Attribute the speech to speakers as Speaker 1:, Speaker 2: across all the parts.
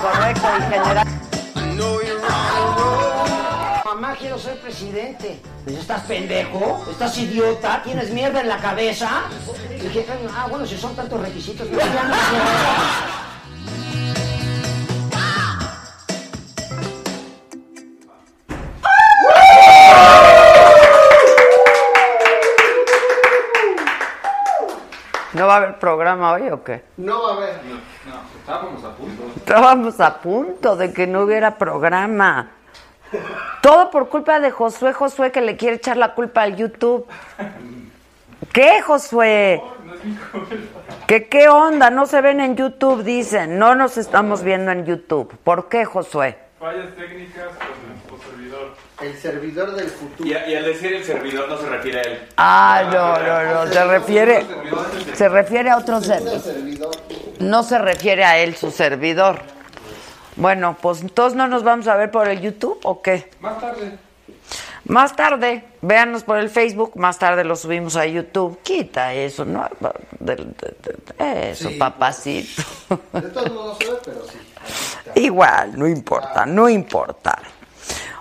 Speaker 1: Correcto, y general.
Speaker 2: Mamá, quiero ser presidente. Pues, ¿Estás pendejo? ¿Estás idiota? ¿Tienes mierda en la cabeza? Y dije, ah, bueno, si son tantos requisitos, pues ya no sé.
Speaker 1: ¿No va a haber programa hoy o qué?
Speaker 3: No va a haber. No, estábamos a punto.
Speaker 1: Estábamos a punto de que no hubiera programa. Todo por culpa de Josué, Josué que le quiere echar la culpa al YouTube. ¿Qué, Josué? ¿Qué, ¿Qué onda? No se ven en YouTube, dicen. No nos estamos viendo en YouTube. ¿Por qué, Josué?
Speaker 4: Fallas técnicas con tu servidor.
Speaker 3: El servidor del futuro.
Speaker 4: Y, a- y al decir el servidor no se refiere a él.
Speaker 1: Ah, no, no, no. Se refiere, se refiere a otro ser.
Speaker 3: servidor.
Speaker 1: No se refiere a él, su servidor. Bueno, pues entonces no nos vamos a ver por el YouTube o qué?
Speaker 4: Más tarde.
Speaker 1: Más tarde, véanos por el Facebook, más tarde lo subimos a YouTube. Quita eso, ¿no? De- de- de- Eso, papacito.
Speaker 3: De todos modos no sé, pero sí.
Speaker 1: Igual, no importa, no importa.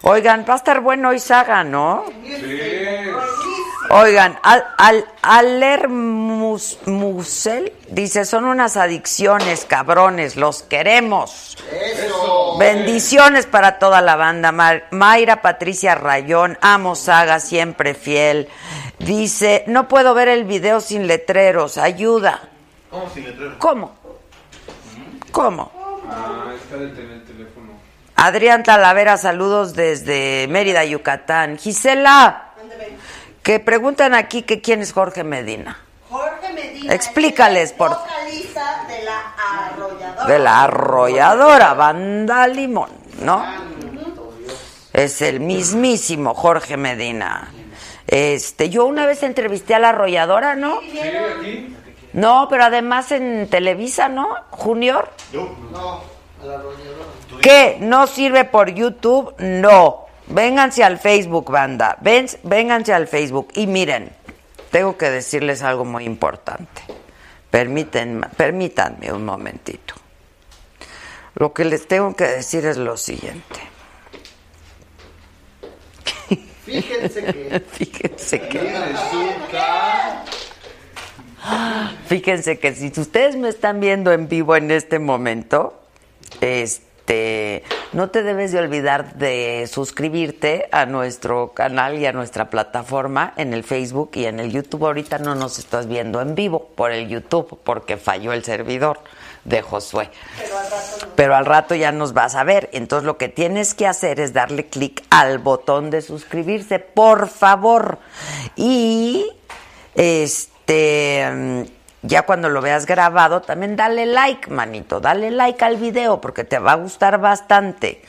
Speaker 1: Oigan, va a estar bueno hoy Saga, ¿no? Oigan, al, al, Aler Mus- Musel dice, son unas adicciones, cabrones, los queremos. Bendiciones para toda la banda. Ma- Mayra Patricia Rayón, amo Saga, siempre fiel. Dice, no puedo ver el video sin letreros, ayuda.
Speaker 4: ¿Cómo sin letrero?
Speaker 1: ¿Cómo? ¿Cómo?
Speaker 4: Ah, está del tel- el teléfono.
Speaker 1: Adrián Talavera, saludos desde Mérida, Yucatán. Gisela, que preguntan aquí que quién es Jorge Medina.
Speaker 5: Jorge Medina.
Speaker 1: Explícales,
Speaker 5: es el
Speaker 1: por-
Speaker 5: vocalista de la arrolladora.
Speaker 1: De la arrolladora Banda Limón, ¿no? Es el mismísimo Jorge Medina. Este, yo una vez entrevisté a la arrolladora, ¿no? No, pero además en Televisa, ¿no? Junior.
Speaker 3: No, el arrollador.
Speaker 1: ¿Qué? ¿No sirve por YouTube? No. Vénganse al Facebook, banda. Ven, vénganse al Facebook. Y miren, tengo que decirles algo muy importante. Permítanme, permítanme un momentito. Lo que les tengo que decir es lo siguiente.
Speaker 3: Fíjense que.
Speaker 1: Fíjense que...
Speaker 3: Resulta.
Speaker 1: Fíjense que si ustedes me están viendo en vivo en este momento, este, no te debes de olvidar de suscribirte a nuestro canal y a nuestra plataforma en el Facebook y en el YouTube. Ahorita no nos estás viendo en vivo por el YouTube porque falló el servidor de Josué. Pero al rato ya nos vas a ver. Entonces lo que tienes que hacer es darle clic al botón de suscribirse, por favor. Y este mm, ya cuando lo veas grabado, también dale like, manito, dale like al video porque te va a gustar bastante.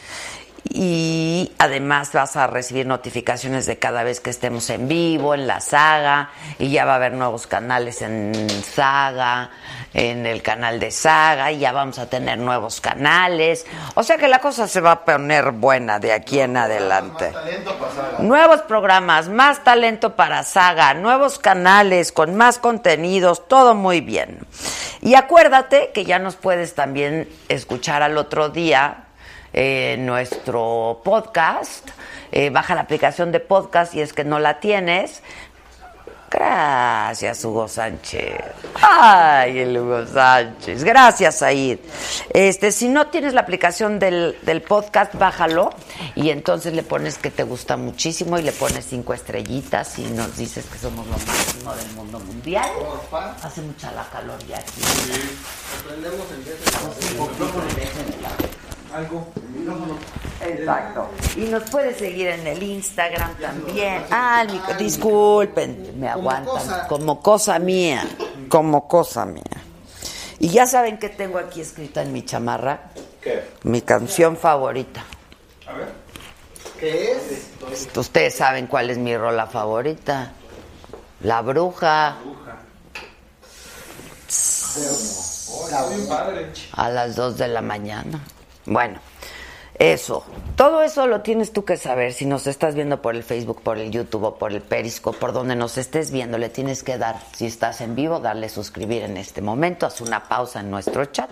Speaker 1: y además vas a recibir notificaciones de cada vez que estemos en vivo, en la saga, y ya va a haber nuevos canales en saga, en el canal de saga, y ya vamos a tener nuevos canales. O sea que la cosa se va a poner buena de aquí en adelante.
Speaker 3: Talento pasada.
Speaker 1: Nuevos programas, más talento para Saga, nuevos canales con más contenidos, todo muy bien. Y acuérdate que ya nos puedes también escuchar al otro día eh, nuestro podcast. Eh, baja la aplicación de podcast y es que no la tienes. Gracias, Hugo Sánchez. Ay, el Hugo Sánchez. Gracias, Said. Este, si no tienes la aplicación del, del podcast, bájalo y entonces le pones que te gusta muchísimo y le pones cinco estrellitas y nos dices que somos lo máximo del mundo mundial.
Speaker 3: Porfa.
Speaker 1: Hace mucha la calor ya aquí.
Speaker 3: Aprendemos en vez de algo. El micrófono.
Speaker 1: Exacto. Y nos puedes seguir en el Instagram también. Ah, el micro- disculpen, me
Speaker 3: Como
Speaker 1: aguantan.
Speaker 3: cosa.
Speaker 1: Como cosa mía. Como cosa mía. Y ya saben que tengo aquí escrita en mi chamarra
Speaker 4: ¿Qué?
Speaker 1: mi canción favorita.
Speaker 4: A ver.
Speaker 3: ¿Qué es?
Speaker 1: Ustedes saben cuál es mi rola favorita. La bruja.
Speaker 4: Está bien padre.
Speaker 1: a las 2 de la mañana. Bueno, eso. Todo eso lo tienes tú que saber. Si nos estás viendo por el Facebook, por el YouTube o por el Periscope, por donde nos estés viendo, le tienes que dar, si estás en vivo, darle suscribir en este momento. Haz una pausa en nuestro chat.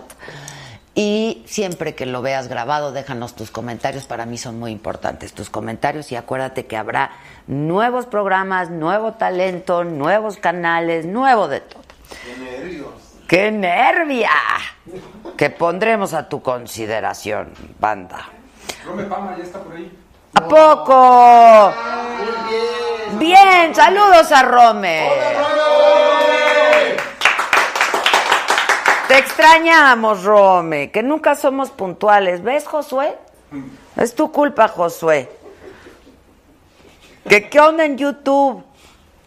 Speaker 1: Y siempre que lo veas grabado, déjanos tus comentarios. Para mí son muy importantes tus comentarios. Y acuérdate que habrá nuevos programas, nuevo talento, nuevos canales, nuevo de todo. ¡Qué nervia! Que pondremos a tu consideración, banda.
Speaker 4: Rome Pama ya está por ahí.
Speaker 1: ¿A poco?
Speaker 3: Muy bien.
Speaker 1: Bien, saludos a Rome. Te extrañamos, Rome, que nunca somos puntuales. ¿Ves, Josué? Es tu culpa, Josué. Que qué onda en YouTube.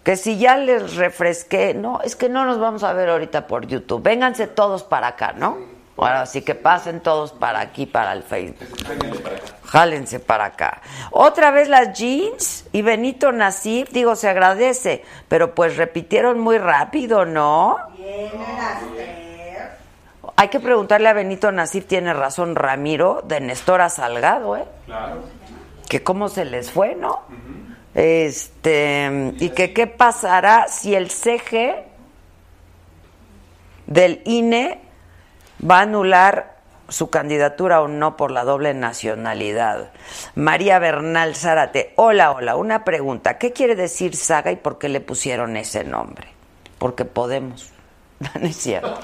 Speaker 1: Que si ya les refresqué, no, es que no nos vamos a ver ahorita por YouTube. Vénganse todos para acá, ¿no? Bueno, así que pasen todos para aquí, para el Facebook. Jálense para acá. Otra vez las jeans y Benito Nasif, digo, se agradece, pero pues repitieron muy rápido, ¿no?
Speaker 5: Bien,
Speaker 4: Ah,
Speaker 5: Esther.
Speaker 1: Hay que preguntarle a Benito Nasif, tiene razón Ramiro, de Nestora Salgado, ¿eh?
Speaker 4: Claro.
Speaker 1: que cómo se les fue, ¿no? Este, y que qué pasará si el CG del INE va a anular su candidatura o no por la doble nacionalidad. María Bernal Zárate, hola, hola, una pregunta, ¿qué quiere decir saga y por qué le pusieron ese nombre? Porque podemos. No es cierto.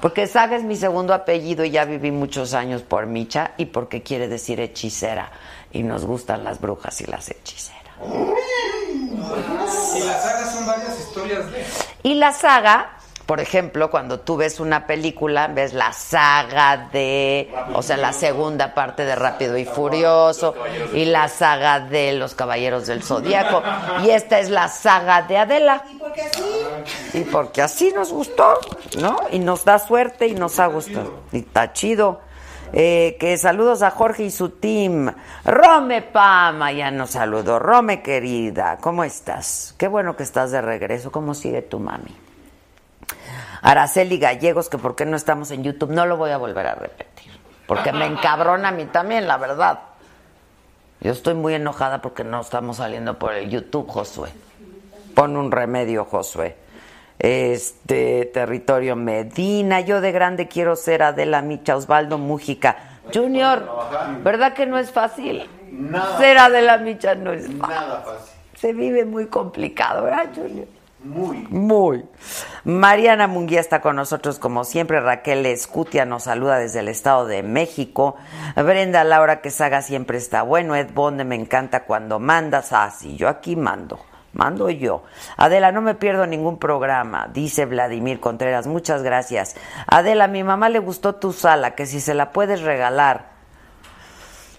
Speaker 1: Porque Saga es mi segundo apellido y ya viví muchos años por Micha y porque quiere decir hechicera. Y nos gustan las brujas y las hechiceras.
Speaker 4: Y las sagas son varias historias de.
Speaker 1: Y la saga, por ejemplo, cuando tú ves una película, ves la saga de, o sea, la segunda parte de Rápido y Furioso, y la saga de Los Caballeros del Zodíaco, y esta es la saga de Adela.
Speaker 5: ¿Y por qué así?
Speaker 1: Y porque así nos gustó, ¿no? Y nos da suerte y nos ha gustado. Y está chido. Eh, que saludos a Jorge y su team. Rome Pama, ya nos saludó. Rome querida, ¿cómo estás? Qué bueno que estás de regreso. ¿Cómo sigue tu mami? Araceli Gallegos, que por qué no estamos en YouTube, no lo voy a volver a repetir. Porque me encabrona a mí también, la verdad. Yo estoy muy enojada porque no estamos saliendo por el YouTube, Josué. Pon un remedio, Josué. Este, territorio Medina, yo de grande quiero ser Adela Micha, Osvaldo Mújica. Junior, ¿verdad que no es fácil?
Speaker 3: Nada.
Speaker 1: Ser Adela Micha no es fácil.
Speaker 3: Nada fácil.
Speaker 1: Se vive muy complicado, ¿verdad, Junior?
Speaker 3: Muy.
Speaker 1: Muy. Mariana Munguía está con nosotros como siempre. Raquel Escutia nos saluda desde el Estado de México. Brenda Laura Quesaga siempre está bueno. Ed Bonde me encanta cuando mandas. Ah, sí, yo aquí mando. Mando yo. Adela, no me pierdo ningún programa, dice Vladimir Contreras. Muchas gracias. Adela, a mi mamá le gustó tu sala, que si se la puedes regalar.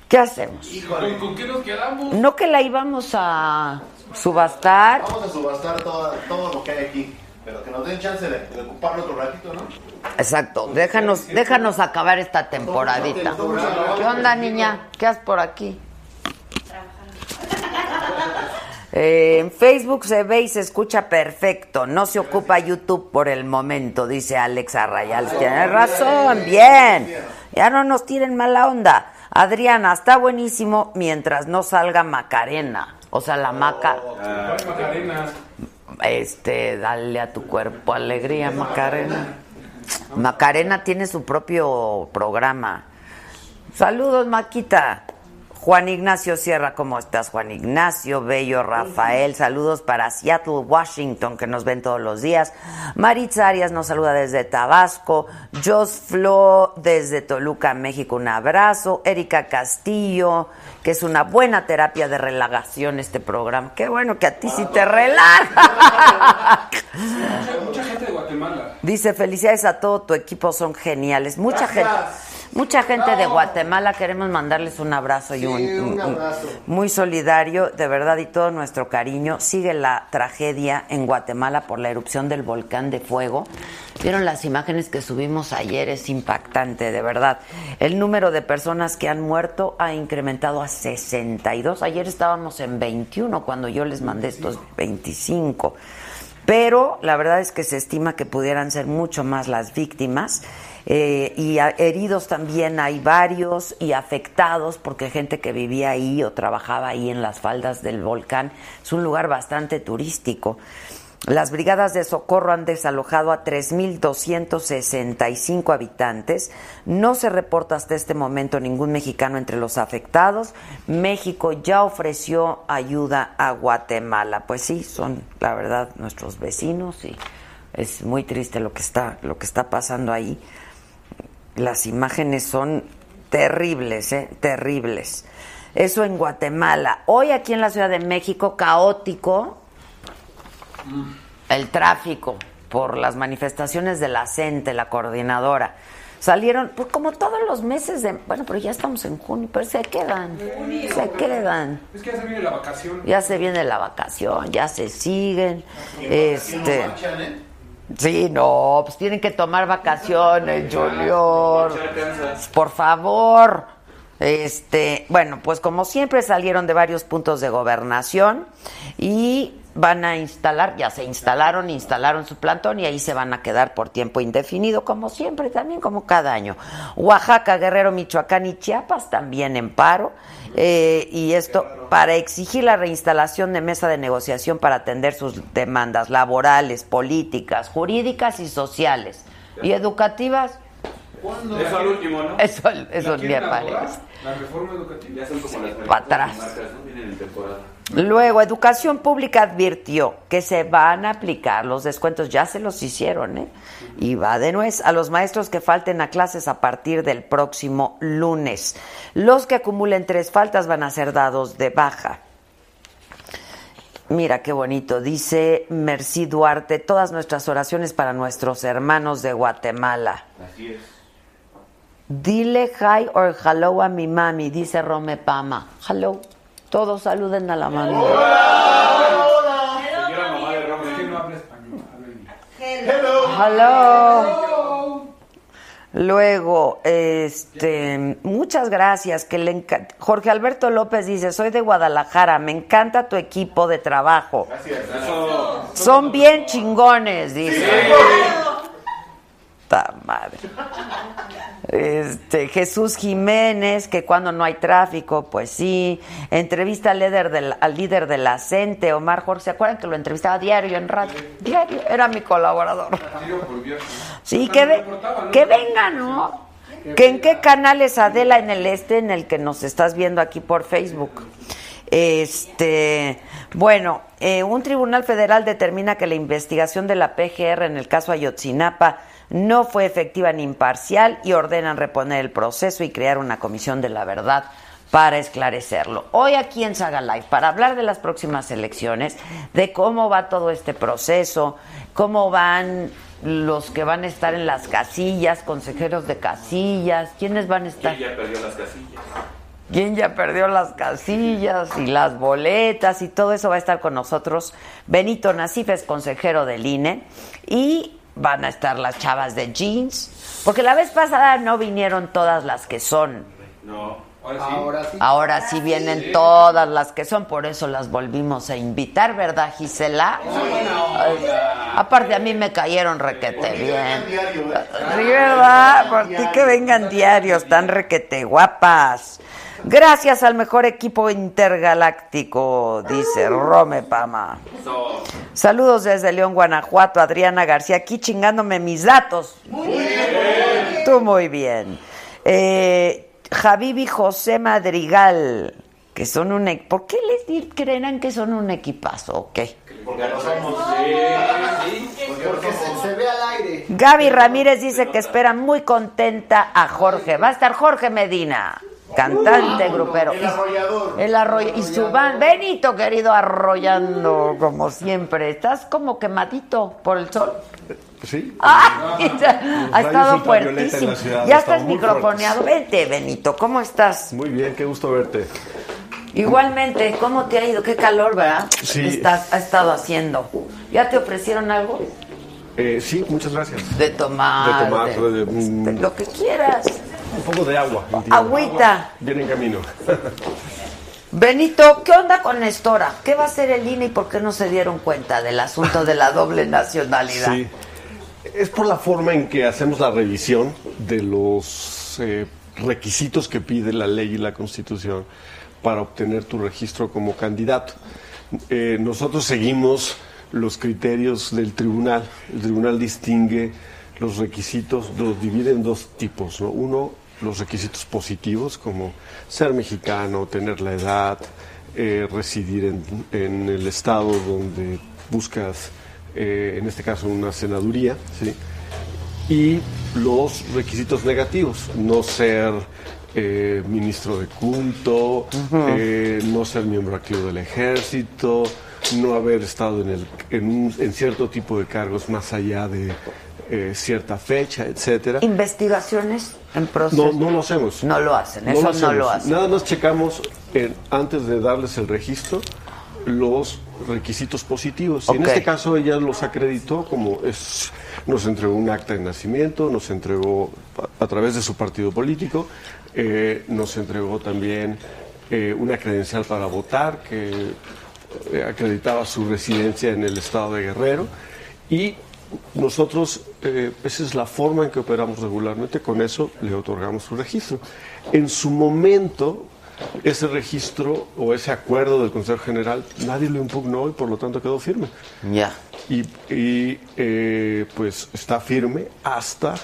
Speaker 1: ¿Qué hacemos?
Speaker 4: ¿Con, con qué nos quedamos?
Speaker 1: No que la íbamos a subastar.
Speaker 6: Vamos a subastar todo, todo lo que hay aquí, pero que nos den chance de, de ocuparlo otro ratito, ¿no?
Speaker 1: Exacto, déjanos, déjanos acabar esta temporadita. ¿Qué onda, niña? ¿Qué haces por aquí? Eh, en Facebook se ve y se escucha perfecto. No se ocupa YouTube por el momento, dice Alex Arrayal. Tienes razón, bien. Ya no nos tiren mala onda. Adriana, está buenísimo mientras no salga Macarena. O sea, la maca.
Speaker 4: ¿Cuál Macarena?
Speaker 1: Este, dale a tu cuerpo alegría, Macarena. Macarena tiene su propio programa. Saludos, Maquita. Juan Ignacio Sierra, ¿cómo estás? Juan Ignacio, Bello, Rafael, saludos para Seattle, Washington, que nos ven todos los días. Maritza Arias nos saluda desde Tabasco. Jos Flo desde Toluca, México, un abrazo. Erika Castillo, que es una buena terapia de relajación este programa. Qué bueno que a ti sí te relaja.
Speaker 4: Mucha, mucha gente de Guatemala.
Speaker 1: Dice, felicidades a todo tu equipo, son geniales. Mucha gente, mucha gente de Guatemala, queremos mandarles un abrazo y un, un- un- muy solidario, de verdad, y todo nuestro cariño. Sigue la tragedia en Guatemala por la erupción del volcán de fuego. Vieron las imágenes que subimos ayer, es impactante, de verdad. El número de personas que han muerto ha incrementado a 62. Ayer estábamos en 21 cuando yo les mandé estos 25 pero la verdad es que se estima que pudieran ser mucho más las víctimas eh, y a- heridos también hay varios y afectados porque gente que vivía ahí o trabajaba ahí en las faldas del volcán es un lugar bastante turístico. Las brigadas de socorro han desalojado a 3.265 habitantes. No se reporta hasta este momento ningún mexicano entre los afectados. México ya ofreció ayuda a Guatemala. Pues sí, son la verdad nuestros vecinos y es muy triste lo que está lo que está pasando ahí. Las imágenes son terribles, ¿eh? terribles. Eso en Guatemala. Hoy aquí en la Ciudad de México caótico
Speaker 4: Mm.
Speaker 1: el tráfico por las manifestaciones de la CENTE, la coordinadora. Salieron, pues como todos los meses de, bueno, pero ya estamos en junio, pero se quedan, se quedan.
Speaker 4: Es que ya se viene la vacación.
Speaker 1: Ya se viene la vacación, ya se siguen. Este,
Speaker 4: ¿eh?
Speaker 1: sí, no, pues tienen que tomar vacaciones,
Speaker 4: Ah,
Speaker 1: Junior. Por favor. Este, bueno, pues como siempre salieron de varios puntos de gobernación y van a instalar, ya se instalaron, instalaron su plantón y ahí se van a quedar por tiempo indefinido, como siempre, también como cada año. Oaxaca, Guerrero, Michoacán y Chiapas también en paro. eh, y esto para exigir la reinstalación de mesa de negociación para atender sus demandas laborales, políticas, jurídicas y sociales. Y educativas,
Speaker 4: Eso al último, ¿no?
Speaker 1: eso, eso
Speaker 4: ¿La
Speaker 1: me
Speaker 4: quieren ahora?
Speaker 1: parece.
Speaker 4: La reforma educativa. Ya son como las
Speaker 1: Para atrás. Luego, Educación Pública advirtió que se van a aplicar los descuentos, ya se los hicieron, ¿eh? Y va de nuez a los maestros que falten a clases a partir del próximo lunes. Los que acumulen tres faltas van a ser dados de baja. Mira qué bonito, dice Mercy Duarte, todas nuestras oraciones para nuestros hermanos de Guatemala.
Speaker 6: Así es.
Speaker 1: Dile hi or hello a mi mami, dice Rome Pama. Hello. Todos saluden a la mami.
Speaker 4: Señora mamá de Ramos, que no habla español. Habla inglés.
Speaker 1: Hello. Luego, este, muchas gracias. Que le enca- Jorge Alberto López dice, soy de Guadalajara, me encanta tu equipo de trabajo. Son bien chingones, dice. Ta madre. Este, Jesús Jiménez, que cuando no hay tráfico, pues sí. Entrevista al líder, del, al líder de la CENTE, Omar Jorge. ¿Se acuerdan que lo entrevistaba diario en radio? Diario, era mi colaborador.
Speaker 4: Tiro por viejo.
Speaker 1: Sí,
Speaker 4: Ah,
Speaker 1: que,
Speaker 4: no
Speaker 1: ve-
Speaker 4: reportaba, ¿no?
Speaker 1: que venga, ¿no? ¿Que ¿En qué canal es Adela en el este en el que nos estás viendo aquí por Facebook? Este, bueno, eh, un tribunal federal determina que la investigación de la PGR en el caso Ayotzinapa no fue efectiva ni imparcial y ordenan reponer el proceso y crear una comisión de la verdad para esclarecerlo. Hoy aquí en Saga Live, para hablar de las próximas elecciones, de cómo va todo este proceso, cómo van los que van a estar en las casillas, consejeros de casillas, quiénes van a estar.
Speaker 6: ya perdió las casillas.
Speaker 1: ¿Quién ya perdió las casillas y las boletas y todo eso va a estar con nosotros? Benito Nasif es consejero del INE y van a estar las chavas de jeans, porque la vez pasada no vinieron todas las que son.
Speaker 6: No.
Speaker 4: Ahora sí.
Speaker 3: Ahora sí.
Speaker 1: Ahora sí vienen todas las que son, por eso las volvimos a invitar, ¿verdad, Gisela? Ay, aparte, a mí me cayeron requete
Speaker 6: Porque vengan
Speaker 1: bien.
Speaker 6: diario, ¿eh?
Speaker 1: Sí, ¿verdad? Por ti que vengan diarios, tan requete guapas. Gracias al mejor equipo intergaláctico, dice Rome Pama.
Speaker 4: So,
Speaker 1: Saludos desde León, Guanajuato, Adriana García, aquí chingándome mis datos. Tú muy bien. Eh, Javib y José Madrigal, que son un... e- ¿Por qué les di- creerán que son un equipazo? Ok.
Speaker 6: Porque no somos.
Speaker 3: Porque se, se ve al aire.
Speaker 1: Gaby Ramírez dice que espera muy contenta a Jorge. Va a estar Jorge Medina, cantante, grupero.
Speaker 6: El arrollador.
Speaker 1: El arroy y su ban- Benito, querido, arrollando como siempre. Estás como quemadito por el sol.
Speaker 7: Sí.
Speaker 1: Ah, ha
Speaker 7: rayos
Speaker 1: estado
Speaker 7: ultravioleta en
Speaker 1: fuertísimo.
Speaker 7: la ciudad
Speaker 1: Ya
Speaker 7: han
Speaker 1: estás
Speaker 7: estado muy
Speaker 1: microfoneado. Vente, Benito, ¿cómo estás?
Speaker 7: Muy bien, qué gusto verte.
Speaker 1: Igualmente, ¿cómo te ha ido? Qué calor, ¿verdad?
Speaker 7: Sí.
Speaker 1: Estás, ha estado haciendo. ¿Ya te ofrecieron algo?
Speaker 7: Eh, sí, muchas gracias.
Speaker 1: De
Speaker 7: De
Speaker 1: tomar.
Speaker 7: tomar, de- mm.
Speaker 1: lo que quieras.
Speaker 7: Un poco de agua. entiendo.
Speaker 1: Agüita.
Speaker 7: Viene en camino.
Speaker 1: Benito, ¿qué onda con Nestora? ¿Qué va a hacer el INE y por qué no se dieron cuenta del asunto de la doble nacionalidad?
Speaker 7: Sí. Es por la forma en que hacemos la revisión de los eh, requisitos que pide la ley y la constitución para obtener tu registro como candidato. Eh, nosotros seguimos los criterios del tribunal. El tribunal distingue los requisitos, los divide en dos tipos. ¿no? Uno, los requisitos positivos, como ser mexicano, tener la edad, eh, residir en, en el estado donde buscas eh, en este caso una senaduría, ¿sí? y los requisitos negativos, no ser eh, ministro de culto, eh, no ser miembro activo del ejército, no haber estado en, el, en, un- en cierto tipo de cargos más allá de eh, cierta fecha, etcétera.
Speaker 1: ¿Investigaciones en proceso?
Speaker 7: No, no lo hacemos.
Speaker 1: No lo hacen, eso no lo hacen.
Speaker 7: Nada más checamos eh, antes de darles el registro los requisitos positivos. Y
Speaker 1: Ok.
Speaker 7: en este caso ella los acreditó como es, nos entregó un acta de nacimiento, nos entregó a, a través de su partido político, eh, nos entregó también eh, una credencial para votar que eh, acreditaba su residencia en el estado de Guerrero y nosotros, eh, esa es la forma en que operamos regularmente, con eso le otorgamos su registro. En su momento, ese registro o ese acuerdo del Consejo General, nadie lo impugnó y por lo tanto quedó firme.
Speaker 1: Ya.
Speaker 7: Y, y, eh, pues está firme hasta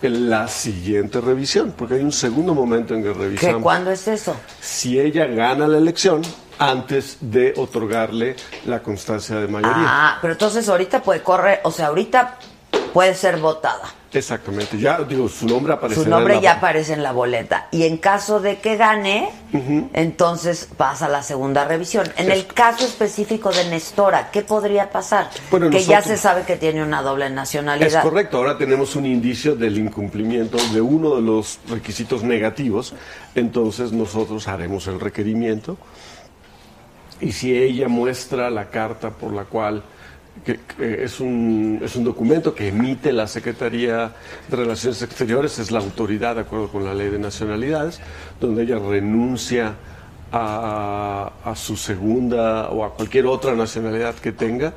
Speaker 7: la siguiente revisión, porque hay un segundo momento en que
Speaker 1: ¿Qué,
Speaker 7: revisamos
Speaker 1: ¿Cuándo es eso?
Speaker 7: si ella gana la elección antes de otorgarle la constancia de mayoría.
Speaker 1: Ah, pero entonces ahorita puede correr, o sea, ahorita puede ser votada.
Speaker 7: Exactamente, ya digo, su nombre aparecerá
Speaker 1: Su
Speaker 7: en
Speaker 1: nombre
Speaker 7: la-
Speaker 1: ya aparece en la boleta. Y en caso de que gane, entonces pasa la segunda revisión. En el caso específico de Nestora, ¿qué podría pasar?
Speaker 7: Bueno,
Speaker 1: que ya se
Speaker 7: nosotros-
Speaker 1: sabe que tiene una doble
Speaker 7: Es
Speaker 1: nacionalidad.
Speaker 7: correcto, ahora tenemos un indicio del incumplimiento de uno de los requisitos negativos, entonces nosotros haremos el requerimiento y si ella muestra la carta por la cual que, que es, un, es un documento que emite la Secretaría de Relaciones Exteriores, es la autoridad de acuerdo con la ley de nacionalidades, donde ella renuncia a, a su segunda o a cualquier otra nacionalidad que tenga,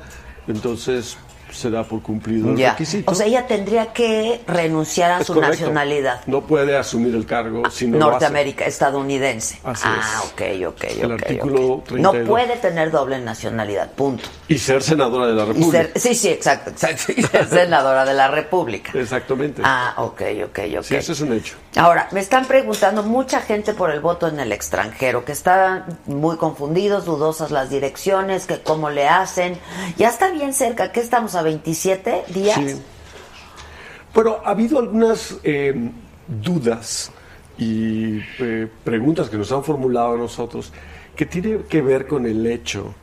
Speaker 7: entonces se da por cumplido el
Speaker 1: Ya.
Speaker 7: requisito.
Speaker 1: O sea, ella tendría que renunciar a
Speaker 7: Es
Speaker 1: su
Speaker 7: correcto.
Speaker 1: nacionalidad.
Speaker 7: No puede asumir el cargo si no lo hace.
Speaker 1: Norteamérica, estadounidense.
Speaker 7: Así
Speaker 1: ah,
Speaker 7: es.
Speaker 1: ok, ok, ok.
Speaker 7: El artículo
Speaker 1: ok.
Speaker 7: 32.
Speaker 1: No puede tener doble nacionalidad, punto.
Speaker 7: Y ser senadora de la
Speaker 1: Y
Speaker 7: República.
Speaker 1: ser, sí, sí, exacto, exacto. Y ser senadora de la República.
Speaker 7: Exactamente.
Speaker 1: Ah, ok, ok, ok.
Speaker 7: Sí, eso es un hecho.
Speaker 1: Ahora, me están preguntando mucha gente por el voto en el extranjero, que están muy confundidos, dudosas las direcciones, que cómo le hacen. Ya está bien cerca, ¿qué estamos a 27 días?
Speaker 7: Sí. Pero ha habido algunas eh, dudas y eh, preguntas que nos han formulado a nosotros que tiene que ver con el hecho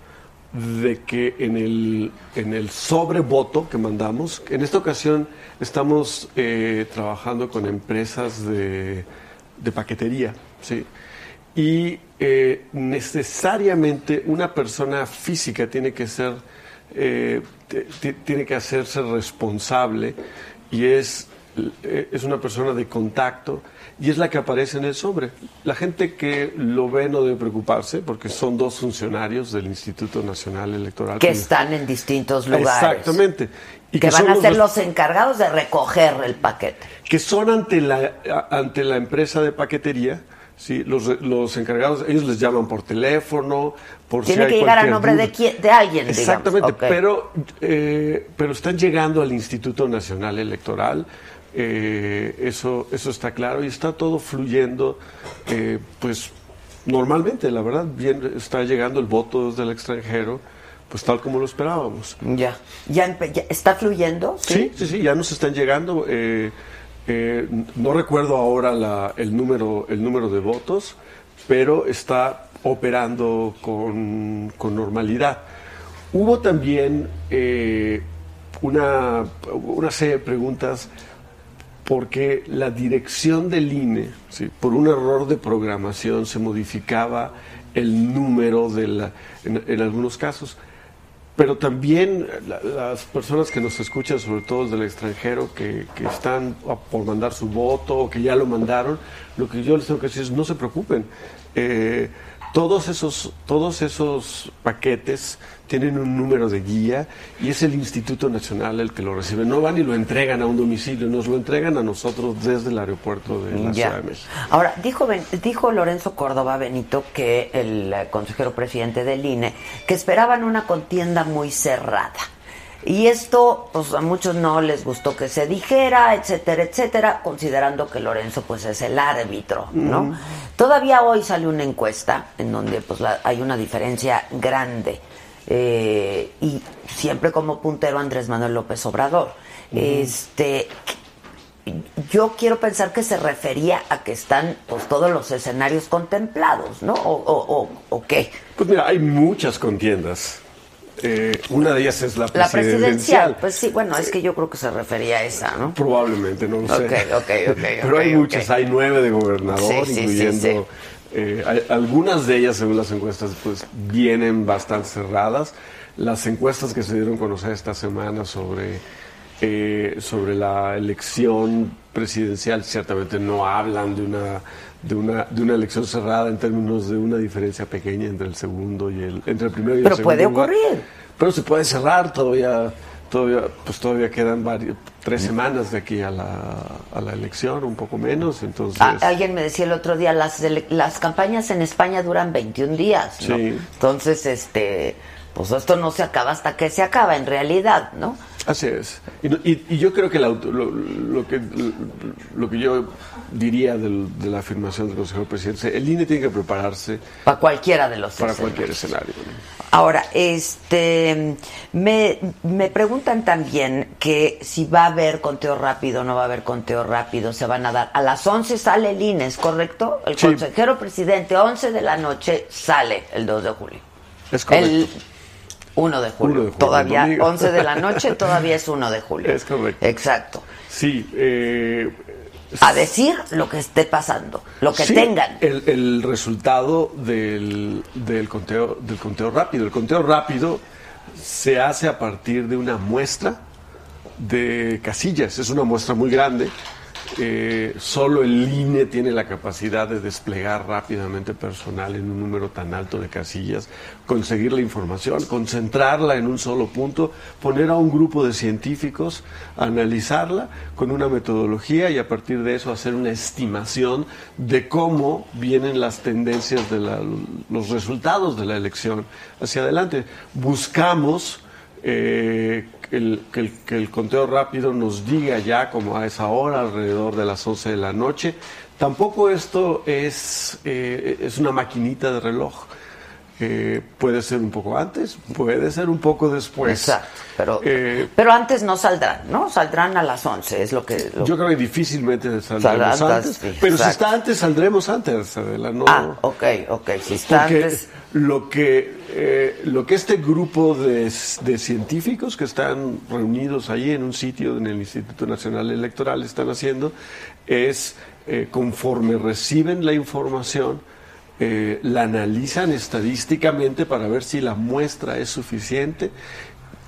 Speaker 7: de que en el, en el sobrevoto que mandamos, en esta ocasión estamos eh, trabajando con empresas de, de paquetería, ¿sí? y eh, necesariamente una persona física tiene que ser eh, te- te- tiene que hacerse responsable y es eh, es una persona de contacto y es la que aparece en el sobre. La gente que lo ve no debe preocuparse porque son dos funcionarios del Instituto Nacional Electoral.
Speaker 1: Que están en distintos lugares.
Speaker 7: Exactamente.
Speaker 1: Y que, van
Speaker 7: son
Speaker 1: a ser
Speaker 7: res-
Speaker 1: los encargados de recoger el paquete.
Speaker 7: que son ante la a- ante la empresa de paquetería sí los, re- los encargados ellos les llaman por teléfono por si
Speaker 1: Tiene
Speaker 7: hay
Speaker 1: que llegar a
Speaker 7: cualquier
Speaker 1: nombre
Speaker 7: duda.
Speaker 1: de, quien, de alguien, digamos.
Speaker 7: exactamente
Speaker 1: Ok.
Speaker 7: pero eh, pero están llegando al Instituto Nacional Electoral eh, eso eso está claro y está todo fluyendo eh, pues normalmente la verdad bien está llegando el voto desde el extranjero pues tal como lo esperábamos
Speaker 1: Ya. ¿Ya, empe- ya- está fluyendo?
Speaker 7: Sí, sí, sí, ya nos están llegando. eh, eh, n- no recuerdo ahora la- el, número, el número de votos, pero está operando con, con normalidad. Hubo también eh, una, una serie de preguntas porque la dirección del INE, ¿sí? por un error de programación, se modificaba el número de la- en- en algunos casos. Pero también eh, la- las personas que nos escuchan, sobre todo del extranjero, que, que están a- por mandar su voto o que ya lo mandaron, lo que yo les tengo que decir es no se preocupen. Eh, todos esos, todos esos paquetes tienen un número de guía y es el Instituto Nacional el que lo recibe. No van y lo entregan a un domicilio, nos lo entregan a nosotros desde el aeropuerto de la
Speaker 1: Ya.
Speaker 7: Ciudad de México.
Speaker 1: Ahora, dijo, Ben- dijo Lorenzo Córdoba Benito que el eh, consejero presidente del INE, que esperaban una contienda muy cerrada. Y esto, pues a muchos no les gustó que se dijera, etcétera, etcétera, considerando que Lorenzo pues es el árbitro, ¿no?
Speaker 7: Mm.
Speaker 8: Ujú.
Speaker 1: Todavía hoy sale una encuesta en donde pues la- hay una diferencia grande. eh, y siempre como puntero Andrés Manuel López Obrador.
Speaker 8: Ujú.
Speaker 1: Este, yo quiero pensar que se refería a que están pues, todos los escenarios contemplados, ¿no? O, o- o- o qué.
Speaker 7: Pues mira, hay muchas contiendas. Eh, una de ellas es la
Speaker 1: La
Speaker 7: presidencial.
Speaker 1: presidencial, pues sí, bueno, es que yo creo que se refería a esa, ¿no?
Speaker 7: Probablemente, no lo sé.
Speaker 1: Ok, ok, ok,
Speaker 7: Pero hay
Speaker 1: ok,
Speaker 7: muchas,
Speaker 1: ok.
Speaker 7: hay nueve de gobernador,
Speaker 1: Sí, sí, sí,
Speaker 7: incluyendo.
Speaker 1: sí.
Speaker 7: eh, hay- algunas de ellas, según las encuestas, pues vienen bastante cerradas. Las encuestas que se dieron a conocer esta semana sobre, eh, sobre la elección presidencial ciertamente no hablan de una, de, una, de una elección cerrada en términos de una diferencia pequeña entre el segundo y el, entre el primero y
Speaker 1: Pero
Speaker 7: el segundo.
Speaker 1: puede
Speaker 7: lugar.
Speaker 1: ocurrir.
Speaker 7: Pero se puede cerrar todavía, todavía pues todavía quedan varios, tres semanas de aquí a la, a la elección, un poco menos, entonces
Speaker 1: Ah, alguien me decía el otro día, las, ele- las campañas en España duran 21 días, ¿no?
Speaker 7: Sí.
Speaker 1: Entonces, este, pues esto no se acaba hasta que se acaba, en realidad, ¿no?
Speaker 7: así es. Y, no- y- y yo creo que, la auto- lo, lo que lo que yo diría del- de la afirmación del consejero presidente, el INE tiene que prepararse
Speaker 1: para cualquiera de los
Speaker 7: para
Speaker 1: escenarios.
Speaker 7: cualquier escenario. ¿no?
Speaker 1: Ahora, este, me, me preguntan también que si va a haber conteo rápido, no va a haber conteo rápido, se van a dar. A las 11 sale el INE, ¿es correcto? El
Speaker 8: Sí.
Speaker 1: consejero presidente, 11 de la noche, sale el 2 de julio.
Speaker 7: Es correcto.
Speaker 1: El 1 de julio.
Speaker 7: Uno de julio,
Speaker 1: todavía,
Speaker 7: domingo.
Speaker 1: 11 de la noche, todavía es 1 de julio.
Speaker 7: Es correcto.
Speaker 1: Exacto.
Speaker 7: Sí. eh,
Speaker 1: A decir lo que esté pasando, lo que
Speaker 7: Sí,
Speaker 1: tengan.
Speaker 7: El, el resultado del, del, conteo, del conteo rápido. El conteo rápido se hace a partir de una muestra de casillas. Es una muestra muy grande. Eh, solo el INE tiene la capacidad de desplegar rápidamente personal en un número tan alto de casillas, conseguir la información, concentrarla en un solo punto, poner a un grupo de científicos, a analizarla con una metodología y a partir de eso hacer una estimación de cómo vienen las tendencias de la- los resultados de la elección hacia adelante. Buscamos eh, que, el, que el- que el conteo rápido nos diga ya como a esa hora, alrededor de las 11 de la noche. Tampoco esto es, eh, es una maquinita de reloj. Eh, puede ser un poco antes, puede ser un poco después. Eh,
Speaker 1: Exacto,
Speaker 7: pero,
Speaker 1: Pero antes no saldrán, ¿no? Saldrán a las 11, es lo que... lo-
Speaker 7: yo creo que difícilmente
Speaker 1: Saldrá
Speaker 7: saldremos
Speaker 1: antes,
Speaker 7: antes.
Speaker 1: sí,
Speaker 7: pero si
Speaker 1: exacto.
Speaker 7: está antes, saldremos antes, Adela. No,
Speaker 1: Ah, ok, ok. Si está
Speaker 7: Porque
Speaker 1: antes-
Speaker 7: Lo que, eh, lo que este grupo de, de científicos que están reunidos ahí en un sitio en el Instituto Nacional Electoral están haciendo es, eh, conforme reciben la información, eh, la analizan estadísticamente para ver si la muestra es suficiente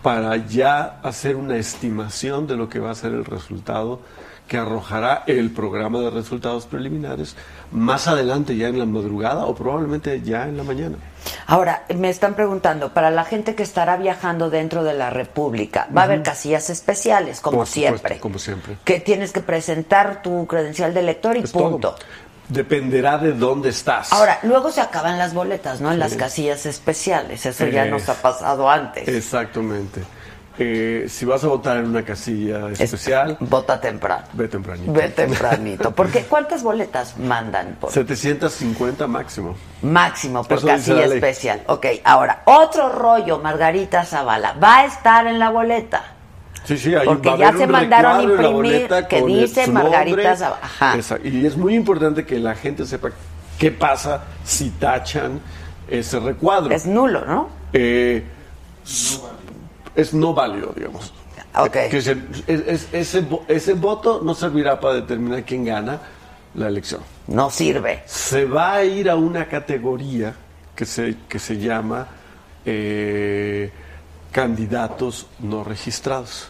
Speaker 7: para ya hacer una estimación de lo que va a ser el resultado que arrojará el programa de resultados preliminares más adelante, ya en la madrugada o probablemente ya en la mañana.
Speaker 1: Ahora, me están preguntando, para la gente que estará viajando dentro de la República, va a haber
Speaker 7: Ujú.
Speaker 1: casillas especiales, como
Speaker 7: Por supuesto,
Speaker 1: siempre.
Speaker 7: como siempre.
Speaker 1: Que tienes que presentar tu credencial de elector y
Speaker 7: Es todo.
Speaker 1: punto.
Speaker 7: Dependerá de dónde estás.
Speaker 1: Ahora, luego se acaban las boletas, ¿no? En
Speaker 7: Sí.
Speaker 1: las casillas especiales. Eso ya
Speaker 7: Eh,
Speaker 1: nos ha pasado antes.
Speaker 7: Exactamente. Eh, si vas a votar en una casilla especial,
Speaker 1: vota temprano.
Speaker 7: Ve tempranito.
Speaker 1: Ve tempranito. Porque ¿cuántas boletas mandan? Por
Speaker 7: 750 máximo.
Speaker 1: Máximo, por
Speaker 7: Eso dice la
Speaker 1: casilla
Speaker 7: ley.
Speaker 1: especial. Ok, ahora, otro rollo, Margarita Zavala. Va a estar en la boleta.
Speaker 7: Sí, sí, ahí
Speaker 1: Porque
Speaker 7: va a
Speaker 1: ya
Speaker 7: haber
Speaker 1: se
Speaker 7: un
Speaker 1: mandaron
Speaker 7: recuadro en la
Speaker 1: imprimir
Speaker 7: boleta
Speaker 1: que
Speaker 7: con el-
Speaker 1: dice
Speaker 7: su nombre.
Speaker 1: Margarita Zavala. Ajá.
Speaker 7: Esa- Y es muy importante que la gente sepa qué pasa si tachan ese recuadro. Es
Speaker 1: nulo, ¿no?
Speaker 7: es no válido, digamos.
Speaker 1: Ah,
Speaker 7: Que se- es- es- ese, vo- ese voto no servirá para determinar quién gana la elección.
Speaker 1: No sirve.
Speaker 7: Se va a ir a una categoría que se, que se llama eh, candidatos no registrados.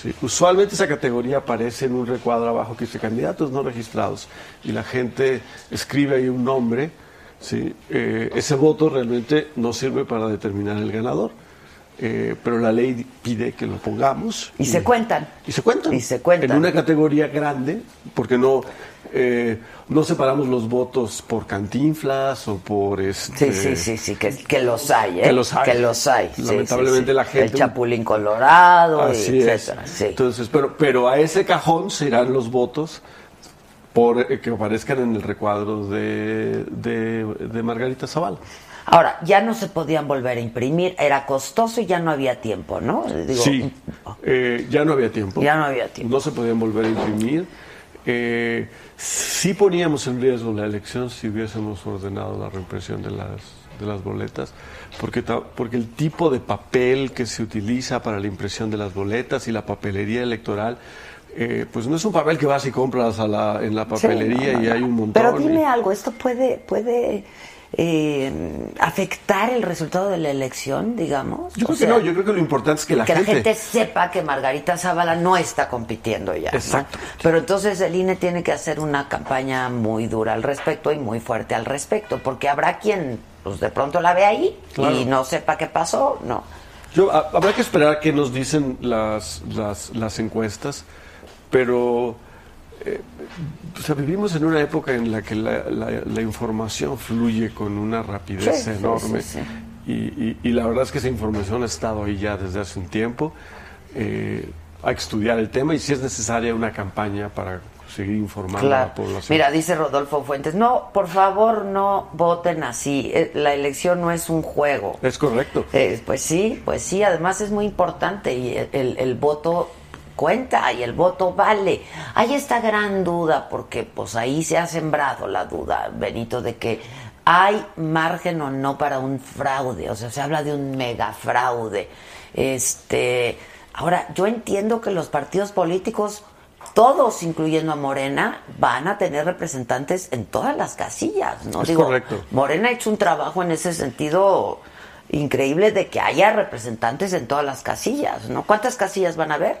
Speaker 7: Sí, Usualmente esa categoría aparece en un recuadro abajo que dice candidatos no registrados y la gente escribe ahí un nombre. ¿sí? Eh, ese voto realmente no sirve para determinar el ganador, eh, pero la ley di- pide que lo pongamos.
Speaker 1: Y se cuentan.
Speaker 7: Y se cuentan. En una categoría grande, porque no, eh, no separamos los votos por cantinflas o por... Este,
Speaker 1: sí, sí, sí, que, que los hay, ¿eh?
Speaker 7: Que los hay.
Speaker 1: Que los hay, sí, sí,
Speaker 7: Lamentablemente
Speaker 1: sí.
Speaker 7: la gente...
Speaker 1: El Chapulín Colorado,
Speaker 7: Así es.
Speaker 1: etcétera.
Speaker 7: Entonces, pero, pero a ese cajón serán los votos por, eh, que aparezcan en el recuadro de, de, de Margarita Zavala.
Speaker 1: Ahora, ya no se podían volver a imprimir, era costoso y ya no había tiempo, ¿no? Digo, oh.
Speaker 7: sí, eh, ya no había tiempo.
Speaker 1: Ya no había tiempo.
Speaker 7: No se podían volver a imprimir. Eh, sí poníamos en riesgo la elección si hubiésemos ordenado la reimpresión de las, de las boletas, porque, ta- porque el tipo de papel que se utiliza para la impresión de las boletas y la papelería electoral, eh, pues no es un papel que vas y compras a la- en la
Speaker 1: Sí,
Speaker 7: papelería
Speaker 1: no, no,
Speaker 7: y
Speaker 1: no.
Speaker 7: hay un montón.
Speaker 1: Pero
Speaker 7: y-
Speaker 1: dime algo, ¿esto puede, puede eh, afectar el resultado de la elección, digamos?
Speaker 7: Yo
Speaker 1: O
Speaker 7: creo
Speaker 1: sea,
Speaker 7: que no, yo creo que lo importante es que la gente...
Speaker 1: sepa que Margarita Zavala no está compitiendo ya. ¿no? Pero entonces el INE tiene que hacer una campaña muy dura al respecto y muy fuerte al respecto, porque habrá quien pues, de pronto la ve ahí
Speaker 7: Claro.
Speaker 1: y no sepa qué pasó, no.
Speaker 7: Yo, ha- habrá que esperar que nos dicen las, las, las encuestas, pero eh, o sea, vivimos en una época en la que la, la- la información fluye con una rapidez
Speaker 8: Sí, sí,
Speaker 7: enorme.
Speaker 8: sí,
Speaker 7: Y, y- y la verdad es que esa información ha estado ahí ya desde hace un tiempo. Eh, hay que estudiar el tema y si es necesaria una campaña para seguir informando a la
Speaker 1: Claro.
Speaker 7: población.
Speaker 1: Mira, dice Rodolfo Fuentes, no, por favor no voten así, eh, la elección no es un juego.
Speaker 7: Es correcto.
Speaker 1: pues sí, pues sí, además es muy importante y el, el- el voto cuenta y el voto vale. Hay esta gran duda, porque pues ahí se ha sembrado la duda, Benito, de que hay margen o no para un fraude, o sea, se habla de un mega fraude. Este, ahora, yo entiendo que los partidos políticos todos, incluyendo a Morena, van a tener representantes en todas las casillas, ¿no?
Speaker 7: Es correcto.
Speaker 1: Morena ha hecho un trabajo en ese sentido increíble de que haya representantes en todas las casillas, ¿no? ¿Cuántas casillas van a haber?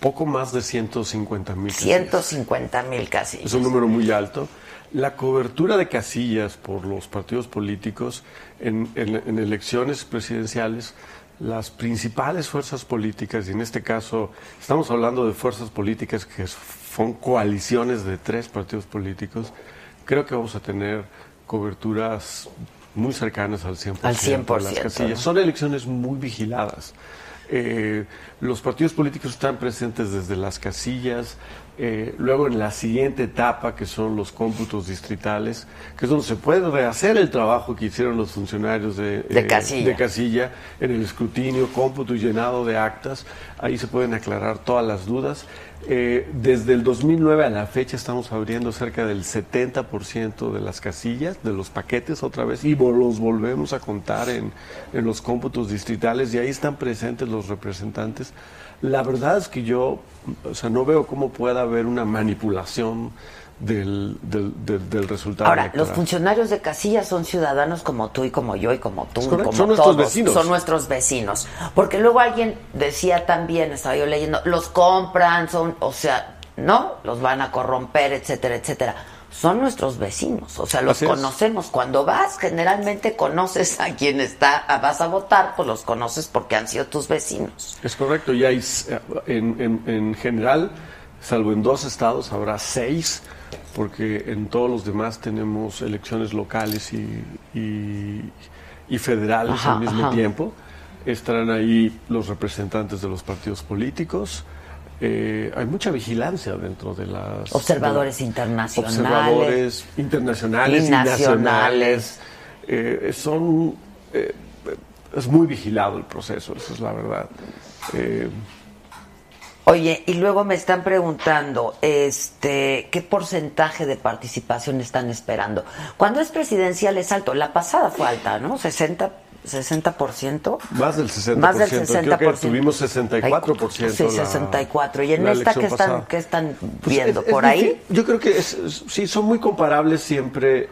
Speaker 7: Poco más de 150 mil.
Speaker 1: 150 mil casillas.
Speaker 7: Es un número muy alto. La cobertura de casillas por los partidos políticos en, en- en elecciones presidenciales, las principales fuerzas políticas, y en este caso estamos hablando de fuerzas políticas que son coaliciones de tres partidos políticos, creo que vamos a tener coberturas muy cercanas al 100%.
Speaker 1: Al
Speaker 7: de
Speaker 1: 100%,
Speaker 7: las casillas.
Speaker 1: ¿no?
Speaker 7: Son elecciones muy vigiladas. Eh, los partidos políticos están presentes desde las casillas, eh, luego en la siguiente etapa, que son los cómputos distritales, que es donde se puede rehacer el trabajo que hicieron los funcionarios de, eh,
Speaker 1: De casilla.
Speaker 7: de casilla en el escrutinio, cómputo y llenado de actas. Ahí se pueden aclarar todas las dudas. Eh, desde el 2009 a la fecha estamos abriendo cerca del 70% de las casillas, de los paquetes otra vez, y vol- los volvemos a contar en, en los cómputos distritales y ahí están presentes los representantes. La verdad es que yo o sea, no veo cómo pueda haber una manipulación del, del, del- del resultado.
Speaker 1: Ahora, los
Speaker 7: electoral.
Speaker 1: funcionarios de casillas son ciudadanos como tú y como yo y como tú,
Speaker 7: Es
Speaker 1: y
Speaker 7: correcto,
Speaker 1: como
Speaker 7: son nuestros
Speaker 1: todos.
Speaker 7: vecinos.
Speaker 1: Son nuestros vecinos. Porque luego alguien decía también, estaba yo leyendo, los compran, son, o sea, ¿no? Los van a corromper, etcétera, etcétera. Son nuestros vecinos, o sea, los
Speaker 7: Así es.
Speaker 1: conocemos. Cuando vas, generalmente conoces a quien está, a- vas a votar, pues los conoces porque han sido tus vecinos.
Speaker 7: Es correcto, y hay, eh, en, en- en general, salvo en dos estados, habrá seis, porque en todos los demás tenemos elecciones locales y, y- y federales
Speaker 1: Ajá,
Speaker 7: al mismo
Speaker 1: ajá.
Speaker 7: tiempo. Estarán ahí los representantes de los partidos políticos. Eh, hay mucha vigilancia dentro de las...
Speaker 1: Observadores
Speaker 7: de-
Speaker 1: internacionales.
Speaker 7: Observadores internacionales
Speaker 1: Y
Speaker 7: y
Speaker 1: nacionales.
Speaker 7: nacionales. Eh, son... eh, es muy vigilado el proceso, eso es la verdad. Eh,
Speaker 1: Oye, y luego me están preguntando, este, ¿qué porcentaje de participación están esperando? Cuando es presidencial es alto, la pasada fue alta, ¿no? 60 60%.
Speaker 7: más del 60%.
Speaker 1: Más del 60%.
Speaker 7: Creo que tuvimos 64%.
Speaker 1: Sí,
Speaker 7: la-
Speaker 1: 64. Y en
Speaker 7: la
Speaker 1: esta
Speaker 7: elección
Speaker 1: que están,
Speaker 7: pasada.
Speaker 1: que están
Speaker 7: Pues
Speaker 1: viendo
Speaker 7: es- es
Speaker 1: por ahí,
Speaker 7: difí- Yo creo que es- es- sí, son muy comparables siempre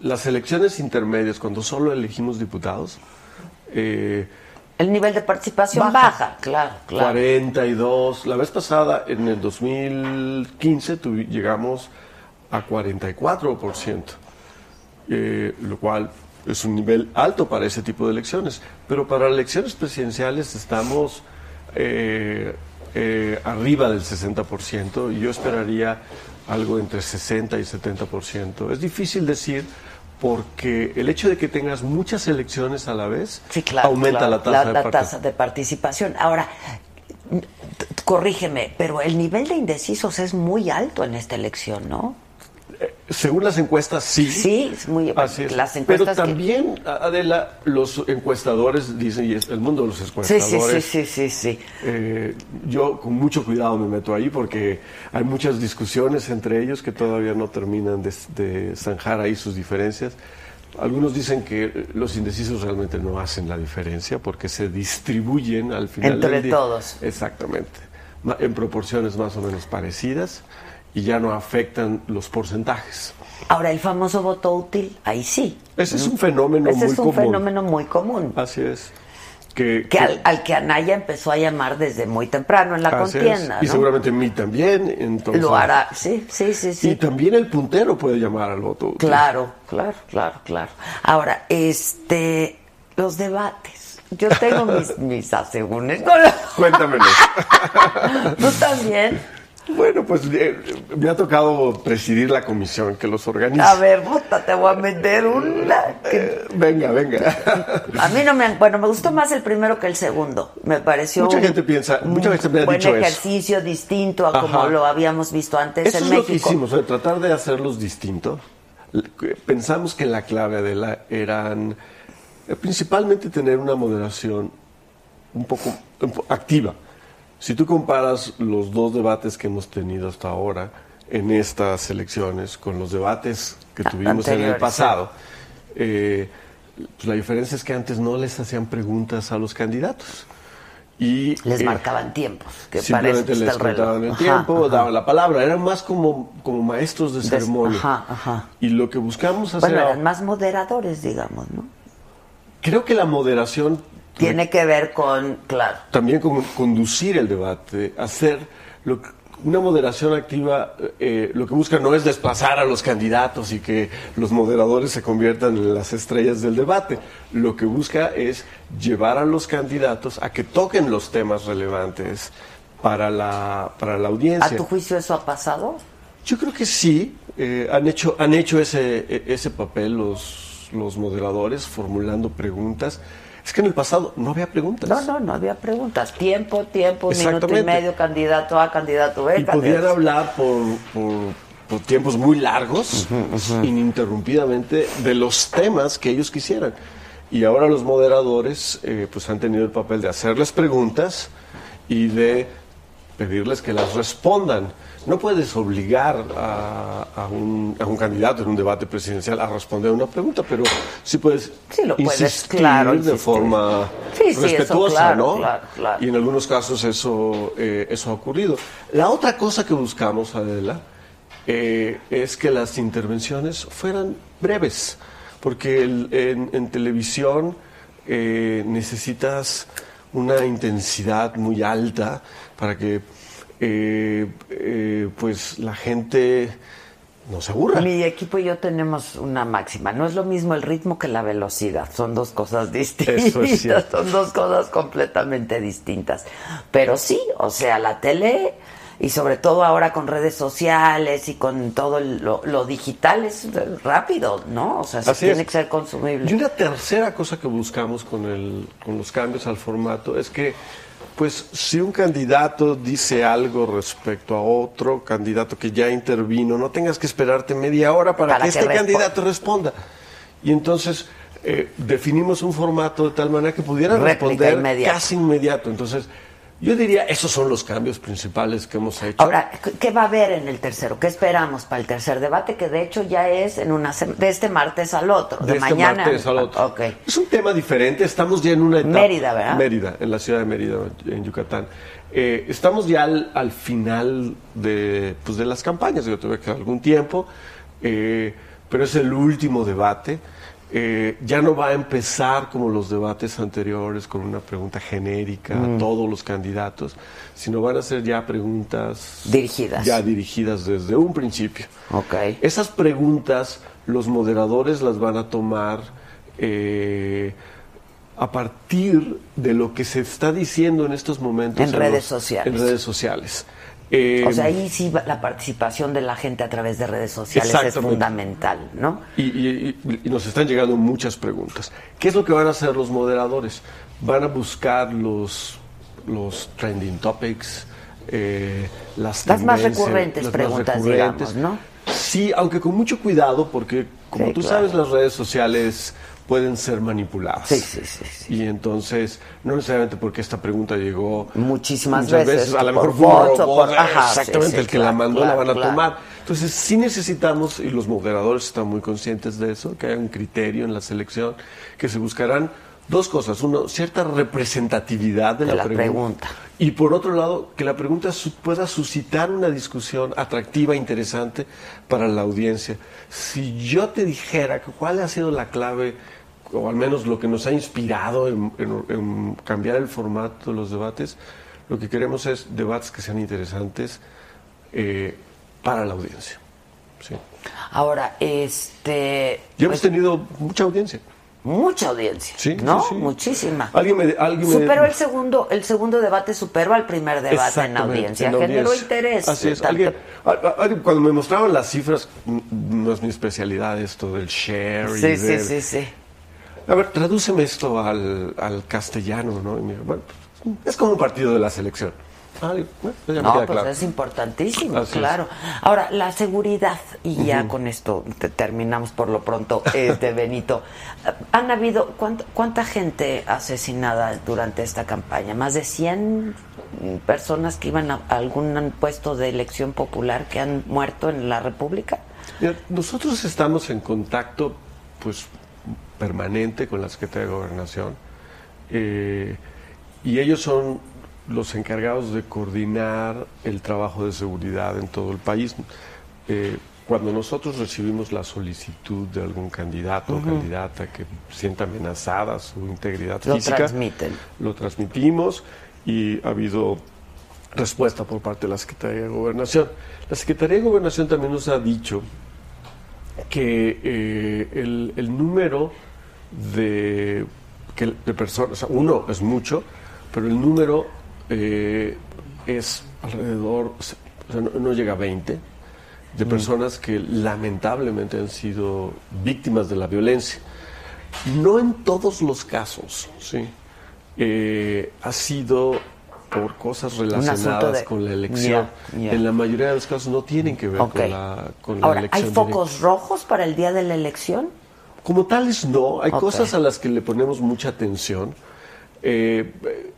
Speaker 7: las elecciones intermedias, cuando solo elegimos diputados. eh,
Speaker 1: el nivel de participación baja,
Speaker 7: Baja.
Speaker 1: claro, claro.
Speaker 7: 42. La vez pasada, en el 2015, tuvi- llegamos a 44%, eh, lo cual es un nivel alto para ese tipo de elecciones. Pero para elecciones presidenciales estamos eh, eh, arriba del 60% y yo esperaría algo entre 60 y 70%. Es difícil decir porque el hecho de que tengas muchas elecciones a la vez
Speaker 1: Sí, claro.
Speaker 7: aumenta
Speaker 1: claro.
Speaker 7: la tasa de
Speaker 1: la
Speaker 7: participación.
Speaker 1: tasa de participación. Ahora, t- t- corrígeme, pero el nivel de indecisos es muy alto en esta elección, ¿no?
Speaker 7: Eh, Según las encuestas, sí.
Speaker 1: Sí, es muy-
Speaker 7: Así es.
Speaker 1: las encuestas que-
Speaker 7: Pero también, Ah, Adela, los encuestadores dicen, y es el mundo de los
Speaker 1: Sí,
Speaker 7: encuestadores.
Speaker 1: sí, sí, sí, sí, sí.
Speaker 7: eh, yo con mucho cuidado me meto ahí porque hay muchas discusiones entre ellos que todavía no terminan de, de zanjar ahí sus diferencias. Algunos dicen que los indecisos realmente no hacen la diferencia porque se distribuyen al final
Speaker 1: Entre
Speaker 7: del día.
Speaker 1: todos.
Speaker 7: Exactamente. Ma- En proporciones más o menos parecidas y ya no afectan los porcentajes.
Speaker 1: Ahora, el famoso voto útil, ahí sí. Mm.
Speaker 7: Ese es un fenómeno
Speaker 1: Ese
Speaker 7: muy
Speaker 1: es un
Speaker 7: común.
Speaker 1: fenómeno muy común.
Speaker 7: Así es. Que,
Speaker 1: Que al, al que Anaya empezó a llamar desde muy temprano en la
Speaker 7: así es.
Speaker 1: contienda.
Speaker 7: Y
Speaker 1: ¿no?
Speaker 7: seguramente mí también. Entonces,
Speaker 1: Lo hará, sí, sí, sí, sí.
Speaker 7: Y también el puntero puede llamar al voto. útil.
Speaker 1: Claro, claro, claro, claro. Ahora, este, los debates. Yo tengo mis, mis asegúnes. No, no.
Speaker 7: Cuéntamelo.
Speaker 1: ¿Tú también?
Speaker 7: bueno, pues eh, me ha tocado presidir la comisión que los organiza.
Speaker 1: A ver, puta, te voy a meter una. que-
Speaker 7: Eh, venga, venga.
Speaker 1: A mí no me... han- Bueno, me gustó más el primero que el segundo. Me pareció
Speaker 7: Mucha
Speaker 1: un-
Speaker 7: gente piensa- mucha gente me ha
Speaker 1: buen
Speaker 7: dicho eso.
Speaker 1: ejercicio distinto a como
Speaker 7: Ajá.
Speaker 1: lo habíamos visto antes
Speaker 7: Eso
Speaker 1: en
Speaker 7: es
Speaker 1: México.
Speaker 7: lo que hicimos, de tratar de hacerlos distintos. Pensamos que la clave de la eran eh, principalmente tener una moderación un poco un po- activa. Si tú comparas los dos debates que hemos tenido hasta ahora en estas elecciones con los debates que
Speaker 1: Ah,
Speaker 7: tuvimos en
Speaker 1: anteriores,
Speaker 7: el pasado, eh, pues la diferencia es que antes no les hacían preguntas a los candidatos. Y,
Speaker 1: Les
Speaker 7: eh,
Speaker 1: marcaban tiempos, que para eso
Speaker 7: Simplemente
Speaker 1: está
Speaker 7: les
Speaker 1: el reloj.
Speaker 7: contaban el
Speaker 1: Ajá,
Speaker 7: tiempo,
Speaker 1: ajá.
Speaker 7: daban la palabra, eran más como, como maestros de ceremonia.
Speaker 1: ajá, ajá.
Speaker 7: Y lo que buscamos hacer,
Speaker 1: Bueno,
Speaker 7: ahora-
Speaker 1: eran más moderadores, digamos, ¿no?
Speaker 7: creo que la moderación
Speaker 1: Tiene que ver con, claro,
Speaker 7: también con conducir el debate, hacer lo que- una moderación activa, eh, lo que busca no es desplazar a los candidatos y que los moderadores se conviertan en las estrellas del debate. Lo que busca es llevar a los candidatos a que toquen los temas relevantes para la, para la
Speaker 1: ¿a
Speaker 7: audiencia.
Speaker 1: tu juicio eso ha pasado?
Speaker 7: Yo creo que sí, eh, han hecho, han hecho ese, e- ese papel los, los moderadores formulando preguntas. Es que en el pasado no había preguntas.
Speaker 1: No, no, no había preguntas. Tiempo, tiempo, minuto y
Speaker 7: Exactamente.
Speaker 1: medio, candidato A, candidato B,
Speaker 7: Y podían
Speaker 1: candidato
Speaker 7: hablar por, por- por tiempos muy largos, ininterrumpidamente, de los temas que ellos quisieran. Y ahora los moderadores eh, pues han tenido el papel de hacerles preguntas y de pedirles que las respondan. No puedes obligar a, a un, a un candidato en un debate presidencial a responder una pregunta, pero sí puedes,
Speaker 1: Sí, lo puedes,
Speaker 7: insistir
Speaker 1: claro,
Speaker 7: de
Speaker 1: insistir.
Speaker 7: forma
Speaker 1: Sí, sí, eso,
Speaker 7: respetuosa,
Speaker 1: claro,
Speaker 7: ¿no?
Speaker 1: claro, claro.
Speaker 7: Y en algunos casos eso, eh, eso ha ocurrido. La otra cosa que buscamos, Adela, eh, es que las intervenciones fueran breves, porque el- en, en televisión eh, necesitas una intensidad muy alta para que eh, eh, pues la gente no se aburra.
Speaker 1: Mi equipo y yo tenemos una máxima. No es lo mismo el ritmo que la velocidad. Son dos cosas distintas.
Speaker 7: Eso es cierto.
Speaker 1: Son dos cosas completamente distintas. Pero sí, o sea, la tele y sobre todo ahora con redes sociales y con todo el- lo, lo digital es rápido, ¿no? O sea, sí
Speaker 7: Así
Speaker 1: tiene
Speaker 7: es.
Speaker 1: que ser consumible.
Speaker 7: Y una tercera cosa que buscamos con, el- con los cambios al formato es que, pues, si un candidato dice algo respecto a otro candidato que ya intervino, no tengas que esperarte media hora para,
Speaker 1: Para
Speaker 7: que,
Speaker 1: que
Speaker 7: este
Speaker 1: respo-
Speaker 7: candidato responda. Y entonces eh, definimos un formato de tal manera que pudiera
Speaker 1: Réplica
Speaker 7: responder
Speaker 1: inmediata.
Speaker 7: casi inmediato. Entonces, yo diría, esos son los cambios principales que hemos hecho.
Speaker 1: Ahora, ¿qué- ¿qué va a haber en el tercero? ¿Qué esperamos para el tercer debate? Que de hecho ya es en una sema- de este martes al otro, de,
Speaker 7: de este
Speaker 1: mañana.
Speaker 7: martes al otro.
Speaker 1: Ok.
Speaker 7: Es un tema diferente, estamos ya en una etapa.
Speaker 1: Mérida, ¿verdad?
Speaker 7: Mérida, en la ciudad de Mérida, en Yucatán. Eh, estamos ya al, al final de, pues, de las campañas, yo tuve que algún tiempo, eh, pero es el último debate. Eh, ya no va a empezar como los debates anteriores con una pregunta genérica a todos los candidatos, sino van a ser ya preguntas
Speaker 1: Dirigidas.
Speaker 7: ya dirigidas desde un principio.
Speaker 1: Ok.
Speaker 7: Esas preguntas los moderadores las van a tomar eh, a partir de lo que se está diciendo en estos momentos.
Speaker 1: En redes
Speaker 7: los-
Speaker 1: sociales.
Speaker 7: En redes sociales. Eh,
Speaker 1: O sea, ahí sí va- la participación de la gente a través de redes sociales es
Speaker 7: Exactamente.
Speaker 1: fundamental, ¿no?
Speaker 7: y, y- y- y nos están llegando muchas preguntas. ¿Qué es lo que van a hacer los moderadores? Van a buscar los, los trending topics, eh, las
Speaker 1: Las más
Speaker 7: tendencias,
Speaker 1: recurrentes
Speaker 7: las más
Speaker 1: preguntas,
Speaker 7: recurrentes.
Speaker 1: digamos,
Speaker 7: Sí, aunque con mucho cuidado, porque como
Speaker 1: Sí,
Speaker 7: tú
Speaker 1: claro.
Speaker 7: sabes, las redes sociales pueden ser manipuladas.
Speaker 1: Sí, sí, sí, sí.
Speaker 7: Y entonces, no necesariamente porque esta pregunta llegó
Speaker 1: Muchísimas
Speaker 7: muchas
Speaker 1: veces,
Speaker 7: a lo
Speaker 1: por
Speaker 7: mejor fue un
Speaker 1: bots o
Speaker 7: robot,
Speaker 1: por- ajá, sí,
Speaker 7: exactamente
Speaker 1: sí,
Speaker 7: el que
Speaker 1: claro,
Speaker 7: la mandó
Speaker 1: claro,
Speaker 7: la van a
Speaker 1: claro.
Speaker 7: tomar. Entonces sí necesitamos, y los moderadores están muy conscientes de eso, que haya un criterio en la selección, que se buscarán dos cosas. Uno, cierta representatividad de,
Speaker 1: De la pregunta.
Speaker 7: Y por otro lado, que la pregunta su- pueda suscitar una discusión atractiva, interesante para la audiencia. Si yo te dijera que cuál ha sido la clave, o al menos lo que nos ha inspirado en, en- en cambiar el formato de los debates, lo que queremos es debates que sean interesantes eh, para la audiencia. Sí.
Speaker 1: Ahora, este.
Speaker 7: Ya hemos
Speaker 1: pues,
Speaker 7: tenido mucha audiencia.
Speaker 1: mucha audiencia,
Speaker 7: Sí,
Speaker 1: ¿no?
Speaker 7: sí, sí.
Speaker 1: Muchísima.
Speaker 7: Alguien me- alguien me-
Speaker 1: superó el segundo, el segundo debate superó al primer debate en
Speaker 7: Exactamente,
Speaker 1: audiencia,
Speaker 7: en
Speaker 1: generó
Speaker 7: audiencia.
Speaker 1: interés.
Speaker 7: Así es.
Speaker 1: Tanto-
Speaker 7: Alguien- al- al- alguien- cuando me mostraban las cifras, n- no es mi especialidad esto del share. y
Speaker 1: Sí, sí,
Speaker 7: del-
Speaker 1: sí, sí.
Speaker 7: A ver, tradúceme esto al, al castellano, ¿no? Y me dijo, bueno, pues, es como un partido de la selección. Ah, digo, bueno, pues ya me
Speaker 1: No,
Speaker 7: queda
Speaker 1: pues
Speaker 7: claro.
Speaker 1: es importantísimo,
Speaker 7: Así es.
Speaker 1: claro. Ahora, la seguridad, y ya con esto te- terminamos por lo pronto, este Benito. ¿Han habido cuánt- cuánta gente asesinada durante esta campaña? ¿Más de 100 personas que iban a algún puesto de elección popular que han muerto en la República?
Speaker 7: Mira, nosotros estamos en contacto, pues, permanente con la Secretaría de Gobernación. eh, y ellos son los encargados de coordinar el trabajo de seguridad en todo el país. Eh, cuando nosotros recibimos la solicitud de algún candidato o candidata que sienta amenazada su integridad
Speaker 1: Lo
Speaker 7: física,
Speaker 1: transmiten.
Speaker 7: lo transmitimos y ha habido respuesta por parte de la Secretaría de Gobernación. La Secretaría de Gobernación también nos ha dicho que eh, el, el número de, que- de personas, o sea, uno es mucho, pero el número eh, es alrededor, o sea, no, no llega a 20, de
Speaker 1: Mm.
Speaker 7: personas que lamentablemente han sido víctimas de la violencia. No en todos los casos, sí. Eh, ha sido por cosas
Speaker 1: asunto
Speaker 7: relacionadas
Speaker 1: de-
Speaker 7: con la elección.
Speaker 1: Ya, ya.
Speaker 7: En la mayoría de los casos no tienen que ver
Speaker 1: Ok.
Speaker 7: con la, con la
Speaker 1: Ahora, ¿hay
Speaker 7: elección. directa.
Speaker 1: focos rojos para el día de la elección?
Speaker 7: Como tales, no. Hay
Speaker 1: Ok.
Speaker 7: cosas a las que le ponemos mucha atención. Eh, eh,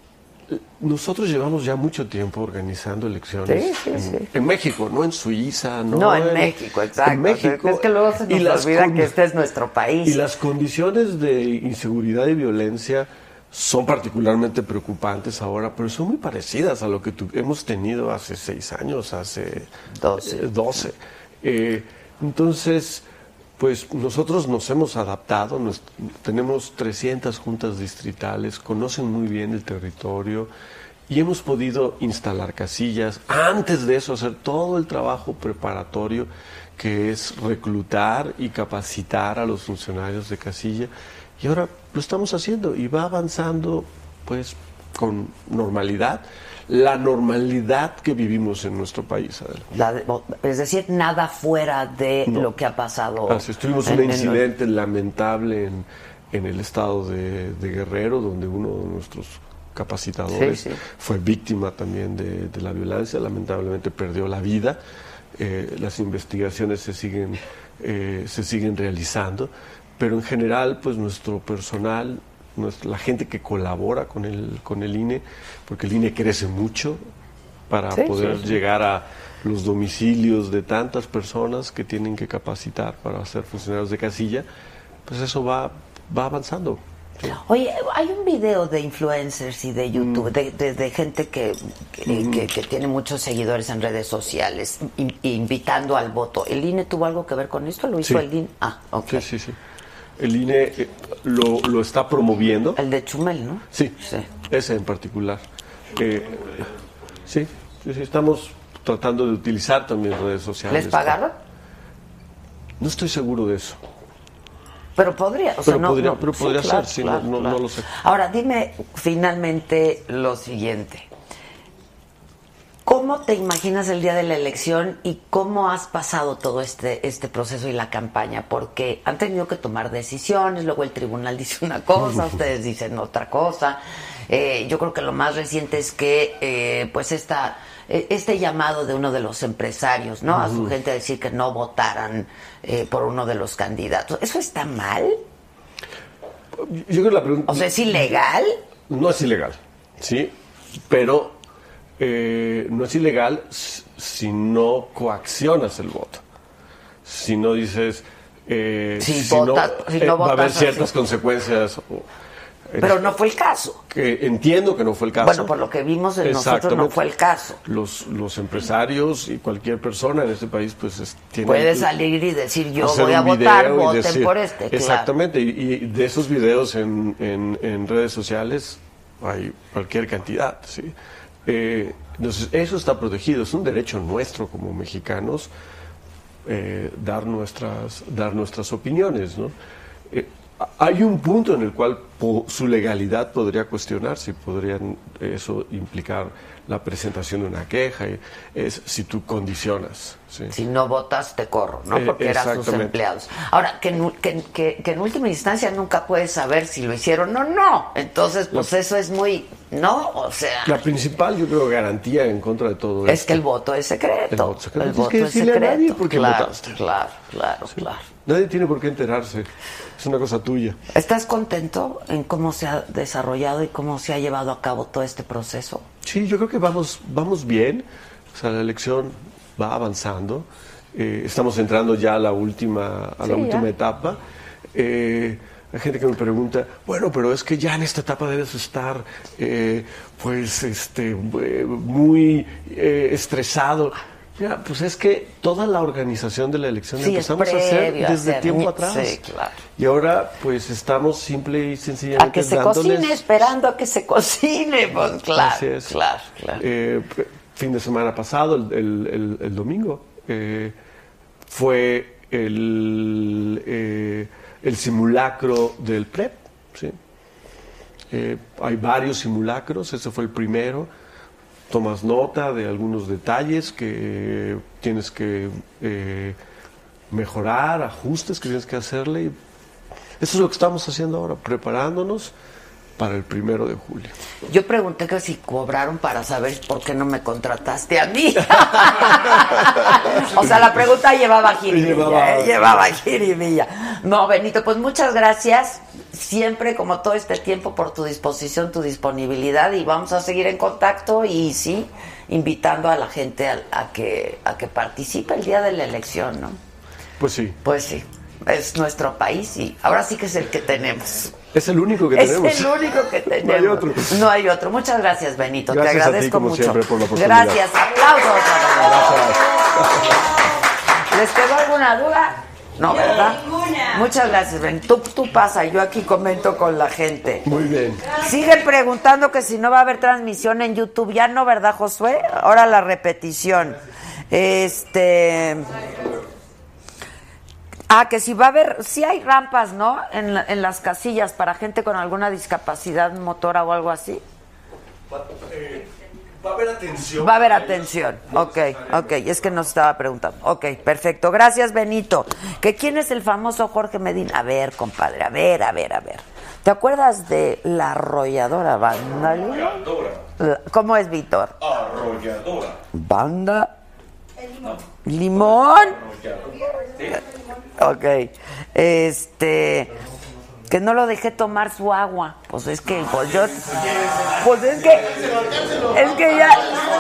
Speaker 7: nosotros llevamos ya mucho tiempo organizando elecciones
Speaker 1: Sí, sí,
Speaker 7: en,
Speaker 1: sí.
Speaker 7: en México, no en Suiza, no,
Speaker 1: No, en México, exacto.
Speaker 7: En México.
Speaker 1: Es que luego se
Speaker 7: Y
Speaker 1: nos
Speaker 7: las
Speaker 1: olvida
Speaker 7: con-
Speaker 1: que este es nuestro país.
Speaker 7: Y las condiciones de inseguridad y violencia son particularmente preocupantes ahora, pero son muy parecidas a lo que tu- hemos tenido hace seis años, hace
Speaker 1: Doce.
Speaker 7: eh, 12. Eh, entonces, pues nosotros nos hemos adaptado, nos- tenemos 300 juntas distritales, conocen muy bien el territorio y hemos podido instalar casillas, antes de eso hacer todo el trabajo preparatorio que es reclutar y capacitar a los funcionarios de casilla y ahora lo estamos haciendo y va avanzando pues con normalidad la normalidad que vivimos en nuestro país. Adela.
Speaker 1: La de- o- es decir, nada fuera de
Speaker 7: No. Ah,
Speaker 1: lo que ha pasado.
Speaker 7: Así es, tuvimos
Speaker 1: en-
Speaker 7: un
Speaker 1: en-
Speaker 7: incidente lamentable en, en el estado de, de Guerrero, donde uno de nuestros capacitadores
Speaker 8: Sí, sí.
Speaker 7: fue víctima también de, de la violencia, lamentablemente perdió la vida. Eh, las investigaciones se siguen, eh, se siguen realizando, pero en general, pues nuestro personal, nuestra- la gente que colabora con el, con el INE, porque el INE crece mucho para
Speaker 8: Sí,
Speaker 7: poder
Speaker 8: sí, sí.
Speaker 7: llegar llegar a los domicilios de tantas personas que tienen que capacitar para ser funcionarios de casilla, pues eso va, va avanzando.
Speaker 1: Oye, hay un video de influencers y
Speaker 7: Mm.
Speaker 1: de YouTube, de, de- de gente que, que, que- que tiene muchos seguidores en redes sociales, in- invitando al voto. ¿El INE tuvo algo que ver con esto? ¿Lo hizo
Speaker 7: Sí.
Speaker 1: el INE? Ah, ok.
Speaker 7: Sí, sí, sí. El INE eh, lo, lo está promoviendo.
Speaker 1: El de Chumel, ¿no?
Speaker 7: Sí, ese en particular. Eh, sí, sí, sí, estamos tratando de utilizar también redes sociales.
Speaker 1: ¿Les pagaron?
Speaker 7: No estoy seguro de eso.
Speaker 1: E? Pero podría, o sea,
Speaker 7: Pero
Speaker 1: no,
Speaker 7: podría-
Speaker 1: no,
Speaker 7: pero
Speaker 1: sí,
Speaker 7: podría
Speaker 1: claro,
Speaker 7: ser, sí,
Speaker 1: claro,
Speaker 7: no- no-
Speaker 1: claro.
Speaker 7: no lo sé.
Speaker 1: Ahora, dime finalmente lo siguiente. ¿Cómo te imaginas el día de la elección y cómo has pasado todo este, este proceso y la campaña? Porque han tenido que tomar decisiones, luego el tribunal dice una cosa, ustedes dicen otra cosa. Eh, yo creo que lo más reciente es que, eh, pues, esta, eh, este llamado de uno de los empresarios, ¿no? A su
Speaker 9: Ujú.
Speaker 1: gente a decir que no votaran eh, por uno de los candidatos. ¿Eso está mal?
Speaker 7: Yo creo que la pregunta.
Speaker 1: O sea, ¿es ilegal?
Speaker 7: No es ilegal, ¿sí? Pero eh, no es ilegal s- si no coaccionas el voto. Si no dices. eh,
Speaker 1: Si votas- si no
Speaker 7: va a haber
Speaker 1: votas
Speaker 7: ciertas
Speaker 1: así.
Speaker 7: consecuencias. o- eh,
Speaker 1: Pero no fue el caso.
Speaker 7: que entiendo que no fue el caso.
Speaker 1: Bueno, por lo que vimos en nosotros no
Speaker 7: Exactamente.
Speaker 1: fue el caso.
Speaker 7: Los, los empresarios y cualquier persona en este país, pues es- tienen.
Speaker 1: Puede salir y decir yo
Speaker 7: hacer
Speaker 1: voy
Speaker 7: un
Speaker 1: a votar,
Speaker 7: video y
Speaker 1: voten
Speaker 7: decir-
Speaker 1: por este. claro.
Speaker 7: Exactamente, y, y de esos videos en, en- en redes sociales hay cualquier cantidad, ¿sí? Eh, entonces, eso está protegido, es un derecho nuestro como mexicanos eh, dar, nuestras, dar nuestras opiniones, ¿no? Eh, a- hay un punto en el cual po- su legalidad podría cuestionarse y podrían eh, eso implicar la presentación de una queja, y- es si tú condicionas. Eh,
Speaker 1: Si no votas, te corro, ¿no? Porque eran sus empleados. Ahora, que en, u- que- que- que en última instancia nunca puedes saber si lo hicieron o no. Entonces, pues eso es muy. ¿No? O sea,
Speaker 7: La principal, yo creo, garantía en contra de todo
Speaker 1: es que el voto es secreto.
Speaker 7: El voto, secreto. No tienes
Speaker 1: El voto
Speaker 7: que
Speaker 1: es
Speaker 7: decirle a
Speaker 1: secreto.
Speaker 7: nadie por qué
Speaker 1: claro,
Speaker 7: votaste.
Speaker 1: claro, claro, claro.
Speaker 7: Nadie tiene por qué enterarse. Es una cosa tuya.
Speaker 1: ¿Estás contento en cómo se ha desarrollado y cómo se ha llevado a cabo todo este proceso?
Speaker 7: Sí, yo creo que vamos, vamos bien. O sea, la elección va avanzando. Eh, estamos entrando ya a la última, a
Speaker 8: Sí, ya.
Speaker 7: la última etapa. Eh, hay gente que me pregunta, bueno, pero es que ya en esta etapa debes estar, eh, pues, este, eh, muy eh, estresado. Mira, pues es que toda la organización de la elección la
Speaker 1: Sí, es
Speaker 7: empezamos a hacer
Speaker 1: previo a
Speaker 7: desde
Speaker 1: hacer,
Speaker 7: tiempo
Speaker 1: ni-
Speaker 7: atrás.
Speaker 1: sí, claro.
Speaker 7: Y ahora, pues, estamos simple y sencillamente
Speaker 1: A que se
Speaker 7: dándoles-
Speaker 1: cocine, esperando a que se cocine, pues claro.
Speaker 7: Así es.
Speaker 1: Claro, claro.
Speaker 7: Eh, p- fin de semana pasado, el, el- el- el domingo, eh, fue el, eh, el simulacro del PREP. ¿sí? Eh, hay varios simulacros, ese fue el primero. Tomas nota de algunos detalles que tienes que eh, mejorar, ajustes que tienes que hacerle. y Eso es lo que estamos haciendo ahora, preparándonos para el primero de julio.
Speaker 1: Yo pregunté que si cobraron para saber por qué no me contrataste a mí. o sea, la
Speaker 7: Pues,
Speaker 1: pregunta llevaba jiribilla.
Speaker 9: Llevaba-
Speaker 1: ¿eh? Llevaba jiribilla. No, Benito, pues muchas gracias siempre, como todo este tiempo, por tu disposición, tu disponibilidad y vamos a seguir en contacto y sí, invitando a la gente a, a que, a que participe el día de la elección, ¿no?
Speaker 7: Pues sí.
Speaker 1: Pues sí, es nuestro país y ahora sí que es el que tenemos.
Speaker 7: Es el único que
Speaker 1: es
Speaker 7: tenemos.
Speaker 1: el único que tenemos.
Speaker 7: No hay otro.
Speaker 1: No hay otro. Muchas gracias, Benito.
Speaker 7: Gracias a
Speaker 1: Te
Speaker 7: ti,
Speaker 1: agradezco
Speaker 7: como
Speaker 1: mucho.
Speaker 7: siempre, por la oportunidad.
Speaker 1: gracias. Aplausos. ¿Les quedó alguna duda? No, ¿verdad?
Speaker 5: ninguna.
Speaker 1: Muchas gracias, Ben. Tú, tú pasa, yo aquí comento con la gente.
Speaker 7: Muy bien.
Speaker 1: Siguen preguntando que si no va a haber transmisión en YouTube. Ya no, ¿verdad, Josué? Ahora la repetición. Este. Ah, que si va a haber. Sí hay rampas, ¿no? En, la- en las casillas para gente con alguna discapacidad motora o algo así.
Speaker 6: eh,
Speaker 8: Va a haber atención.
Speaker 1: Va a haber atención. Ok, ok. Es que nos estaba preguntando. Ok, perfecto. Gracias, Benito. ¿Que ¿Quién es el famoso Jorge Medina? A ver, compadre, a ver, a ver, a ver. ¿Te acuerdas de la arrolladora Vandalina? La- ¿Cómo es, Víctor?
Speaker 8: Arrolladora.
Speaker 1: Banda. Limón. Ok. Este. Que no lo dejé tomar su agua. Pues es que, pues yo. Pues es que. Es que ya.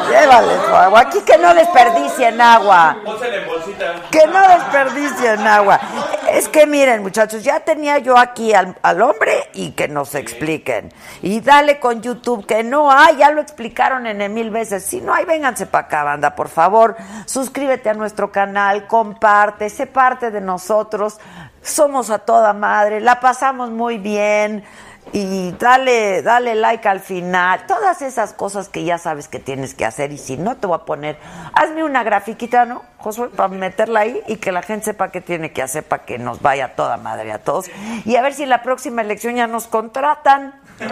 Speaker 1: Llévale su agua. Aquí que no desperdicien agua.
Speaker 8: Pónsela en bolsita.
Speaker 1: Que no desperdicien agua. Es que miren, muchachos, ya tenía yo aquí al, al hombre y que nos expliquen. Y dale con YouTube que no hay, ya lo explicaron en mil veces. Si no hay, vénganse para acá, banda, por favor. Suscríbete a nuestro canal, comparte, sé parte de nosotros. Somos a toda madre, la pasamos muy bien. Y dale, dale like al final. Todas esas cosas que ya sabes que tienes que hacer. Y si no, te voy a poner. Hazme una grafiquita, ¿no, Josué? Para meterla ahí y que la gente sepa qué tiene que hacer para que nos vaya a toda madre a todos. Y a ver si la próxima elección ya nos contratan.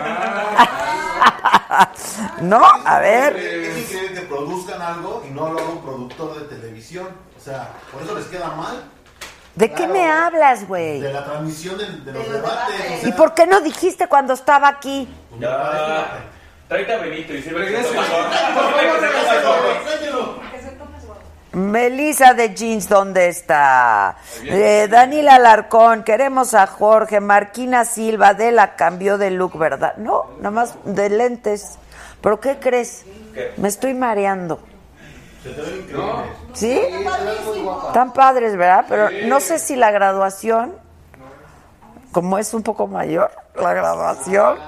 Speaker 1: ¿No? A ver.
Speaker 6: Es increíble que produzcan algo y no lo haga un productor de televisión. O sea, por eso les queda mal
Speaker 1: ¿De qué me hablas, güey?
Speaker 6: de la transmisión de, de los debates.
Speaker 1: ¿Y por qué no dijiste cuando estaba aquí?
Speaker 8: Ya. Tráete a Benito y sirve que se toma
Speaker 1: Melissa de Jeans, ¿dónde está? Eh, Daniel Alarcón, queremos a Jorge. Marquina Silva, de la cambió de look, ¿verdad? No, nomás de lentes. ¿Pero qué crees?
Speaker 8: ¿Qué?
Speaker 1: Me estoy mareando.
Speaker 8: No.
Speaker 1: ¿Sí? Tan padres, ¿verdad? Pero no sé si la graduación, como es un poco mayor, la graduación,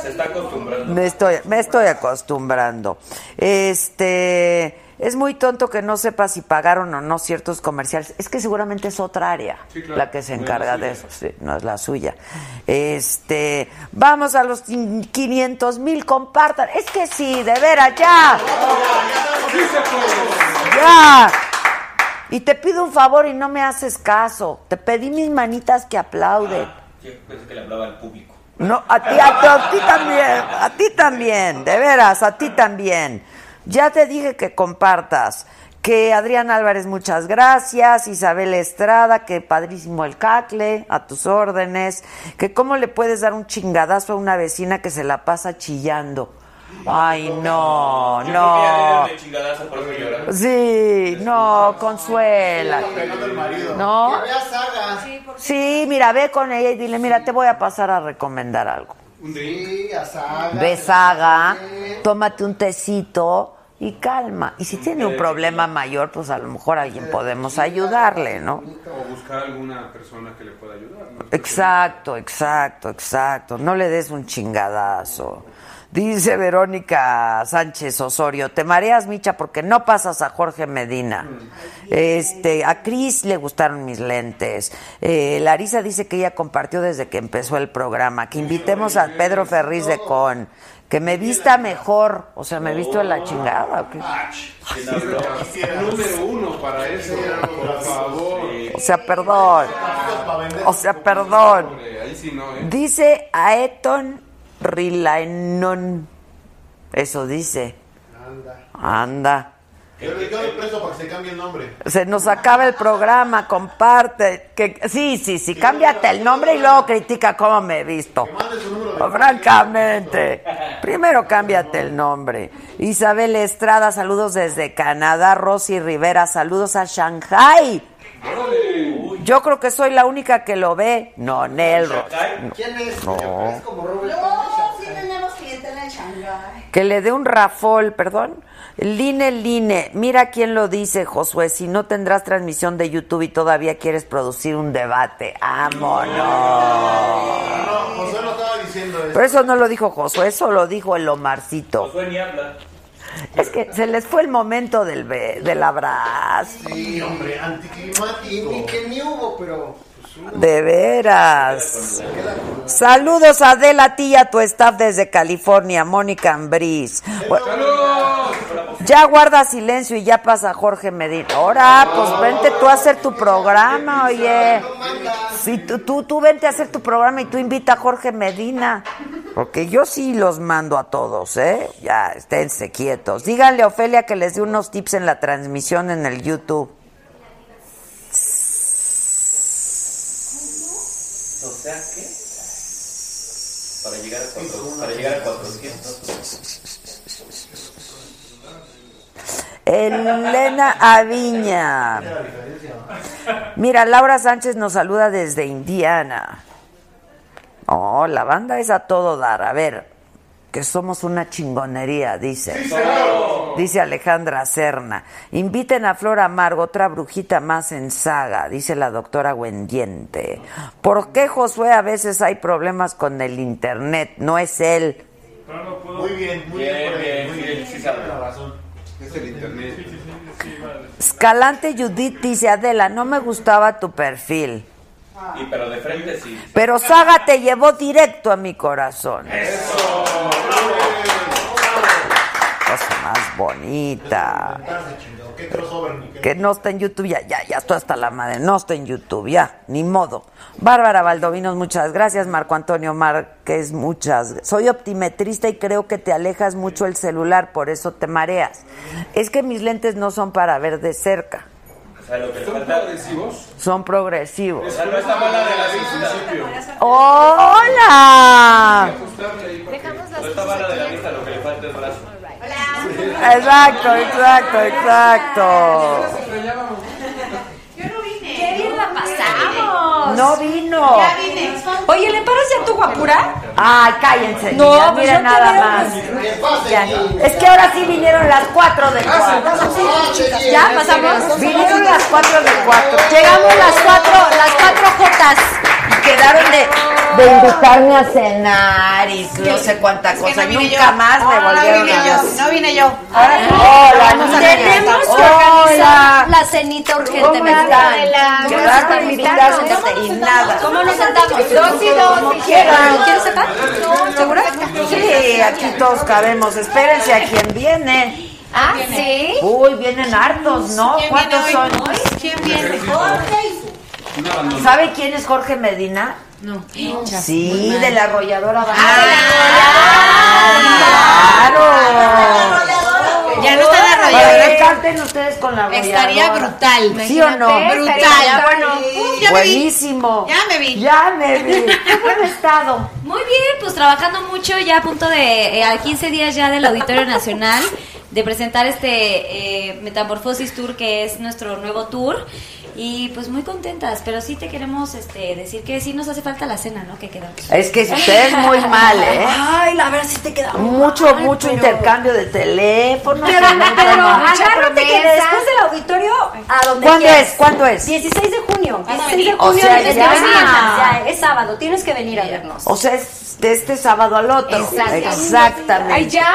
Speaker 8: Se está acostumbrando.
Speaker 1: me estoy, me estoy acostumbrando. Este, es muy tonto que no sepa si pagaron o no ciertos comerciales. Es que seguramente es otra área
Speaker 8: Sí, claro.
Speaker 1: la que se
Speaker 8: No es la
Speaker 1: encarga de
Speaker 8: suya.
Speaker 1: eso. Sí, no es la suya. Este, vamos a los 500 mil, compartan. Es que sí, de veras, ya.
Speaker 4: pues.
Speaker 1: Ya. Y te pido un favor y no me haces caso. Te pedí mis manitas que aplauden.
Speaker 8: Yo pensé que le hablaba al público.
Speaker 1: No, a ti, a, ti- a ti también, a ti también, de veras, a ti también. Ya te dije que compartas. Que Adrián Álvarez, muchas gracias. Isabel Estrada, que padrísimo el cacle, a tus órdenes. Que cómo le puedes dar un chingadazo a una vecina que se la pasa chillando. Ay, no,
Speaker 8: Yo creo que ya le
Speaker 1: no.
Speaker 8: dieron de chingadazo, por eso llora.
Speaker 1: Sí, no, consuela. No. Sí, mira, ve con ella y dile, mira, te voy a pasar a recomendar algo.
Speaker 6: Sí, a Saga.
Speaker 1: Ve saga, tómate un tecito y calma. Y si tiene un problema mayor, pues a lo mejor alguien podemos ayudarle, ¿no?
Speaker 4: O buscar alguna persona que le pueda ayudar. ¿no?
Speaker 1: Exacto, exacto, exacto. No le des un chingadazo. Dice Verónica Sánchez Osorio, te mareas, Micha, porque no pasas a Jorge Medina. Este, a Cris le gustaron mis lentes. Eh, Larisa dice que ella compartió desde que empezó el programa, que invitemos a Pedro Ferriz de Con, que me vista mejor, o sea, me he visto de la chingada. ¿o qué?
Speaker 8: ¿Quién habló?
Speaker 4: El número uno para eso, por favor.
Speaker 1: O sea, perdón. O sea, perdón.
Speaker 4: Hombre, Ahí sí no, ¿eh?
Speaker 1: Dice Aeton Rilaenon. Eso dice. Anda.
Speaker 6: Yo le yo le presto para que se cambie el nombre.
Speaker 1: Se nos acaba el programa, comparte. Que, sí, sí, sí, cámbiate el nombre y luego critica cómo me he visto. Francamente. Primero cámbiate el nombre. Isabel Estrada, saludos desde Canadá. Rosy Rivera, saludos a Shanghai. Yo creo que soy la única que lo ve. No, Nelro.
Speaker 3: ¿Quién es?
Speaker 1: No.
Speaker 3: Es como Robert
Speaker 5: No, sí tenemos clientela en Shanghai.
Speaker 1: Que le dé un rafol, perdón. Line, Line, mira quién lo dice, Josué. Si no tendrás transmisión de YouTube y todavía quieres producir un debate. ¡Vámonos!
Speaker 6: No, José lo estaba diciendo.
Speaker 1: Pero eso no lo dijo Josué, eso lo dijo el Omarcito.
Speaker 8: Josué ni habla.
Speaker 1: Es que se les fue el momento del, be- del abrazo.
Speaker 6: Sí, hombre, anticlimático.
Speaker 3: Y que ni hubo, pero. pues, hubo.
Speaker 1: De veras. Saludos a Adela, tía, tu staff desde California, Mónica Ambriz. Bu- Ya guarda silencio y ya pasa Jorge Medina. Ahora, pues vente tú a hacer tu programa, oye. Sí, tú, tú, tú vente a hacer tu programa y tú invita a Jorge Medina. Porque yo sí los mando a todos, ¿eh? Ya, esténse quietos. Díganle a Ofelia que les dé unos tips en la transmisión en el YouTube.
Speaker 9: O sea que para llegar a, cuatro- para llegar a 400.
Speaker 1: Elena Aviña. Mira, Laura Sánchez nos saluda desde Indiana. Oh, la banda es a todo dar. A ver, que somos una chingonería, dice. Dice Alejandra Serna. Inviten a Flor Amargo, otra brujita más en saga, dice la doctora Wendiente. ¿Por qué, Josué, a veces hay problemas con el internet? No es él.
Speaker 6: Muy bien, muy bien. por ahí, muy bien. Tiene la razón.
Speaker 4: Es el internet.
Speaker 1: Escalante Judith dice, Adela, no me gustaba tu perfil.
Speaker 9: Y pero de frente sí.
Speaker 1: Pero Saga te llevó directo a mi corazón. Cosa más bonita. Que no está en YouTube, ya, ya, ya estoy hasta la madre. No está en YouTube, ya, ni modo. Bárbara Valdovinos, muchas gracias. Marco Antonio Márquez, muchas Soy optimetrista y creo que te alejas mucho el celular, por eso te mareas. Es que mis lentes no son para ver de cerca,
Speaker 9: O sea, lo que le falta. agresivos?
Speaker 1: son progresivos.
Speaker 9: O sea, no está mala de la vista.
Speaker 1: ¡Hola!
Speaker 9: No está mala de la vista, lo que le falta es brazo.
Speaker 1: Exacto, exacto, exacto.
Speaker 10: ¡Qué bien la pasamos!
Speaker 1: No vino.
Speaker 10: Ya vine. Oye, ¿le paras ya tu guapura?
Speaker 1: Ay, cállense.
Speaker 10: No,
Speaker 1: niñas,
Speaker 10: pues
Speaker 1: mira
Speaker 10: yo
Speaker 1: nada
Speaker 10: te
Speaker 1: más. Ya. Es que ahora sí vinieron las cuatro de cuatro.
Speaker 10: ¿Ya pasamos?
Speaker 1: Vinieron las cuatro de cuatro.
Speaker 10: Llegamos las cuatro, las cuatro Jotas.
Speaker 1: Y quedaron de, de invitarme a cenar y no sé cuánta
Speaker 10: que
Speaker 1: cosa.
Speaker 10: no vine
Speaker 1: Nunca
Speaker 10: yo.
Speaker 1: más me
Speaker 10: No, no
Speaker 1: volvieron
Speaker 10: vine
Speaker 1: a
Speaker 10: yo,
Speaker 1: las-
Speaker 10: no vine yo.
Speaker 1: Ahora sí. Hola, niñas.
Speaker 10: tenemos que
Speaker 1: Hola.
Speaker 10: organizar la cenita urgentemente.
Speaker 1: ¿Cómo están? Quedaron invitadas y nada.
Speaker 10: ¿Cómo nos sentamos? Dos y
Speaker 1: Como
Speaker 10: dos.
Speaker 1: quieran.
Speaker 10: ¿Quieres sentar? ¿Segura?
Speaker 1: Sí, aquí todos cabemos. Espérense a quien viene.
Speaker 10: Ah, sí.
Speaker 1: Uy, vienen hartos, ¿no?
Speaker 10: ¿Quién
Speaker 1: ¿Cuántos
Speaker 10: viene
Speaker 1: son?
Speaker 10: hoy? ¿Quién viene? Jorge.
Speaker 1: ¿Sabe quién es Jorge Medina? No. Sí, de la arrolladora.
Speaker 10: Ah,
Speaker 1: Ah, ¡Claro!
Speaker 10: Ya no está la arrolladora.
Speaker 1: Oye, Canten ustedes con la arrolladora.
Speaker 10: Estaría brutal.
Speaker 1: ¿Sí o no?
Speaker 10: Imagínate, estaría bueno. Uf, ya me vi.
Speaker 1: Buenísimo.
Speaker 10: Ya me vi.
Speaker 1: Ya me vi. Qué buen estado.
Speaker 11: Muy bien, pues trabajando mucho ya a punto de, eh, a 15 días ya del Auditorio Nacional, de presentar este eh, Metamorfosis Tour, que es nuestro nuevo tour. Y pues muy contentas, pero sí te queremos este, decir que sí nos hace falta la cena, ¿no? Que quedamos.
Speaker 1: Es que ustedes muy mal, ¿eh?
Speaker 11: Ay, la verdad sí te quedamos.
Speaker 1: Mucho, mucho intercambio de teléfonos.
Speaker 11: Pero,
Speaker 1: y no
Speaker 11: pero
Speaker 1: traen mucha
Speaker 11: agárrate que
Speaker 1: promesa.
Speaker 11: después del auditorio, a donde
Speaker 1: ¿Cuándo
Speaker 11: quieras.
Speaker 1: es? ¿Cuándo es?
Speaker 11: 16 de junio. 16 de
Speaker 1: O
Speaker 11: junio.
Speaker 1: sea,
Speaker 11: desde
Speaker 1: ya.
Speaker 11: hoy ya, es sábado. Tienes que venir a vernos.
Speaker 1: O sea, es de este sábado al otro.
Speaker 11: Exactamente.
Speaker 1: Exactamente.
Speaker 11: Ay, ya.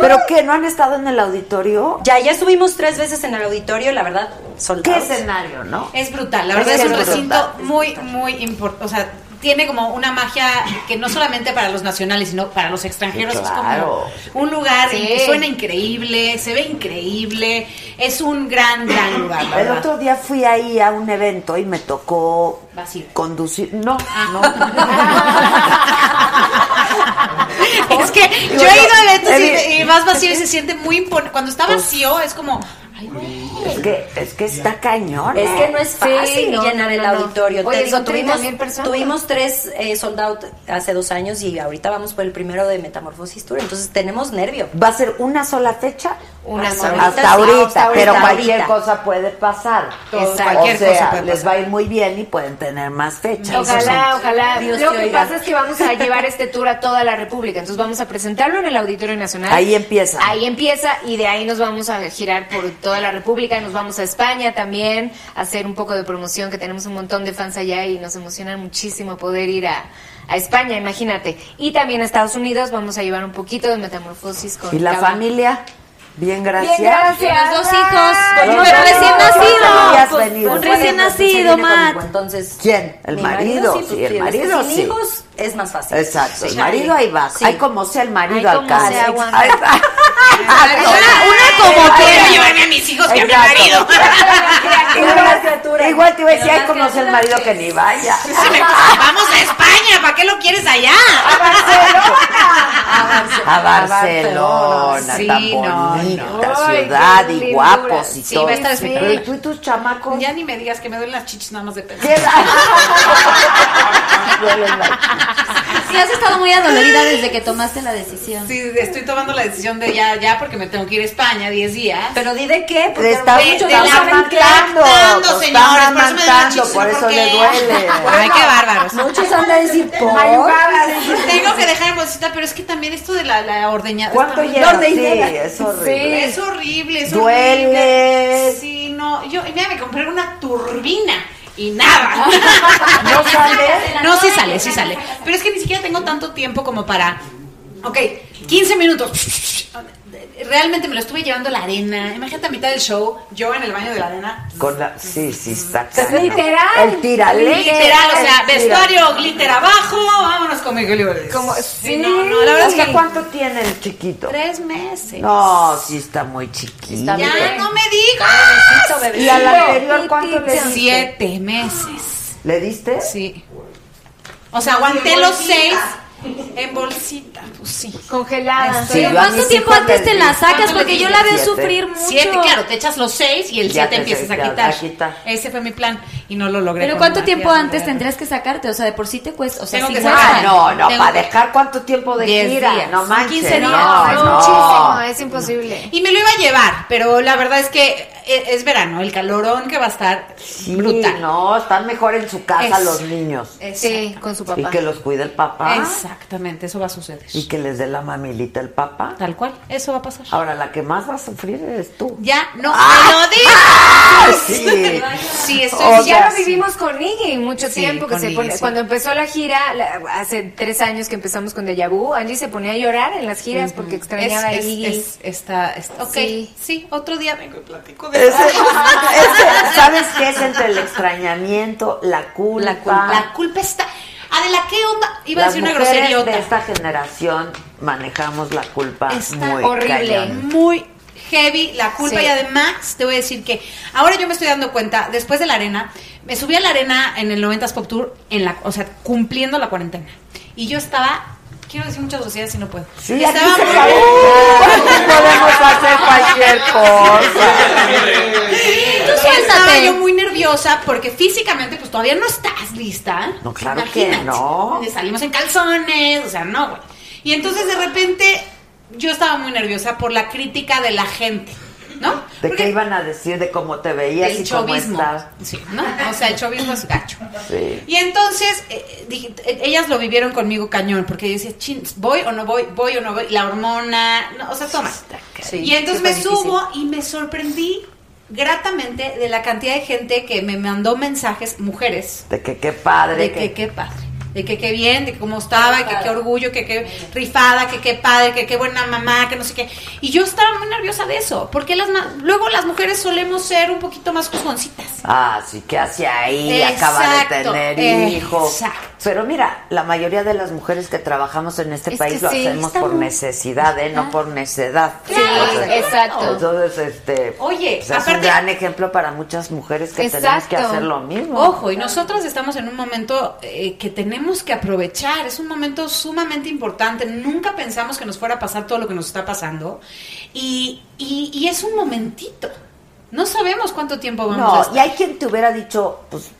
Speaker 1: ¿Pero qué? ¿No han estado en el auditorio?
Speaker 11: Ya, ya subimos tres veces en el auditorio, la verdad, soltados.
Speaker 1: ¿Qué escenario, no?
Speaker 10: Es brutal, la
Speaker 1: Es
Speaker 10: verdad es,
Speaker 1: que
Speaker 10: un
Speaker 1: es
Speaker 10: recinto
Speaker 1: brutal,
Speaker 10: muy, muy importante. O sea, tiene como una magia que no solamente para los nacionales, sino para los extranjeros.
Speaker 1: Sí, claro.
Speaker 10: Es como un lugar
Speaker 1: Sí.
Speaker 10: que suena increíble, se ve increíble. Es un gran, gran lugar, la
Speaker 1: El
Speaker 10: verdad.
Speaker 1: otro día fui ahí a un evento y me tocó
Speaker 10: Vacío.
Speaker 1: conducir. No,
Speaker 11: Ah.
Speaker 1: no.
Speaker 10: Es que
Speaker 1: Digo,
Speaker 10: yo he ido a
Speaker 1: no,
Speaker 10: eventos
Speaker 1: eh, Pues
Speaker 10: y, y más vacío y se siente muy imponente. Cuando está vacío es como...
Speaker 1: Es que, es que está cañón.
Speaker 11: Es que no es fácil
Speaker 10: Sí, no,
Speaker 11: llenar
Speaker 10: no,
Speaker 11: el
Speaker 10: no.
Speaker 11: auditorio.
Speaker 10: Oye,
Speaker 11: Te digo,
Speaker 10: con
Speaker 11: tuvimos,
Speaker 10: 30,000 personas.
Speaker 11: tuvimos tres eh, sold out hace dos años y ahorita vamos por el primero de Metamorfosis Tour. Entonces tenemos nervio.
Speaker 1: ¿Va a ser una sola fecha?
Speaker 11: Una
Speaker 1: hasta,
Speaker 11: sola.
Speaker 1: hasta ahorita,
Speaker 11: Sí, hasta
Speaker 1: pero
Speaker 11: ahorita.
Speaker 1: cualquier
Speaker 11: Ahorita.
Speaker 1: cosa puede pasar.
Speaker 11: Todo,
Speaker 1: o sea,
Speaker 11: cualquier cosa puede
Speaker 1: les
Speaker 11: pasar.
Speaker 1: va a ir muy bien y pueden tener más fechas.
Speaker 12: Ojalá, ojalá.
Speaker 11: Dios
Speaker 12: Lo
Speaker 11: te
Speaker 12: que
Speaker 11: oiga.
Speaker 12: pasa es que vamos a llevar este tour a toda la República. Entonces vamos a presentarlo en el Auditorio Nacional.
Speaker 1: Ahí empieza.
Speaker 12: Ahí empieza y de ahí nos vamos a girar por toda la República. Nos vamos a España también a hacer un poco de promoción, que tenemos un montón de fans allá y nos emociona muchísimo poder ir a, a España, imagínate. Y también a Estados Unidos vamos a llevar un poquito de metamorfosis con
Speaker 1: ¿Y la
Speaker 12: Cava.
Speaker 1: familia? Bien, gracias.
Speaker 11: Bien, gracias. Los dos hijos.
Speaker 1: Los
Speaker 11: Pero
Speaker 1: dos
Speaker 11: recién
Speaker 1: hijos.
Speaker 11: nacido.
Speaker 1: Habías venido.
Speaker 11: un recién nacido, Matt.
Speaker 13: Entonces,
Speaker 1: ¿Quién? El
Speaker 13: mi
Speaker 1: marido.
Speaker 13: pues,
Speaker 1: Sí, el
Speaker 13: tienes.
Speaker 1: marido
Speaker 13: Sin
Speaker 1: sí.
Speaker 13: hijos es más fácil.
Speaker 1: Exacto, el
Speaker 13: Sí.
Speaker 1: marido ahí va.
Speaker 13: Sí.
Speaker 1: Ay, como sea el marido
Speaker 13: Ay, como
Speaker 1: alcanza.
Speaker 13: sea, aguanta.
Speaker 1: Ay, va.
Speaker 10: Una como
Speaker 1: Ay,
Speaker 10: quiera
Speaker 1: ay,
Speaker 10: llevarme a mis hijos que a mi
Speaker 1: Exacto.
Speaker 10: marido.
Speaker 1: Igual- Igual te iba a decir, ay, como sea el marido que ni vaya.
Speaker 10: Sí, me- pues, Vamos a España, ¿para qué lo quieres allá?
Speaker 1: A Barcelona,
Speaker 10: Sí,
Speaker 1: tan
Speaker 10: no,
Speaker 1: bonita
Speaker 10: no. Ay,
Speaker 1: ciudad
Speaker 10: qué
Speaker 1: y
Speaker 10: lindura.
Speaker 1: guapos y
Speaker 10: Sí,
Speaker 1: todo.
Speaker 10: va a estar espectacular.
Speaker 1: Pero, ¿y tú y tus chamacos?
Speaker 10: Ya ni me digas que me duelen las chichis nada más de pensar.
Speaker 11: Sí, has estado muy adolorida desde que tomaste la decisión.
Speaker 10: Sí, estoy tomando la decisión de ya, ya, porque me tengo que ir a España 10 días.
Speaker 13: Pero di de qué,
Speaker 1: Te está
Speaker 10: Te-
Speaker 1: mucho
Speaker 10: te la
Speaker 1: amamantando,
Speaker 10: amamantando,
Speaker 1: te
Speaker 10: señores,
Speaker 1: está amamantando,
Speaker 10: por eso me duele la chichi,
Speaker 1: por
Speaker 10: ¿no?
Speaker 1: eso
Speaker 10: ¿Por
Speaker 1: le
Speaker 10: qué?
Speaker 1: duele.
Speaker 10: Ay, qué bárbaros.
Speaker 13: Muchos andan a decir por.
Speaker 10: Tengo que dejar en bolsita, pero es que también esto de la, la ordeñada.
Speaker 1: ¿Cuánto
Speaker 10: está-
Speaker 1: llevas?
Speaker 10: La
Speaker 1: Sí,
Speaker 10: ordeñada.
Speaker 1: es horrible.
Speaker 10: Sí, es horrible, es
Speaker 1: Duele.
Speaker 10: horrible. Sí, no. Yo, mira, me compré una turbina y nada.
Speaker 1: ¿No sale?
Speaker 10: No, sí sale, sí sale. Pero es que ni siquiera tengo tanto tiempo como para. Ok, 15 minutos. Realmente me lo estuve llevando a la arena. Imagínate a mitad del show, yo en el baño de la arena.
Speaker 1: Con la, sí, sí, está
Speaker 10: Pues
Speaker 1: cañón.
Speaker 10: literal.
Speaker 1: El tiralete.
Speaker 10: Literal, o sea,
Speaker 1: el tira-
Speaker 10: vestuario, glitter abajo, vámonos con mi Como,
Speaker 1: Sí,
Speaker 10: no, no, la verdad es que cuando
Speaker 1: ¿cuánto tiene el chiquito?
Speaker 10: tres meses.
Speaker 1: No, sí está muy chiquito.
Speaker 10: ya no me digas.
Speaker 1: ¿Y al anterior cuánto le diste?
Speaker 10: Siete meses.
Speaker 1: ¿Le diste?
Speaker 10: Sí. O sea, aguanté los seis en bolsita, pues sí.
Speaker 12: Congelada.
Speaker 1: Sí, yo a
Speaker 11: ¿Cuánto
Speaker 1: mis
Speaker 11: tiempo
Speaker 1: hijos
Speaker 11: antes
Speaker 1: les
Speaker 11: te la
Speaker 1: di-
Speaker 11: sacas?
Speaker 1: ¿Cuánto
Speaker 11: Porque
Speaker 1: les
Speaker 11: yo
Speaker 1: di?
Speaker 11: la veo
Speaker 1: Siete.
Speaker 11: sufrir mucho.
Speaker 10: Siete, claro, te echas los seis y el
Speaker 1: Ya
Speaker 10: siete
Speaker 1: te
Speaker 10: empiezas a
Speaker 1: empiezas
Speaker 10: quitar.
Speaker 1: a quitar.
Speaker 10: Ese fue mi plan y no lo logré.
Speaker 11: Pero
Speaker 10: con
Speaker 11: ¿cuánto
Speaker 10: una
Speaker 11: tiempo
Speaker 10: tía
Speaker 11: antes
Speaker 10: de-
Speaker 11: tendrías que sacarte? O sea, de por sí te cuesta. O sea,
Speaker 10: Tengo
Speaker 11: sí
Speaker 10: que
Speaker 11: cuesta.
Speaker 10: sacar.
Speaker 1: Ah, no, no,
Speaker 11: Tengo-
Speaker 1: para dejar cuánto tiempo de
Speaker 11: Diez
Speaker 1: gira.
Speaker 11: días.
Speaker 1: No
Speaker 11: Son
Speaker 1: manches.
Speaker 11: 15 días.
Speaker 1: No,
Speaker 12: es
Speaker 1: no.
Speaker 12: muchísimo, es imposible.
Speaker 10: Y me lo iba a llevar, pero la verdad es que e- es verano, el calorón que va a estar
Speaker 1: Sí,
Speaker 10: brutal.
Speaker 1: no, están mejor en su casa
Speaker 10: Es-
Speaker 1: los niños.
Speaker 12: Sí, con su papá.
Speaker 1: Y que los Ah. cuide el papá.
Speaker 10: Exactamente, eso va a suceder.
Speaker 1: Y que les dé la mamilita el papá.
Speaker 10: Tal cual, eso va a pasar.
Speaker 1: Ahora, la que más va a sufrir eres tú.
Speaker 10: Ya no
Speaker 1: ¡Ah!
Speaker 10: me lo digo.
Speaker 1: ¡Ah, sí!
Speaker 10: Sí, estoy
Speaker 1: O
Speaker 12: Y ya
Speaker 1: sea,
Speaker 12: lo vivimos con Iggy mucho
Speaker 10: Sí,
Speaker 12: tiempo que
Speaker 10: con
Speaker 12: se
Speaker 10: Iggy,
Speaker 12: pone-
Speaker 10: sí.
Speaker 12: cuando empezó la gira la- hace tres años que empezamos con Deja Vu Angie se ponía a llorar en las giras porque extrañaba
Speaker 10: Es-
Speaker 12: a
Speaker 10: es-
Speaker 12: Iggy
Speaker 10: es- está, es- ok,
Speaker 12: Sí.
Speaker 10: sí. otro día vengo y platico de
Speaker 1: Ese-
Speaker 10: eso.
Speaker 1: ese- ¿Sabes qué es entre el extrañamiento, la culpa?
Speaker 10: La culpa, la culpa está. Adela, ¿qué onda? Iba a
Speaker 1: Las
Speaker 10: decir una
Speaker 1: mujeres
Speaker 10: groseriota.
Speaker 1: de esta generación manejamos la culpa
Speaker 10: Está
Speaker 1: muy
Speaker 12: horrible.
Speaker 1: cañón.
Speaker 10: muy heavy la culpa
Speaker 12: Sí.
Speaker 10: y además te voy a decir que ahora yo me estoy dando cuenta después de la arena me subí a la arena en el 90s pop tour en la o sea cumpliendo la cuarentena y yo estaba quiero decir muchas groserías y no puedo
Speaker 1: Sí, aquí
Speaker 10: estaba
Speaker 1: se
Speaker 10: muy-
Speaker 1: sabe todo, podemos hacer cualquier cosa.
Speaker 10: Tú Estaba
Speaker 11: suéltate.
Speaker 10: yo muy nerviosa porque físicamente pues todavía no estás lista.
Speaker 1: No, claro que no.
Speaker 10: Salimos en calzones, o sea, no, güey. Y entonces de repente yo estaba muy nerviosa por la crítica de la gente, ¿no?
Speaker 1: ¿De
Speaker 10: Porque
Speaker 1: qué iban a decir? ¿De cómo te veías
Speaker 10: el
Speaker 1: y cómo
Speaker 10: chovismo.
Speaker 1: estás?
Speaker 10: Sí, ¿no? O sea, el chovismo es gacho.
Speaker 1: Sí.
Speaker 10: Y entonces, eh, dije- eh, ellas lo vivieron conmigo cañón, porque yo decía, "Chin, voy o no voy, voy o no voy, la hormona, no, o sea, toma.
Speaker 12: Sí,
Speaker 10: y entonces
Speaker 12: sí
Speaker 10: me
Speaker 12: fue difícil.
Speaker 10: subo y me sorprendí gratamente de la cantidad de gente que me mandó mensajes, mujeres,
Speaker 1: De que qué padre.
Speaker 10: de que qué padre, de que qué bien, de que cómo estaba, que qué orgullo, que qué rifada, que qué padre, que qué buena mamá, que no sé qué. Y yo estaba muy nerviosa de eso, porque las ma- luego las mujeres solemos ser un poquito más juzgoncitas.
Speaker 1: Ah, sí, ¿qué hace ahí? Acaba de
Speaker 10: Exacto,
Speaker 1: tener hijos.
Speaker 10: exacto.
Speaker 1: Pero mira, la mayoría de las mujeres que trabajamos en este
Speaker 12: Es
Speaker 1: país
Speaker 12: que
Speaker 1: lo
Speaker 12: sí,
Speaker 1: hacemos
Speaker 12: está
Speaker 1: por
Speaker 12: muy-
Speaker 1: necesidad, ¿eh? No por necedad.
Speaker 12: Sí, exacto.
Speaker 1: Entonces, este.
Speaker 10: Oye,
Speaker 1: pues es un
Speaker 10: aparte-
Speaker 1: gran ejemplo para muchas mujeres que tenemos que
Speaker 12: Exacto.
Speaker 1: hacer lo mismo.
Speaker 10: Ojo, y nosotras estamos en un momento eh, que tenemos que aprovechar, es un momento sumamente importante, nunca pensamos que nos fuera a pasar todo lo que nos está pasando y, y- y es un momentito, no sabemos cuánto tiempo vamos a
Speaker 1: No,
Speaker 10: estar.
Speaker 1: y hay quien te hubiera dicho, pues,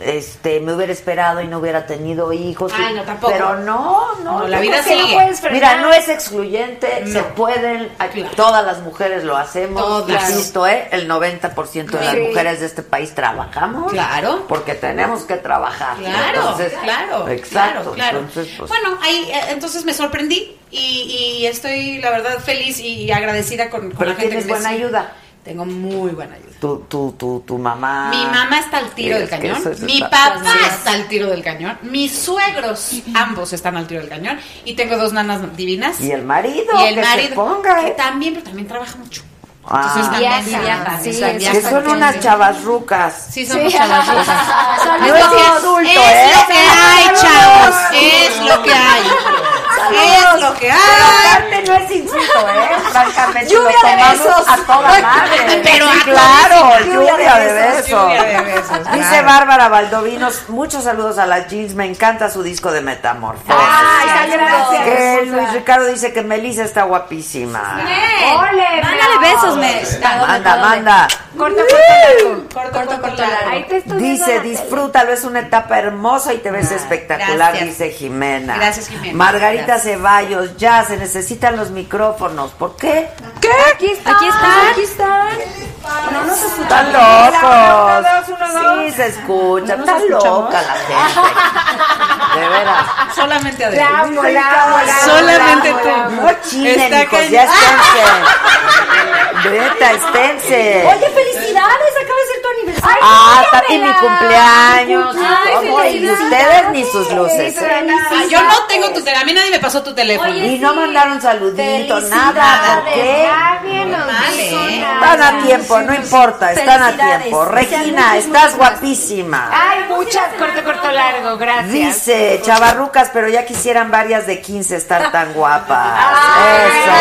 Speaker 1: este, me hubiera esperado y no hubiera tenido hijos. y-
Speaker 10: Ay, no, tampoco.
Speaker 1: Pero no, no.
Speaker 10: No, la
Speaker 1: yo
Speaker 10: vida
Speaker 1: creo que
Speaker 10: sigue.
Speaker 1: no puedes frenar. Mira, no es excluyente,
Speaker 10: No.
Speaker 1: se pueden, a-
Speaker 10: Claro.
Speaker 1: todas las mujeres lo hacemos.
Speaker 10: Todas.
Speaker 1: Insisto, ¿eh? el 90% de las
Speaker 12: Sí.
Speaker 1: mujeres de este país trabajamos.
Speaker 10: Claro.
Speaker 1: Porque tenemos que trabajar.
Speaker 10: Claro,
Speaker 1: Entonces,
Speaker 10: claro,
Speaker 1: Exacto.
Speaker 10: claro, claro.
Speaker 1: Entonces, pues,
Speaker 10: bueno, ahí eh, entonces me sorprendí y, y estoy la verdad feliz y agradecida con, con
Speaker 1: pero
Speaker 10: la gente
Speaker 1: tienes
Speaker 10: que me
Speaker 1: buena
Speaker 10: sigue.
Speaker 1: ayuda.
Speaker 10: Tengo muy buena ayuda.
Speaker 1: Tu, tu, tu, tu mamá.
Speaker 10: Mi mamá está al tiro
Speaker 1: Ah, Es
Speaker 10: del
Speaker 1: que
Speaker 10: cañón.
Speaker 1: eso es-
Speaker 10: Mi
Speaker 1: está-
Speaker 10: papá está al tiro del cañón. Mis suegros, ambos están al tiro del cañón. Y tengo dos nanas divinas.
Speaker 1: Y el marido,
Speaker 10: Y el
Speaker 1: que se
Speaker 10: marido.
Speaker 1: ponga, eh.
Speaker 10: que también, pero también trabaja mucho.
Speaker 1: Ah.
Speaker 10: Entonces también
Speaker 1: Viaja,
Speaker 10: viaja,
Speaker 1: sí,
Speaker 10: o sea,
Speaker 1: es-
Speaker 10: viaja
Speaker 1: que son
Speaker 10: entonces-
Speaker 1: unas chavas rucas.
Speaker 10: Sí, somos chavas rusas.
Speaker 1: Son
Speaker 10: Es
Speaker 1: los
Speaker 10: lo que-
Speaker 1: adultos,
Speaker 10: Es
Speaker 1: ¿eh?
Speaker 10: lo que hay,
Speaker 1: Saludos.
Speaker 10: chavos. Es lo que hay. Es lo que hay.
Speaker 1: Aparte no es insulto, ¿eh? Francamente,
Speaker 10: Lluvia
Speaker 1: lo
Speaker 10: de
Speaker 1: tomamos
Speaker 10: besos.
Speaker 1: a toda madre.
Speaker 10: Pero
Speaker 1: Sí,
Speaker 10: a toda
Speaker 1: claro,
Speaker 10: madre.
Speaker 1: lluvia de
Speaker 10: Lluvia de besos,
Speaker 1: besos. Dice
Speaker 10: claro.
Speaker 1: Bárbara Valdovinos, muchos saludos a las jeans, me encanta su disco de Metamorfosis.
Speaker 10: Ah,
Speaker 13: Ay, gracias.
Speaker 1: Que Luis Ricardo dice que Melissa está guapísima.
Speaker 13: ¡Ole!
Speaker 11: Mándale besos, Mesh.
Speaker 1: Manda, manda.
Speaker 13: Corto, corto,
Speaker 10: largo. Corto, corto,
Speaker 13: largo. Ahí te estoy viendo
Speaker 1: Dice,
Speaker 13: la tele. Ah,
Speaker 1: disfrútalo, es una etapa hermosa y te ves espectacular,
Speaker 10: gracias.
Speaker 1: dice Jimena.
Speaker 10: Gracias, Jimena.
Speaker 1: Margarita
Speaker 10: Gracias.
Speaker 1: Ceballos, ya se necesitan los micrófonos. ¿Por qué?
Speaker 13: ¿Qué? Aquí están.
Speaker 11: Aquí están.
Speaker 13: Aquí están. No nos escuchan.
Speaker 1: Están
Speaker 13: Uno, dos,
Speaker 1: locos.
Speaker 13: uno, dos.
Speaker 1: Sí, se escucha.
Speaker 13: ¿No nos
Speaker 1: Está
Speaker 13: escuchamos?
Speaker 1: loca la gente. De veras.
Speaker 10: Solamente a
Speaker 13: La amo, la amo, la amo,
Speaker 10: Solamente
Speaker 13: la amo,
Speaker 10: tú.
Speaker 13: la amo.
Speaker 1: No chinen,
Speaker 10: Está Ah.
Speaker 1: hijos,
Speaker 10: cañón.
Speaker 1: ya esténse. Greta, esténse.
Speaker 13: Oye, felicidades, acaba de ser tu aniversario.
Speaker 1: Ah, está aquí mi cumpleaños.
Speaker 13: Ay,
Speaker 1: ¿Cómo? Y
Speaker 13: felicidades.
Speaker 1: ustedes ni sus luces. ¿eh?
Speaker 10: Ah, Yo no tengo tu teléfono. A mí nadie me pasó tu teléfono.
Speaker 1: Y no mandaron saludito, nada, ¿por qué?
Speaker 12: Nadie nos
Speaker 10: Vale,
Speaker 12: dijo
Speaker 10: ¿eh?
Speaker 12: nada.
Speaker 1: Están a tiempo, no importa, están a
Speaker 13: Felicidades.
Speaker 1: tiempo. Regina,
Speaker 13: Felicidades,
Speaker 1: estás guapísima.
Speaker 12: Ay, muchas. Corto, corto, largo. Gracias.
Speaker 1: Dice chavarrucas, pero ya quisieran varias de 15 estar tan guapas.
Speaker 10: Ay,
Speaker 1: Eso.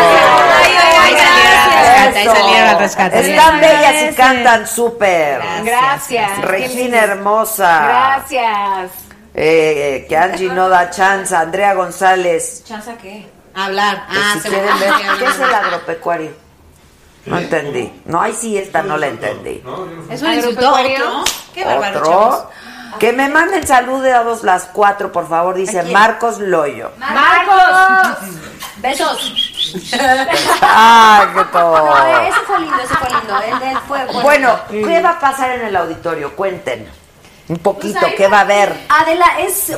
Speaker 10: ay, ay, salieron al rescate, ahí
Speaker 1: Eso.
Speaker 10: salieron al rescate.
Speaker 1: Están
Speaker 12: Les
Speaker 1: bellas y
Speaker 12: agradece.
Speaker 1: cantan súper.
Speaker 12: Gracias.
Speaker 1: Regina hermosa.
Speaker 12: Gracias.
Speaker 1: Eh, eh, que Angie no da chance. Andrea González.
Speaker 10: ¿Chanza qué? Hablar.
Speaker 1: que
Speaker 10: Ah,
Speaker 1: si
Speaker 10: se
Speaker 1: quieren
Speaker 10: me-
Speaker 1: ver, ¿qué es el agropecuario? No entendí. No, ahí sí, esta Eh, no la entendí.
Speaker 10: ¿Es un insulto? ¿Otro? Qué bárbaro, chavos.
Speaker 1: Otro. Que me manden saludos las cuatro, por favor, dice Marcos Loyo.
Speaker 12: Marcos.
Speaker 11: Besos.
Speaker 1: Exacto.
Speaker 11: No, ese fue lindo, ese fue lindo. El del fuego.
Speaker 1: Bueno, ¿qué va a pasar en el auditorio? Cuéntenos. Un
Speaker 10: Pues
Speaker 1: poquito, ¿qué va a haber?
Speaker 13: Adela, es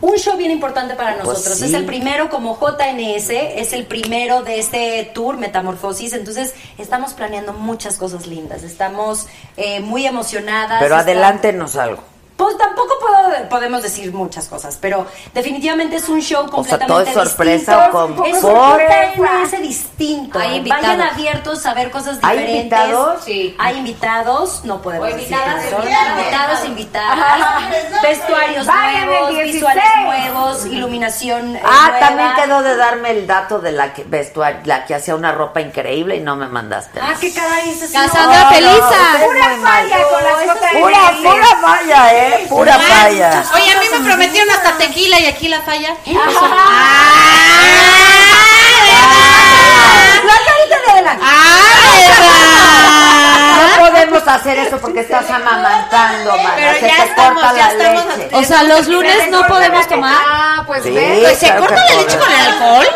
Speaker 13: un show bien importante para nosotros.
Speaker 1: Pues sí.
Speaker 13: Es el primero como JNS, es el primero de este tour Metamorfosis. Entonces, estamos planeando muchas cosas lindas. Estamos eh, muy emocionadas.
Speaker 1: Pero
Speaker 13: Estamos-
Speaker 1: adelántenos algo.
Speaker 13: Pues tampoco puedo- podemos decir muchas cosas, pero definitivamente es un show
Speaker 1: O sea,
Speaker 13: completamente
Speaker 1: ¿todo es sorpresa
Speaker 13: distinto.
Speaker 1: o con-
Speaker 13: Es un
Speaker 1: por-
Speaker 13: JNS distinto.
Speaker 11: Hay invitados.
Speaker 13: Vayan abiertos a ver cosas
Speaker 1: ¿Hay
Speaker 13: diferentes.
Speaker 1: invitados?
Speaker 13: Sí. Hay invitados, no podemos
Speaker 11: O invitadas,
Speaker 13: decir quiénes son.
Speaker 11: invitadas.
Speaker 13: invitados, invitadas, vestuarios
Speaker 12: Vayan el
Speaker 13: nuevos,
Speaker 12: 16.
Speaker 13: visuales nuevos, iluminación eh,
Speaker 1: Ah,
Speaker 13: nueva.
Speaker 1: también quedó de darme el dato de la que, vestuar- la que hacía una ropa increíble y no me mandaste.
Speaker 13: Ah, qué caray, ese es
Speaker 11: Cassandra
Speaker 13: un-
Speaker 11: Feliza.
Speaker 1: usted es
Speaker 11: Pura
Speaker 1: muy mal.
Speaker 12: falla con las
Speaker 1: No,
Speaker 12: cosas
Speaker 1: eso es Pura,
Speaker 12: increíbles.
Speaker 1: pura falla, ¿eh? Pura falla.
Speaker 10: Oye, a mí me prometieron hasta tequila y aquí la falla.
Speaker 1: ¿Eh?
Speaker 13: La carita de adelante.
Speaker 1: No podemos hacer eso porque estás amamantando, mana.
Speaker 10: Pero
Speaker 1: Se
Speaker 10: ya
Speaker 1: te
Speaker 10: estamos,
Speaker 1: corta
Speaker 10: ya
Speaker 1: la
Speaker 10: estamos
Speaker 1: leche.
Speaker 11: O sea, los lunes no podemos tomar.
Speaker 12: Ah, pues
Speaker 1: Sí,
Speaker 12: ves.
Speaker 10: Pues, ¿se
Speaker 1: claro
Speaker 10: corta
Speaker 1: que
Speaker 10: la leche
Speaker 1: podemos.
Speaker 10: con el alcohol?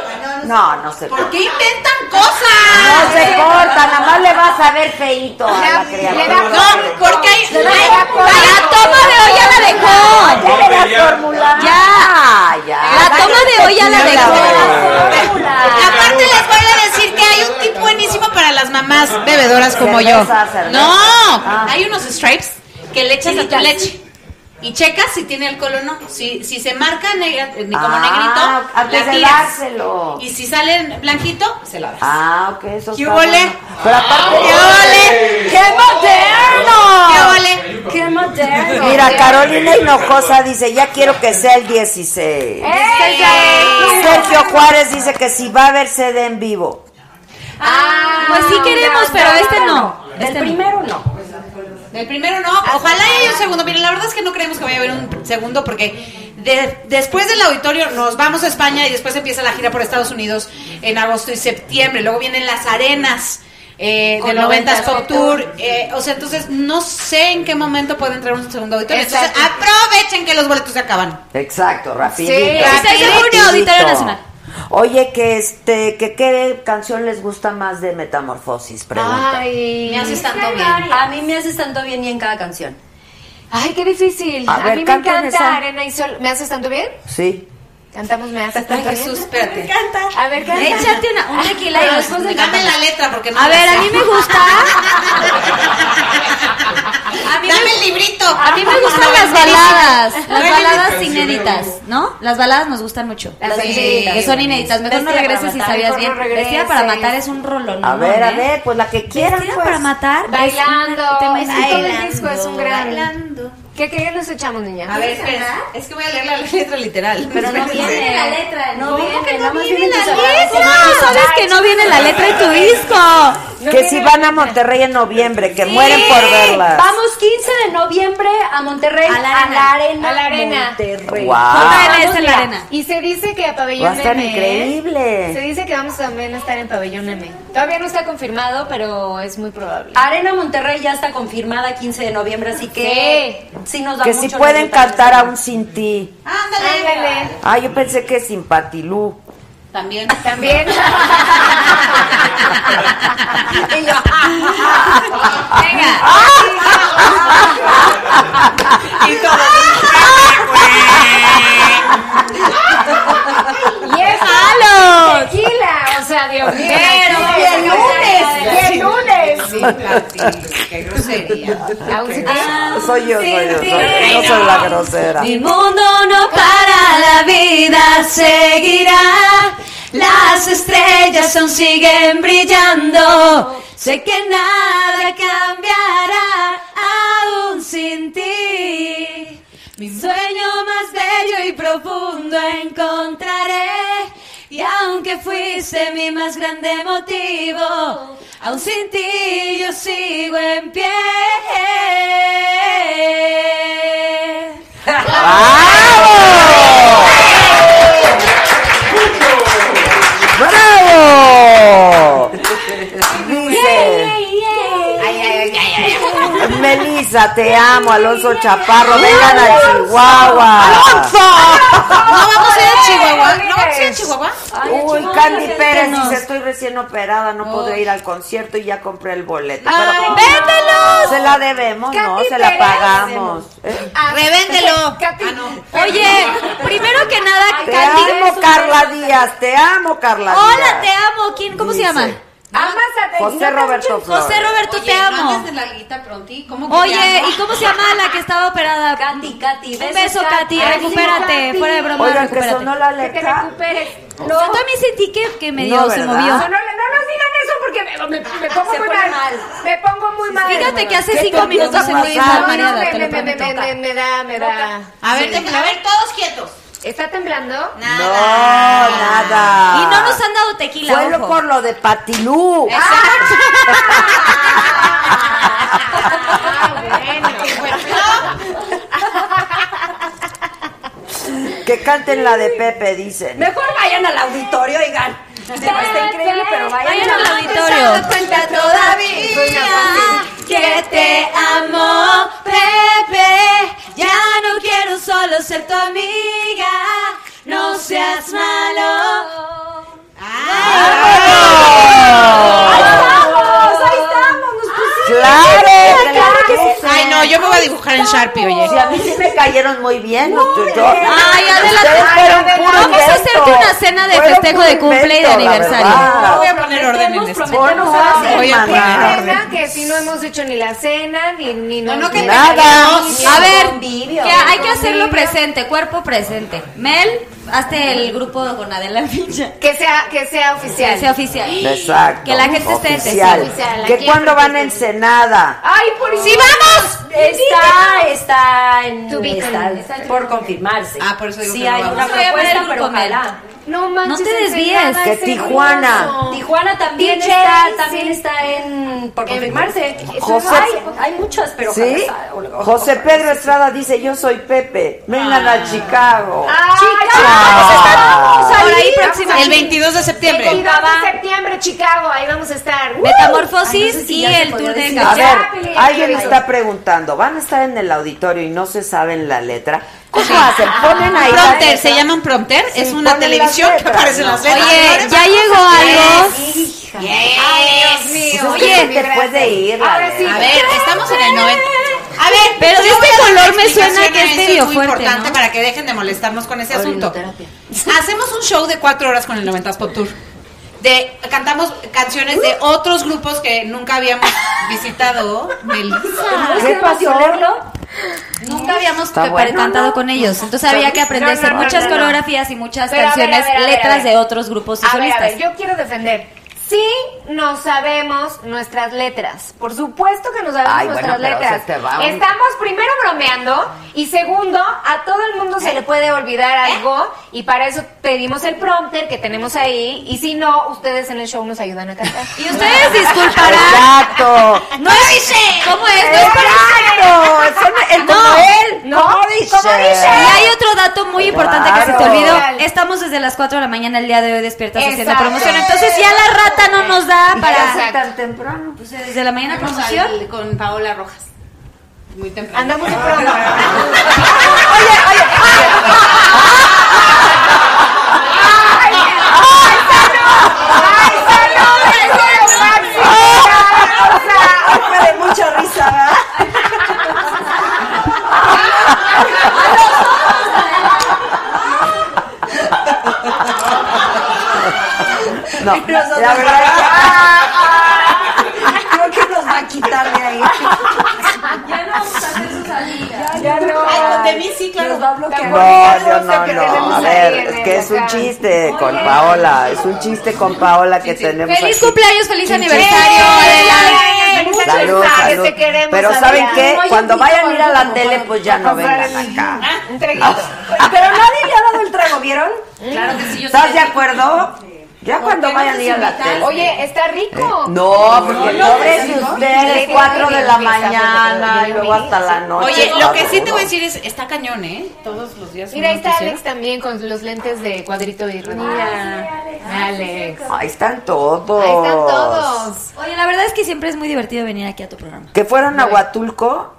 Speaker 1: No, no se
Speaker 10: ¿Por
Speaker 1: corta.
Speaker 10: qué inventan cosas?
Speaker 1: No se corta, nada más le vas a ver feito a la
Speaker 12: le
Speaker 1: criatura.
Speaker 12: da-
Speaker 10: No, porque hay.
Speaker 12: Le da
Speaker 10: hay-
Speaker 12: alcohol.
Speaker 10: La toma de hoy ya la dejó.
Speaker 1: Ya le das fórmula. Ya, ya.
Speaker 11: La toma de hoy ya la dejó.
Speaker 10: Aparte les voy a decir que hay un tip buenísimo para las mamás bebedoras como yo.
Speaker 1: Cerveza, cerveza.
Speaker 10: No,
Speaker 1: Ah.
Speaker 10: hay unos stripes que le echas a tu leche. Y checas si tiene alcohol o no. Si, si se marca negra, eh, como
Speaker 1: Ah,
Speaker 10: negrito,
Speaker 1: antes
Speaker 10: la
Speaker 1: de
Speaker 10: tiras.
Speaker 1: dárselo.
Speaker 10: Y si sale blanquito, se la das.
Speaker 1: Ah, ok, eso
Speaker 10: ¿Qué
Speaker 1: está
Speaker 10: hubo, le?
Speaker 1: bueno. Pero aparte...
Speaker 10: ¡Qué ole!
Speaker 1: ¡Qué moderno!
Speaker 10: ¡Qué ole!
Speaker 13: Qué moderno.
Speaker 1: Mira, Carolina Hinojosa dice, ya quiero que sea el 16. Sergio Juárez dice que si va a haber sede en vivo.
Speaker 11: Pues sí queremos, pero este no.
Speaker 13: Del primero no.
Speaker 10: El primero no, ojalá haya un segundo. Miren, la verdad es que no creemos que vaya a haber un segundo porque de- después del auditorio nos vamos a España y después empieza la gira por Estados Unidos en agosto y septiembre. Luego vienen las arenas eh,
Speaker 12: Con
Speaker 10: del 90
Speaker 12: 90s
Speaker 10: Pop Tour. eh, o sea, entonces no sé en qué momento puede entrar un segundo auditorio. Entonces
Speaker 12: Exacto.
Speaker 10: aprovechen que los boletos se acaban.
Speaker 1: Exacto, rapidito.
Speaker 12: Sí,
Speaker 11: seis de junio,
Speaker 1: rapidito.
Speaker 11: Auditorio Nacional.
Speaker 1: Oye, que este, que qué canción les gusta más de Metamorfosis, pregunta.
Speaker 12: Ay,
Speaker 10: Me haces tanto bien.
Speaker 13: A mí me haces tanto bien y en cada canción.
Speaker 12: Ay, qué difícil.
Speaker 1: A
Speaker 12: A,
Speaker 1: ver,
Speaker 12: mí me
Speaker 1: canten
Speaker 12: encanta
Speaker 1: esa.
Speaker 12: Arena y Sol. ¿Me haces tanto bien?
Speaker 1: Sí.
Speaker 12: Cantamos Me hace tanto
Speaker 10: Ay,
Speaker 12: bien.
Speaker 10: Jesús, espérate.
Speaker 12: Me encanta. A ver, canta.
Speaker 11: Échate una- un tequila y después me
Speaker 10: Dame
Speaker 11: cantas.
Speaker 10: la letra porque no
Speaker 11: A
Speaker 10: la
Speaker 11: ver,
Speaker 10: sé.
Speaker 11: a mí me gusta.
Speaker 10: Dame el librito.
Speaker 11: A mí me gustan las baladas, las
Speaker 10: Tráeme mis
Speaker 11: baladas
Speaker 10: canciones.
Speaker 11: inéditas, ¿no? Las baladas nos gustan mucho.
Speaker 13: Las
Speaker 11: Sí,
Speaker 13: inéditas.
Speaker 11: que son inéditas. Mejor no
Speaker 13: Vestida para
Speaker 11: regreses si
Speaker 13: matar,
Speaker 11: sabías
Speaker 13: mejor
Speaker 11: bien.
Speaker 13: no regreses.
Speaker 11: Vestida para matar es un rolón. ¿eh?
Speaker 1: A ver, a ver, pues la que quieran.
Speaker 11: Vestida
Speaker 1: pues.
Speaker 11: para matar. es
Speaker 12: Bailando.
Speaker 11: un tema
Speaker 12: Es que todo el
Speaker 11: bailando,
Speaker 12: disco es un gran.
Speaker 11: bailando.
Speaker 12: ¿Qué qué nos echamos, niña?
Speaker 10: A ver, espera. Es que voy a leer la letra literal.
Speaker 11: Pero no viene la letra. No viene, no viene la letra.
Speaker 13: tus
Speaker 11: ¿Cómo
Speaker 13: abrazos.
Speaker 11: sabes que no viene la letra en tu disco?
Speaker 1: que si van a Monterrey en noviembre, que mueren por verlas.
Speaker 13: Vamos 15 de noviembre a Monterrey, a la arena,
Speaker 12: A la arena.
Speaker 13: Monterrey.
Speaker 1: Guau.
Speaker 12: Vamos,
Speaker 11: Esa es la
Speaker 12: mira,
Speaker 11: arena.
Speaker 12: Y se dice que a
Speaker 1: Va
Speaker 12: Pabellón
Speaker 1: a estar
Speaker 12: M, ¿eh?
Speaker 1: increíble.
Speaker 12: Se dice que vamos también a estar en Pabellón M. Todavía no está confirmado, pero es muy probable.
Speaker 13: Arena Monterrey ya está confirmada 15 de noviembre, así que sí, nos da
Speaker 1: Que
Speaker 13: mucho
Speaker 1: si
Speaker 13: nervio
Speaker 1: pueden
Speaker 13: también.
Speaker 1: cantar aún sin ti.
Speaker 12: Ándale.
Speaker 1: Ah, yo pensé que sin Patilú.
Speaker 10: También.
Speaker 12: También.
Speaker 13: Y yo,
Speaker 1: "Ah,
Speaker 12: Venga. Y es
Speaker 11: ¡Halo!
Speaker 12: tequila, o sea, Dios mío.
Speaker 13: Pero
Speaker 12: Y el lunes, y el lunes.
Speaker 10: Sí, Platini, qué grosería.
Speaker 12: Aún se queda.
Speaker 1: Soy yo, soy yo, soy yo. No soy la grosera.
Speaker 11: Mi mundo no para, la vida seguirá. Las estrellas aún siguen brillando. Sé que nada cambiará aún sin ti. Mi sueño más bello y profundo encontraré. Y aunque fuiste mi más grande motivo, aún sin ti yo sigo en pie.
Speaker 1: ¡Bravo! Dice, Melissa, te amo, Alonso Chaparro, vengan a Chihuahua.
Speaker 10: No vamos a ir a Chihuahua. No vamos a ir a Chihuahua.
Speaker 1: Uy,
Speaker 11: Chihuahua,
Speaker 1: Candy
Speaker 11: siéntanos.
Speaker 1: Pérez dice, estoy recién operada, no podré ir al concierto y ya compré el boleto. Pero
Speaker 11: véndelos!
Speaker 1: Se la debemos, ¿no?
Speaker 12: Candy
Speaker 1: Se la
Speaker 12: Pérez.
Speaker 1: pagamos. ¿Eh?
Speaker 12: Ah,
Speaker 10: Revéndelo.
Speaker 12: Katy.
Speaker 10: Ah, no.
Speaker 11: Oye, primero que nada,
Speaker 1: Te
Speaker 11: Candy.
Speaker 1: amo, Carla Díaz, te amo, Carla
Speaker 11: Hola,
Speaker 1: Díaz.
Speaker 11: te amo. ¿Quién? ¿Cómo
Speaker 1: Dice,
Speaker 11: se llama?
Speaker 12: Amásate.
Speaker 1: José Roberto Flores.
Speaker 11: José Roberto,
Speaker 10: Oye,
Speaker 11: te
Speaker 10: no
Speaker 11: amo.
Speaker 10: andes de larguita pronti. ¿Cómo que
Speaker 11: Oye,
Speaker 10: ya no?
Speaker 11: Eh, ¿y cómo se llama la que estaba operada?
Speaker 13: Katy, Katy,
Speaker 11: Un beso, Katy.
Speaker 13: Ay,
Speaker 11: Recupérate.
Speaker 13: Katy.
Speaker 11: Fuera de broma,
Speaker 1: Oigan, que
Speaker 11: recupérate.
Speaker 1: sonó la
Speaker 12: Que te
Speaker 1: letra.
Speaker 12: recuperes. No,
Speaker 11: Yo también sentí que, que medio
Speaker 1: No,
Speaker 11: se
Speaker 1: ¿verdad?
Speaker 11: movió.
Speaker 12: no, no, no nos digan eso porque me, me- me pongo
Speaker 13: Se
Speaker 12: muy
Speaker 13: pone
Speaker 12: mal.
Speaker 13: mal.
Speaker 12: Me pongo muy mal.
Speaker 11: Fíjate que hace
Speaker 1: ¿Qué
Speaker 11: cinco
Speaker 1: te
Speaker 11: minutos
Speaker 1: empieza a
Speaker 11: sentí
Speaker 1: pasar?
Speaker 11: más
Speaker 12: No, no,
Speaker 11: mareada,
Speaker 12: me,
Speaker 11: te lo
Speaker 12: me, me,
Speaker 11: prometo.
Speaker 12: me, me, me da, me da.
Speaker 10: A ver, tem- a ver, todos quietos.
Speaker 12: ¿Está temblando?
Speaker 1: No, nada.
Speaker 11: Y no nos han dado tequila,
Speaker 1: Ah. Fue lo
Speaker 11: ojo.
Speaker 1: por lo de Patilú.
Speaker 12: Ah, bueno.
Speaker 1: Que canten la de Pepe, dicen.
Speaker 13: Eh. Mejor vayan al auditorio, oigan. Está increíble, pero vayan
Speaker 11: Vayan al auditorio. cuenta todavía que te amo, Pepe. Ya no quiero solo ser tu amiga. No seas malo.
Speaker 13: ¡Vamos! ¡Ahí estamos! ¡Nos pusimos!
Speaker 1: ¡Claro!
Speaker 13: claro que sí.
Speaker 10: Ay, no, yo me voy a dibujar en Sharpie, oye.
Speaker 1: Si a mí sí me cayeron muy bien los tuyos.
Speaker 11: Ay, Adela,
Speaker 1: Ustedes
Speaker 11: ay,
Speaker 1: fueron
Speaker 11: Adela,
Speaker 1: puro
Speaker 11: vamos a
Speaker 1: invento.
Speaker 11: hacerte una cena de
Speaker 1: Fueron
Speaker 11: festejo
Speaker 1: puro
Speaker 11: de cumple y de
Speaker 1: invento, la
Speaker 11: aniversario.
Speaker 1: verdad.
Speaker 10: Voy a poner orden en esto.
Speaker 1: Pon orden,
Speaker 10: Voy a poner
Speaker 1: maná.
Speaker 10: orden.
Speaker 12: Cena, que si no hemos hecho ni la cena, ni, ni
Speaker 10: No, no, que
Speaker 12: ni-
Speaker 1: Nada.
Speaker 10: terminamos.
Speaker 11: A ver,
Speaker 13: Convivio,
Speaker 11: que hay que
Speaker 12: convivio.
Speaker 11: hacerlo presente, cuerpo presente. Mel, hazte el grupo con Adela Micha.
Speaker 12: que sea, que sea
Speaker 11: Que
Speaker 12: oficial.
Speaker 11: sea oficial.
Speaker 1: Exacto.
Speaker 11: Que la gente esté
Speaker 1: oficial.
Speaker 12: oficial, aquí
Speaker 1: Que
Speaker 12: en
Speaker 1: cuando van a
Speaker 12: Fresno.
Speaker 1: Ensenada.
Speaker 12: ¡Ay, por
Speaker 11: ¡Sí, vamos!
Speaker 13: Está, está en.
Speaker 12: To be
Speaker 13: está
Speaker 12: continued.
Speaker 13: por confirmarse.
Speaker 10: Ah, por eso digo
Speaker 13: Sí,
Speaker 10: que no
Speaker 13: hay
Speaker 10: vamos.
Speaker 13: una
Speaker 11: Voy a ver
Speaker 13: propuesta,
Speaker 11: el
Speaker 13: pero
Speaker 11: grupo, Mel.
Speaker 13: ojalá.
Speaker 12: No manches.
Speaker 11: No te desvíes,
Speaker 12: enseñada,
Speaker 1: que
Speaker 12: ese
Speaker 1: Tijuana.
Speaker 12: grupo.
Speaker 13: Tijuana también
Speaker 12: DJ,
Speaker 13: está,
Speaker 12: sí.
Speaker 13: también está en por confirmarse.
Speaker 1: José-
Speaker 13: hay, hay muchas, pero
Speaker 1: ¿Sí?
Speaker 13: ojalá-
Speaker 1: José Pedro Estrada dice, yo soy Pepe. Vengan a Chicago. Ah.
Speaker 12: Chicago.
Speaker 11: Por ahí
Speaker 10: El 22 de septiembre.
Speaker 12: 22 de septiembre, Chicago, ahí vamos a estar.
Speaker 13: Ay, no
Speaker 11: Metamorfosis
Speaker 13: sé si
Speaker 11: y
Speaker 13: ya se
Speaker 11: el
Speaker 13: podía
Speaker 11: tour de
Speaker 13: decir.
Speaker 1: A
Speaker 11: Gabriel.
Speaker 1: ver,
Speaker 12: Chaplin.
Speaker 1: alguien está preguntando, ¿van a estar en el auditorio y no se saben la letra? ¿Cómo hacen? Ponen ahí la
Speaker 10: Prompter,
Speaker 1: letra.
Speaker 10: se llaman Prompter.
Speaker 1: Sí,
Speaker 10: Es una
Speaker 1: ponen
Speaker 10: televisión
Speaker 1: las
Speaker 10: que
Speaker 1: letras,
Speaker 10: aparece en
Speaker 1: ¿no?
Speaker 10: las letras.
Speaker 11: Oye,
Speaker 10: Señores,
Speaker 11: ya llegó algo.
Speaker 13: Hija.
Speaker 12: Ay, Dios
Speaker 1: Pues
Speaker 12: mío.
Speaker 1: es que se te puede ir. la
Speaker 12: Ahora sí.
Speaker 1: neta.
Speaker 10: A ver, estamos en el 90. A ver,
Speaker 11: Pero
Speaker 10: yo
Speaker 11: de
Speaker 10: voy
Speaker 11: este
Speaker 10: a dar
Speaker 11: color me
Speaker 10: explicación
Speaker 11: suena
Speaker 10: a
Speaker 11: que es
Speaker 10: eso,
Speaker 11: medio algo
Speaker 10: muy
Speaker 11: fuerte,
Speaker 10: importante
Speaker 11: ¿no?
Speaker 10: para que dejen de molestarnos con ese asunto.
Speaker 11: Orinoterapia.
Speaker 10: Hacemos un show de cuatro horas con el 90s Pop Tour. De, cantamos canciones de otros grupos que nunca habíamos visitado. Melissa.
Speaker 11: ¿Qué pasó? Nunca habíamos
Speaker 10: Está
Speaker 11: pe-
Speaker 10: bueno,
Speaker 11: cantado
Speaker 10: ¿no?
Speaker 11: con ellos, entonces
Speaker 10: Está bien.
Speaker 11: había que aprenderse
Speaker 10: No, no, no,
Speaker 11: muchas
Speaker 10: no, no.
Speaker 11: coreografías y muchas
Speaker 12: Pero a ver, a
Speaker 11: canciones,
Speaker 12: ver, a ver,
Speaker 11: letras
Speaker 12: a ver.
Speaker 11: de otros grupos y
Speaker 12: A ver, a
Speaker 11: solistas.
Speaker 12: ver, yo quiero defender. Sí, no sabemos nuestras letras. Por supuesto que no sabemos
Speaker 1: Ay,
Speaker 12: nuestras
Speaker 1: bueno, pero
Speaker 12: letras.
Speaker 1: se te va un-
Speaker 12: Estamos primero bromeando y segundo, a todo el mundo se le puede olvidar
Speaker 11: ¿Eh?
Speaker 12: algo y para eso pedimos el prompter que tenemos ahí y si no, ustedes en el show nos ayudan a cantar.
Speaker 11: Y ustedes disculparán.
Speaker 1: Exacto.
Speaker 11: No es ¿Cómo es?
Speaker 12: Eh.
Speaker 11: No es
Speaker 1: Exacto. Es un- el- como él,
Speaker 11: No.
Speaker 1: como dice.
Speaker 11: Y hay otro dato muy importante que se te
Speaker 1: Claro.
Speaker 11: olvidó. Estamos desde las 4 de la mañana el día de hoy despiertas haciendo
Speaker 12: Exacto.
Speaker 11: promoción. Entonces ya la rata no nos da para...
Speaker 1: tan temprano?
Speaker 11: Pues desde la mañana
Speaker 10: Vamos
Speaker 11: promoción.
Speaker 10: al- con Paola Rojas. Muy temprano.
Speaker 12: Andamos de promo.
Speaker 13: Fue de mucha risa, ¿verdad?
Speaker 1: No,
Speaker 13: Nosotros-
Speaker 1: la verdad,
Speaker 13: Creo que nos va a quitar de ahí.
Speaker 11: Ya no vamos a hacer sus salidas.
Speaker 13: Ya no.
Speaker 10: Ay, con de mí sí, claro.
Speaker 13: Nos va a bloquear.
Speaker 1: No, yo
Speaker 12: Lo
Speaker 1: no,
Speaker 12: que
Speaker 1: no.
Speaker 12: tenemos
Speaker 1: A
Speaker 12: ahí
Speaker 1: ver, es
Speaker 12: en el
Speaker 1: que es un
Speaker 12: local.
Speaker 1: chiste con Paola. Es un chiste con Paola que tenemos.
Speaker 11: Feliz
Speaker 1: aquí.
Speaker 11: cumpleaños, feliz
Speaker 1: Chin, chin.
Speaker 11: aniversario. Adela.
Speaker 12: Muchos
Speaker 1: Salud,
Speaker 12: mensajes,
Speaker 1: salud.
Speaker 12: te queremos,
Speaker 1: Pero
Speaker 12: Adela.
Speaker 1: ¿saben qué?
Speaker 12: Oye,
Speaker 1: Cuando
Speaker 12: un
Speaker 1: vayan a ir
Speaker 12: poquito
Speaker 1: a la
Speaker 12: como
Speaker 1: tele,
Speaker 12: para-
Speaker 1: pues ya
Speaker 12: para
Speaker 1: no
Speaker 12: comprar
Speaker 1: vengan
Speaker 12: el-
Speaker 1: acá.
Speaker 12: Ah, Un traguito.
Speaker 13: Pero nadie le ha dado el trago, ¿vieron?
Speaker 10: Claro que sí, yo
Speaker 1: ¿Estás
Speaker 10: sí
Speaker 1: de
Speaker 10: les-
Speaker 1: acuerdo? Ya
Speaker 10: ¿Por
Speaker 1: cuando
Speaker 10: qué no
Speaker 1: vayan a
Speaker 10: nos
Speaker 1: ir a la
Speaker 10: invitan?
Speaker 1: tele.
Speaker 12: Oye, está rico.
Speaker 1: No, porque
Speaker 10: no,
Speaker 1: pobres
Speaker 10: no,
Speaker 1: de
Speaker 10: no,
Speaker 1: ustedes,
Speaker 12: no,
Speaker 1: cuatro
Speaker 12: no,
Speaker 1: de
Speaker 12: no,
Speaker 1: la
Speaker 12: no, no, no,
Speaker 1: mañana,
Speaker 12: no,
Speaker 1: y
Speaker 12: no,
Speaker 1: luego
Speaker 12: no,
Speaker 1: hasta la noche.
Speaker 10: Oye,
Speaker 1: está
Speaker 10: lo que sí te
Speaker 1: duro.
Speaker 10: voy a decir es, está cañón, ¿eh? Todos los días.
Speaker 12: Mira,
Speaker 10: un
Speaker 12: ahí está
Speaker 10: noticiero.
Speaker 12: Alex también con los lentes de cuadrito y rodilla. Alex.
Speaker 1: Ahí están todos.
Speaker 12: Ahí están todos.
Speaker 11: Oye, la verdad es que siempre es muy divertido venir aquí a tu programa.
Speaker 1: Que fueron a Huatulco.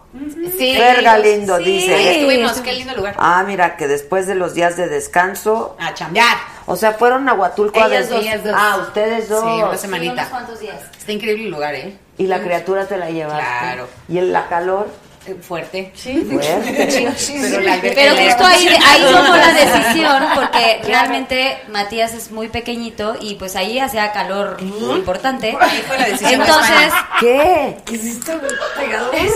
Speaker 12: Sí.
Speaker 1: Fer Galindo dice.
Speaker 10: Ahí estuvimos,
Speaker 11: Sí.
Speaker 10: qué lindo lugar.
Speaker 1: Ah, mira, que después de los días de descanso.
Speaker 10: A chambear.
Speaker 1: O sea, fueron a Huatulco a
Speaker 10: Ellas
Speaker 1: des-
Speaker 10: dos, ellas dos.
Speaker 1: Ah, ustedes dos.
Speaker 10: Sí, una
Speaker 11: Sí, unos
Speaker 10: semanita.
Speaker 11: cuantos días.
Speaker 10: Está increíble el lugar, ¿eh?
Speaker 1: Y la criatura te la llevaste.
Speaker 10: Claro.
Speaker 1: Y en la calor.
Speaker 10: Eh, Fuerte. Sí.
Speaker 1: Fuerte.
Speaker 10: Pero, la alberca
Speaker 11: Pero
Speaker 10: era-
Speaker 11: justo ahí, ahí tomó la decisión porque realmente Matías es muy pequeñito y pues ahí hacía calor importante.
Speaker 10: fue la decisión más
Speaker 11: Entonces,
Speaker 1: ¿Qué? ¿Qué
Speaker 11: sí está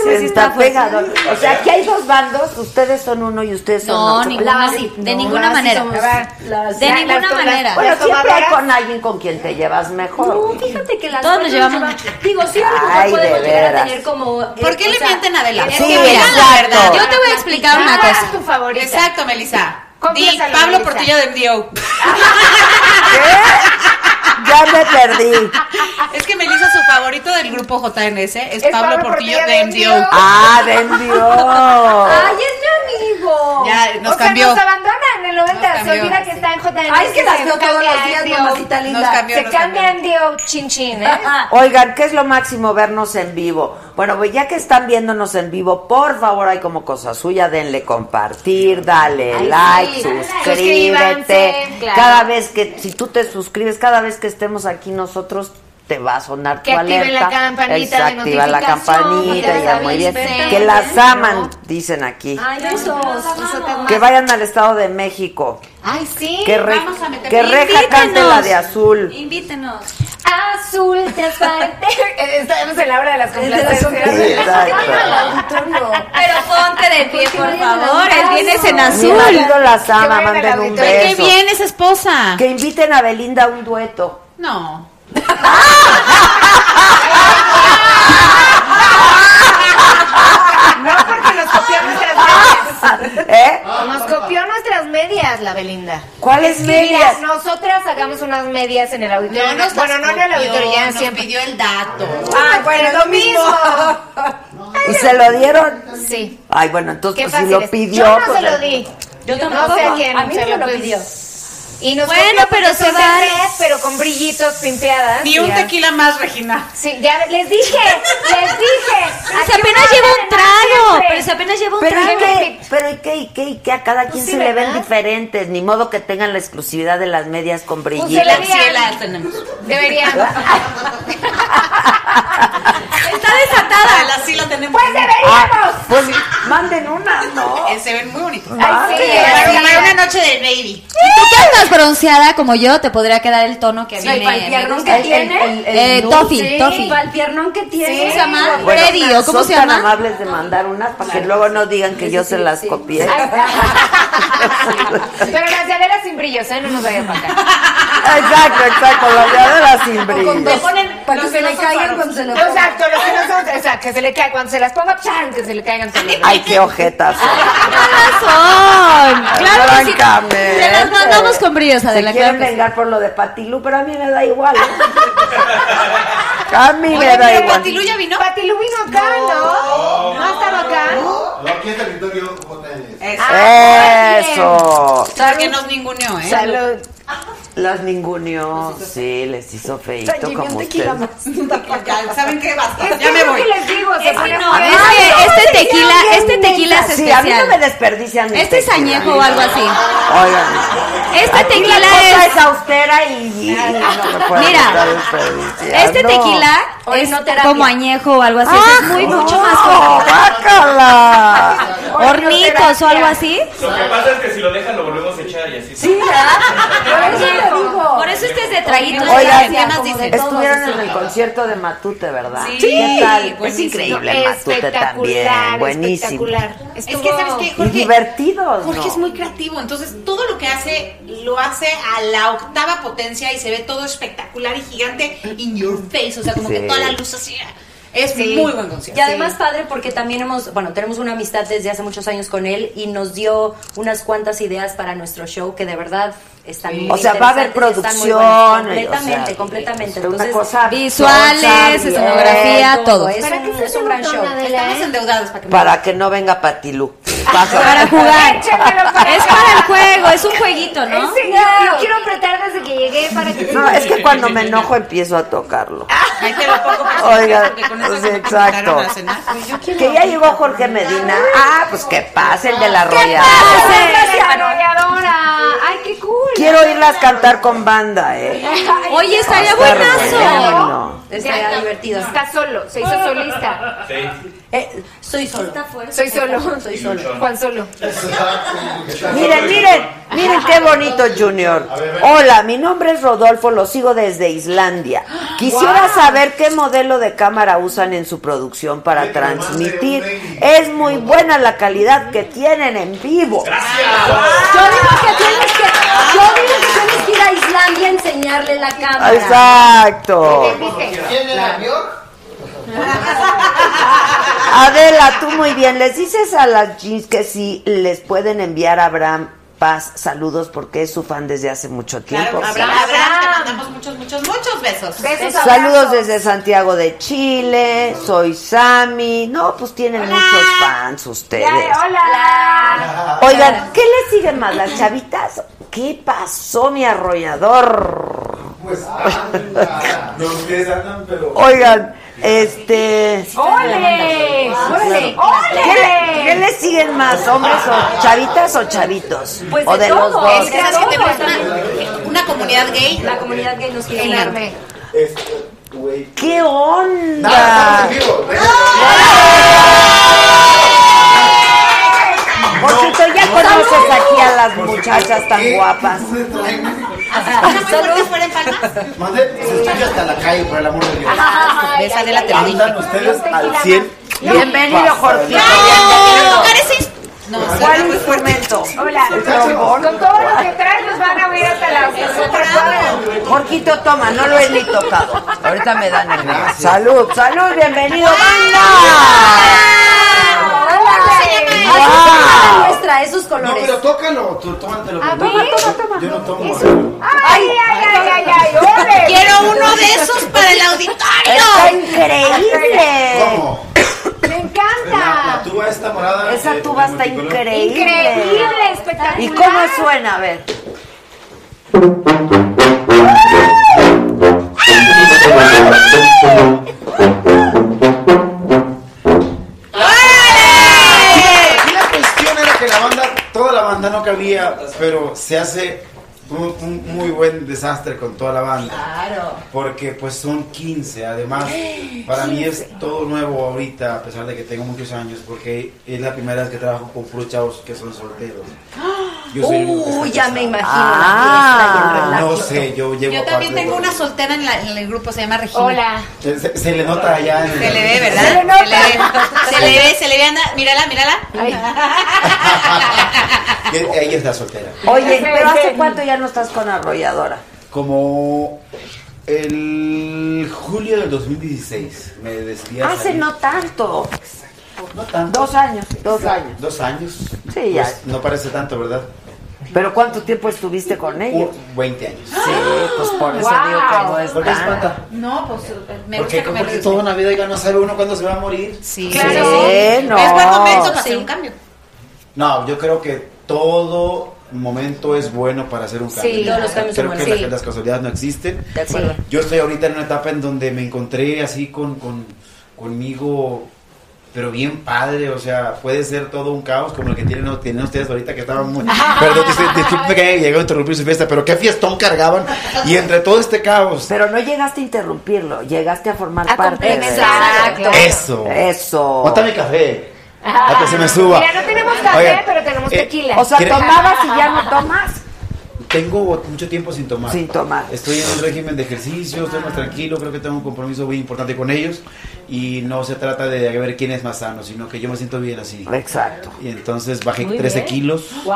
Speaker 1: está
Speaker 11: fuerte.
Speaker 1: pegado. O sea, aquí hay dos bandos. Ustedes son uno y ustedes son
Speaker 11: no,
Speaker 1: otro.
Speaker 11: ninguna-
Speaker 1: La-
Speaker 11: de ninguna
Speaker 13: las
Speaker 11: manera.
Speaker 13: somos-
Speaker 11: de ninguna manera.
Speaker 1: Bueno, siempre hay
Speaker 12: tomadoras.
Speaker 1: con alguien con quien te llevas mejor.
Speaker 13: Fíjate que las
Speaker 11: Todos
Speaker 13: dos
Speaker 11: nos llevamos
Speaker 13: llevan- Digo, siempre
Speaker 1: Ay,
Speaker 13: nosotros
Speaker 1: de
Speaker 13: podemos llegar a
Speaker 1: veras.
Speaker 13: tener como...
Speaker 10: ¿Por qué
Speaker 13: o
Speaker 10: le
Speaker 13: sea,
Speaker 10: mienten a Adela?
Speaker 1: Sí,
Speaker 10: Es que digan la
Speaker 1: exacto.
Speaker 10: verdad.
Speaker 11: Yo te voy a explicar una
Speaker 12: ¿Cuál es
Speaker 11: cosa.
Speaker 12: tu favorita?
Speaker 10: Exacto, Melissa. Di,
Speaker 12: Confiésalo,
Speaker 10: Pablo
Speaker 12: Melissa.
Speaker 10: Portillo de MDO.
Speaker 1: ¿Qué? Ya me perdí.
Speaker 10: Es que Melissa, su favorito del grupo JNS es, Pablo, Portillo, de MDO.
Speaker 1: Ah, vendió.
Speaker 12: ¡Ay, es mi amigo!
Speaker 10: Ya, nos
Speaker 12: o sea,
Speaker 10: cambió.
Speaker 12: nos abandonan en el 90,
Speaker 10: Nos
Speaker 12: se
Speaker 10: cambió.
Speaker 12: olvida que está en JN.
Speaker 13: Ay, es que las veo
Speaker 12: Se
Speaker 13: todos los
Speaker 12: cambia
Speaker 13: días,
Speaker 12: en Dio.
Speaker 13: mamacita linda.
Speaker 10: Nos cambió,
Speaker 12: Se
Speaker 10: nos
Speaker 12: cambia
Speaker 10: cambió.
Speaker 12: en Dio chin chin, ¿eh?
Speaker 1: Oigan, ¿qué es lo máximo vernos en vivo? Bueno, pues ya que están viéndonos en vivo, por favor, hay como cosa suya, denle compartir, dale
Speaker 12: Ay,
Speaker 1: like,
Speaker 12: sí.
Speaker 1: suscríbete.
Speaker 12: Suscríbanse, claro.
Speaker 1: Cada vez que, si tú te suscribes, cada vez que estemos aquí nosotros, te va a sonar
Speaker 12: Que
Speaker 1: tu
Speaker 12: activen
Speaker 1: alerta.
Speaker 12: la campanita
Speaker 1: Exacto,
Speaker 12: de
Speaker 1: activa la
Speaker 12: notificación,
Speaker 1: campanita,
Speaker 12: porque
Speaker 1: ya
Speaker 12: les
Speaker 1: muy bien.
Speaker 12: avisen,
Speaker 1: Que las
Speaker 12: ¿no?
Speaker 1: aman, dicen aquí.
Speaker 13: Ay, besos.
Speaker 1: que vayan al Estado de México.
Speaker 12: Ay, sí.
Speaker 1: que re-
Speaker 10: vamos a meter-
Speaker 1: que reja cante la de azul.
Speaker 11: Invítenos.
Speaker 12: Azul transparente. Estamos en la hora de las
Speaker 1: Sí,
Speaker 12: complacencias.
Speaker 1: Exacto.
Speaker 11: Pero ponte de pie, por favor.
Speaker 12: el
Speaker 11: El vienes
Speaker 12: viernes
Speaker 11: en
Speaker 1: Mi
Speaker 11: azul.
Speaker 1: marido las ama,
Speaker 12: Que vayan
Speaker 1: manden
Speaker 12: al
Speaker 1: un
Speaker 12: auditorio.
Speaker 10: ¡Qué
Speaker 1: beso.
Speaker 10: bien es esposa!
Speaker 1: Que inviten a Belinda a un dueto.
Speaker 10: No.
Speaker 12: No, porque nos copió nuestras medias.
Speaker 1: ¿Eh?
Speaker 12: Nos copió nuestras medias, la Belinda.
Speaker 1: ¿Cuáles medias?
Speaker 12: Mira, nosotras hagamos unas medias en el auditorio.
Speaker 10: No nos
Speaker 12: bueno, no en el auditorio, ya
Speaker 10: nos
Speaker 12: siempre.
Speaker 10: pidió el dato.
Speaker 12: Ah, bueno, es lo mismo.
Speaker 1: ¿Y se lo dieron?
Speaker 12: Sí.
Speaker 1: Ay, bueno, entonces
Speaker 12: Qué
Speaker 1: pues, si
Speaker 12: fácil.
Speaker 1: lo
Speaker 12: es.
Speaker 1: pidió.
Speaker 12: Yo no
Speaker 1: pues,
Speaker 12: se lo di. Yo tampoco. No sé a quién se lo pidió. Y nos
Speaker 11: Bueno,
Speaker 12: copió
Speaker 11: pero
Speaker 12: porque
Speaker 11: se
Speaker 12: son de
Speaker 11: vale.
Speaker 12: red, pero con brillitos pimpeadas.
Speaker 10: Ni un
Speaker 12: Ya.
Speaker 10: tequila más, Regina.
Speaker 12: Sí, ya les dije, les dije.
Speaker 11: Pero
Speaker 12: Aquí
Speaker 11: si apenas
Speaker 12: una
Speaker 11: lleva un
Speaker 12: ordenanza
Speaker 11: trago.
Speaker 12: siempre.
Speaker 11: Pero si apenas lleva un
Speaker 1: Pero es
Speaker 11: trago.
Speaker 1: que Pero ¿y qué, y qué, y qué? A
Speaker 12: Pues
Speaker 1: cada quien
Speaker 10: sí,
Speaker 1: se le ven
Speaker 10: ¿verdad?
Speaker 1: diferentes. Ni modo que tengan la exclusividad de las medias con brillitos.
Speaker 10: tenemos.
Speaker 12: Deberían.
Speaker 10: Está desatada. La sí la tenemos. Pues
Speaker 1: Ah, pues manden una, ¿no?
Speaker 10: se ven muy bonitos.
Speaker 1: Ay, sí,
Speaker 10: para,
Speaker 1: sí.
Speaker 10: para una noche de baby.
Speaker 11: Si tú que andas bronceada como yo, te podría quedar el tono que a mí
Speaker 13: Sí,
Speaker 11: me,
Speaker 13: para el
Speaker 11: me
Speaker 13: piernón
Speaker 11: gusta.
Speaker 13: que tiene.
Speaker 11: Eh, toffee, toffee.
Speaker 13: Para el piernón que tiene.
Speaker 11: Sí, se llama
Speaker 13: Bueno,
Speaker 1: Bueno,
Speaker 11: Freddy, ¿o cómo
Speaker 1: son
Speaker 11: se
Speaker 1: tan
Speaker 11: llama?
Speaker 1: amables de mandar unas para que luego no digan que yo se las copié.
Speaker 12: Pero las llaveras sin brillos, ¿eh? No nos vaya a faltar.
Speaker 1: Exacto, exacto, la llavera sin brillo.
Speaker 12: ponen
Speaker 13: para que
Speaker 12: los
Speaker 13: se le
Speaker 12: dos
Speaker 13: caigan
Speaker 12: faros.
Speaker 13: cuando se lo
Speaker 12: Exacto, los que no son- o sea, que se le caigan. Cuando se las ponga, ¡chan! Que se le caigan todos.
Speaker 1: Ay, qué ojetas.
Speaker 11: ¡Corazón! ¡Claro que sí!
Speaker 1: Arráncame.
Speaker 11: Se las mandamos con brillos,
Speaker 1: Se
Speaker 11: Adela,
Speaker 1: quieren
Speaker 11: claro que sí.
Speaker 1: vengar por lo de Patilú, pero a mí me da igual. ¿eh? A mí me
Speaker 12: Oye,
Speaker 1: da
Speaker 12: pero
Speaker 1: igual.
Speaker 10: Patilú ya vino.
Speaker 12: Patilú vino acá, ¿no? ¿No ha estado acá?
Speaker 6: No, aquí es territorio JL.
Speaker 11: Ah.
Speaker 1: Eso.
Speaker 10: Claro que nos ninguneó, ¿eh?
Speaker 12: Salud.
Speaker 1: Las ninguneó. Sí, les hizo feito como ustedes.
Speaker 10: Ya, ¿Saben qué? Basta. Ya me voy.
Speaker 12: les digo? Se pone
Speaker 11: no, es que este tequila, este tequila es
Speaker 1: Sí, a mí no me
Speaker 11: especial.
Speaker 1: desperdician. mi
Speaker 11: Este es
Speaker 1: tequila.
Speaker 11: añejo o algo así.
Speaker 1: Oigan.
Speaker 11: Este
Speaker 1: aquí la
Speaker 11: tequila
Speaker 1: cosa
Speaker 11: es...
Speaker 1: es austera y, y no me pueden
Speaker 11: Ah, Mira,
Speaker 1: estar desperdiciando.
Speaker 11: Este tequila
Speaker 13: Hoy
Speaker 11: es
Speaker 13: no terapia.
Speaker 11: como añejo o algo así. o sea,
Speaker 14: Ah,
Speaker 13: ¡Ah!
Speaker 11: es muy mucho más
Speaker 1: ¡Oh,
Speaker 11: complicado.
Speaker 1: bácala!
Speaker 11: Hornitos o algo así.
Speaker 8: Lo que pasa es que si lo dejan lo volvemos a echar y así.
Speaker 1: Sí,
Speaker 13: Por eso te digo.
Speaker 11: Por eso este es de traguitos.
Speaker 1: Oigan,
Speaker 11: ¿qué más
Speaker 13: como de
Speaker 11: dicen?
Speaker 1: Estuvieron en el concierto de Matute, ¿verdad?
Speaker 10: Sí.
Speaker 1: ¿Qué tal? Es
Speaker 10: Buenísimo.
Speaker 1: increíble el Matute también. Buenísimo.
Speaker 12: espectacular.
Speaker 10: Es que, ¿sabes qué?
Speaker 1: Y
Speaker 10: Jorge-
Speaker 1: divertidos,
Speaker 10: Jorge
Speaker 1: ¿no?
Speaker 10: es muy creativo, entonces todo lo que hace lo hace a la octava potencia y se ve todo espectacular y gigante in your face, o sea, como que
Speaker 1: Sí.
Speaker 10: toda la luz así. Es
Speaker 12: Sí.
Speaker 10: muy buen concierto.
Speaker 13: Y además padre porque también hemos, bueno, tenemos una amistad desde hace muchos años con él y nos dio unas cuantas ideas para nuestro show que de verdad están muy
Speaker 1: O sea, va a haber
Speaker 13: interesantes,
Speaker 1: producción.
Speaker 13: están muy
Speaker 1: eh,
Speaker 13: buenas. completamente,
Speaker 1: o sea,
Speaker 13: completamente.
Speaker 1: es una
Speaker 13: Entonces,
Speaker 1: cosa
Speaker 11: visuales,
Speaker 1: bien,
Speaker 11: escenografía,
Speaker 13: todo,
Speaker 11: todo.
Speaker 13: Es,
Speaker 12: ¿Para
Speaker 13: un,
Speaker 12: qué
Speaker 13: es un gran show.
Speaker 10: Estamos endeudados para que
Speaker 1: Para que no venga Patilú.
Speaker 11: Para
Speaker 1: Pásame.
Speaker 11: jugar.
Speaker 12: Échamelo para
Speaker 11: Es para el juego, es un jueguito, ¿no?
Speaker 12: Sí, Yo quiero apretar desde que llegué para que...
Speaker 1: No, es que cuando me enojo empiezo a tocarlo.
Speaker 10: Ahí te lo pongo para
Speaker 1: Oiga,
Speaker 10: porque con eso
Speaker 1: sí,
Speaker 10: me
Speaker 1: exacto.
Speaker 10: invitaron a cenar.
Speaker 1: Que ya llegó Jorge Medina. Ah, pues que pase el de la roya.
Speaker 12: ¡Gracias, arrolladora! ¡Ay, qué cool!
Speaker 1: Quiero oírlas cantar con banda, ¿eh?
Speaker 11: Oye, estaría
Speaker 1: Está re
Speaker 11: buenazo.
Speaker 1: bueno.
Speaker 13: Estaría divertido.
Speaker 12: Está solo, se hizo solista.
Speaker 8: Sí.
Speaker 13: Eh, soy solo.
Speaker 12: Soy solo.
Speaker 13: Soy
Speaker 8: Y
Speaker 13: solo.
Speaker 8: luchón.
Speaker 12: Juan solo.
Speaker 1: Miren, miren, miren qué bonito, Junior. Hola, mi nombre es Rodolfo, lo sigo desde Islandia. Quisiera saber qué modelo de cámara usan en su producción para transmitir. Es muy buena la calidad que tienen en vivo.
Speaker 13: Yo digo que tienes que, yo digo que tienes que ir a Islandia a enseñarle la cámara.
Speaker 1: Exacto.
Speaker 3: ¿Tiene la Bjork?
Speaker 1: Adela, tú muy bien. Les dices a las jeans que sí les pueden enviar a Abraham Paz saludos porque es su fan desde hace mucho
Speaker 10: Claro,
Speaker 1: tiempo.
Speaker 10: Abraham, Abraham, te mandamos muchos, muchos, muchos besos.
Speaker 12: Besos,
Speaker 1: Saludos
Speaker 12: abrazos.
Speaker 1: desde Santiago de Chile, soy Sami. No, pues tienen muchos fans ustedes.
Speaker 12: Ya, ¡Hola!
Speaker 1: Oigan, ¿qué les siguen más las chavitas? ¿Qué pasó, mi arrollador?
Speaker 6: Pues, anda. Los que andan, pero.
Speaker 1: Oigan, este...
Speaker 12: ¡Ole! ¡Ole!
Speaker 1: ¿Qué, le- qué
Speaker 12: ¡Ole!
Speaker 1: les siguen más, hombres o chavitas o chavitos?
Speaker 13: Pues
Speaker 1: o
Speaker 13: de
Speaker 1: de los
Speaker 13: todo,
Speaker 1: dos.
Speaker 10: Es que sabes que tenemos una, una comunidad gay
Speaker 13: La comunidad que nos quiere
Speaker 10: enorme.
Speaker 6: Este, güey.
Speaker 1: ¿Qué
Speaker 6: Nada,
Speaker 1: onda?
Speaker 6: estamos en vivo.
Speaker 1: Porque tú ya conoces aquí a las muchachas tan
Speaker 6: ¿Qué?
Speaker 1: guapas.
Speaker 10: Una más fuerte fuera en palmas.
Speaker 6: Mande, se escucha hasta la calle, por el amor de Dios.
Speaker 10: Ves, Adela, te lo dije.
Speaker 6: Andan ustedes al 100.
Speaker 1: Bienvenido, Jorgito.
Speaker 10: ¡Cállate! ¡No tocar ese ins- No,
Speaker 1: ¿Cuál
Speaker 10: suena muy fuerte.
Speaker 1: instrumento?
Speaker 12: Hola. Con todo lo que traes nos van a oír hasta la oficina.
Speaker 1: Jorgito, toma, no lo he ni tocado. Ahorita me dan el mío. Salud, salud, bienvenido, banda.
Speaker 13: Ah, nuestra, esos
Speaker 6: No,
Speaker 13: colores.
Speaker 6: pero tócalo, tú tómatelo. Ah, toma, toma, toma. Yo no tomo.
Speaker 12: ¡Ay, ay, ay, ay, ay! ¡Ole!
Speaker 10: Quiero uno de esos para el auditorio.
Speaker 1: Está increíble.
Speaker 6: ¿Cómo?
Speaker 12: ¡Me encanta!
Speaker 6: La tuba esta morada.
Speaker 1: Esa
Speaker 6: eh,
Speaker 1: tuba está
Speaker 6: multicolor.
Speaker 1: increíble.
Speaker 12: ¡Increíble! ¡Espectacular!
Speaker 1: ¿Y cómo suena? A ver.
Speaker 10: ¡Órale!
Speaker 6: Y la cuestión era que
Speaker 15: banda no cabía, pero se hace un, un muy buen desastre con toda la banda.
Speaker 13: Claro.
Speaker 15: Porque pues son 15, además para mí es todo nuevo ahorita, a pesar de que tengo muchos años, porque es la primera vez que trabajo con puros chavos que son solteros. Yo soy el único que está
Speaker 13: Uy, ya me imagino
Speaker 15: casado.
Speaker 1: Ah.
Speaker 13: la fiesta y el relajo.
Speaker 15: no sé, yo llevo
Speaker 10: ¡Ah! Yo también tengo una soltera en, la- en el grupo, se llama Regina. Hola.
Speaker 15: Se, se le nota allá en
Speaker 10: Se le ve, ¿verdad? Se le, ve, se le ve, se le ve, anda, mírala, mírala.
Speaker 15: Que Ella está soltera.
Speaker 1: Oye, pero ¿hace cuánto ya no estás con Arrolladora?
Speaker 15: Como el julio del 2016 me despierto.
Speaker 1: Hace no tanto.
Speaker 15: No tanto.
Speaker 1: Ah, Dos años, dos años.
Speaker 15: Dos años.
Speaker 1: Sí, ya.
Speaker 15: Pues, no parece tanto, ¿verdad?
Speaker 1: Pero ¿cuánto tiempo estuviste con ellos?
Speaker 15: Un- 20 años.
Speaker 1: Sí, pues por eso
Speaker 15: Wow.
Speaker 1: digo que no es
Speaker 15: ¿Por qué
Speaker 1: nada.
Speaker 15: espanta?
Speaker 10: No, pues
Speaker 15: Porque,
Speaker 10: me gusta que me
Speaker 15: porque
Speaker 10: regrese.
Speaker 15: toda una vida ya no sabe uno cuándo se va a morir.
Speaker 10: Sí,
Speaker 1: Claro. Sí, no.
Speaker 10: Es buen momento para
Speaker 1: Sí.
Speaker 10: hacer un cambio.
Speaker 15: No, yo creo que todo momento es bueno para hacer un
Speaker 10: Sí,
Speaker 15: cambio.
Speaker 10: todos los cambios son
Speaker 15: creo que
Speaker 10: buenos.
Speaker 15: la-
Speaker 10: Sí.
Speaker 15: las casualidades no existen.
Speaker 10: De acuerdo. Sí.
Speaker 15: Yo estoy ahorita en una etapa en donde me encontré así con, con- conmigo, pero bien padre, o sea, puede ser todo un caos como el que tienen, tienen ustedes ahorita que estaban muy... Perdón, dis- disculpe que haya llegado a interrumpir su fiesta, pero qué fiestón cargaban y entre todo este caos.
Speaker 1: Pero no llegaste a interrumpirlo, llegaste a formar
Speaker 14: Ah,
Speaker 1: parte de
Speaker 12: complementarlo.
Speaker 15: Eso.
Speaker 1: Eso.
Speaker 15: Bota mi café. A Ah, que se me suba.
Speaker 12: Mira, no tenemos café,
Speaker 15: Oigan,
Speaker 12: pero tenemos
Speaker 15: eh,
Speaker 12: tequila.
Speaker 15: O sea, ¿quieren- tomabas
Speaker 1: y ya no tomas.
Speaker 15: Tengo mucho tiempo sin tomar.
Speaker 1: Sin tomar. Ah.
Speaker 15: Estoy en un régimen de ejercicio, estoy más tranquilo, creo que tengo un compromiso muy importante con ellos y no se trata de ver quién es más sano, sino que yo me siento bien así.
Speaker 1: Exacto.
Speaker 15: Y entonces bajé
Speaker 1: Muy
Speaker 15: 13
Speaker 1: bien.
Speaker 15: kilos,
Speaker 12: ¡Wow!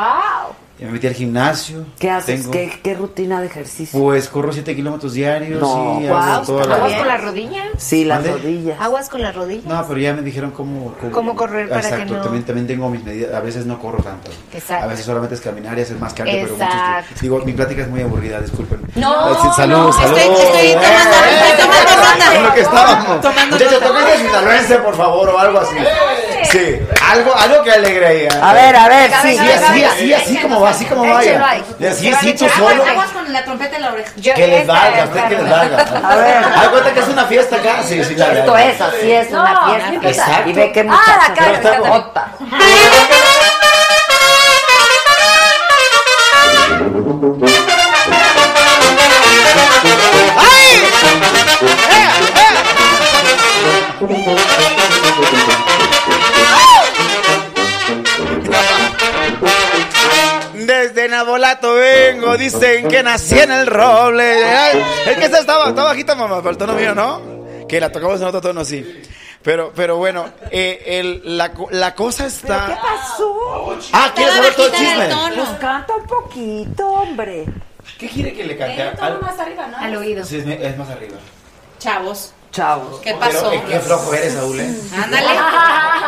Speaker 15: y me metí al gimnasio.
Speaker 1: ¿Qué haces?
Speaker 15: Tengo-
Speaker 1: ¿Qué, qué rutina de ejercicio?
Speaker 15: Pues corro 7 kilómetros diarios
Speaker 1: No.
Speaker 15: y
Speaker 1: Wow,
Speaker 15: hago toda
Speaker 12: ¿Aguas
Speaker 15: la...
Speaker 12: con la rodilla?
Speaker 1: Sí, las
Speaker 15: ¿Mande?
Speaker 1: rodillas.
Speaker 12: ¿Aguas con la rodilla?
Speaker 15: No, pero ya me dijeron cómo,
Speaker 12: Cómo correr para que
Speaker 15: Exacto,
Speaker 12: no-
Speaker 15: también, también tengo mis medidas. A veces no corro tanto.
Speaker 12: Exacto.
Speaker 15: A veces solamente es caminar y hacer más cardio, pero muchos-
Speaker 12: Exacto.
Speaker 15: Digo, mi plática es muy aburrida, disculpen.
Speaker 12: No,
Speaker 15: Eh, sí, salud,
Speaker 12: no,
Speaker 15: salud.
Speaker 12: estoy- estoy tomando-
Speaker 15: estoy
Speaker 12: tomando nota.
Speaker 15: eh, Es Eh, lo que estábamos. Muchachos, toquen el sinaloense, por favor, o algo así. Sí, algo, algo que alegre ahí. eh.
Speaker 1: A ver, a ver, sí.
Speaker 15: sí.
Speaker 1: Venga,
Speaker 15: así,
Speaker 1: venga,
Speaker 15: así,
Speaker 1: venga,
Speaker 15: así
Speaker 1: venga,
Speaker 15: como va, así como
Speaker 1: échalo
Speaker 15: vaya.
Speaker 1: ahí.
Speaker 15: Y así,
Speaker 10: Aguas-
Speaker 15: así tú solo.
Speaker 10: Aguas con la trompeta en la oreja.
Speaker 15: Que les valga, a usted que les valga. A ver. Haz cuenta que es una fiesta acá. Sí, sí, la
Speaker 1: Esto
Speaker 15: verdad.
Speaker 1: es, así es una
Speaker 10: No,
Speaker 1: fiesta.
Speaker 15: Exacto.
Speaker 1: Y ve qué
Speaker 15: Ah,
Speaker 1: muchacha.
Speaker 15: la cara,
Speaker 1: Pero
Speaker 15: me encanta.
Speaker 1: otra.
Speaker 15: Desde Nabolato vengo, dicen que nací en el roble. Ay, es que esa estaba, estaba bajita, mamá, pero el tono mío, ¿no? Que la tocamos en otro tono, sí. Pero, pero bueno, eh, el- la, co- la cosa está...
Speaker 1: ¿Qué pasó?
Speaker 15: Ah, ¿quieres
Speaker 1: Estaba
Speaker 15: saber todo el
Speaker 1: bajita
Speaker 15: chisme?
Speaker 1: del tono. Pues canta un poquito, hombre.
Speaker 15: ¿Qué quiere que le cante? Al-
Speaker 10: arriba, ¿no? Al oído.
Speaker 15: Sí, es, es más arriba.
Speaker 10: Chavos,
Speaker 1: Chavos.
Speaker 10: ¿qué pasó?
Speaker 15: Pero, eh, qué flojo eres, Saúl, ¿eh?
Speaker 10: Ándale.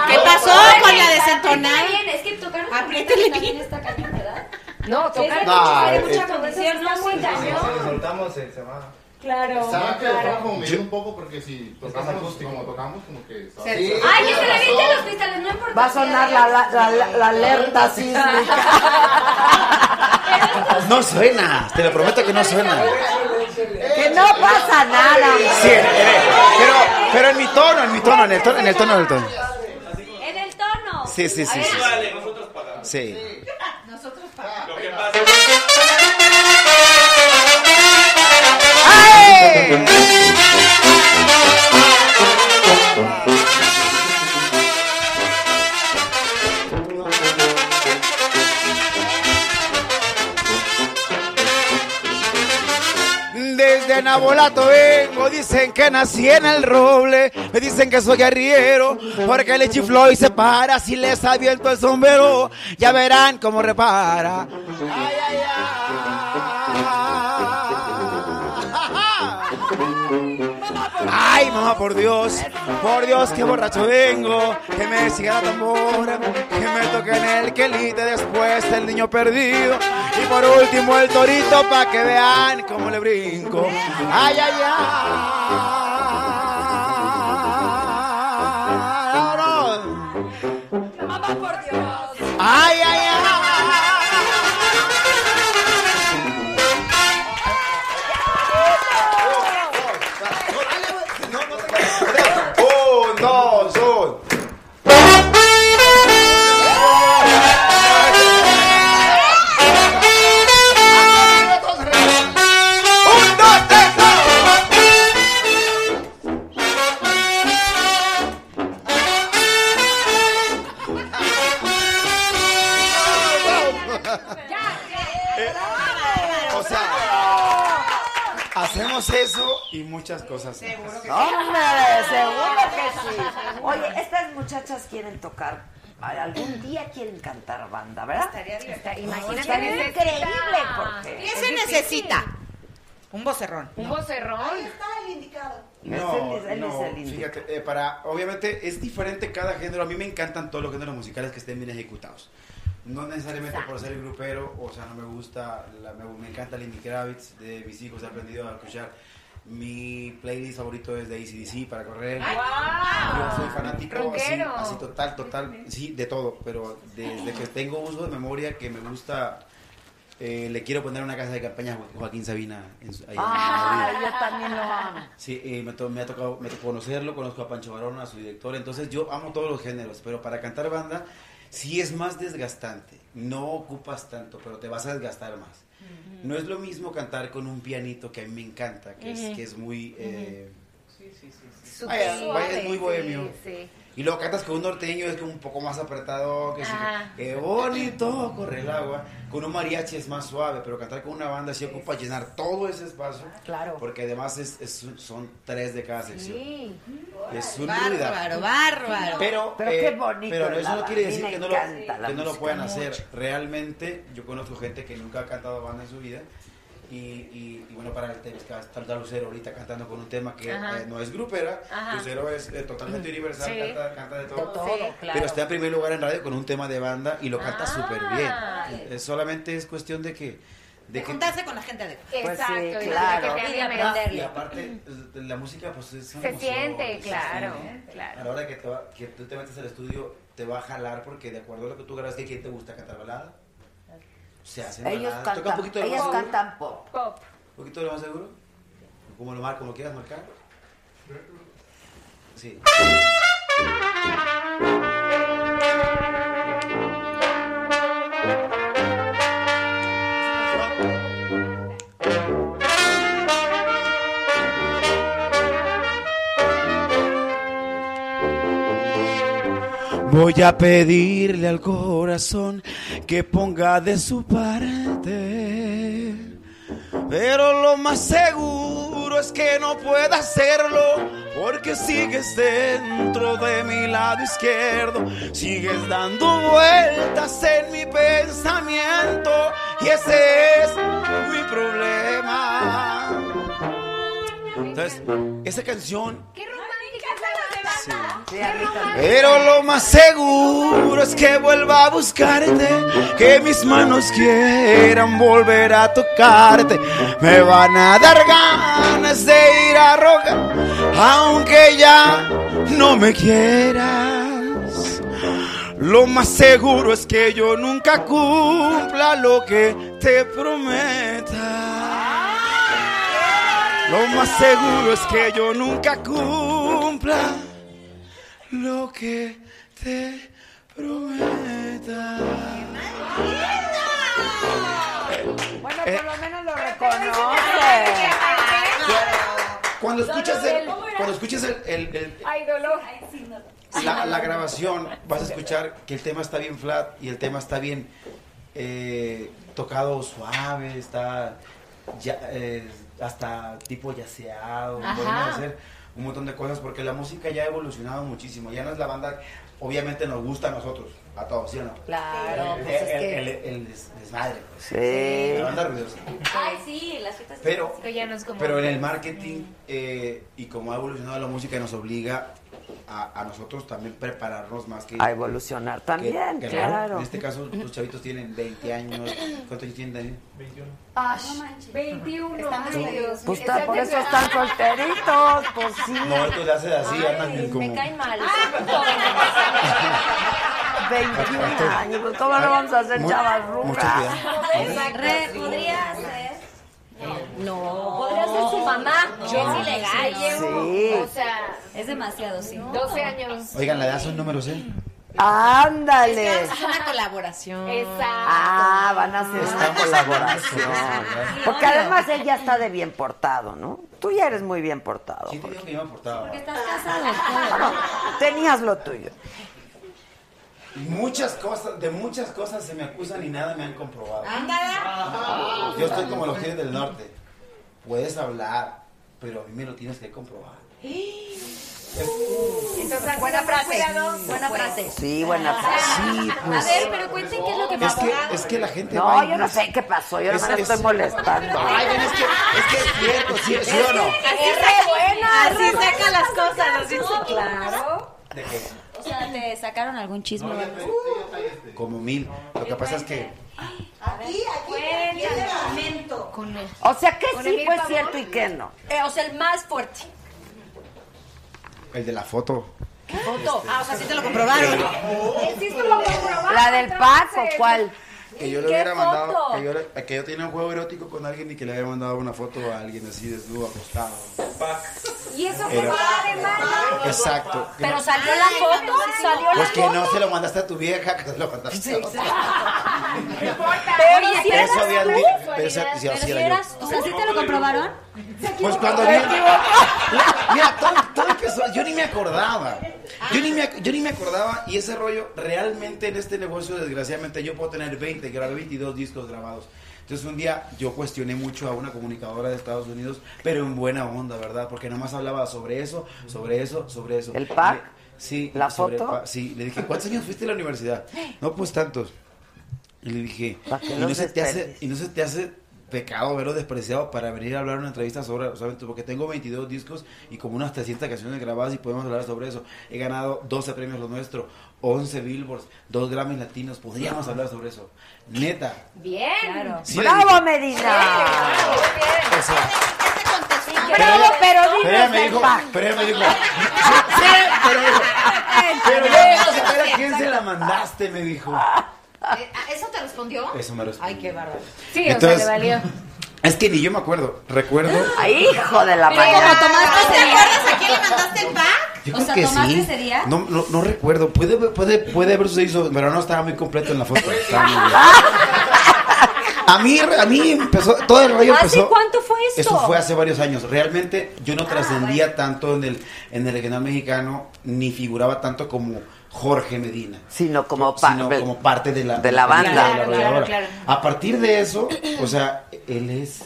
Speaker 10: ¿Qué pasó con la desentonada? Ah,
Speaker 11: Es que tocaron
Speaker 10: Apriétele bien.
Speaker 11: esta cañón, ¿verdad?
Speaker 12: No, tocar
Speaker 15: No,
Speaker 12: mucha
Speaker 15: eh,
Speaker 12: mucha
Speaker 15: eh,
Speaker 12: condición, no muy cañón.
Speaker 6: se va.
Speaker 12: Claro.
Speaker 16: ¿Saben que
Speaker 12: claro.
Speaker 16: estaba como medio un poco? Porque si tocamos como tocamos, como que... estaba-
Speaker 11: Ay, que se la viste a los cristales, no importa.
Speaker 1: Va a sonar la, la, la, la- la alerta sísmica.
Speaker 15: No suena, te lo prometo que no suena.
Speaker 1: que no pasa nada.
Speaker 15: Sí, eh, eh, pero, pero en mi tono, en mi tono, en el tono, en el tono, en el tono.
Speaker 11: En el tono.
Speaker 15: Sí, sí, sí,
Speaker 11: A ver,
Speaker 15: sí.
Speaker 11: vale.
Speaker 15: Sí.
Speaker 11: Nosotros
Speaker 15: eh, Desde Nabolato vengo, dicen que nací en el roble, me dicen que soy guerriero, porque le chifló y se para, si les abierto el sombrero, ya verán cómo repara. Ay, mamá, por Dios, por Dios, qué borracho vengo, que me siga la tambora, que me toquen el quelite, después el niño perdido, y por último el torito, pa' que vean cómo le brinco. Ay, ay, ay, no, no. Ay, ay, ay. Un, dos, un.
Speaker 1: Eh,
Speaker 15: O sea, hacemos eso y muchas cosas.
Speaker 1: Seguro ¡Hombre! Seguro que sí. Oye, estas muchachas quieren tocar. Algún día quieren cantar banda, ¿verdad?
Speaker 10: Mm. Estaría divertido. Imagínate,
Speaker 1: Estaría
Speaker 10: necesita.
Speaker 1: increíble porque.
Speaker 10: ¿Qué se necesita? Un vocerrón.
Speaker 12: Un vocerrón.
Speaker 5: Está el indicado.
Speaker 15: No,
Speaker 1: Ese es- él
Speaker 15: no,
Speaker 1: es el indicado.
Speaker 15: fíjate, eh, para, obviamente es diferente cada género. A mí me encantan todos los géneros musicales que estén bien ejecutados. No necesariamente por ser el grupero, o sea, no me gusta, la- me, me encanta Lenny Kravitz, de mis hijos he aprendido a escuchar. Mi playlist favorito es de ACDC para correr.
Speaker 12: Ay,
Speaker 15: Yo
Speaker 12: wow.
Speaker 15: soy fanático así,
Speaker 12: Rockero.
Speaker 15: así total, total, sí, de todo, pero desde que tengo uso de memoria que me gusta, eh, le quiero poner una casa de campaña a Jo- Joaquín Sabina. en su- ahí en Madrid.
Speaker 1: Ah, yo también lo amo.
Speaker 15: Sí, eh, me, to- me ha tocado me tocó conocerlo, conozco a Pancho Barón, a su director, entonces yo amo todos los géneros, pero para cantar banda sí es más desgastante, no ocupas tanto, pero te vas a desgastar más. No es lo mismo cantar con un pianito que a mí me encanta, que,
Speaker 12: Ujú.
Speaker 15: es, que es muy... eh,
Speaker 12: Súper
Speaker 15: Vaya, vaya, es
Speaker 12: suave,
Speaker 15: muy bohemio.
Speaker 12: sí, sí.
Speaker 15: Y luego cantas con un norteño, es que un poco más apretado, que sí,
Speaker 12: Ajá.
Speaker 15: que bonito corre el agua. Con un mariachi es más suave, pero cantar con una banda sí ocupa llenar todo ese espacio. Claro. Porque además es, es un- son tres de cada sección.
Speaker 12: Sí.
Speaker 15: Es un
Speaker 10: Bárbaro,
Speaker 15: ruidazo.
Speaker 10: bárbaro.
Speaker 15: Pero,
Speaker 1: Pero
Speaker 15: eh,
Speaker 1: qué bonito
Speaker 15: pero
Speaker 1: el
Speaker 15: eso no
Speaker 1: ABBA,
Speaker 15: quiere
Speaker 1: a mí
Speaker 15: decir
Speaker 1: me
Speaker 15: que no, lo,
Speaker 1: encanta la
Speaker 15: que no lo
Speaker 1: música
Speaker 15: puedan hacer.
Speaker 1: mucho.
Speaker 15: Realmente, yo conozco gente que nunca ha cantado banda en su vida. Y, y- y bueno, para el tema, está Lucero ahorita cantando con un tema que
Speaker 12: Ajá.
Speaker 15: eh, no es grupera.
Speaker 12: Ajá.
Speaker 15: Lucero es eh, totalmente universal,
Speaker 12: Sí.
Speaker 15: canta, canta de todo.
Speaker 12: De todo, Sí, claro.
Speaker 15: Pero está en primer lugar en radio con un tema de banda y lo canta
Speaker 12: Ah.
Speaker 15: súper bien. Eh, solamente es cuestión de que. De que
Speaker 10: Juntarse con la gente adecuada.
Speaker 15: Pues sí,
Speaker 12: Exacto, y que
Speaker 15: claro.
Speaker 12: te
Speaker 15: Y
Speaker 12: anime a
Speaker 15: aparte- y
Speaker 12: venderle.
Speaker 15: aparte, la música pues es una
Speaker 12: Se
Speaker 15: emoción,
Speaker 12: siente,
Speaker 15: se
Speaker 12: claro,
Speaker 15: siente.
Speaker 12: claro.
Speaker 15: A la hora que, te va- que tú te metes al estudio, te va a jalar porque de acuerdo a lo que tú grabas, ¿qué quién te gusta cantar balada? Se hacen
Speaker 1: Ellos
Speaker 15: baladas. Toca un
Speaker 1: cantan,
Speaker 15: poquito de lo
Speaker 1: ellos
Speaker 15: más seguro,
Speaker 1: cantan pop.
Speaker 12: Pop.
Speaker 15: un poquito de lo más seguro. Como lo, mar- como quieras marcar. Sí.
Speaker 17: Voy a pedirle al corazón que ponga de su parte. Pero lo más seguro es que no pueda hacerlo. Porque sigues dentro de mi lado izquierdo. Sigues dando vueltas en mi pensamiento. Y ese es mi problema. Entonces, esa canción pero lo más seguro es que vuelva a buscarte, que mis manos quieran volver a tocarte. Me van a dar ganas de ir a rogar, aunque ya no me quieras. Lo más seguro es que yo nunca cumpla lo que te prometa. Lo más seguro es que yo nunca cumpla lo que te prometa.
Speaker 1: Bueno,
Speaker 17: Eh.
Speaker 1: por lo menos lo reconoce.
Speaker 15: Cuando escuchas el,
Speaker 1: ¿Cómo era?
Speaker 15: cuando escuches el- el- el,
Speaker 12: Ay, dolor.
Speaker 15: la, la grabación vas a escuchar que el tema está bien flat y el tema está bien eh, tocado suave, está ya, eh, hasta tipo yaceado,
Speaker 12: Ajá.
Speaker 15: podemos hacer un montón de cosas porque la música ya ha evolucionado muchísimo, ya no es la banda, obviamente nos gusta a nosotros, a todos, ¿sí o no?
Speaker 1: Claro,
Speaker 15: El-
Speaker 1: pues
Speaker 15: el,
Speaker 1: es que-
Speaker 15: el- el des- desmadre, pues.
Speaker 1: Sí.
Speaker 15: La banda ruidosa.
Speaker 11: Ay, sí, las fiestas.
Speaker 15: Pero-
Speaker 12: Que ya no es como-
Speaker 15: Pero en el marketing eh, y como ha evolucionado la música nos obliga a, a nosotros también prepararnos más que
Speaker 1: A evolucionar también,
Speaker 15: que- que-
Speaker 1: claro.
Speaker 15: En este caso los chavitos tienen 20 años. ¿Cuántos años tienen Daniel? 21.
Speaker 12: Ay, 21. Ay, Dios
Speaker 1: Pues
Speaker 12: mío.
Speaker 1: está- por eso están solteritos, pues sí.
Speaker 15: No, estos le hacen así, andan bien como.
Speaker 11: mal.
Speaker 1: 21 años, pues cómo no vamos a hacer
Speaker 15: Muy-
Speaker 1: chavas
Speaker 15: mucho
Speaker 1: rugas.
Speaker 15: cuidado.
Speaker 11: Re, podría ser.
Speaker 12: No.
Speaker 11: Podría ser su mamá.
Speaker 12: No.
Speaker 11: es ilegal.
Speaker 12: Sí, llevo, O sea,
Speaker 11: Es demasiado, sí.
Speaker 12: 12 años.
Speaker 15: Oigan, eh. le das un número, ¿eh?
Speaker 1: Ándale.
Speaker 10: Es una colaboración.
Speaker 1: Ah, van a hacer una colaboración.
Speaker 15: ¿eh?
Speaker 1: Porque
Speaker 10: obvio.
Speaker 1: además ella está de bien portado, ¿no? Tú ya eres muy bien portado.
Speaker 15: Sí, te
Speaker 1: Jorge.
Speaker 15: digo que yo me portaba.
Speaker 11: Estás casado.
Speaker 1: Tenías lo tuyo.
Speaker 15: Muchas cosas, de muchas cosas se me acusan y nada me han comprobado.
Speaker 12: Ah.
Speaker 10: Ándala.
Speaker 15: Yo estoy como los tigres del norte. Puedes hablar, pero a mí me lo tienes que comprobar.
Speaker 1: Esa buena frase. Buena frase. Sí, buena
Speaker 10: Ah.
Speaker 12: Ah.
Speaker 1: frase.
Speaker 15: Sí, pues.
Speaker 11: A ver, pero cuenten qué es lo que
Speaker 15: Es
Speaker 11: pasó.
Speaker 15: que, es que la gente
Speaker 1: No,
Speaker 15: va y
Speaker 1: yo no
Speaker 15: busca-
Speaker 1: sé qué pasó, yo no
Speaker 15: Es-
Speaker 1: me
Speaker 15: es-
Speaker 1: estoy molestando.
Speaker 15: Ay, bueno, es que es, que es cierto, sí, sí o no.
Speaker 11: Es
Speaker 10: re buena,
Speaker 11: re
Speaker 10: así
Speaker 11: buena
Speaker 10: saca las
Speaker 11: esta
Speaker 10: cosas,
Speaker 11: mujer,
Speaker 10: así
Speaker 11: ¿no?
Speaker 10: sí, claro.
Speaker 11: O sea, ¿te sacaron algún chisme? o algo?
Speaker 15: Como mil. Lo que pasa es que
Speaker 13: Aquí, aquí, aquí en el momento.
Speaker 1: O sea, que
Speaker 13: Con
Speaker 1: sí
Speaker 13: Emil
Speaker 1: fue
Speaker 13: Pavón.
Speaker 1: cierto y que no.
Speaker 13: Eh, o sea, el más fuerte.
Speaker 15: el de la foto.
Speaker 13: Foto.
Speaker 10: Ah, o
Speaker 15: este,
Speaker 10: sea, sí te lo comprobaron.
Speaker 1: La del Paco, ¿cuál?
Speaker 15: Que yo le
Speaker 1: ¿Qué
Speaker 15: hubiera mandado,
Speaker 1: foto?
Speaker 15: que yo, le- que yo tenía un juego erótico con alguien y que le había mandado una foto a alguien así desnudo, acostado.
Speaker 5: Y eso
Speaker 15: Pero-
Speaker 5: fue de mano.
Speaker 15: Exacto. Que no-
Speaker 5: salió la foto, salió
Speaker 15: pues que no se lo mandaste a tu vieja, que se lo mandaste a otra.
Speaker 11: Pero
Speaker 15: Eso
Speaker 11: si eras
Speaker 15: había
Speaker 11: tú.
Speaker 15: dicho,
Speaker 1: pues.
Speaker 15: pero esa- sí,
Speaker 11: Pero
Speaker 15: así
Speaker 11: si
Speaker 15: era yo.
Speaker 11: eras tú. O sea, ¿sí te lo comprobaron?
Speaker 15: Pues cuando vi. Mira, todo, todo empezó. Yo ni me acordaba. Yo ni me, ac- yo ni me acordaba. Y ese rollo, realmente en este negocio, desgraciadamente, yo puedo tener 20, grabé 22 discos grabados. Entonces un día yo cuestioné mucho a una comunicadora de Estados Unidos, pero en buena onda, ¿verdad? Porque nomás hablaba sobre eso, sobre eso, sobre eso.
Speaker 1: ¿El pack?
Speaker 15: Le- Sí.
Speaker 1: ¿La
Speaker 15: sobre el
Speaker 1: foto?
Speaker 15: pack, Sí. Le dije, ¿cuántos años fuiste a la universidad? No, pues tantos. Y le dije,
Speaker 1: Pa' que
Speaker 15: y
Speaker 1: los
Speaker 15: no, se te hace,
Speaker 1: desperdicies.
Speaker 15: y no se te hace pecado verlo despreciado para venir a hablar en una entrevista sobre, ¿sabes? Porque tengo 22 discos y como unas 300 canciones grabadas y podemos hablar sobre eso. He ganado 12 premios lo nuestro, 11 Billboards, 2 Grammys latinos. Podríamos hablar sobre eso. Neta.
Speaker 12: Bien.
Speaker 15: Sí,
Speaker 1: ¡Bravo,
Speaker 15: le
Speaker 1: Medina!
Speaker 15: dije, o sea,
Speaker 12: "Ah,
Speaker 1: ¡Bravo, pero
Speaker 15: pero
Speaker 1: dime
Speaker 15: ella me
Speaker 1: del
Speaker 15: dijo,
Speaker 1: pack!
Speaker 15: pero ella me dijo, sí, pero dijo, pero ya no se sabe a quién se la mandaste, me dijo.
Speaker 10: Eh, ¿Eso te respondió?
Speaker 15: Eso me respondió.
Speaker 10: Ay, qué bárbaro.
Speaker 12: Sí,
Speaker 15: o Entonces-
Speaker 12: sea, le valió.
Speaker 15: Es que ni yo me acuerdo, recuerdo.
Speaker 1: ¡Ay, hijo de la
Speaker 10: Pero
Speaker 12: ah,
Speaker 10: como
Speaker 1: madre!
Speaker 10: tomaste
Speaker 11: ¿Te
Speaker 10: ese día.
Speaker 11: acuerdas a quién le mandaste el pack?
Speaker 15: Yo
Speaker 11: o
Speaker 15: creo
Speaker 11: sea,
Speaker 15: que
Speaker 11: ¿tomaste
Speaker 15: sí.
Speaker 11: ese día?
Speaker 15: No, no, no recuerdo. Puede, puede, puede haber sucedido, pero no estaba muy completo en la foto. Estaba muy bien. A mí, a mí empezó, todo el rollo
Speaker 13: ¿Hace
Speaker 15: empezó.
Speaker 13: cuánto fue esto?
Speaker 15: Eso fue hace varios años. Realmente yo
Speaker 1: Ah,
Speaker 15: no trascendía tanto en el, en el regional mexicano, ni figuraba tanto como Jorge Medina.
Speaker 1: Sino como pa-
Speaker 15: sino como parte de la,
Speaker 1: de la banda.
Speaker 15: de la
Speaker 1: Claro,
Speaker 15: arrolladora.
Speaker 12: claro,
Speaker 15: A partir de eso, o sea, él es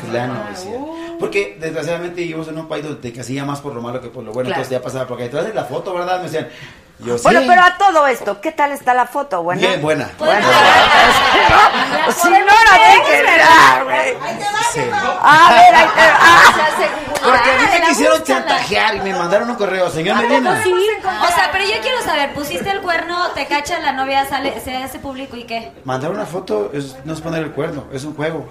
Speaker 15: fulano, decía. Porque desgraciadamente vivimos en un país donde te casilla más por lo malo que por lo bueno.
Speaker 1: Claro.
Speaker 15: Entonces ya pasaba, porque detrás de la foto, ¿verdad? Me decían, yo
Speaker 1: Bueno,
Speaker 15: sí.
Speaker 1: pero a todo esto, ¿qué tal está la foto? ¿Buena?
Speaker 15: Bien, buena.
Speaker 1: Bueno, si no la dejes mirar, güey.
Speaker 15: Sí.
Speaker 1: A ver, ahí te ah,
Speaker 11: O sea, según
Speaker 15: Porque a mí
Speaker 11: Google,
Speaker 15: me quisieron
Speaker 11: búscala.
Speaker 15: chantajear y me mandaron un correo,
Speaker 1: Ah,
Speaker 15: señor Medina.
Speaker 1: pues
Speaker 11: O sea, pero yo quiero saber, pusiste el cuerno, te cacha la novia, sale, se hace público y qué.
Speaker 15: Mandar una foto es- no es poner el cuerno, es un juego.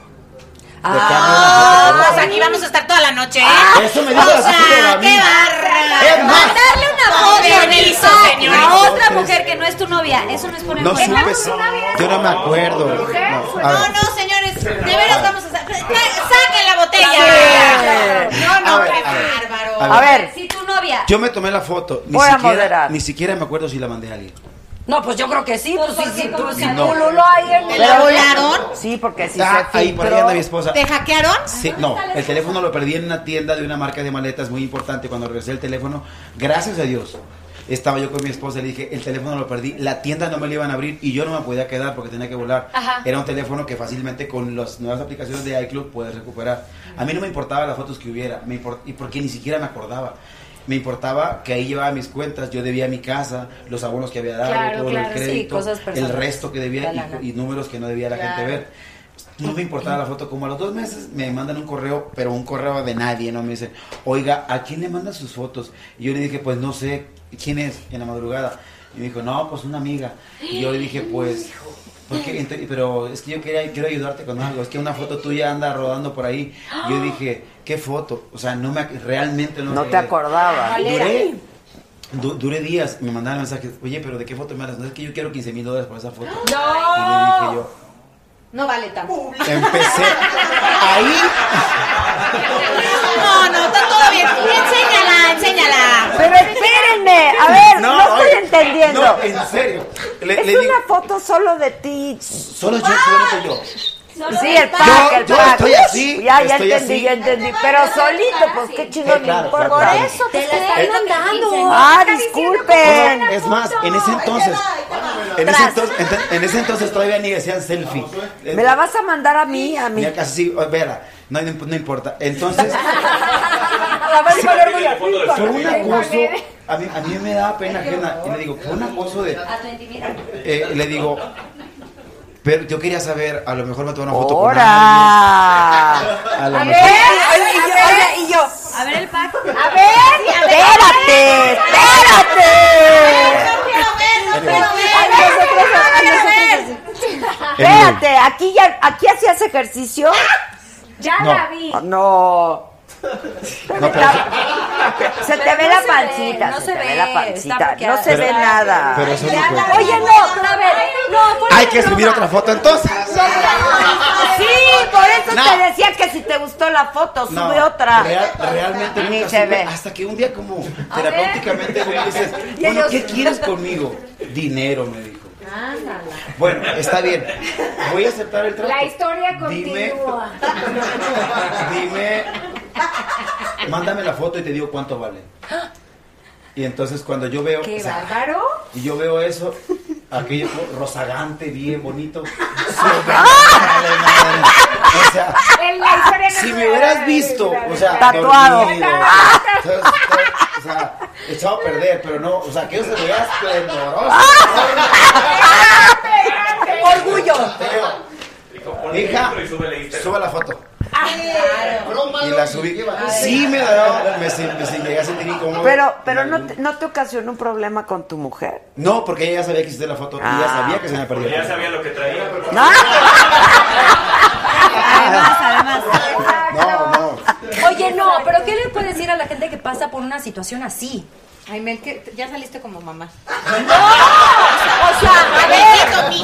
Speaker 10: Ah,
Speaker 15: Ah,
Speaker 10: pues aquí vamos a estar toda la noche, ¿eh?
Speaker 15: Eso me dijo
Speaker 10: o
Speaker 15: la
Speaker 10: sea,
Speaker 15: psicóloga a mí.
Speaker 10: qué bárbara.
Speaker 15: Es más,
Speaker 11: Mandarle una
Speaker 10: No,
Speaker 11: foto
Speaker 10: pero
Speaker 11: en el
Speaker 10: hizo,
Speaker 11: pack
Speaker 10: señor.
Speaker 11: a otra
Speaker 15: Tres.
Speaker 11: mujer que no es tu novia, eso no es poner
Speaker 15: no
Speaker 11: cuerno.
Speaker 15: supe eso. Yo no me acuerdo. No, a
Speaker 10: No,
Speaker 15: ver.
Speaker 10: no, señores, de veras vamos a sa- sa- saquen la botella. No,
Speaker 15: A
Speaker 10: no,
Speaker 15: ver,
Speaker 10: qué
Speaker 15: a ver.
Speaker 10: bárbaro.
Speaker 15: A ver.
Speaker 11: Si tu novia.
Speaker 15: Yo me tomé la foto. Ni
Speaker 1: Voy a
Speaker 15: siquiera,
Speaker 1: moderar.
Speaker 15: ni siquiera me acuerdo si la mandé a alguien.
Speaker 13: No, pues yo creo que sí, pues sí,
Speaker 11: porque
Speaker 13: sí,
Speaker 11: como
Speaker 13: pues sí,
Speaker 11: que
Speaker 15: no.
Speaker 13: pululó ahí en
Speaker 10: ¿Te la volaron?
Speaker 1: Sí, porque si
Speaker 15: Ah,
Speaker 1: se
Speaker 15: ahí por ahí anda mi
Speaker 1: filtró.
Speaker 15: esposa.
Speaker 10: ¿Te hackearon?
Speaker 15: Sí, no, el teléfono lo perdí en una tienda de una marca de maletas muy importante. Cuando regresé el teléfono, gracias a Dios, estaba yo con mi esposa. Le dije, el teléfono lo perdí, la tienda no me lo iban a abrir y yo no me podía quedar porque tenía que volar.
Speaker 12: Ajá.
Speaker 15: Era un teléfono que fácilmente con las nuevas aplicaciones de iCloud puedes recuperar. A mí no me importaba las fotos que hubiera, me import- y porque ni siquiera me acordaba. Me importaba que ahí llevaba mis cuentas, yo debía mi casa, los abonos que había dado,
Speaker 12: Claro,
Speaker 15: todo
Speaker 12: claro,
Speaker 15: el
Speaker 12: sí,
Speaker 15: crédito,
Speaker 13: cosas
Speaker 15: el
Speaker 13: personales.
Speaker 15: resto que debía
Speaker 13: La lana.
Speaker 15: y, y números que no debía la gente
Speaker 12: Claro.
Speaker 15: ver. No me importaba la foto. Como a los dos meses me mandan un correo, pero un correo de nadie, ¿no? Me dicen, oiga, ¿a quién le mandan sus fotos? Y yo le dije, pues no sé, ¿quién es? En la madrugada. Y me dijo, no, pues una amiga. Y yo le dije, pues, ¿por qué? Ent- Pero es que yo quería, quiero ayudarte con algo. Es que una foto tuya anda rodando por ahí. Y yo dije, ¿qué foto? O sea, no me, ac- realmente no
Speaker 1: No
Speaker 15: me
Speaker 1: te
Speaker 15: acordé.
Speaker 1: acordabas.
Speaker 15: Duré, du- duré días, me mandaron mensajes, oye, pero ¿de qué foto me hablas? No es que yo quiero 15 mil dólares por esa foto. Y le dije yo,
Speaker 10: No vale tanto.
Speaker 15: Empecé. Ahí.
Speaker 10: No, no, está todo bien. Enséñala, enséñala.
Speaker 1: Pero espérenme, a ver, no,
Speaker 15: oye,
Speaker 1: estoy entendiendo.
Speaker 15: No, en serio. Le,
Speaker 1: es
Speaker 15: le digo,
Speaker 1: una foto solo de ti.
Speaker 15: solo yo, solamente yo.
Speaker 11: Solo
Speaker 1: Sí,
Speaker 11: del
Speaker 1: el pack,
Speaker 11: pack.
Speaker 1: el pack. Ya, ya entendí, ya entendí. Pero solito, pues qué chido
Speaker 15: Eh, claro,
Speaker 1: me importa.
Speaker 15: claro, claro. Por eso,
Speaker 11: pues,
Speaker 13: te la
Speaker 11: están
Speaker 1: Eh,
Speaker 11: mandando.
Speaker 1: Ah,
Speaker 11: Está diciendo
Speaker 1: disculpen.
Speaker 15: No, no, es más, en ese entonces, en ese
Speaker 1: Tras.
Speaker 15: entonces, enten- en ese entonces todavía ni decían selfie. Eh,
Speaker 1: ¿Me la vas a mandar a mí? A mí.
Speaker 15: Ya casi sí, oh, Vera, no, no imp- no importa. Entonces,
Speaker 1: La vas a mandar muy arriba.
Speaker 15: fue un acoso. A mí, a mí me daba pena ajena. Y le digo, fue un acoso de.
Speaker 11: A tu intimidad.
Speaker 15: eh, le digo, pero yo quería saber, a lo mejor me tomó una foto con
Speaker 1: ¡Hora!
Speaker 15: alguien. A lo
Speaker 1: A ver,
Speaker 15: mejor.
Speaker 1: oye, y yo, oye, y yo.
Speaker 11: A ver el pack.
Speaker 5: A ver, a ver.
Speaker 1: ¡Espérate! ¡Espérate!
Speaker 5: No quiero ver, no
Speaker 1: A nosotros, a nosotros así. Espérate, aquí ya, aquí hacías ejercicio. Ah,
Speaker 5: Ya
Speaker 15: No.
Speaker 5: la vi.
Speaker 1: No.
Speaker 15: No, pero sí-
Speaker 1: Se te
Speaker 11: Pero
Speaker 1: ve
Speaker 11: no
Speaker 1: la
Speaker 11: se
Speaker 1: pancita,
Speaker 11: ve, no
Speaker 1: se,
Speaker 11: se
Speaker 1: te ve,
Speaker 11: ve,
Speaker 1: la
Speaker 11: está
Speaker 1: pancita,
Speaker 11: bloqueada.
Speaker 1: no se ve
Speaker 11: Pero-
Speaker 1: nada.
Speaker 15: pero eso no
Speaker 11: Ya
Speaker 15: cuenta.
Speaker 11: la- Oye, no, a ver. No, fuera
Speaker 15: Hay
Speaker 11: de
Speaker 15: que subir
Speaker 11: broma.
Speaker 15: otra foto entonces.
Speaker 1: Sí, por eso
Speaker 15: No.
Speaker 1: te decía que si te gustó la foto,
Speaker 15: No,
Speaker 1: sube otra.
Speaker 15: real- realmente
Speaker 1: Ni
Speaker 15: nunca
Speaker 1: se
Speaker 15: supe,
Speaker 1: ve.
Speaker 15: Hasta que un día como terapéuticamente como dices,
Speaker 1: Y
Speaker 15: bueno,
Speaker 1: ellos-
Speaker 15: ¿qué quieres conmigo? Dinero, me dijo. Bueno, está bien. Voy a aceptar el trato.
Speaker 5: La historia
Speaker 15: Dime.
Speaker 5: continúa.
Speaker 15: Dime, mándame la foto y te digo cuánto vale. Y entonces cuando yo veo, o
Speaker 5: ¿Qué
Speaker 15: sea,
Speaker 5: bárbaro?
Speaker 15: y yo veo eso, aquello ¿no? rozagante, bien bonito. O sea,
Speaker 5: En la historia no
Speaker 15: si
Speaker 5: se
Speaker 15: me
Speaker 5: ve.
Speaker 15: hubieras visto, o sea,
Speaker 1: Tatuado. Ah.
Speaker 15: dormido, o sea, o sea, echado a perder, pero no, o sea, aquello se veía esplendoroso.
Speaker 1: Orgullo.
Speaker 15: Hija,
Speaker 8: y sube la Instagram.
Speaker 15: suba la foto.
Speaker 16: Broma,
Speaker 15: Y la subí. Sí me la me, se- me se- llegué a sentir incómodo.
Speaker 1: Pero, pero no, te, no te ocasionó un problema con tu mujer. Ah.
Speaker 15: No, porque ella ya sabía que hiciste la foto y ya sabía que se me perdió.
Speaker 8: Porque ya sabía lo que traía.
Speaker 1: No.
Speaker 11: Además, además.
Speaker 15: No, no.
Speaker 13: Oye, no, pero ¿qué le puedes decir a la gente que pasa por una situación así?
Speaker 10: Ay, Mel, que ya saliste como mamá.
Speaker 13: O sea, a ver.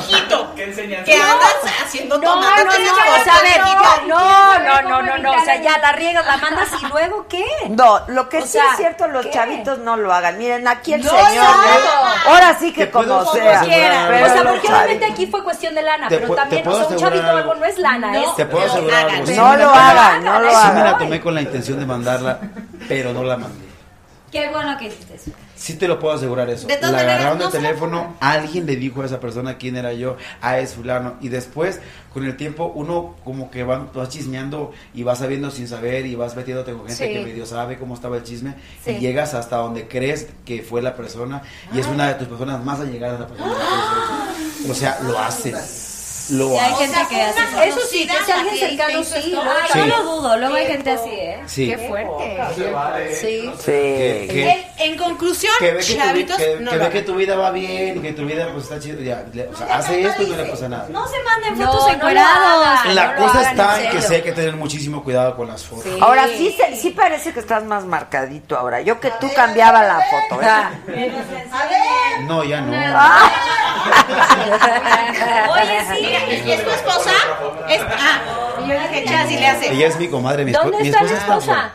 Speaker 8: ¿Qué enseñanza?
Speaker 10: ¿Qué andas haciendo
Speaker 13: No, no, no,
Speaker 10: tomándote esas
Speaker 13: o sea,
Speaker 10: cosas?
Speaker 13: a ver,
Speaker 10: Mijito,
Speaker 13: no, no, no, no, no, o sea, ya la riegas, la mandas y luego qué?
Speaker 1: No, lo que
Speaker 13: O
Speaker 1: sí
Speaker 13: sea,
Speaker 1: es cierto, los
Speaker 13: ¿qué?
Speaker 1: chavitos no lo hagan. Miren, aquí el
Speaker 13: No,
Speaker 1: señor. ¿eh?
Speaker 13: no.
Speaker 1: Ahora sí que
Speaker 15: Te puedo
Speaker 1: como sea.
Speaker 15: asegurar.
Speaker 1: Pero
Speaker 13: o sea,
Speaker 1: los
Speaker 13: porque obviamente
Speaker 1: chavitos-
Speaker 13: aquí fue cuestión de lana,
Speaker 15: Te
Speaker 13: pero
Speaker 15: pu- te
Speaker 13: también, o
Speaker 15: puedo
Speaker 13: sea, un
Speaker 15: asegurar
Speaker 13: chavito algo
Speaker 15: algo.
Speaker 13: no es lana, ¿eh? es...
Speaker 15: Te puedo asegurar algo. sí
Speaker 1: No
Speaker 15: me la
Speaker 1: lo
Speaker 15: tomé-
Speaker 1: hagan, no lo
Speaker 15: Sí me la
Speaker 1: hagan.
Speaker 15: tomé con la intención de mandarla, pero no la mandé.
Speaker 11: Qué bueno que hiciste eso.
Speaker 15: Sí te lo puedo asegurar eso.
Speaker 10: De todas
Speaker 15: la
Speaker 10: maneras,
Speaker 15: agarraron
Speaker 10: no
Speaker 15: del
Speaker 10: se la
Speaker 15: teléfono, alguien le dijo a esa persona quién era yo, ah, es fulano. Y después, con el tiempo, uno como que va, vas chismeando y vas sabiendo sin saber y vas metiéndote con gente
Speaker 10: Sí.
Speaker 15: que medio sabe cómo estaba el chisme
Speaker 10: Sí. Ah.
Speaker 15: y llegas hasta donde crees que fue la persona y es una de tus personas más allegadas a la persona. que tú conoces. O sea, lo hacen. Lo
Speaker 11: Sí, hay
Speaker 15: hacen.
Speaker 11: gente que hace eso.
Speaker 13: Eso sí, que si alguien cercano sí, luego-
Speaker 11: Ay,
Speaker 15: Sí.
Speaker 11: No lo dudo, luego hay gente así, ¿eh?
Speaker 15: Sí.
Speaker 12: Qué fuerte.
Speaker 15: Eh,
Speaker 13: Sí.
Speaker 15: Que-
Speaker 1: Sí.
Speaker 15: que-
Speaker 10: En conclusión,
Speaker 15: que ve que, tu, vi-
Speaker 10: chavitos,
Speaker 15: que-
Speaker 10: no
Speaker 15: que
Speaker 10: lo
Speaker 15: ve que
Speaker 10: hagan.
Speaker 15: tu vida va bien y que tu vida pues está chido. Ya, le- o sea, hace esto y no le pasa nada.
Speaker 11: No se manden
Speaker 13: No,
Speaker 11: fotos
Speaker 13: no lo
Speaker 11: encueradas.
Speaker 13: hagan.
Speaker 15: La
Speaker 13: no lo
Speaker 15: cosa
Speaker 13: hagan,
Speaker 15: está
Speaker 13: en
Speaker 15: en que
Speaker 13: serio.
Speaker 15: sí hay que tener muchísimo cuidado con las fotos.
Speaker 1: Ahora sí, se- sí parece que estás más marcadito ahora. Yo que tú cambiaba la foto. ¿eh?
Speaker 15: No, ya no.
Speaker 11: Oye, sí.
Speaker 10: ¿Y es tu esposa? Es- ah, y yo dije, chas, y le hace.
Speaker 15: Ella es mi comadre, mi, espo-
Speaker 13: ¿Dónde
Speaker 15: mi
Speaker 13: está la
Speaker 15: esposa está
Speaker 13: esposa?
Speaker 15: fuera.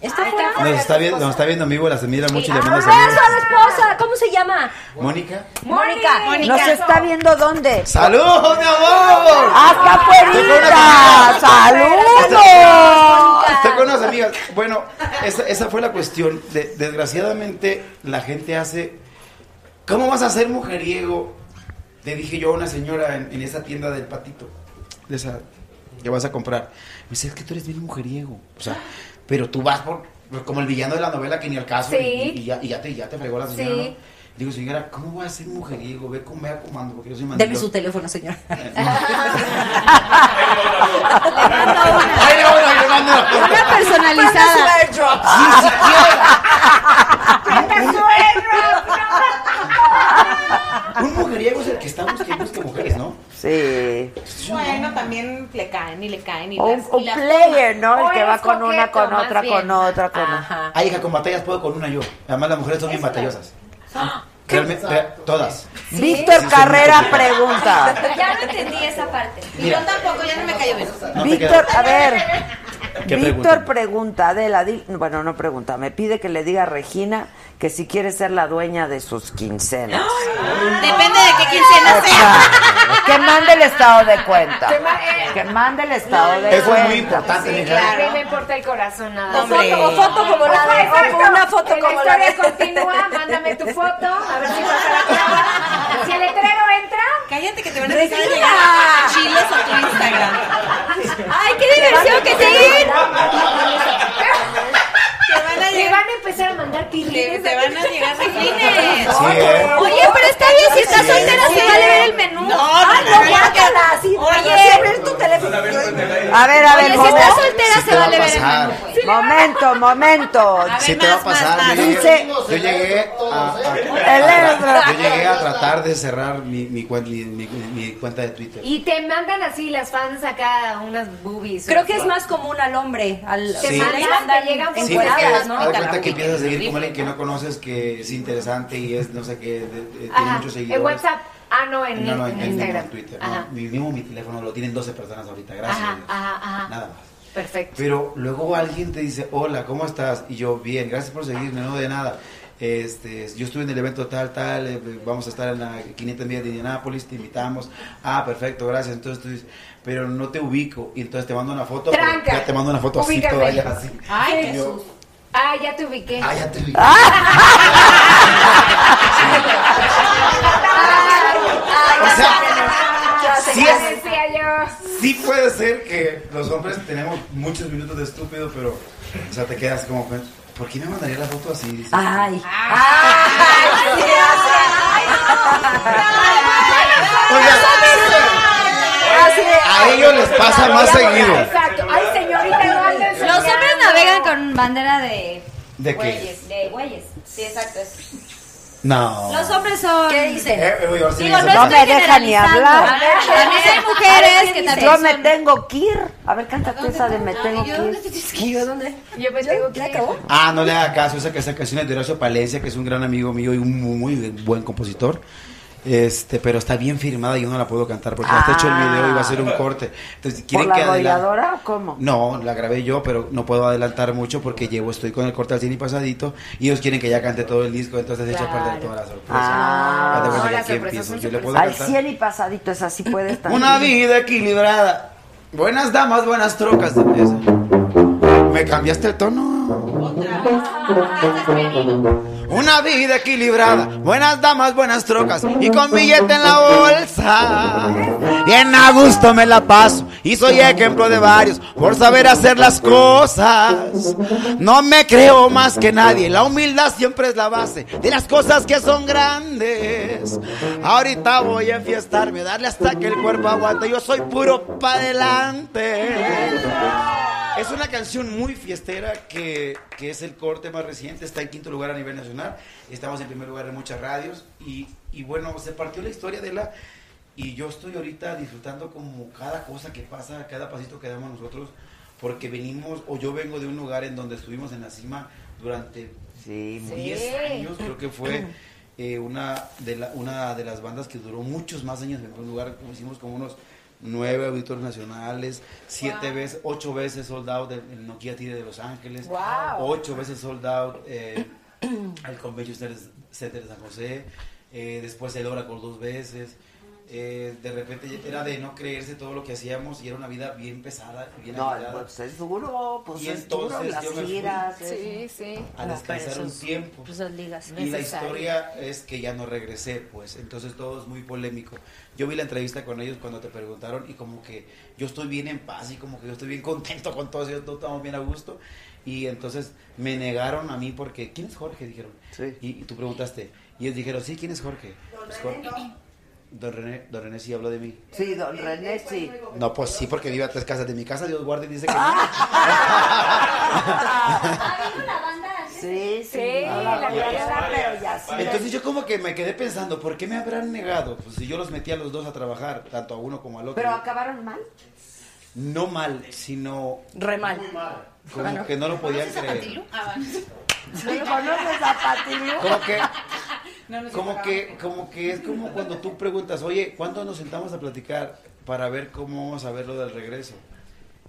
Speaker 13: Está fuera.
Speaker 15: Nos está, viendo, nos está viendo en vivo, la admira mucho y le
Speaker 13: Ah,
Speaker 15: manda
Speaker 13: ¿dónde está la
Speaker 15: saludos.
Speaker 13: esposa? ¿Cómo se llama?
Speaker 15: Mónica.
Speaker 13: Mónica.
Speaker 1: ¿Nos está viendo dónde?
Speaker 15: ¡Salud, mi amor!
Speaker 1: ¡Hasta afuerita! ¡Saludos!
Speaker 15: Estoy con unas amigas. Bueno, esa, esa fue la cuestión. De- desgraciadamente, la gente hace. ¿Cómo vas a ser mujeriego? Le dije yo a una señora en, en esa tienda del patito. De esa. Que vas a comprar. Me dice, es que tú eres bien mujeriego. O sea, pero tú vas por. Como el villano de la novela que ni al caso.
Speaker 13: Sí.
Speaker 15: Y, y ya, y ya te, ya te fregó la señora.
Speaker 13: Sí.
Speaker 15: ¿no? Digo, señora, ¿cómo voy a ser mujeriego? Ve con, vea comando, porque yo soy
Speaker 13: Deme
Speaker 15: mandilón.
Speaker 13: su teléfono, señora.
Speaker 15: Ay, no, no, yo mando la foto.
Speaker 10: Una personalizada.
Speaker 15: Un mujeriego es el que está buscando busca mujeres, ¿no?
Speaker 1: Sí.
Speaker 10: Bueno, también le caen y le caen y
Speaker 1: O un,
Speaker 10: las-
Speaker 1: un
Speaker 10: y las-
Speaker 1: player, ¿no?
Speaker 12: O
Speaker 1: El que va
Speaker 12: eres
Speaker 1: con una,
Speaker 12: coqueto,
Speaker 1: con
Speaker 12: más
Speaker 1: otra,
Speaker 12: bien.
Speaker 1: con otra, con otra.
Speaker 13: Ajá.
Speaker 15: Ay, hija, con batallas puedo con una yo. Además, las mujeres son bien batallosas. Realmente, re- todas.
Speaker 1: Víctor
Speaker 15: Sí,
Speaker 1: Carrera
Speaker 15: señor.
Speaker 1: pregunta.
Speaker 11: Ya no entendí esa parte.
Speaker 10: Y yo tampoco, ya no me cayó bien.
Speaker 15: No te
Speaker 1: Víctor,
Speaker 15: quedas.
Speaker 1: a ver,
Speaker 15: ¿Qué
Speaker 1: Víctor
Speaker 15: pregunta?
Speaker 1: pregunta, Adela, di- bueno, no pregunta, me pide que le diga a Regina que si quiere ser la dueña de sus quincenas.
Speaker 13: ¡Ah!
Speaker 10: Depende de qué quincena sea.
Speaker 1: que mande el estado de cuenta.
Speaker 12: Que ma- eh.
Speaker 1: Que mande el estado de
Speaker 15: Eso
Speaker 1: cuenta.
Speaker 15: es muy importante, ¿eh?
Speaker 12: Sí,
Speaker 15: mi
Speaker 12: claro.
Speaker 15: claro.
Speaker 12: No me importa el corazón nada.
Speaker 13: O foto, o foto como la de.
Speaker 12: Exacto.
Speaker 13: o una foto
Speaker 12: Que
Speaker 13: como la
Speaker 12: la
Speaker 13: de.
Speaker 12: historia continúa, mándame tu foto, a ver si pasa la clava. Si el letrero entra,
Speaker 10: Cállate que te van a
Speaker 12: Regina.
Speaker 10: empezar a llegar a chilos a tu Instagram.
Speaker 13: ¡Ay, qué diversión que se
Speaker 10: Te van a
Speaker 12: te
Speaker 10: llegar.
Speaker 12: van a empezar a mandar
Speaker 10: Te,
Speaker 12: pilines.
Speaker 10: te van a llegar Regines.
Speaker 15: Sí, ¿eh?
Speaker 13: Oye, pero está bien, si estás
Speaker 10: Sí.
Speaker 13: soltera se vale ver el menú. Ah, no, guácala, sí, oye. abrir tu teléfono.
Speaker 1: A ver, a ver,
Speaker 13: Oye, si
Speaker 1: ¿cómo?
Speaker 13: estás soltera
Speaker 15: Sí
Speaker 13: se
Speaker 15: te va
Speaker 13: vale
Speaker 15: a
Speaker 13: ver el
Speaker 15: pasar.
Speaker 13: menú. güey.
Speaker 1: Momento, momento.
Speaker 15: Sí te va a pasar. Yo
Speaker 1: Dice-
Speaker 15: llegué, yo llegué a,
Speaker 1: El
Speaker 15: a-
Speaker 1: otro.
Speaker 15: yo llegué a tratar de cerrar mi, mi, cuen- mi- mi- mi cuenta de Twitter.
Speaker 12: Y te mandan así las fans acá unas boobies.
Speaker 13: Creo que es más común al hombre. Al,
Speaker 12: Te
Speaker 15: Sí.
Speaker 12: mandan, te llegan
Speaker 15: Sí,
Speaker 13: Encueradas,
Speaker 15: porque haz
Speaker 13: ¿no?
Speaker 15: de
Speaker 13: Claro.
Speaker 15: cuenta que empiezas a seguir como alguien que no conoces, que es interesante y es no sé qué, de- de- tiene
Speaker 12: Ajá,
Speaker 15: muchos seguidores.
Speaker 12: En WhatsApp. Ah, no, en,
Speaker 15: No, no, en,
Speaker 12: en
Speaker 15: en
Speaker 12: Instagram.
Speaker 15: Twitter. no.
Speaker 12: Ajá.
Speaker 15: mi, mismo mi teléfono lo tienen 12 personas ahorita, gracias. a
Speaker 12: Ajá,
Speaker 15: Dios.
Speaker 12: ajá, ajá.
Speaker 15: Nada más.
Speaker 12: Perfecto.
Speaker 15: Pero luego alguien te dice, hola, ¿cómo estás? Y yo, bien, gracias por seguirme, no de nada. Este, yo estuve en el evento tal, tal, eh, vamos a estar en la 500 millas de Indianápolis, te invitamos. Ah, perfecto, gracias. Entonces tú dices, pero no te ubico. Y entonces te mando una foto. pero
Speaker 12: Tranca.
Speaker 15: Ya te mando una foto así,
Speaker 12: Ubícame.
Speaker 15: toda ya así.
Speaker 10: Ay,
Speaker 15: Y
Speaker 10: Jesús.
Speaker 15: yo,
Speaker 12: Ah, ya te ubiqué.
Speaker 15: ah, ya te ubiqué. O sea, sí
Speaker 12: Ya
Speaker 15: es-
Speaker 12: decía yo.
Speaker 15: Sí puede ser que los hombres tenemos muchos minutos de estúpido, pero, o sea, te quedas como, ¿por qué me mandaría la foto así? Dices,
Speaker 13: Ay.
Speaker 15: O sea, a ellos les pasa más seguido.
Speaker 12: Exacto. Ay, señorita, no andes
Speaker 11: Los
Speaker 12: soñando.
Speaker 11: hombres navegan con bandera de
Speaker 15: ¿De qué?
Speaker 11: güeyes, de güeyes. Sí, exacto. es-
Speaker 15: No.
Speaker 11: Los hombres son.
Speaker 13: ¿Qué dicen?
Speaker 15: Eh, eh, oye, ahora sí
Speaker 11: Digo,
Speaker 15: me
Speaker 1: No
Speaker 11: no,
Speaker 15: hizo-
Speaker 1: me deja ni
Speaker 11: generalizando.
Speaker 1: hablar.
Speaker 11: A ver, También hay
Speaker 13: A ver,
Speaker 11: mujeres
Speaker 13: ¿qué
Speaker 11: que
Speaker 13: dicen?
Speaker 11: también
Speaker 1: Yo me
Speaker 11: son.
Speaker 1: tengo que ir. A ver, cántate esa de me
Speaker 11: Ay,
Speaker 1: tengo
Speaker 11: yo
Speaker 1: que
Speaker 11: dónde
Speaker 1: ir.
Speaker 11: te tienes que
Speaker 13: ¿Y
Speaker 11: ir?
Speaker 13: yo dónde?
Speaker 12: Yo me tengo
Speaker 13: ¿Ya
Speaker 12: que
Speaker 13: acabó?
Speaker 15: Ah, no le haga caso, esa, esa canción es de Horacio Palencia, que es un gran amigo mío y un muy, muy buen compositor. Este, pero está bien firmada y yo no la puedo cantar porque hasta he hecho el video y va a ser un corte. Entonces,
Speaker 1: Ah. ¿Por
Speaker 15: ¿quieren
Speaker 1: la
Speaker 15: que adelante?
Speaker 1: arrolladora o cómo?
Speaker 15: No, la grabé yo, pero no puedo adelantar mucho porque llevo, estoy con el corte al cine pasadito y ellos quieren que ya cante todo el disco, entonces echa a perder toda la sorpresa.
Speaker 1: Ah.
Speaker 15: Haz de cuenta
Speaker 12: No,
Speaker 15: que
Speaker 12: las
Speaker 15: aquí
Speaker 12: sorpresas
Speaker 15: empiezo.
Speaker 12: son
Speaker 15: Yo le puedo
Speaker 1: Al
Speaker 15: cantar.
Speaker 1: 100 y pasadito, esa sí puede estar.
Speaker 15: Una vida equilibrada. Buenas damas, buenas trocas. Eso. Me cambiaste el tono. Una vida equilibrada. Buenas damas, buenas trocas. Y con billete en la bolsa. Bien a gusto me la paso. Y soy ejemplo de varios por saber hacer las cosas. No me creo más que nadie. La humildad siempre es la base de las cosas que son grandes. Ahorita voy a enfiestarme, darle hasta que el cuerpo aguante. Yo soy puro pa' adelante. Es una canción muy fiestera que, que es el corte más reciente, está en quinto lugar a nivel nacional, estamos en primer lugar en muchas radios y, y bueno, se partió la historia de la... Y yo estoy ahorita disfrutando como cada cosa que pasa, cada pasito que damos nosotros, porque venimos, o yo vengo de un lugar en donde estuvimos en la cima durante
Speaker 1: Sí,
Speaker 15: 10 años, creo que fue eh, una, de la- una de las bandas que duró muchos más años en primer lugar. Hicimos como unos nueve auditorios nacionales, siete veces, ocho veces sold out en el Nokia Tire de Los Ángeles, ocho veces sold out eh, al Convention Center- Center de San José, eh, después el Oracle dos veces. eh, de repente ya era de no creerse todo lo que hacíamos y era una vida bien pesada y bien
Speaker 1: No,
Speaker 15: agitada.
Speaker 1: pues es duro, pues
Speaker 15: Y
Speaker 1: es duro,
Speaker 15: entonces
Speaker 1: las
Speaker 15: yo me fui.
Speaker 1: giras. es-
Speaker 12: Sí, sí.
Speaker 15: a descansar un tiempo.
Speaker 1: Pues
Speaker 15: Y la
Speaker 12: Necesario.
Speaker 15: historia es que ya no regresé, pues. Entonces todo es muy polémico. Yo vi la entrevista con ellos cuando te preguntaron y como que yo estoy bien en paz y como que yo estoy bien contento con todos ellos, todos estamos bien a gusto. Y entonces me negaron a mí porque, ¿quién es Jorge? Dijeron.
Speaker 1: Sí.
Speaker 15: Y, y tú preguntaste. Y ellos dijeron, sí, ¿quién es Jorge? Pues, Jorge. Don René, don René sí habló de mí.
Speaker 1: Sí, don René, sí.
Speaker 15: No, pues sí, porque vive a tres casas de mi casa, Dios guarde y dice que no.
Speaker 1: Ah. Sí, sí.
Speaker 12: Sí,
Speaker 1: no
Speaker 12: la verdad,
Speaker 1: pero ya sí.
Speaker 15: Entonces yo como que me quedé pensando, ¿por qué me habrán negado? Pues si yo los metí a los dos a trabajar, tanto a uno como al otro.
Speaker 1: Pero acabaron mal.
Speaker 15: No mal, sino
Speaker 13: Re mal.
Speaker 15: como que no lo podían creer.
Speaker 10: Ah, va.
Speaker 1: Sí, ¿Conoces a Patilu?
Speaker 15: Como que,
Speaker 10: No, no sé
Speaker 15: como
Speaker 10: por
Speaker 15: que, como que es como cuando tú preguntas, oye, ¿cuándo nos sentamos a platicar para ver cómo vamos a ver lo del regreso?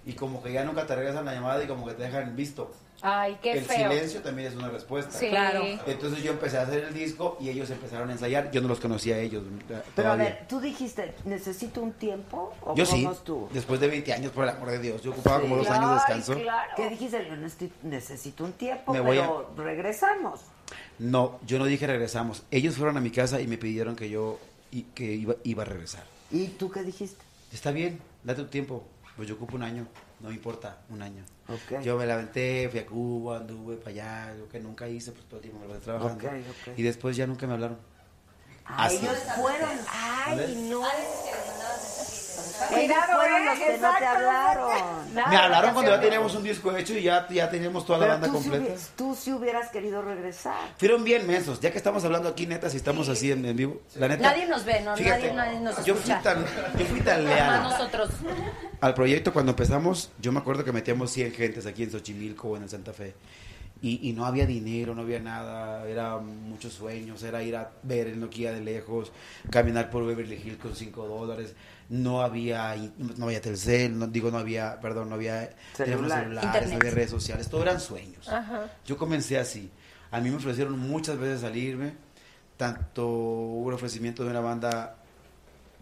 Speaker 15: y como que ya nunca te regresan la llamada y como que te dejan visto.
Speaker 12: Ay, qué
Speaker 15: el
Speaker 12: feo.
Speaker 15: silencio también es una respuesta.
Speaker 12: Sí. Claro.
Speaker 15: Entonces yo empecé a hacer el disco y ellos empezaron a ensayar. Yo no los conocía a ellos.
Speaker 1: Pero a
Speaker 15: todavía.
Speaker 1: ver, tú dijiste, necesito un tiempo o
Speaker 15: yo
Speaker 1: cómo
Speaker 15: sí.
Speaker 1: es tú?
Speaker 15: Después de 20 años, por el amor de Dios. Yo ocupaba como dos
Speaker 1: Sí.
Speaker 15: años de
Speaker 1: Ay,
Speaker 15: descanso.
Speaker 1: claro. ¿Qué dijiste? Yo necesito- necesito un tiempo,
Speaker 15: Me voy a-
Speaker 1: pero regresamos.
Speaker 15: No, yo no dije regresamos. Ellos fueron a mi casa y me pidieron que yo y, que iba, iba a regresar.
Speaker 1: ¿Y tú qué dijiste?
Speaker 15: Está bien, date un tiempo. Pues yo ocupo un año, no me importa, un año.
Speaker 1: Ok.
Speaker 15: Yo me la aventé, fui a Cuba, anduve para allá, lo que nunca hice, pues todo el tiempo me lo trabajando.
Speaker 1: Ok, ok.
Speaker 15: Y después ya nunca me hablaron.
Speaker 1: Ah,
Speaker 15: Así.
Speaker 1: ellos fueron. Ay, no. Ellos
Speaker 5: Cuidado,
Speaker 1: fueron
Speaker 5: ¿eh?
Speaker 1: los que no te
Speaker 5: Exacto.
Speaker 1: hablaron.
Speaker 15: Me hablaron cuando ya teníamos un disco hecho y ya, ya teníamos toda la
Speaker 1: Pero
Speaker 15: banda
Speaker 1: tú sí
Speaker 15: completa.
Speaker 1: hubieras- tú sí hubieras querido regresar.
Speaker 15: Fueron bien mensos, ya que estamos hablando aquí, neta, si estamos así en, en vivo. La neta,
Speaker 13: Nadie nos ve, no,
Speaker 15: Fíjate,
Speaker 13: nadie, nadie nos escucha.
Speaker 15: yo fui tan, yo fui tan
Speaker 13: Nada más
Speaker 15: leal.
Speaker 13: nosotros.
Speaker 15: Al proyecto cuando empezamos, yo me acuerdo que metíamos 100 gentes aquí en Xochimilco o en el Santa Fe. Y, y no había dinero, no había nada, era muchos sueños, era ir a ver el Nokia de lejos, caminar por Beverly Hills con 5 dólares, no había, in- no había Telcel, no, digo, no había, perdón, no había teléfonos
Speaker 1: Celular.
Speaker 15: celulares, no
Speaker 1: Internet.
Speaker 15: había redes sociales, todo eran sueños.
Speaker 1: Ajá.
Speaker 15: Yo comencé así. A mí me ofrecieron muchas veces salirme, tanto hubo un ofrecimiento de una banda,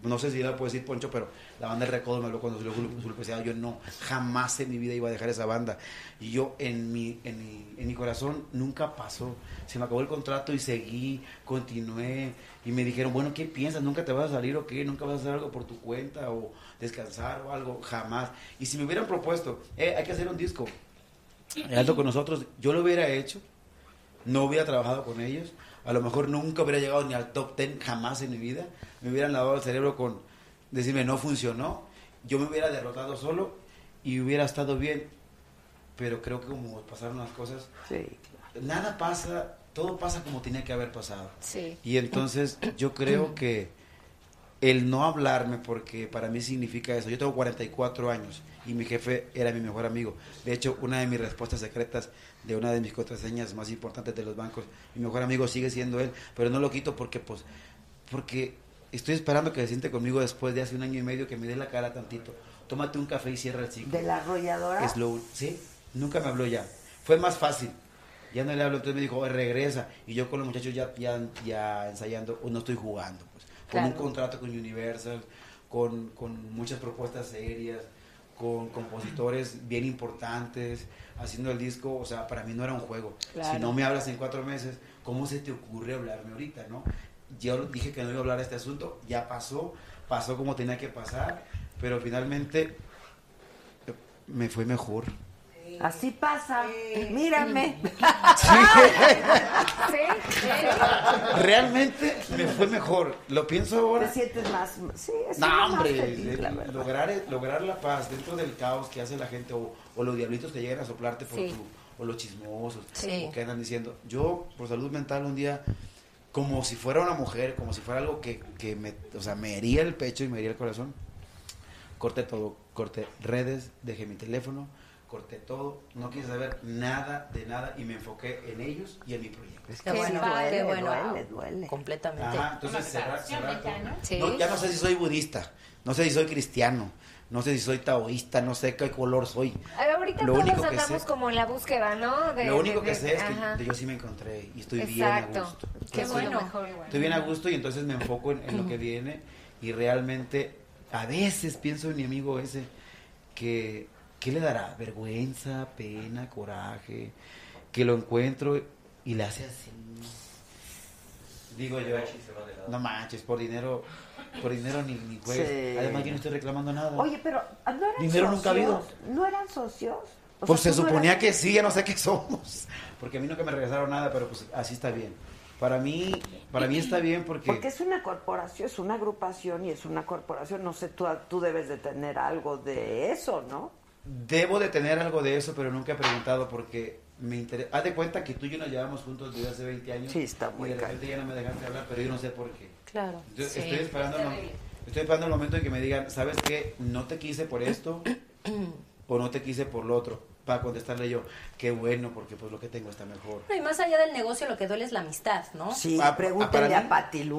Speaker 15: no sé si la puedo decir Poncho, pero la banda El Recodo me habló cuando salió Grupo Azul Pesado, yo no, jamás en mi vida iba a dejar esa banda. Y yo en mi, en mi, en mi corazón nunca pasó, se me acabó el contrato y seguí, continué, y me dijeron, bueno, ¿qué piensas? ¿Nunca te vas a salir o qué? ¿Nunca vas a hacer algo por tu cuenta o descansar o algo? Jamás. Y si me hubieran propuesto, "Eh, hay que hacer un disco, el alto con nosotros, yo lo hubiera hecho, no hubiera trabajado con ellos, a lo mejor nunca hubiera llegado ni al top 10 jamás en mi vida, me hubieran lavado el cerebro con decirme no funcionó, yo me hubiera derrotado solo y hubiera estado bien, pero creo que como pasaron las cosas, nada pasa, todo pasa como tenía que haber pasado.
Speaker 12: Sí.
Speaker 15: Y entonces yo creo que el no hablarme, porque para mí significa eso, yo tengo 44 años y mi jefe era mi mejor amigo. De hecho, una de mis respuestas secretas de una de mis contraseñas más importantes de los bancos, mi mejor amigo sigue siendo él, pero no lo quito porque pues porque estoy esperando que se siente conmigo después de hace un año y medio que me dé la cara tantito. Tómate un café y cierra el ciclo.
Speaker 1: ¿De la arrolladora?
Speaker 15: Es lo un- sí, nunca me habló ya. Fue más fácil. Ya no le hablo, entonces me dijo, "Oye, regresa. Y yo con los muchachos ya, ya, ya ensayando, o no estoy jugando. Pues. Con
Speaker 12: Claro.
Speaker 15: un contrato con Universal, con, con muchas propuestas serias, con compositores bien importantes, haciendo el disco, o sea, para mí no era un juego.
Speaker 12: Claro.
Speaker 15: Si no me hablas en cuatro meses, ¿cómo se te ocurre hablarme ahorita, no? Yo dije que no iba a hablar de este asunto, ya pasó, pasó como tenía que pasar, pero finalmente me fue mejor.
Speaker 1: Así pasa. Mírame.
Speaker 15: Realmente me fue mejor. Lo pienso ahora.
Speaker 1: Te sientes más. Sí, es
Speaker 15: No,
Speaker 1: una más
Speaker 15: hombre,
Speaker 1: feliz, la
Speaker 15: eh,
Speaker 1: verdad.
Speaker 15: lograr, lograr la paz dentro del caos que hace la gente o, o los diablitos que llegan a soplarte por
Speaker 1: Sí.
Speaker 15: tu, o los chismosos,
Speaker 1: Sí.
Speaker 15: o que andan diciendo, yo por salud mental un día, como si fuera una mujer, como si fuera algo que, que me, o sea, me hería el pecho y me hería el corazón, corté todo, corté redes, dejé mi teléfono, corté todo, no quise saber nada de nada y me enfoqué en ellos y en mi proyecto.
Speaker 1: Qué bueno, ah, duele, duele, duele.
Speaker 13: Completamente.
Speaker 15: Ajá, entonces cerrar, cerrar todo.
Speaker 13: Sí.
Speaker 15: No, ya no sé si soy budista, no sé si soy cristiano, no sé si soy taoísta, no sé qué color soy.
Speaker 12: A ver, Ahorita
Speaker 15: Lo
Speaker 12: todos
Speaker 15: único que
Speaker 12: andamos
Speaker 15: sé-
Speaker 12: como en la búsqueda, ¿no? De-
Speaker 15: Lo único
Speaker 12: de-
Speaker 15: que
Speaker 12: de-
Speaker 15: sé es
Speaker 12: ajá.
Speaker 15: que yo sí me encontré y estoy bien a
Speaker 12: Exacto.
Speaker 15: gusto.
Speaker 12: Qué
Speaker 15: Estoy-
Speaker 12: bueno. Mejor igual.
Speaker 15: Estoy bien a gusto y entonces me enfoco en, en lo que viene y realmente a veces pienso en mi amigo ese que ¿qué le dará? Vergüenza, pena, coraje, que lo encuentro y le hace así. Digo yo, no manches, por dinero, por dinero ni, ni juegues.
Speaker 1: Sí.
Speaker 15: Además yo no estoy reclamando nada.
Speaker 1: Oye, pero ¿no eran
Speaker 15: Dinero nunca ha habido.
Speaker 1: socios? ¿No eran socios? O
Speaker 15: Pues
Speaker 1: sea,
Speaker 15: se
Speaker 1: tú no
Speaker 15: suponía
Speaker 1: eras-
Speaker 15: que sí, ya no sé qué somos. Porque a mí nunca me regresaron nada, pero pues así está bien. Para mí, para mí está bien porque...
Speaker 1: Porque es una corporación, es una agrupación y es una corporación. No sé, tú, tú debes de tener algo de eso, ¿no?
Speaker 15: Debo de tener algo de eso, pero nunca he preguntado porque me interesa. Haz de cuenta que tú y yo nos llevamos juntos desde hace 20 años.
Speaker 1: Sí, está muy
Speaker 15: Y de repente ya no me dejaste hablar, pero yo no sé por qué.
Speaker 1: Claro.
Speaker 15: Yo estoy, esperando el, mom- estoy esperando el momento en que me digan, ¿sabes qué? No te quise por esto o no te quise por lo otro. Para contestarle yo, qué bueno, porque pues lo que tengo está mejor.
Speaker 13: Y más allá del negocio, lo que duele es la amistad, ¿no?
Speaker 15: Sí, Ah, pregúntenle ah, para a mí.
Speaker 1: Patilú.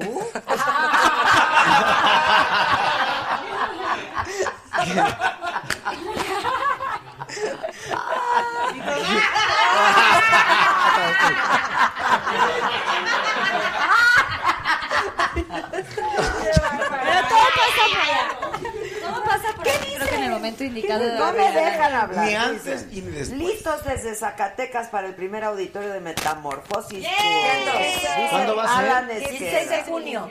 Speaker 11: ¿Cómo pasa por aquí? Creo que en el momento indicado
Speaker 1: No me dejan hablar.
Speaker 15: Ni antes
Speaker 1: Dicen,
Speaker 15: y ni después.
Speaker 1: Listos desde Zacatecas para el primer auditorio de Metamorfosis.
Speaker 15: ¿Cuándo va a ser?
Speaker 13: 16 de junio.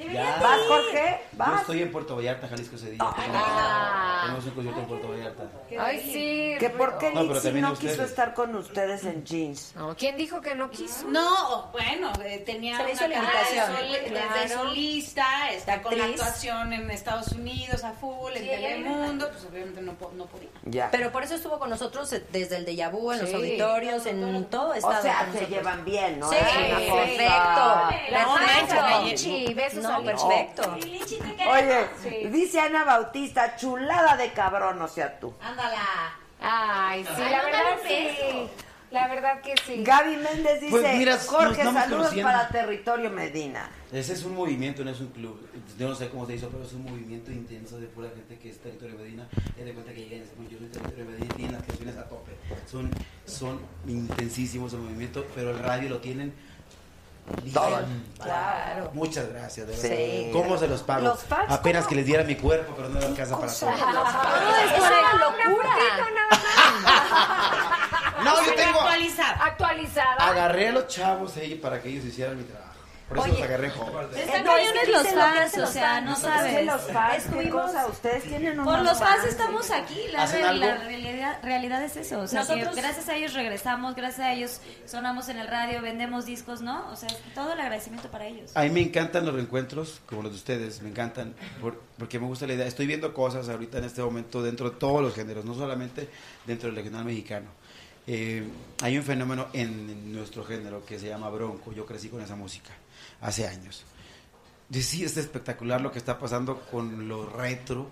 Speaker 15: Ya.
Speaker 1: ¿Vas, Jorge?
Speaker 15: Yo
Speaker 1: ¿Vas?
Speaker 15: estoy en Puerto Vallarta, Jalisco ese día. Tenemos un concierto en Puerto Vallarta.
Speaker 12: Ay, sí.
Speaker 1: ¿Que por qué
Speaker 15: No, pero
Speaker 1: Lizzy
Speaker 15: también
Speaker 1: no
Speaker 15: ustedes.
Speaker 1: quiso estar con ustedes en jeans?
Speaker 12: ¿Quién dijo que no quiso?
Speaker 10: No, bueno, eh, tenía
Speaker 13: Se le hizo
Speaker 10: una
Speaker 13: la
Speaker 10: carrera de
Speaker 13: invitación.
Speaker 10: sol- eh,
Speaker 13: Claro.
Speaker 10: desde solista, está con
Speaker 13: Actriz.
Speaker 10: actuación en Estados Unidos a full, en
Speaker 13: Sí, ella
Speaker 10: Telemundo, pues obviamente no, po- no podía.
Speaker 1: Ya.
Speaker 13: Pero por eso estuvo con nosotros eh, desde el de Yabú, en los
Speaker 10: Sí.
Speaker 13: auditorios, en todo estado.
Speaker 1: O sea,
Speaker 13: con
Speaker 1: se
Speaker 13: nosotros.
Speaker 1: llevan bien, ¿no?
Speaker 13: Sí,
Speaker 1: Es una
Speaker 13: sí,
Speaker 1: cosa-
Speaker 13: perfecto.
Speaker 1: No,
Speaker 13: Perfecto.
Speaker 1: manches.
Speaker 12: Sí, besos
Speaker 13: No,
Speaker 12: a Lichi.
Speaker 1: perfecto.
Speaker 12: Lichi, te
Speaker 1: Oye,
Speaker 12: queremos. Sí.
Speaker 1: dice Ana Bautista, chulada de cabrón, o sea tú.
Speaker 12: Ándala. Ay, sí,
Speaker 11: Ay,
Speaker 12: la
Speaker 11: no
Speaker 12: verdad
Speaker 11: me
Speaker 12: sí. La verdad que sí.
Speaker 1: Gaby Méndez dice,
Speaker 15: Pues mira, nos
Speaker 1: Jorge,
Speaker 15: estamos
Speaker 1: saludos
Speaker 15: conociendo.
Speaker 1: para Territorio Medina.
Speaker 15: Ese es un movimiento, no es un club. Yo no sé cómo se hizo, pero es un movimiento intenso de pura gente que es territorio Medina. Te de cuenta que llegan y dicen, yo soy territorio Medina, tienen las canciones a tope. Son, son intensísimos el movimiento, pero el radio lo tienen. bien.
Speaker 1: Todo. Claro.
Speaker 15: Muchas gracias, de
Speaker 1: Sí.
Speaker 15: verdad. ¿Cómo se los pago?
Speaker 1: Los fans,
Speaker 15: Apenas
Speaker 1: ¿cómo?
Speaker 15: que les diera mi cuerpo, pero no me alcanza para todo.
Speaker 11: es una locura.
Speaker 15: No, yo tengo.
Speaker 10: Actualizada.
Speaker 12: Actualizada.
Speaker 15: Agarré a los chavos ahí para que ellos hicieran mi trabajo. Por eso los agarré jóvenes.
Speaker 11: Están
Speaker 1: No, es
Speaker 11: cañones
Speaker 1: que
Speaker 11: los
Speaker 1: dicen lo que
Speaker 11: fans,
Speaker 1: hacen
Speaker 11: o
Speaker 1: los
Speaker 11: sea,
Speaker 1: fans.
Speaker 11: no
Speaker 1: Es que
Speaker 11: sabes.
Speaker 1: los fans, qué
Speaker 11: Estuvimos-
Speaker 1: cosa, ustedes tienen unos
Speaker 11: Por los fans
Speaker 1: fans.
Speaker 11: estamos aquí, la,
Speaker 15: ¿Hacen
Speaker 11: re-
Speaker 15: algo?
Speaker 11: la realidad, realidad es eso. O sea, que
Speaker 13: Nosotros-
Speaker 11: gracias a ellos regresamos, gracias a ellos sonamos en el radio, vendemos discos, ¿no? O sea, es todo el agradecimiento para ellos.
Speaker 15: A mí me encantan los reencuentros, como los de ustedes, me encantan, por- porque me gusta la idea. Estoy viendo cosas ahorita en este momento dentro de todos los géneros, no solamente dentro del regional mexicano. Eh, hay un fenómeno en nuestro género que se llama bronco, yo crecí con esa música hace años. Y sí, es espectacular lo que está pasando con lo retro,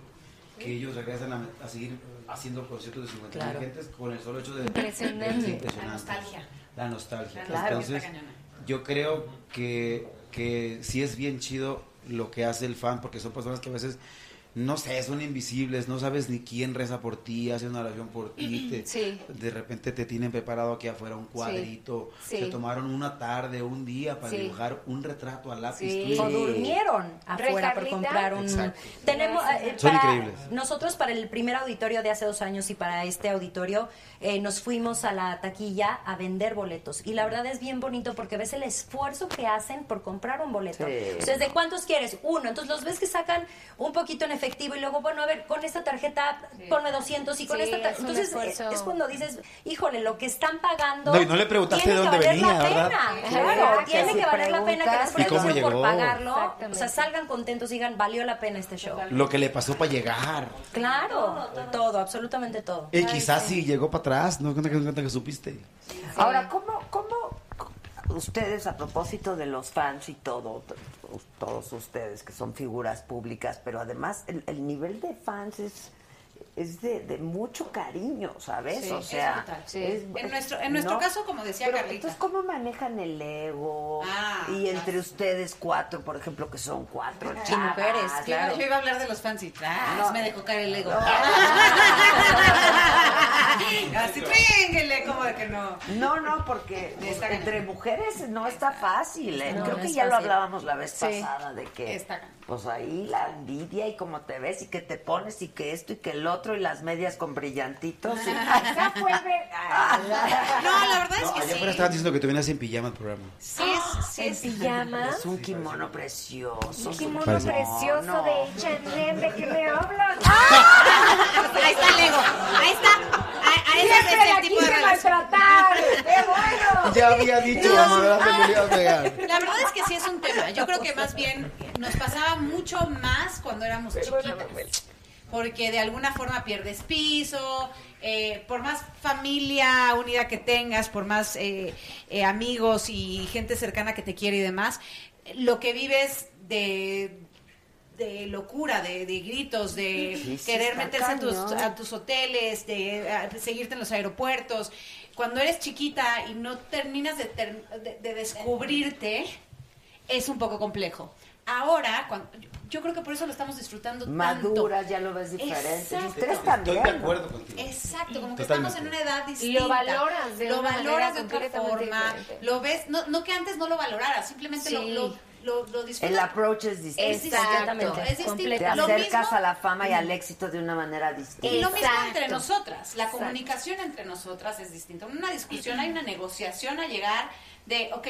Speaker 15: que ellos regresan a, a seguir haciendo conciertos de 50
Speaker 1: Claro.
Speaker 15: gentes con el solo hecho de...
Speaker 12: Impresionante.
Speaker 15: de- es impresionante.
Speaker 10: La nostalgia.
Speaker 15: La nostalgia.
Speaker 10: Claro,
Speaker 15: Entonces,
Speaker 10: está cañona.
Speaker 15: yo creo que, que sí es bien chido lo que hace el fan, porque son personas que a veces, no sé, son invisibles, no sabes ni quién reza por ti, hace una oración por ti, te-
Speaker 12: Sí.
Speaker 15: de repente te tienen preparado aquí afuera un cuadrito,
Speaker 12: Sí.
Speaker 15: se tomaron una tarde, un día para
Speaker 12: Sí.
Speaker 15: dibujar un retrato a lápiz.
Speaker 12: Sí.
Speaker 15: tuyo.
Speaker 13: O durmieron afuera por
Speaker 12: Reencarnita.
Speaker 13: comprar un.
Speaker 15: Exacto.
Speaker 13: Tenemos eh,
Speaker 15: Son
Speaker 13: para-
Speaker 15: increíbles.
Speaker 13: Nosotros para el primer auditorio de hace dos años y para este auditorio eh, nos fuimos a la taquilla a vender boletos y la verdad es bien bonito porque ves el esfuerzo que hacen por comprar un boleto.
Speaker 1: Sí.
Speaker 13: O sea, ¿de cuántos quieres? Uno. Entonces los ves que sacan un poquito en efectivo y luego bueno a ver con esta tarjeta ponme 200 y con
Speaker 12: Sí,
Speaker 13: esta tar-
Speaker 12: es un
Speaker 13: entonces
Speaker 12: esfuerzo.
Speaker 13: eh, es cuando dices híjole lo que están pagando.
Speaker 15: No, y no le preguntaste
Speaker 13: tiene
Speaker 15: de
Speaker 13: que
Speaker 15: dónde
Speaker 13: valer la
Speaker 15: venía, ¿verdad?
Speaker 13: pena.
Speaker 12: Sí.
Speaker 13: Claro,
Speaker 12: Exacto.
Speaker 13: tiene
Speaker 1: Si
Speaker 13: que valer la pena que
Speaker 1: preguntas-
Speaker 13: les
Speaker 15: ¿Y cómo
Speaker 13: pregunten por
Speaker 15: llegó?
Speaker 13: pagarlo. O sea,
Speaker 12: Exactamente.
Speaker 13: salgan contentos y digan, valió la pena este show.
Speaker 15: Lo que le pasó para llegar.
Speaker 13: Claro, todo, absolutamente todo.
Speaker 15: Y Eh, quizás si llegó para atrás, no cuenta que, no cuenta que supiste.
Speaker 1: Ahora, ¿cómo, ¿cómo ustedes, a propósito de los fans y todo, t- todos ustedes que son figuras públicas, pero además el, el nivel de fans es es de, de mucho cariño, ¿sabes?
Speaker 10: Sí,
Speaker 1: o
Speaker 10: es
Speaker 1: sea,
Speaker 10: brutal, sí. En nuestro- en nuestro caso, como decía
Speaker 1: Pero,
Speaker 10: Carlita.
Speaker 1: Entonces, ¿cómo manejan el ego?
Speaker 10: Ah,
Speaker 1: y entre
Speaker 10: claro.
Speaker 1: ustedes cuatro, por ejemplo, que son cuatro
Speaker 10: Y
Speaker 1: chavas,
Speaker 13: mujeres,
Speaker 10: Yo-
Speaker 13: claro.
Speaker 10: Yo iba a hablar de los fans y tras,
Speaker 1: No.
Speaker 10: me dejó caer el ego.
Speaker 1: No.
Speaker 10: Así trénguele, como de que no.
Speaker 1: No, no, porque
Speaker 10: Está cañón.
Speaker 1: entre mujeres no está fácil. ¿eh?
Speaker 13: No,
Speaker 1: Creo
Speaker 13: no
Speaker 1: que
Speaker 13: es
Speaker 1: ya lo
Speaker 13: fácil.
Speaker 1: hablábamos la vez
Speaker 10: Sí.
Speaker 1: pasada de que,
Speaker 10: Está cañón.
Speaker 1: pues ahí la envidia y cómo te ves y que te pones y que esto y que el otro y las medias con brillantitos. y-
Speaker 5: Acá fue ver- Ah,
Speaker 10: No, la verdad es
Speaker 15: No,
Speaker 10: que
Speaker 15: allá
Speaker 10: sí.
Speaker 15: afuera estaban diciendo que te venías en pijama al programa.
Speaker 10: Sí, es, sí
Speaker 13: En
Speaker 10: es-
Speaker 13: pijama.
Speaker 1: Es un kimono precioso.
Speaker 5: Un
Speaker 1: su
Speaker 5: kimono
Speaker 15: Parece-
Speaker 5: precioso
Speaker 1: No, no.
Speaker 5: de H&M, ¿de qué me hablas?
Speaker 10: Ahí está el ego. Ahí está. A, a ese
Speaker 5: Siempre
Speaker 10: es
Speaker 5: la
Speaker 10: el tipo de
Speaker 5: quise
Speaker 10: relación.
Speaker 5: maltratar. ¡Qué bueno!
Speaker 15: Ya había dicho, la verdad, que me iba a pegar.
Speaker 10: La verdad es que sí es un tema. Yo creo que más bien nos pasaba mucho más cuando éramos chiquitas. Porque de alguna forma pierdes piso, eh, por más familia unida que tengas, por más eh, eh, amigos y gente cercana que te quiere y demás, lo que vives de, de locura, de, de gritos, de
Speaker 1: Sí, sí,
Speaker 10: querer
Speaker 1: está
Speaker 10: meterse a tus,
Speaker 1: cañón.
Speaker 10: a tus hoteles, de, a- de seguirte en los aeropuertos. Cuando eres chiquita y no terminas de, ter- de- de descubrirte, es un poco complejo. Ahora, cuando, yo creo que por eso lo estamos disfrutando
Speaker 1: Maduras,
Speaker 10: tanto.
Speaker 1: ya lo ves diferente. Y
Speaker 10: Exacto.
Speaker 1: ustedes
Speaker 15: Estoy
Speaker 1: también.
Speaker 15: de acuerdo contigo.
Speaker 10: Exacto, como
Speaker 15: Totalmente.
Speaker 10: que estamos en una edad distinta.
Speaker 12: Lo valoras de
Speaker 10: Lo
Speaker 12: una
Speaker 10: valoras
Speaker 12: manera
Speaker 10: de otra
Speaker 12: completamente
Speaker 10: forma.
Speaker 12: diferente.
Speaker 10: Lo ves, no, no que antes no lo valoraras, simplemente
Speaker 12: Sí.
Speaker 10: lo, lo- lo, lo disfrutas.
Speaker 1: El approach es distinto.
Speaker 10: Es distinto.
Speaker 1: Completamente.
Speaker 10: Es distinto.
Speaker 1: Te
Speaker 10: Lo
Speaker 1: acercas
Speaker 10: mismo-
Speaker 1: a la fama y al éxito de una manera distinta.
Speaker 10: Y lo mismo entre
Speaker 1: Exacto.
Speaker 10: nosotras, la
Speaker 1: Exacto.
Speaker 10: comunicación entre nosotras es distinta. En una discusión hay una negociación a llegar de, ok,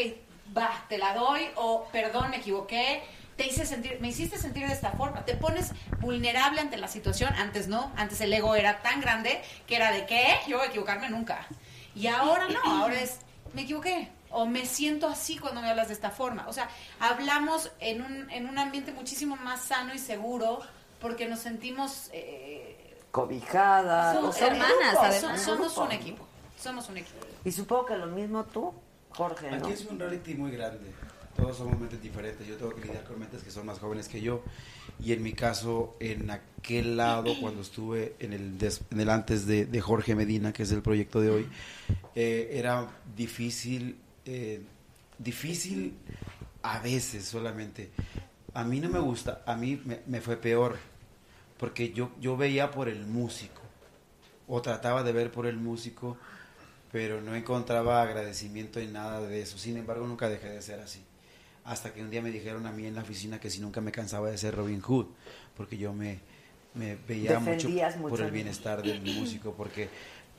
Speaker 10: va, te la doy o perdón, me equivoqué, te hice sentir, me hiciste sentir de esta forma, te pones vulnerable ante la situación, antes no, antes el ego era tan grande que era de qué, yo voy a equivocarme nunca. Y ahora no, ahora es, me equivoqué. O me siento así cuando me hablas de esta forma. O sea, hablamos en un, en un ambiente muchísimo más sano y seguro porque nos sentimos eh,
Speaker 1: Cobijadas.
Speaker 10: somos
Speaker 1: o sea,
Speaker 10: hermanas,
Speaker 1: grupo,
Speaker 10: ¿sabes?
Speaker 1: son-
Speaker 10: somos
Speaker 1: grupo.
Speaker 10: un equipo. Somos un equipo.
Speaker 1: Y supongo que lo mismo tú, Jorge, ¿no?
Speaker 15: Aquí es un reality muy grande. Todos somos mentes diferentes. Yo tengo que lidiar con mentes que son más jóvenes que yo. Y en mi caso, en aquel lado, cuando estuve en el, des- en el antes de, de Jorge Medina, que es el proyecto de hoy, eh, era difícil, eh, difícil a veces solamente. A mí no me gusta, a mí me, me fue peor, porque yo, yo veía por el músico, o trataba de ver por el músico, pero no encontraba agradecimiento en nada de eso. Sin embargo, nunca dejé de ser así. Hasta que un día me dijeron a mí en la oficina que si nunca me cansaba de ser Robin Hood, porque yo me, me veía mucho,
Speaker 1: Defendías mucho
Speaker 15: por el
Speaker 1: al-
Speaker 15: bienestar del músico, porque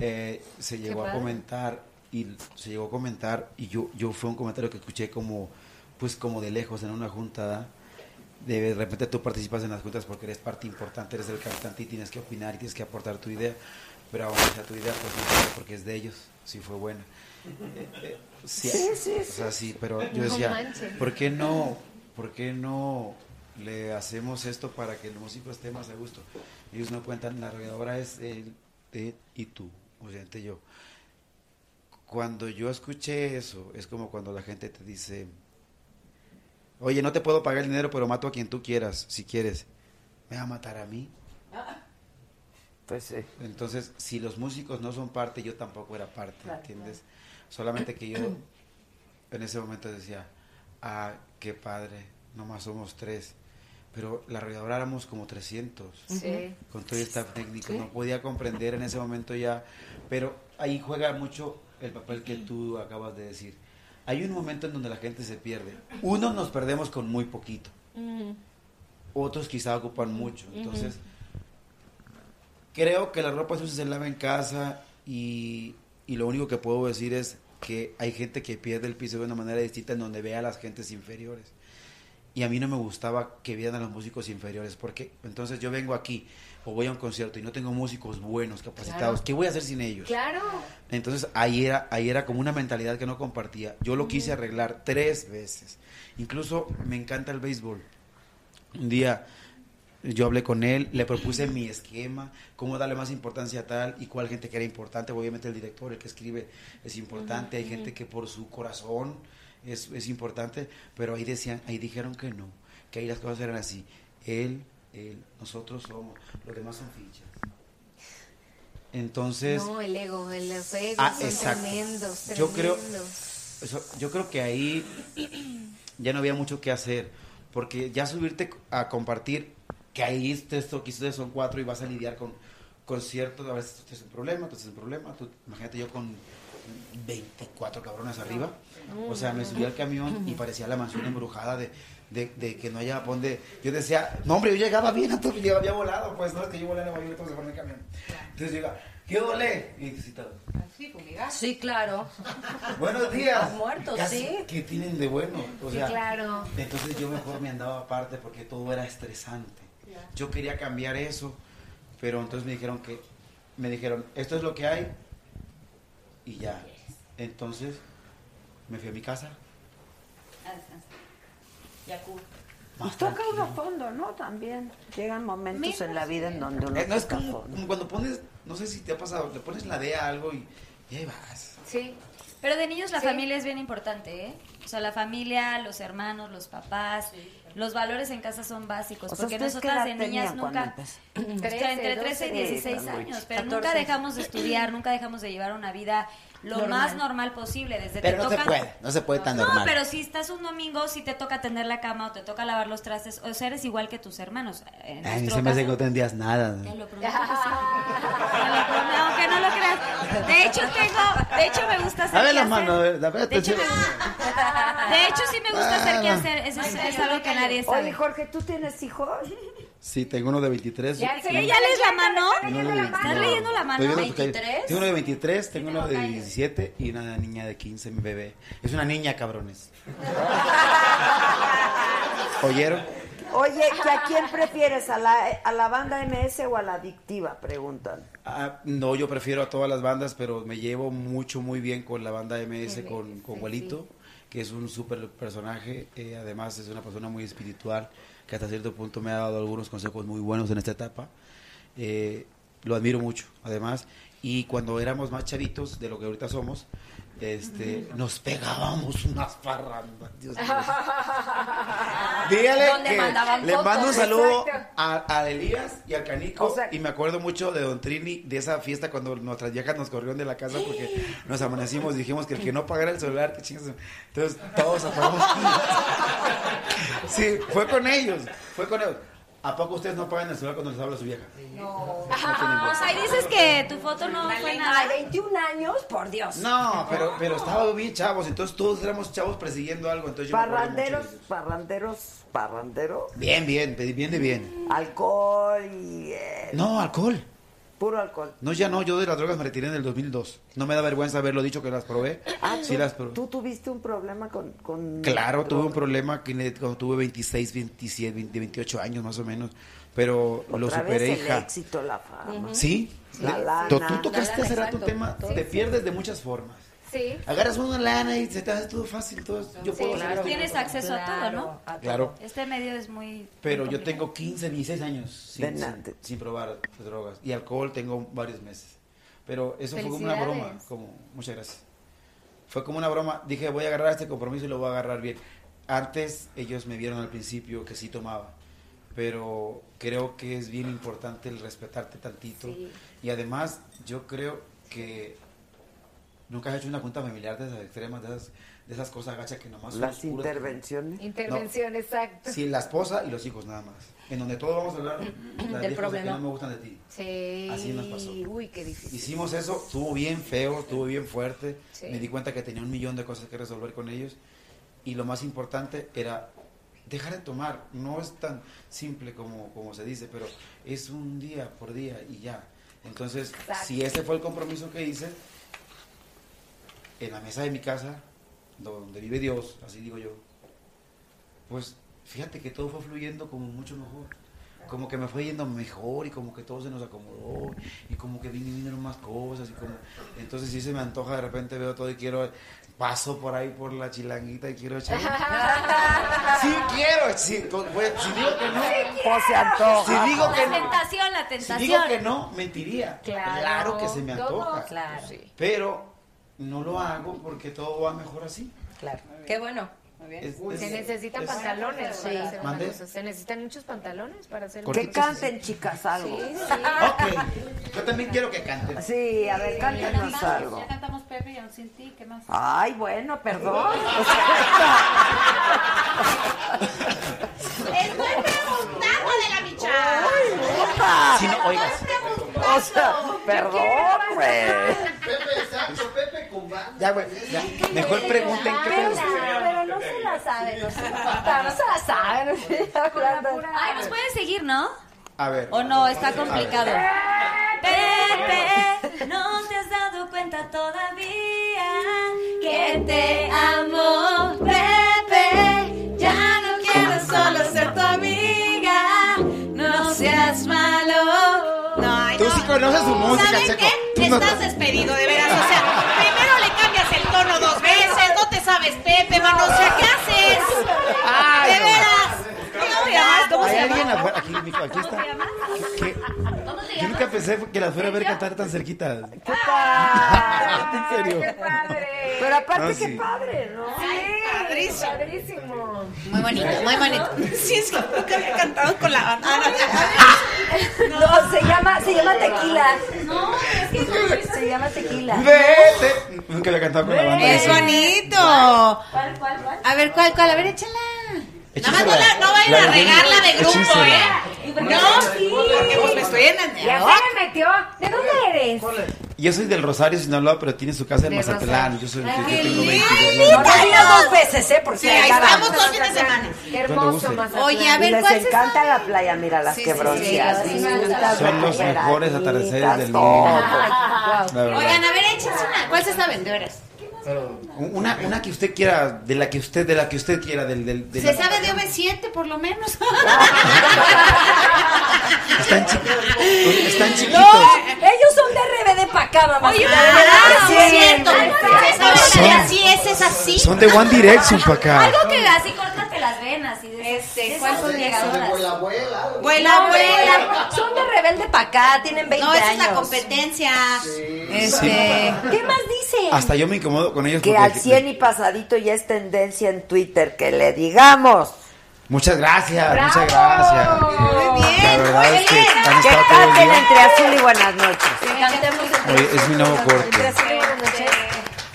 Speaker 15: eh, se
Speaker 1: Qué
Speaker 15: llegó a
Speaker 1: padre.
Speaker 15: comentar y se llegó a comentar y yo yo fue un comentario que escuché como pues como de lejos en una junta ¿da? de repente tú participas en las juntas porque eres parte importante, eres el cantante y tienes que opinar y tienes que aportar tu idea, pero aún sea tu idea pues no importa porque es de ellos, si fue buena. Eh, eh,
Speaker 1: Sí, sí,
Speaker 15: O sea, sí, pero yo
Speaker 1: No
Speaker 15: decía,
Speaker 1: manches.
Speaker 15: ¿por qué no por qué no le hacemos esto para que el músico esté más a gusto? Ellos no cuentan, la arregladora es él, él y tú, obviamente yo cuando yo escuché eso, es como cuando la gente te dice, oye, no te puedo pagar el dinero, pero mato a quien tú quieras, si quieres. ¿Me va a matar a mí?
Speaker 1: Pues sí.
Speaker 15: Entonces, si los músicos no son parte, yo tampoco era parte,
Speaker 1: Claro,
Speaker 15: ¿entiendes? Solamente que yo en ese momento decía, ah, qué padre, nomás somos tres. Pero la arregladora éramos como 300
Speaker 12: Sí.
Speaker 15: con todo el staff técnico.
Speaker 12: Sí.
Speaker 15: No podía comprender en ese momento ya, pero ahí juega mucho el papel que tú acabas de decir. Hay un momento en donde la gente se pierde. Unos nos perdemos con muy poquito,
Speaker 12: Mm,
Speaker 15: otros quizá ocupan mucho. Entonces, creo que la ropa sucia se lava en casa y, y lo único que puedo decir es que hay gente que pierde el piso de una manera distinta en donde ve a las gentes inferiores. Y a mí no me gustaba que vieran a los músicos inferiores, porque entonces yo vengo aquí o voy a un concierto y no tengo músicos buenos, capacitados,
Speaker 12: Claro.
Speaker 15: ¿qué voy a hacer sin ellos?
Speaker 12: Claro.
Speaker 15: Entonces ahí era, ahí era como una mentalidad que no compartía. Yo lo quise arreglar tres veces. Incluso me encanta el béisbol. Un día yo hablé con él, le propuse mi esquema, cómo darle más importancia a tal y cuál gente que era importante. Obviamente el director, el que escribe, es importante. Hay
Speaker 18: Ujú.
Speaker 15: gente que por su corazón es, es importante, pero ahí decían, ahí dijeron que no, que ahí las cosas eran así. Él, él, nosotros somos, los demás son fichas. Entonces,
Speaker 12: no, el ego, el- los egos
Speaker 15: Ah,
Speaker 12: son
Speaker 15: exacto.
Speaker 12: tremendos, tremendos.
Speaker 15: Yo creo- eso- yo creo que ahí ya no había mucho que hacer, porque ya subirte a compartir que ahí este- esto que ustedes son cuatro y vas a lidiar con, con ciertos, a veces tú es un problema, tú es un problema, tú- imagínate yo con 24 cabrones arriba, o sea, me subí al camión y parecía la mansión embrujada de, de, de que no haya donde, yo decía, no hombre, yo llegaba bien, a todo, yo había volado, pues no, es que yo volé a Nueva York, entonces volé en el camión, entonces llega, ¿qué volé? Y dice, "Sí, tal".
Speaker 14: Sí, claro.
Speaker 15: Buenos días.
Speaker 14: Los muertos,
Speaker 15: Casi,
Speaker 14: sí.
Speaker 15: ¿Qué tienen de bueno? O
Speaker 14: Sí,
Speaker 15: sea,
Speaker 14: claro.
Speaker 15: Entonces yo mejor me andaba aparte porque todo era estresante. Yo quería cambiar eso, pero entonces me dijeron que, me dijeron, esto es lo que hay y ya. Entonces me fui a mi casa.
Speaker 10: Ah,
Speaker 1: Nos toca uno a fondo, ¿no? También
Speaker 10: Pues
Speaker 1: llegan momentos en la vida en donde uno
Speaker 15: Eh, no es
Speaker 1: toca a
Speaker 15: como,
Speaker 1: fondo.
Speaker 15: como cuando pones, no sé si te ha pasado, le pones la D a algo y, y ahí vas.
Speaker 11: Sí. Pero de niños la familia es bien importante, ¿eh? O sea, la familia, los hermanos, los papás, los valores en casa son básicos.
Speaker 1: O sea,
Speaker 11: porque
Speaker 1: ¿ustedes qué
Speaker 11: nosotras
Speaker 1: edad
Speaker 11: de niñas
Speaker 1: tenían cuando
Speaker 11: nunca.
Speaker 1: empezó?
Speaker 11: O sea, entre
Speaker 12: 13,
Speaker 11: 13 y 16
Speaker 1: Sí,
Speaker 11: años.
Speaker 1: mucho.
Speaker 11: Pero
Speaker 1: 14.
Speaker 11: nunca dejamos de estudiar, nunca dejamos de llevar una vida lo
Speaker 12: Normal.
Speaker 11: más normal posible. Desde
Speaker 18: Pero
Speaker 11: te
Speaker 18: no se
Speaker 11: toca-
Speaker 18: puede, no se puede tan
Speaker 11: no,
Speaker 18: normal.
Speaker 11: pero si estás un domingo, si te toca tener la cama o te toca lavar los trastes, o sea, eres igual que tus hermanos. En
Speaker 15: Ay, ni
Speaker 11: nuestro
Speaker 15: se me hace que
Speaker 11: caso-
Speaker 15: no tendrías nada.
Speaker 11: Te lo prometo que sí. Te lo prometo, aunque no lo creas. De hecho tengo, de hecho me gusta hacer
Speaker 15: A ver
Speaker 11: qué
Speaker 15: la
Speaker 11: hacer.
Speaker 15: mano, a ver, a ver,
Speaker 11: De hecho, me gusta- de hecho, sí me gusta hacer qué hacer, eso es, es algo que nadie sabe.
Speaker 1: Oye, Jorge, ¿tú tienes hijos?
Speaker 15: Sí, tengo uno de 23.
Speaker 11: ¿Ya,
Speaker 15: y-
Speaker 11: ¿Ya lees la mano?
Speaker 15: y uno de 20.
Speaker 11: ¿Estás
Speaker 15: No,
Speaker 11: leyendo la mano?
Speaker 15: estoy viendo tu calle. Tengo uno de 23, tengo uno de 17 y una niña de 15, mi bebé. Es una niña, cabrones. ¿Oyeron?
Speaker 1: Oye, ¿que ¿a quién prefieres? ¿A la, ¿A la banda MS o a la adictiva? Preguntan.
Speaker 15: Ah, no, yo prefiero a todas las bandas, pero me llevo mucho, muy bien con la banda MS, con, con Gualito, que es un súper personaje. eh, además, es una persona muy espiritual, que hasta cierto punto me ha dado algunos consejos muy buenos en esta etapa. Eh, lo admiro mucho, además. Y cuando éramos más chavitos de lo que ahorita somos, este, nos pegábamos unas parrandas. Dios mío. Pues, Dígale
Speaker 11: Donde
Speaker 15: que
Speaker 11: mandaban
Speaker 15: le
Speaker 11: fotos,
Speaker 15: mando un saludo
Speaker 11: exacto.
Speaker 15: a, a Elías y al Canico. y me acuerdo mucho de Don Trini, de esa fiesta cuando nuestras viejas nos corrieron de la casa porque nos amanecimos. Dijimos que el que no pagara el celular, que chingas. Entonces todos apagamos. sí, fue con ellos. Fue con ellos. ¿A poco ustedes no pagan el celular cuando les habla su vieja?
Speaker 11: No.
Speaker 15: tienen voz.
Speaker 11: O sea, ahí dices que tu foto no fue nada.
Speaker 14: A 21 años, por Dios.
Speaker 15: No, pero, pero estaba bien chavos. Entonces todos éramos chavos persiguiendo algo. Entonces yo me acuerdo mucho de
Speaker 1: Parranderos,
Speaker 15: ellos.
Speaker 1: parranderos, parrandero.
Speaker 15: Bien, bien, bien de bien.
Speaker 1: Alcohol y. eh,
Speaker 15: No, alcohol.
Speaker 1: Puro alcohol.
Speaker 15: No, ya no, yo de las drogas me retiré en el 2002. No me da vergüenza haberlo dicho que las probé.
Speaker 1: Ah,
Speaker 15: sí
Speaker 1: tú-
Speaker 15: las probé.
Speaker 1: ¿Tú tuviste un problema con. con
Speaker 15: Claro, tuve un
Speaker 1: drogas?
Speaker 15: problema que ne- cuando tuve 26, 27, 20, 28 años más o menos, pero lo
Speaker 1: Otra
Speaker 15: superé,
Speaker 1: vez el
Speaker 15: hija.
Speaker 1: éxito, la fama.
Speaker 15: Sí,
Speaker 1: La
Speaker 15: le-
Speaker 1: lana.
Speaker 15: tú- tú tocaste
Speaker 1: La
Speaker 15: hace
Speaker 1: lana,
Speaker 15: rato un
Speaker 1: exacto.
Speaker 15: tema,
Speaker 1: Sí,
Speaker 15: te
Speaker 1: sí.
Speaker 15: pierdes de muchas formas.
Speaker 12: Sí.
Speaker 15: Agarras una lana y se te hace todo fácil, todo. Yo puedo hacer esto.
Speaker 11: Tienes acceso a todo, ¿no?
Speaker 15: Claro.
Speaker 11: Este medio es muy...
Speaker 15: Pero yo tengo 15, 16 años sin,
Speaker 1: De
Speaker 15: sin, sin probar pues, drogas. Y alcohol tengo varios meses. Pero eso fue como una
Speaker 12: Felicidades.
Speaker 15: broma. Como, muchas gracias. Fue como una broma. Dije, voy a agarrar este compromiso y lo voy a agarrar bien. Antes ellos me vieron al principio que sí tomaba. Pero creo que es bien importante el respetarte tantito.
Speaker 12: Sí.
Speaker 15: Y además, yo creo que nunca has hecho una junta familiar de esas extremas, de esas, de esas cosas gachas que nomás son
Speaker 1: Las
Speaker 15: oscuras.
Speaker 1: intervenciones.
Speaker 12: Intervención, exacto.
Speaker 15: Sí, la esposa y los hijos nada más. En donde todos vamos a hablar las 10
Speaker 12: Del
Speaker 15: cosas que
Speaker 12: problema.
Speaker 15: no me gustan de ti.
Speaker 12: Sí.
Speaker 15: Así nos pasó.
Speaker 12: Uy, qué difícil.
Speaker 15: Hicimos eso, estuvo bien feo, estuvo bien fuerte.
Speaker 12: Sí.
Speaker 15: Me di cuenta que tenía un millón de cosas que resolver con ellos. Y lo más importante era dejar de tomar. No es tan simple como, como se dice, pero es un día por día y ya. Entonces,
Speaker 12: Exacto.
Speaker 15: si ese fue el compromiso que hice, en la mesa de mi casa, donde vive Dios, así digo yo, pues fíjate que todo fue fluyendo como mucho mejor. Como que me fue yendo mejor y como que todo se nos acomodó y como que vin- vinieron más cosas y como... Entonces sí se me antoja, de repente veo todo y quiero... Paso por ahí por la chilanguita y quiero echar... sí quiero, sí, con- pues, si digo que no...
Speaker 1: Pues se antoja.
Speaker 15: Si digo que
Speaker 11: La
Speaker 15: no,
Speaker 11: tentación, la
Speaker 15: si
Speaker 11: tentación.
Speaker 15: digo que no, mentiría.
Speaker 11: Claro.
Speaker 15: Claro que se me
Speaker 11: Todo,
Speaker 15: antoja.
Speaker 11: claro.
Speaker 15: Sí. Pero no lo hago porque todo va mejor así.
Speaker 14: Claro. Qué bueno.
Speaker 15: Es-
Speaker 12: Se
Speaker 15: es-
Speaker 12: necesitan
Speaker 15: es-
Speaker 12: pantalones para hacer una
Speaker 15: ¿Mande?
Speaker 12: cosa. Se necesitan muchos pantalones para hacer
Speaker 1: Que canten, chicas, algo.
Speaker 12: Sí,
Speaker 15: Ah. Ok, yo también quiero que canten.
Speaker 1: Sí, a ver, cántanos algo.
Speaker 10: Ya cantamos Pepe y aún sin ti, ¿qué más?
Speaker 1: Ay, bueno, perdón.
Speaker 10: Estoy preguntando de la micha.
Speaker 1: Ay, puta.
Speaker 15: Si no, oigas.
Speaker 1: O sea, perdón, güey.
Speaker 19: Pepe, exacto, Pepe con banda.
Speaker 15: Ya, güey, ya. Mejor pregunten qué
Speaker 14: Pero,
Speaker 15: pedo.
Speaker 14: pero no se la saben, no se la, no se la saben.
Speaker 11: Ay, nos pueden seguir, ¿no?
Speaker 15: A ver.
Speaker 11: O no, está
Speaker 15: complicado.
Speaker 11: complicado. Pepe, no te has dado cuenta todavía que te amo, Pepe. Ya no quiero solo ser tu amiga. No seas malo. No,
Speaker 15: Tú sí conoces su música,
Speaker 10: ¿Saben
Speaker 15: Checo.
Speaker 10: qué?
Speaker 15: Tú no-
Speaker 10: Estás despedido, de veras. O sea, primero le cambias el tono dos veces, no te sabes Pepe, mano. O sea, ¿qué haces?
Speaker 15: Ay,
Speaker 10: de
Speaker 15: no.
Speaker 10: veras. ¿Cómo te llamas? ¿Cómo
Speaker 15: ¿Hay
Speaker 10: se
Speaker 15: alguien
Speaker 10: llama?
Speaker 15: afuera? Aquí, mijo, aquí está. ¿Qué? Yo nunca pensé que las fuera a ver cantar tan cerquita.
Speaker 1: Qué padre.
Speaker 15: En serio.
Speaker 1: Pero aparte,
Speaker 15: Ah, sí.
Speaker 1: qué padre, ¿no?
Speaker 10: Padrísimo.
Speaker 12: Padrísimo.
Speaker 10: Muy bonito, muy bonito. Sí, es que nunca había cantado con la banda.
Speaker 14: No, se llama, se llama tequila.
Speaker 11: No, es que
Speaker 14: Se llama tequila.
Speaker 15: Vete. Nunca había cantado con la banda.
Speaker 10: Es bonito. A
Speaker 14: ¿Cuál, cuál, cuál?
Speaker 10: ver, ¿cuál, cuál? A ver, échala. Nada más no,
Speaker 15: Échensela.
Speaker 10: la, no vayan
Speaker 15: La
Speaker 10: a
Speaker 15: de-
Speaker 10: regarla de grupo,
Speaker 15: échensela.
Speaker 10: ¿eh? No, porque pues me estoy en
Speaker 20: Ya se me metió. ¿De dónde eres?
Speaker 15: Yo soy del Rosario, Sinaloa, pero tiene su casa en
Speaker 13: Del
Speaker 15: Mazatlán.
Speaker 13: Rosario.
Speaker 15: Yo soy
Speaker 13: Ay,
Speaker 15: yo
Speaker 13: qué
Speaker 15: tengo
Speaker 13: lindo.
Speaker 15: 22
Speaker 13: Ay,
Speaker 15: años.
Speaker 13: mira. Invítanos dos veces, ¿eh? Porque
Speaker 14: sí, ahí
Speaker 13: cada-
Speaker 14: estamos dos fines de semana.
Speaker 15: Hermoso, Mazatlán.
Speaker 14: Oye, a ver,
Speaker 1: les
Speaker 14: ¿cuál es
Speaker 1: encanta la playa, mira las
Speaker 14: Sí,
Speaker 1: que
Speaker 14: sí,
Speaker 1: bronceas.
Speaker 14: sí, sí,
Speaker 1: lindas,
Speaker 15: Son los
Speaker 1: recuperaditas,
Speaker 15: mejores atardeceres del
Speaker 1: todo.
Speaker 15: mundo. La verdad.
Speaker 14: Oigan, a ver, échense una. ¿Cuál se saben? De veras.
Speaker 15: Una, una que usted quiera, de la que usted, de la que usted quiera, del, del, del-
Speaker 14: Se sabe de OV7, por lo menos.
Speaker 15: Están chiquitos. Están chiquitos.
Speaker 13: No, ellos son de RBD para acá, mamá.
Speaker 11: Ah,
Speaker 14: Oye,
Speaker 13: De
Speaker 14: ¿verdad?
Speaker 13: verdad,
Speaker 14: Sí,
Speaker 13: sí.
Speaker 14: cierto. Se sabe la de
Speaker 15: Son-
Speaker 14: así es, es así.
Speaker 15: Son de One Direction para acá.
Speaker 11: Algo que así córtate las venas. Y de
Speaker 14: Este,
Speaker 11: esas
Speaker 14: ¿cuál son
Speaker 11: llegadoras.
Speaker 14: esas?
Speaker 21: Vuela, vuela.
Speaker 14: Vuela,
Speaker 13: No,
Speaker 14: vuela.
Speaker 13: Son de rebelde para acá, tienen 20
Speaker 14: No, esa es
Speaker 13: años.
Speaker 14: la competencia.
Speaker 15: Este,
Speaker 13: ¿Qué más dicen?
Speaker 15: Hasta yo me incomodo con ellos
Speaker 1: Que
Speaker 15: porque-
Speaker 1: al 100 y pasadito ya es tendencia en Twitter, que le digamos.
Speaker 15: Muchas gracias,
Speaker 1: ¡Bravo!
Speaker 15: muchas gracias.
Speaker 14: Muy
Speaker 15: La
Speaker 14: bien.
Speaker 15: verdad es que han
Speaker 1: Que
Speaker 15: estado todo el
Speaker 1: canten
Speaker 15: día.
Speaker 1: entre azul y buenas noches.
Speaker 13: Que cantemos el
Speaker 15: Oye, es mi nuevo corte.
Speaker 13: Gracias, buenas noches.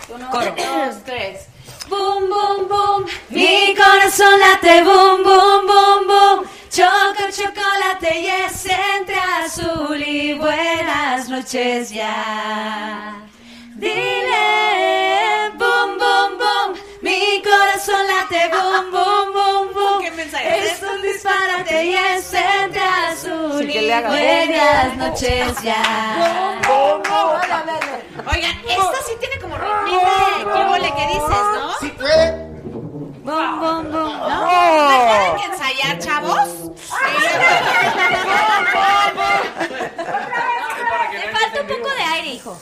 Speaker 14: Uno, dos, tres.
Speaker 11: Boom, boom, boom. Mi corazón late, boom, boom, boom, boom. Choco, chocolate y es entre azul y buenas noches ya. Dile, boom, boom, boom. Mi corazón late, boom, boom, boom, boom.
Speaker 14: ¿Qué mensaje
Speaker 11: Es un disparate y es entre azul
Speaker 1: Sí, que
Speaker 11: y
Speaker 1: le haga boom,
Speaker 11: buenas
Speaker 1: boom,
Speaker 11: noches ya.
Speaker 14: Oigan, esta sí tiene como ritmito. ¿Qué mole que dices, no?
Speaker 15: Sí puede.
Speaker 11: Boom, boom, boom.
Speaker 14: ¿No?
Speaker 15: Oh.
Speaker 14: ¿No que ensayar, chavos?
Speaker 11: Te falta un poco de aire, hijo.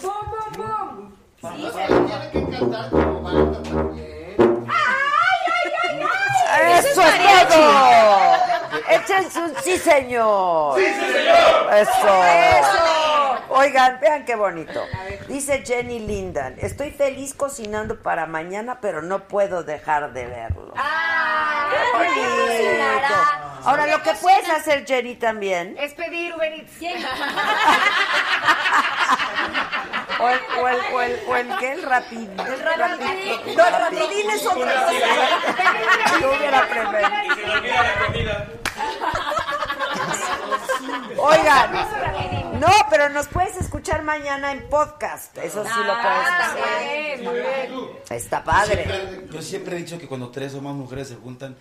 Speaker 1: ¡Eso es todo! Échense un sí, señor. ¡Sí, señor! Eso. Oigan, vean qué bonito. Dice Jenny Lindan, estoy feliz cocinando para mañana, pero no puedo dejar de verlo. ¡Qué bonito! Ahora, lo que puedes hacer, Jenny, también,
Speaker 12: Es pedir Uber Eats.
Speaker 1: o el, o el, o el, o el que el rapidín. El
Speaker 13: rapidín.
Speaker 1: No, el rapidín es otra cosa. Yo hubiera preferido.
Speaker 22: Y se le olvida la comida.
Speaker 1: Oigan, no, pero nos puedes escuchar mañana en podcast. Eso sí lo puedes hacer. Está padre.
Speaker 15: Siempre- yo siempre he dicho que cuando tres o más mujeres se juntan,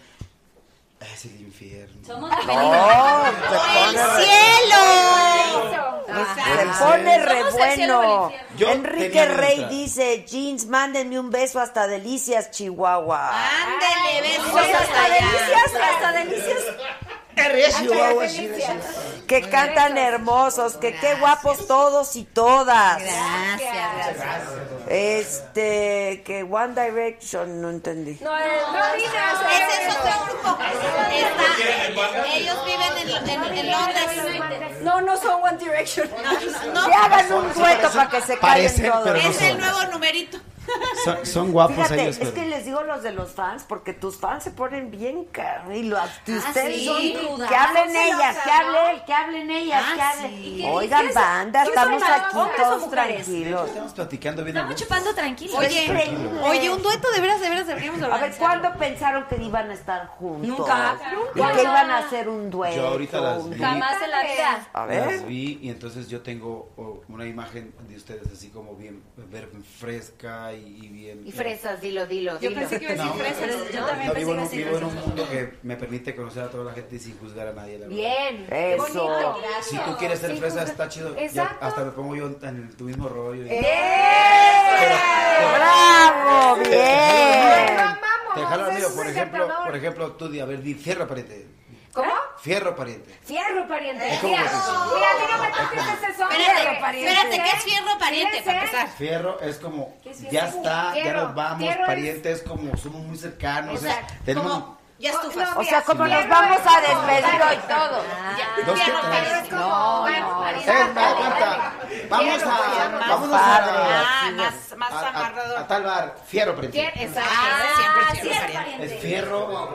Speaker 15: "Ah, es el infierno.
Speaker 1: No,
Speaker 11: Somos
Speaker 1: se
Speaker 14: ¡El
Speaker 1: pone re,
Speaker 14: cielo!
Speaker 1: Este, se
Speaker 14: Exacto.
Speaker 1: pone re
Speaker 11: Somos el cielo
Speaker 1: bueno.
Speaker 11: del infierno.
Speaker 15: Yo
Speaker 1: Enrique
Speaker 15: tenía que
Speaker 1: Rey
Speaker 15: entrar.
Speaker 1: dice, jeans, mándenme un beso hasta delicias, Chihuahua.
Speaker 14: Ah. Ándele, besos
Speaker 1: Pues
Speaker 14: hasta
Speaker 1: hasta
Speaker 14: allá.
Speaker 1: delicias, hasta delicias.
Speaker 15: Chihuahua, sí,
Speaker 1: Que cantan hermosos, que qué guapos todos y todas.
Speaker 14: Gracias, gracias.
Speaker 1: Este, que One Direction, no entendí.
Speaker 23: No, no digas.
Speaker 14: Ese es otro grupo. Está- ellos viven en, en- en Londres.
Speaker 13: No, no son One Direction.
Speaker 14: No,
Speaker 1: Que hagan un dueto para que se
Speaker 15: parecen,
Speaker 1: callen todos.
Speaker 15: pero no
Speaker 14: es el nuevo numerito.
Speaker 15: Son, son guapos
Speaker 1: Fíjate,
Speaker 15: ellos.
Speaker 1: es
Speaker 15: pero-
Speaker 1: que les digo los de los fans, porque tus fans se ponen bien car- y los y ustedes
Speaker 14: Ah, sí.
Speaker 1: son
Speaker 11: Rudas,
Speaker 1: que hablen
Speaker 11: son
Speaker 1: ellas,
Speaker 11: celosas,
Speaker 1: que hablen él, que hablen ellas,
Speaker 14: Ah,
Speaker 1: que hablen.
Speaker 14: sí.
Speaker 11: ¿Y qué-
Speaker 1: Oigan,
Speaker 11: qué es-
Speaker 1: banda,
Speaker 11: qué es
Speaker 1: estamos
Speaker 11: bailar?
Speaker 1: aquí
Speaker 11: ¿Hombres o
Speaker 1: todos
Speaker 11: mujeres?
Speaker 1: tranquilos.
Speaker 15: Estamos platicando bien. a
Speaker 11: Estamos
Speaker 15: gusto.
Speaker 11: chupando tranquilos.
Speaker 14: Oye, oye, un dueto de veras, de veras deberíamos de
Speaker 1: A ver,
Speaker 14: organizar.
Speaker 1: ¿cuándo pensaron que iban a estar juntos?
Speaker 13: Nunca.
Speaker 1: ¿Y que iban a hacer un dueto?
Speaker 15: Yo ahorita las vi.
Speaker 11: Jamás en la vida.
Speaker 1: A
Speaker 15: Las
Speaker 1: ver.
Speaker 15: vi y entonces yo tengo oh, una imagen de ustedes así como bien, bien fresca y, y bien...
Speaker 12: Y fresas, dilo, dilo,
Speaker 14: Yo
Speaker 12: dilo.
Speaker 14: pensé que iba a decir fresas.
Speaker 11: Yo también
Speaker 15: No,
Speaker 11: pensé
Speaker 15: vivo en,
Speaker 11: que
Speaker 15: un,
Speaker 11: así
Speaker 15: vivo en un
Speaker 11: no.
Speaker 15: mundo que me permite conocer a toda la gente y sin juzgar a nadie. La verdad.
Speaker 12: Bien.
Speaker 1: Eso.
Speaker 12: Qué bonito.
Speaker 15: Si tú quieres ser
Speaker 12: Sin
Speaker 15: fresa,
Speaker 12: juzgar.
Speaker 15: está chido. Ya
Speaker 12: Exacto.
Speaker 15: hasta me pongo yo en, en tu mismo rollo. y-
Speaker 1: ¡Bravo! ¡Bien!
Speaker 15: Te jalo al mío, por ejemplo, por ejemplo, tú, di, a ver, di, fierro pariente.
Speaker 12: ¿Cómo?
Speaker 15: Fierro pariente.
Speaker 23: Fierro, pariente.
Speaker 15: Es
Speaker 23: Mira,
Speaker 15: como que sí.
Speaker 23: mira, a mí no me toques ese son.
Speaker 14: Espérate, espérate, ¿qué
Speaker 1: ¿eh?
Speaker 14: es fierro pariente para empezar?
Speaker 15: Fierro es como,
Speaker 23: ¿Qué es fierro?
Speaker 15: ya está, ya
Speaker 23: Fierro,
Speaker 15: nos vamos,
Speaker 23: fierro es-
Speaker 15: pariente es como, somos muy cercanos. es-
Speaker 14: Exacto.
Speaker 15: tenemos
Speaker 14: Como ya estufas.
Speaker 1: O sea, como nos vamos a despedir hoy todos.
Speaker 15: dos que
Speaker 14: Ah, fierro
Speaker 15: tres.
Speaker 14: pariente.
Speaker 1: No, no.
Speaker 15: Eh, me aguanta. Vamos a, vámonos a,
Speaker 14: Ah, más, más
Speaker 15: a- a-
Speaker 14: amarrador.
Speaker 15: a tal bar, fierro pariente.
Speaker 12: Exacto.
Speaker 14: Ah, siempre fierro pariente.
Speaker 15: Es fierro.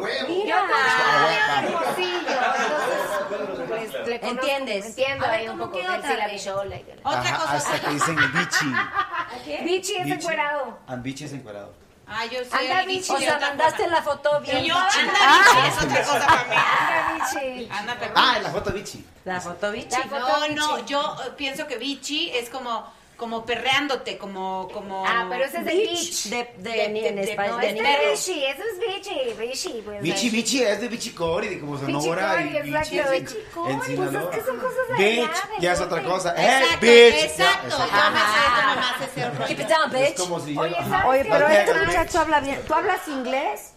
Speaker 11: ¿Entiendes?
Speaker 12: Entiendo
Speaker 11: A ver,
Speaker 12: ahí un
Speaker 11: ¿cómo
Speaker 12: poco.
Speaker 11: qué
Speaker 12: que
Speaker 11: otra
Speaker 12: sí, la
Speaker 11: vez?
Speaker 12: bichola y que la-
Speaker 14: Otra
Speaker 15: Ajá,
Speaker 14: cosa.
Speaker 15: hasta que dicen bichi.
Speaker 12: Bichi es
Speaker 15: Bichi.
Speaker 12: encuerado.
Speaker 15: Ah, Bichi es encuerado.
Speaker 14: Ah, yo soy
Speaker 12: Anda
Speaker 14: el bichi.
Speaker 12: bichi,
Speaker 13: O sea, mandaste la foto bien.
Speaker 14: Y yo,
Speaker 13: bichi.
Speaker 14: anda bichi, es otra cosa para mí.
Speaker 12: Anda, Bichi.
Speaker 14: Anda,
Speaker 10: Ah,
Speaker 14: perro.
Speaker 15: Ah, en la foto Bichi.
Speaker 13: La foto bichi.
Speaker 14: No, no, yo eh, pienso que bichi es como
Speaker 10: como perreándote, como, como.
Speaker 12: Ah, pero ese es de bitch.
Speaker 13: De, de,
Speaker 12: De-
Speaker 13: en
Speaker 12: de- de-
Speaker 13: español.
Speaker 12: no,
Speaker 13: de
Speaker 12: este
Speaker 13: negro.
Speaker 12: es bichi, eso es bichi, bichi. Pues,
Speaker 15: Bichi,
Speaker 12: ahí.
Speaker 15: bichi, es de bichicori, de como Sonora
Speaker 12: Bichicori,
Speaker 15: y bichi
Speaker 12: exacto,
Speaker 15: es en-
Speaker 12: bichicori,
Speaker 15: en
Speaker 12: pues,
Speaker 15: Sinaloa.
Speaker 12: es que son cosas de
Speaker 15: Bitch,
Speaker 12: allá, de
Speaker 15: ya es otra
Speaker 12: gente.
Speaker 15: cosa.
Speaker 12: Exacto,
Speaker 15: ¡Eh, bitch!
Speaker 12: exacto,
Speaker 15: Ya,
Speaker 12: toma
Speaker 15: Ajá.
Speaker 12: más ese rollo.
Speaker 13: Keep it down, bitch.
Speaker 15: Es como si yo-
Speaker 13: Oye,
Speaker 15: Ajá.
Speaker 13: ¿sabes
Speaker 1: Oye,
Speaker 13: qué?
Speaker 1: pero
Speaker 15: Las
Speaker 1: este
Speaker 15: negras.
Speaker 1: muchacho habla bien. ¿Tú hablas inglés?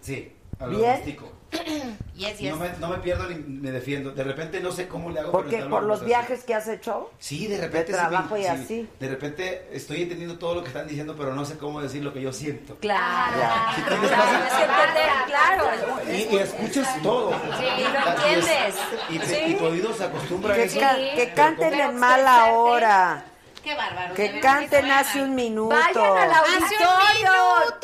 Speaker 15: Sí, a lo
Speaker 1: Bien.
Speaker 15: doméstico.
Speaker 10: Yes, yes.
Speaker 15: No me, pues no me pierdo ni me defiendo. De repente no sé cómo le hago. pero
Speaker 1: Porque
Speaker 15: te hablo
Speaker 1: por los
Speaker 15: conversación.
Speaker 1: viajes que has hecho.
Speaker 15: Sí, de repente. sí me-
Speaker 1: trabajo y
Speaker 15: sí,
Speaker 1: así.
Speaker 15: De repente estoy entendiendo todo lo que están diciendo, pero no sé cómo decir lo que yo siento.
Speaker 13: Claro.
Speaker 15: Ya.
Speaker 13: Claro, es que entender, claro. es muy-
Speaker 15: Y, y escuchas todo.
Speaker 13: Sí, lo entiendes.
Speaker 15: Y, te- y tu oído se acostumbra a
Speaker 1: Que,
Speaker 15: eso.
Speaker 1: ca- que canten en mala hora.
Speaker 10: Qué bárbaro.
Speaker 1: Que canten hace un minuto.
Speaker 13: Vayan al auditorio.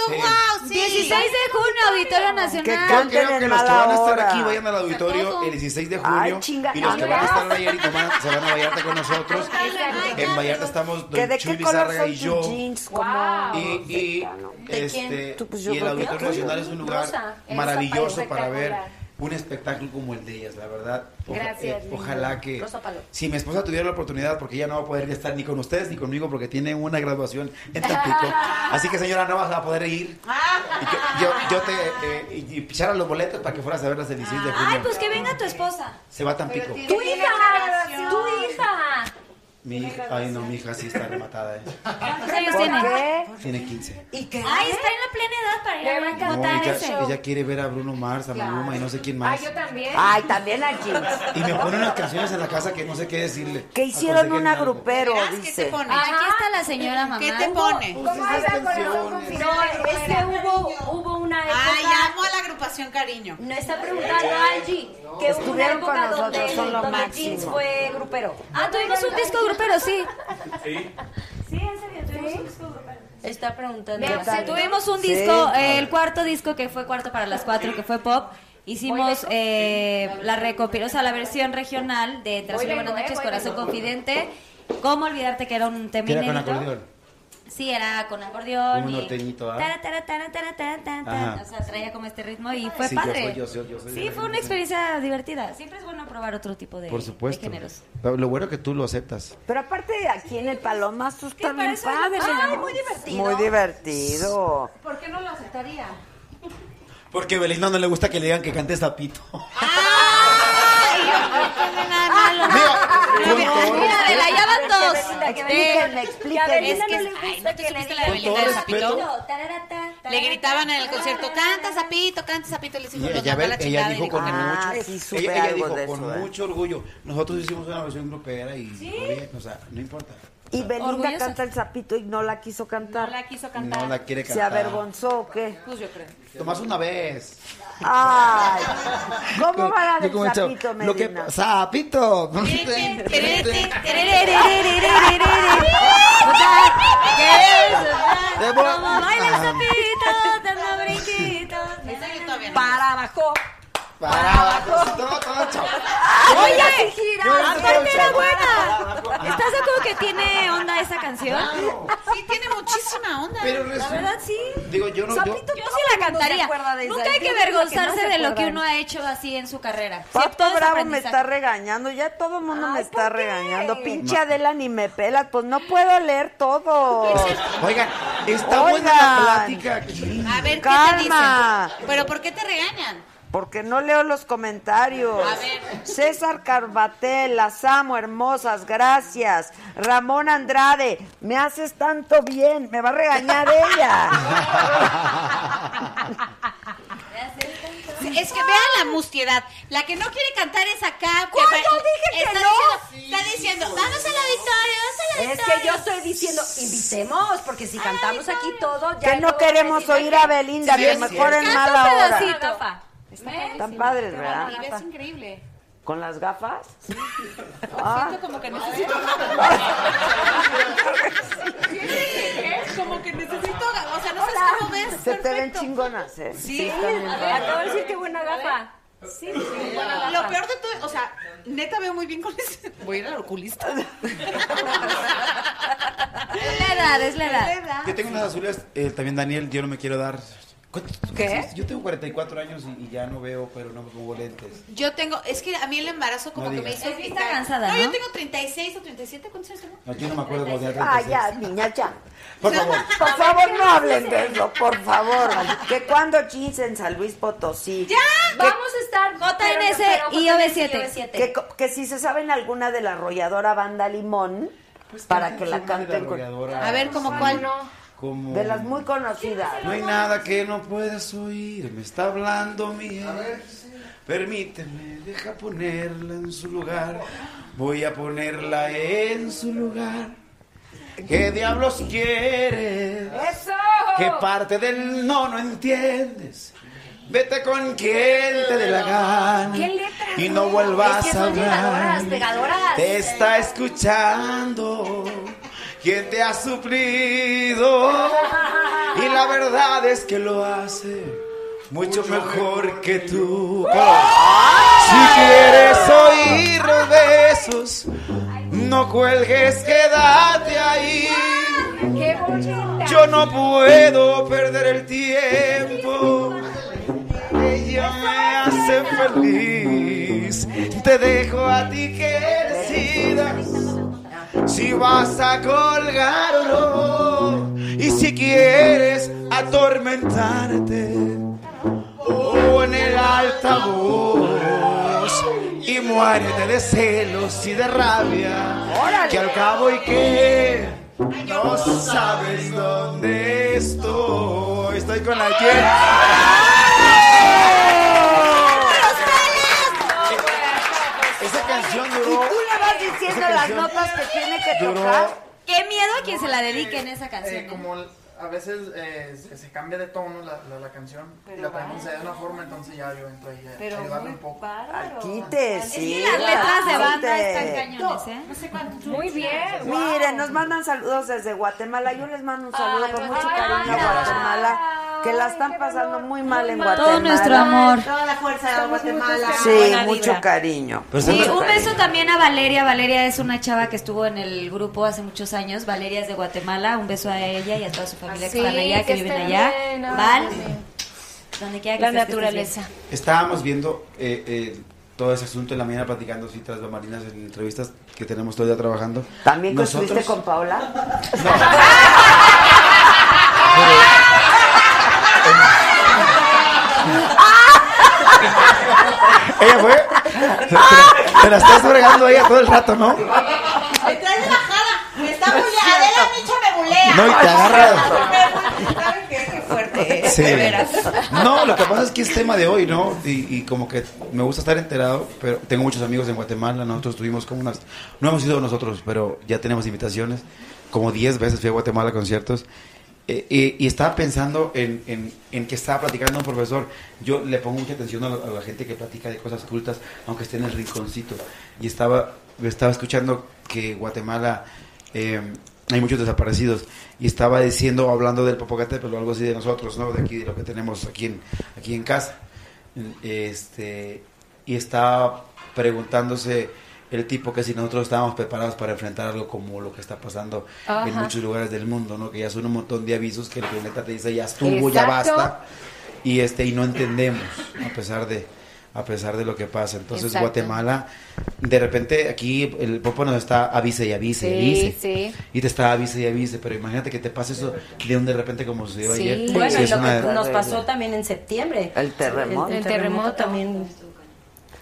Speaker 15: Sí.
Speaker 10: wow, sí.
Speaker 11: 16 de junio, Auditorio Nacional.
Speaker 15: Yo creo que los que van a estar
Speaker 1: hora.
Speaker 15: aquí vayan al auditorio el 16 de junio.
Speaker 1: Ay, chinga,
Speaker 15: y los que
Speaker 1: ¿no?
Speaker 15: van a estar en Vallarta van a- se van a Vallarta con nosotros. En Vallarta estamos
Speaker 1: ¿Que
Speaker 15: Don
Speaker 1: de
Speaker 15: Chuy
Speaker 1: qué color
Speaker 15: Lizárraga
Speaker 1: son
Speaker 15: y
Speaker 1: tus
Speaker 15: yo.
Speaker 1: jeans? Como
Speaker 12: Ah,
Speaker 15: Y, y, este,
Speaker 1: Tú, pues, yo
Speaker 15: y el
Speaker 1: creo que-
Speaker 15: Auditorio Nacional es un lugar
Speaker 1: Rosa. Esa
Speaker 15: maravilloso
Speaker 1: parece
Speaker 15: para ver
Speaker 1: espectacular.
Speaker 15: un espectáculo como el de ellas, la verdad. Oja-
Speaker 12: Gracias,
Speaker 15: eh,
Speaker 12: linda.
Speaker 15: ojalá que
Speaker 12: Rosa Palo.
Speaker 15: si mi esposa tuviera la oportunidad, porque ella no va a poder estar ni con ustedes ni conmigo porque tiene una graduación en Tampico. Así que señora, no vas a poder ir. Y que- yo, yo te eh, y- y pichara los boletos para que fueras a verlas el 16 de
Speaker 11: Ay,
Speaker 15: junio.
Speaker 11: pues que venga tu esposa.
Speaker 15: Se va a Tampico.
Speaker 11: Tu hija, tu hija.
Speaker 15: Mi hija, ay no, mi hija sí está rematada. eh.
Speaker 11: ¿Cuántos años
Speaker 15: ¿Por
Speaker 11: tiene?
Speaker 15: Tiene 15.
Speaker 11: ¿Y qué? Ay, está en la plena edad para ir a ver
Speaker 15: No,
Speaker 11: cantar
Speaker 15: ella,
Speaker 11: ese.
Speaker 15: ella quiere ver a Bruno Mars, a Maluma y no sé quién más.
Speaker 11: también.
Speaker 1: Ay, también a jeans.
Speaker 15: Y me ponen unas canciones en la casa que no sé qué decirle.
Speaker 1: Que hicieron
Speaker 15: Aconsejenme
Speaker 1: un
Speaker 15: algo.
Speaker 1: agrupero, dice.
Speaker 11: Aquí está la señora mamá.
Speaker 10: ¿Qué te pone?
Speaker 1: Pues
Speaker 11: ¿Cómo
Speaker 13: anda el corazón
Speaker 11: con
Speaker 13: No, es que hubo, hubo una época.
Speaker 10: Ay, amo a la agrupación Cariño.
Speaker 13: No está preguntando Angie que hubo una
Speaker 1: Estuvieron con
Speaker 13: época
Speaker 1: nosotros,
Speaker 13: donde,
Speaker 1: son lo
Speaker 13: donde
Speaker 1: máximo.
Speaker 13: Jeans fue grupero.
Speaker 11: Ah, tuvimos un disco grupero, sí.
Speaker 8: Sí.
Speaker 11: Sí, en serio, tuvimos un disco grupero.
Speaker 13: Está preguntando.
Speaker 11: Vean,
Speaker 13: Exacto.
Speaker 11: tuvimos un
Speaker 13: Sí.
Speaker 11: disco, eh, el cuarto disco que fue Cuarto para las Cuatro, que fue pop. Hicimos eh, la recopil- o sea, la versión regional de Tras
Speaker 12: Hoy
Speaker 11: una
Speaker 12: vengo,
Speaker 11: buenas noches,
Speaker 12: eh, hoy
Speaker 11: Corazón
Speaker 12: vengo.
Speaker 11: Confidente. ¿Cómo olvidarte que era un tema
Speaker 15: Que era con
Speaker 11: inédito?
Speaker 15: acordeón.
Speaker 11: Sí, era con acordeón.
Speaker 15: Como
Speaker 11: y
Speaker 15: norteñito, ¿ah?
Speaker 11: tara, tara, tara, tara, tara, tara, tara.
Speaker 15: Ajá.
Speaker 11: O sea, traía como este ritmo y fue
Speaker 15: Sí, yo
Speaker 11: padre.
Speaker 15: soy, yo soy, yo soy.
Speaker 11: sí, fue una experiencia divertida. Siempre es bueno probar otro tipo de,
Speaker 15: Por
Speaker 11: de
Speaker 15: supuesto.
Speaker 11: géneros.
Speaker 15: Lo bueno que tú lo aceptas.
Speaker 1: Pero aparte, aquí en el Palomazo está bien
Speaker 11: parece
Speaker 1: padre.
Speaker 11: una- Ay,
Speaker 1: ¿no?
Speaker 11: muy divertido.
Speaker 1: Muy divertido.
Speaker 5: ¿Por qué no lo aceptaría?
Speaker 15: Porque a Belinda no le gusta que le digan que cante sapito.
Speaker 11: Mira, Adela, ya van dos.
Speaker 1: Explíquenme, explíquenme.
Speaker 10: Es que, ay, ¿no te supiste la de Belinda del Zapito? Le gritaban en el concierto, canta Zapito, canta Zapito. Les dijo,
Speaker 15: Y
Speaker 10: los
Speaker 15: ella,
Speaker 10: mandó a la
Speaker 15: ella
Speaker 10: chingada y
Speaker 15: dijo
Speaker 10: dijo,
Speaker 15: con
Speaker 1: Ah,
Speaker 15: mucho,
Speaker 1: sí, supe
Speaker 15: ella, ella
Speaker 1: algo
Speaker 15: dijo
Speaker 1: de
Speaker 15: con
Speaker 1: eso, ¿eh?
Speaker 15: mucho orgullo. Nosotros hicimos una versión grupera y oye, o sea, no importa.
Speaker 1: Y Belinda
Speaker 11: Orgullosa.
Speaker 1: canta el sapito y no la quiso cantar.
Speaker 10: No la quiso
Speaker 15: No
Speaker 10: cantar.
Speaker 15: la quiere
Speaker 1: ¿Se
Speaker 15: cantar.
Speaker 1: avergonzó o qué? Ah,
Speaker 10: Pues yo creo.
Speaker 15: Tomás una vez.
Speaker 1: Ay, ¿cómo va la
Speaker 15: Yo como he
Speaker 1: del
Speaker 15: dicho,
Speaker 1: sapito,
Speaker 15: lo que
Speaker 1: Medina?
Speaker 15: sapito. Debo-
Speaker 11: Como baila
Speaker 15: Ah.
Speaker 11: zapito, dando brinquitos.
Speaker 10: Esa yo todavía no.
Speaker 13: Para abajo.
Speaker 15: Para abajo, todo, todo, chao.
Speaker 11: Oye,
Speaker 15: Yo hice todo el
Speaker 11: aparte era
Speaker 15: show.
Speaker 11: buena. ¿Estás de acuerdo que tiene onda esa canción?
Speaker 10: Sí, tiene muchísima onda.
Speaker 15: Pero
Speaker 11: La
Speaker 15: resulta-
Speaker 11: verdad sí.
Speaker 15: Digo, yo no, yo,
Speaker 11: Yo sí la cantaría. Nunca hay que avergonzarse de lo que uno ha hecho así en su carrera. Sí, todo
Speaker 1: Pato
Speaker 11: es
Speaker 1: Bravo me está
Speaker 11: aprendizaje.
Speaker 1: regañando, ya todo el mundo me
Speaker 11: Ay,
Speaker 1: está
Speaker 11: ¿por qué?
Speaker 1: regañando. Pinche Adela ni me pelas, pues no puedo leer todo.
Speaker 15: Oigan, está buena
Speaker 1: Oigan.
Speaker 15: la plática aquí.
Speaker 10: A ver,
Speaker 1: Calma.
Speaker 10: ¿qué te dicen? ¿Pero por qué te regañan?
Speaker 1: Porque no leo los comentarios.
Speaker 10: A ver.
Speaker 1: César Carbatel, las amo, hermosas, gracias. Ramón Andrade, me haces tanto bien, me va a regañar ella.
Speaker 10: Es que vean la mustiedad. La que no quiere cantar es acá. que
Speaker 1: ¿Cuándo
Speaker 10: pa-
Speaker 1: dije que
Speaker 10: está
Speaker 1: no?
Speaker 10: Diciendo, está diciendo, vamos al auditorio, vamos al
Speaker 13: Es
Speaker 10: auditorio.
Speaker 13: que yo estoy diciendo, invitemos, porque si cantamos aquí todo, ya.
Speaker 1: que no queremos oír a Belinda,
Speaker 15: Sí,
Speaker 1: que
Speaker 15: es
Speaker 1: mejor en
Speaker 11: Canta
Speaker 1: mala
Speaker 11: un
Speaker 1: hora.
Speaker 11: pedacito.
Speaker 1: ¿Eh? Están padres, ¿verdad?
Speaker 5: Y ves increíble.
Speaker 1: ¿Con las gafas? Ah.
Speaker 10: Siento como que necesito. ¿Qué? Como que necesito. O sea, no sé cómo ves.
Speaker 1: Se te ven
Speaker 10: Ah, perfecto.
Speaker 1: chingonas, ¿eh?
Speaker 10: Sí.
Speaker 1: están bien padres.
Speaker 13: Acabo de decir que buena gafa. Sí, sí, buena gafa.
Speaker 10: Lo peor de todo, o sea, neta veo muy bien con ese. Voy a ir al oculista.
Speaker 11: Es la edad, es la edad.
Speaker 15: Yo tengo unas azules, eh, también Daniel, yo no me quiero dar.
Speaker 10: ¿Qué?
Speaker 15: Yo tengo 44 años y, y ya no veo, pero no me pongo lentes.
Speaker 10: Yo tengo, es que a mí el embarazo como
Speaker 15: No
Speaker 10: que me
Speaker 15: digas.
Speaker 10: hizo
Speaker 15: Es
Speaker 11: que
Speaker 10: picar.
Speaker 11: está cansada,
Speaker 10: no, yo
Speaker 11: ¿no?
Speaker 10: tengo 36 o 37, ¿cuántos años tengo?
Speaker 15: No, yo no me acuerdo cuando tenía
Speaker 1: Ah,
Speaker 15: 36.
Speaker 1: ya, niña, ya.
Speaker 15: Por favor.
Speaker 1: Por favor, no hablen de eso, por favor. Que cuando chins en San Luis Potosí. ¡Ya!
Speaker 11: Vamos a estar JNS y OV7.
Speaker 1: Que, co- que si se saben alguna de la arrolladora banda Limón,
Speaker 15: Pues
Speaker 1: para que la canten con...
Speaker 15: arrolladora.
Speaker 10: A ver, ¿como cuál?
Speaker 15: Como...
Speaker 1: De las muy conocidas.
Speaker 15: No hay nada que no puedas oír, me está hablando mi ex. Permíteme, deja ponerla en su lugar. Voy a ponerla en su lugar. ¿Qué diablos quieres? ¿Qué parte del no no entiendes? Vete con quien te dé la gana.
Speaker 11: ¿Qué letras?
Speaker 15: Y no vuelvas
Speaker 11: Es que
Speaker 15: a
Speaker 11: son llegadoras,
Speaker 15: hablar.
Speaker 11: pegadoras.
Speaker 15: Te está escuchando. Quien te ha suplido. Y la verdad es que lo hace mucho, mejor que tú. Si quieres oír los besos, no cuelgues, quédate ahí.
Speaker 12: ¡Qué bonita!
Speaker 15: Yo no puedo perder el tiempo. Ella me hace feliz. Te dejo a ti que decidas si vas a colgar o no. Y si quieres atormentarte o en el altavoz y muérete de celos y de rabia. Que al cabo y que no sabes dónde estoy. Estoy con la Esa canción
Speaker 1: Y
Speaker 15: duró.
Speaker 1: tú le vas diciendo
Speaker 15: Esa
Speaker 1: las
Speaker 15: canción
Speaker 1: notas que tiene que
Speaker 15: duró-
Speaker 1: tocar.
Speaker 11: Qué miedo a quien se la dedique en esa
Speaker 14: Eh,
Speaker 11: canción.
Speaker 14: como l- a veces eh, se, se cambia de tono la, la, la canción y la canción se da de una forma, entonces ya yo entro ahí a
Speaker 11: Pero
Speaker 14: ayudarle
Speaker 11: muy
Speaker 14: un poco.
Speaker 1: Quite,
Speaker 11: Es que
Speaker 1: sí.
Speaker 11: las letras de banda
Speaker 1: quite.
Speaker 11: están cañones, ¿eh? No sé cuánto.
Speaker 12: Muy bien. wow.
Speaker 1: Miren, nos mandan saludos desde Guatemala. Yo les mando un saludo
Speaker 12: Ay,
Speaker 1: con mucho
Speaker 12: Guatemala.
Speaker 1: cariño a Guatemala, que la están pasando muy mal en Guatemala.
Speaker 11: Todo nuestro amor.
Speaker 10: Toda la fuerza de Guatemala.
Speaker 1: Sí,
Speaker 10: Buena
Speaker 1: mucho
Speaker 10: vibra.
Speaker 1: cariño.
Speaker 15: Pues
Speaker 11: Sí,
Speaker 1: Mucho
Speaker 11: un
Speaker 1: cariño.
Speaker 11: beso también a Valeria. Valeria es una chava que estuvo en el grupo hace muchos años. Valeria es de Guatemala. Un beso a ella y a toda su familia que
Speaker 12: Así
Speaker 11: están allá, que,
Speaker 12: que
Speaker 11: viven
Speaker 12: estén
Speaker 11: allá.
Speaker 12: bien, ay,
Speaker 11: Val,
Speaker 12: sí.
Speaker 11: donde quiera que
Speaker 12: La
Speaker 11: estés, que estés
Speaker 12: naturaleza.
Speaker 15: Estábamos viendo eh, eh, todo ese asunto en la mañana, platicando así tras bambalinas en entrevistas que tenemos todo el día trabajando.
Speaker 1: ¿También que
Speaker 15: Nosotros-
Speaker 1: estuviste con Paola?
Speaker 15: Ella fue. Te la- Te la estás fregando a ella todo el rato, ¿no?
Speaker 10: Me traes bajada. Me está bulea. Adela Micha me bulea.
Speaker 15: No, y te
Speaker 10: agarra. ¿Saben qué? Qué fuerte.
Speaker 15: Sí.
Speaker 10: De veras.
Speaker 15: No, lo que pasa es que es tema de hoy, ¿no? Y, y como que me gusta estar enterado, pero tengo muchos amigos en Guatemala, nosotros tuvimos como unas... No hemos ido nosotros, pero ya tenemos invitaciones. Como 10 veces fui a Guatemala a conciertos. Eh, eh, y estaba pensando en, en- en que estaba platicando un profesor. Yo le pongo mucha atención a la, a la gente que platica de cosas cultas, aunque esté en el rinconcito. Y estaba, estaba escuchando que Guatemala eh, hay muchos desaparecidos. Y estaba diciendo, hablando del Popocatépetl o algo así de nosotros, ¿no? De aquí, de lo que tenemos aquí en, aquí en casa. Este, y estaba preguntándose el tipo que si nosotros estábamos preparados para enfrentar algo como lo que está pasando
Speaker 12: Ajá.
Speaker 15: en muchos lugares del mundo, ¿no? Que ya son un montón de avisos que el planeta te dice ya estuvo, ya
Speaker 12: Exacto.
Speaker 15: basta. Y este y no entendemos a pesar de a pesar de lo que pasa. Entonces
Speaker 12: Exacto.
Speaker 15: Guatemala de repente aquí el popo nos está avise y avise y
Speaker 12: Sí,
Speaker 15: avise.
Speaker 12: sí.
Speaker 15: Y te está avise y avise, pero imagínate que te pase eso de un de repente como sucedió
Speaker 13: Sí,
Speaker 15: ayer.
Speaker 13: bueno,
Speaker 15: Sí,
Speaker 13: y
Speaker 15: es
Speaker 13: lo
Speaker 15: una-
Speaker 13: que nos pasó también en septiembre.
Speaker 1: El terremoto.
Speaker 13: El,
Speaker 12: El
Speaker 13: terremoto
Speaker 12: terremoto.
Speaker 13: también.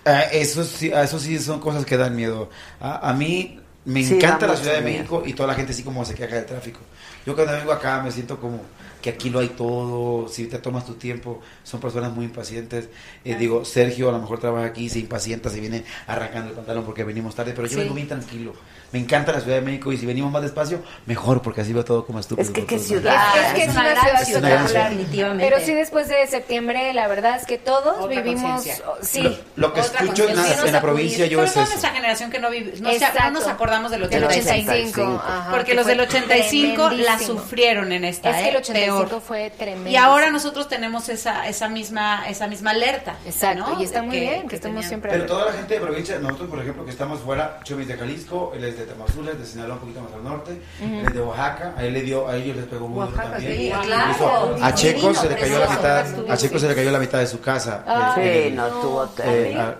Speaker 15: Ah, eso sí, ah, eso sí son cosas que dan miedo. A, a mí me
Speaker 1: Sí,
Speaker 15: encanta
Speaker 1: da
Speaker 15: la Ciudad de
Speaker 1: mucho miedo.
Speaker 15: México y toda la gente así como se queja del tráfico. Yo cuando vengo acá me siento como que aquí lo hay todo, si te tomas tu tiempo, son personas muy impacientes. Eh, digo, Sergio a lo mejor trabaja aquí, se impacienta, se viene arrancando el pantalón porque venimos tarde, pero yo
Speaker 12: Sí.
Speaker 15: vengo bien tranquilo. Me encanta la Ciudad de México y si venimos más despacio, mejor, porque así veo todo como estúpido.
Speaker 1: Es que
Speaker 15: por
Speaker 1: qué
Speaker 15: todos
Speaker 1: ciudad.
Speaker 15: lados.
Speaker 12: Es que es una gran
Speaker 15: Es una gran ciudad.
Speaker 12: ciudad.
Speaker 13: Definitivamente.
Speaker 12: Pero sí, después de septiembre, la verdad es que todos
Speaker 10: Otra
Speaker 12: vivimos. oh,
Speaker 10: conciencia.
Speaker 12: Sí.
Speaker 15: Lo que
Speaker 10: Otra
Speaker 15: escucho en
Speaker 10: conciencia.
Speaker 15: la, en la provincia yo
Speaker 10: Sobre
Speaker 15: es
Speaker 10: todo
Speaker 15: eso.
Speaker 10: nuestra generación que no vive, no, se- no
Speaker 12: Exacto.
Speaker 10: nos acordamos del 85.
Speaker 12: 85, ajá,
Speaker 10: porque
Speaker 12: que
Speaker 10: los
Speaker 12: fue
Speaker 10: del 85 la
Speaker 12: tremendísimo.
Speaker 10: sufrieron en esta.
Speaker 12: Es que el
Speaker 10: ¿eh?
Speaker 12: 85
Speaker 10: Peor.
Speaker 12: fue tremendo.
Speaker 10: Y ahora nosotros tenemos esa, esa, misma, esa misma alerta.
Speaker 12: Exacto,
Speaker 10: ¿no?
Speaker 12: y está muy
Speaker 10: Que-
Speaker 12: bien que,
Speaker 10: que
Speaker 12: estemos
Speaker 10: teníamos.
Speaker 12: siempre
Speaker 15: Pero toda la gente de provincia, nosotros por ejemplo que estamos fuera, Chumis de Jalisco, él es de Tamaulipas, de Sinaloa un poquito más al norte,
Speaker 12: Ujú.
Speaker 15: él es de Oaxaca, a él le dio, a ellos les pegó muy duro
Speaker 12: Oaxaca,
Speaker 15: también.
Speaker 12: sí,
Speaker 15: Incluso
Speaker 12: claro.
Speaker 15: a Checo
Speaker 12: Divino,
Speaker 15: se le cayó la
Speaker 12: precioso,
Speaker 15: mitad,
Speaker 12: estuvo,
Speaker 15: a Checo se le cayó la mitad de su casa.
Speaker 1: Ay,
Speaker 15: Eh, eh,
Speaker 1: no, tuvo
Speaker 15: eh,
Speaker 1: terrible.
Speaker 15: a-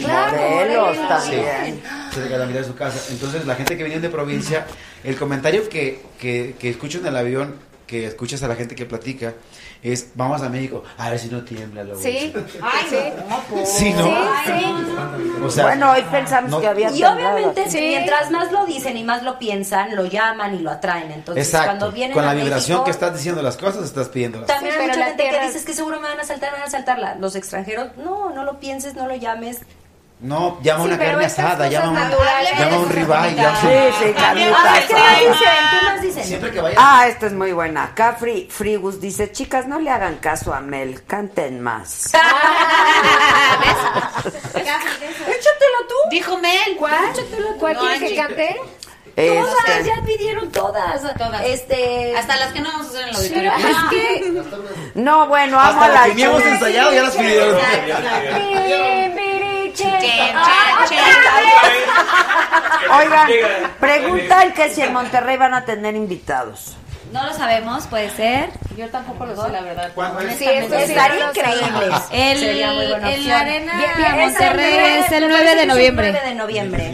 Speaker 1: Claro, Morelos
Speaker 15: Sí,
Speaker 1: también.
Speaker 15: se le cayó la mitad de su casa. Entonces la gente que viene de provincia, el comentario que, que, que escucho en el avión, que escuchas a la gente que platica, es vamos a México, a ver si no tiembla luego.
Speaker 12: Sí,
Speaker 10: Ay,
Speaker 12: sí.
Speaker 11: pues.
Speaker 15: Sí, ¿no? O sea,
Speaker 1: bueno, hoy pensamos
Speaker 15: no-
Speaker 1: que había
Speaker 13: Y
Speaker 1: temblado
Speaker 13: obviamente,
Speaker 1: aquí.
Speaker 13: mientras más lo dicen y más lo piensan, lo llaman y lo atraen. Entonces,
Speaker 15: Exacto.
Speaker 13: cuando vienen
Speaker 15: Con
Speaker 13: a
Speaker 15: la vibración
Speaker 13: México,
Speaker 15: que estás diciendo las cosas, estás pidiendo las
Speaker 13: También
Speaker 12: Sí,
Speaker 13: hay
Speaker 12: pero
Speaker 13: mucha
Speaker 12: la
Speaker 13: gente que
Speaker 12: tierra-
Speaker 13: dices que seguro me van a saltar, me van a saltar. Los extranjeros, no, no lo pienses, no lo llames.
Speaker 15: No, llama
Speaker 13: Sí,
Speaker 15: una
Speaker 13: pero
Speaker 15: carne
Speaker 13: estas
Speaker 15: asada,
Speaker 13: cosas
Speaker 15: llama un,
Speaker 13: naturales,
Speaker 15: llama un ribeye. llama-
Speaker 1: Sí, sí, Carlita.
Speaker 13: ¿qué más dicen?
Speaker 14: Ah,
Speaker 13: ¿Qué más dicen?
Speaker 15: Siempre que vayas.
Speaker 1: Ah, esta es muy buena. Acá Fri- Frigus dice, chicas, no le hagan caso a Mel, canten más.
Speaker 14: Ah,
Speaker 13: Échatelo tú.
Speaker 10: Dijo Mel.
Speaker 12: ¿Cuál?
Speaker 13: Échatelo tú.
Speaker 12: ¿Cuál
Speaker 10: No,
Speaker 12: quieres que
Speaker 10: Angie.
Speaker 12: cante?
Speaker 13: Todas,
Speaker 1: Este,
Speaker 13: ya pidieron todas.
Speaker 10: Todas.
Speaker 13: Este.
Speaker 10: Hasta las que no vamos a hacer en el
Speaker 13: Sí,
Speaker 10: auditorio.
Speaker 13: es que-
Speaker 1: no, bueno, amo
Speaker 15: Hasta
Speaker 1: a la
Speaker 15: las que ni hemos
Speaker 1: Chumis.
Speaker 15: ensayado ya las pidieron.
Speaker 14: Ah,
Speaker 1: Oigan, preguntan que si en Monterrey van a tener invitados.
Speaker 11: No lo sabemos, puede ser.
Speaker 10: Yo tampoco lo sé, la verdad.
Speaker 12: Sí, eso sí,
Speaker 13: Estaría
Speaker 12: no lo sabemos.
Speaker 13: increíble.
Speaker 11: Pues El,
Speaker 13: Ah, Sería muy buena
Speaker 11: en
Speaker 13: opción.
Speaker 11: la arena
Speaker 13: Bien, bien, es el
Speaker 11: Monterrey
Speaker 13: nueve-
Speaker 11: es el
Speaker 13: me parece
Speaker 11: 9 de
Speaker 13: que es el
Speaker 11: noviembre.
Speaker 13: 9 de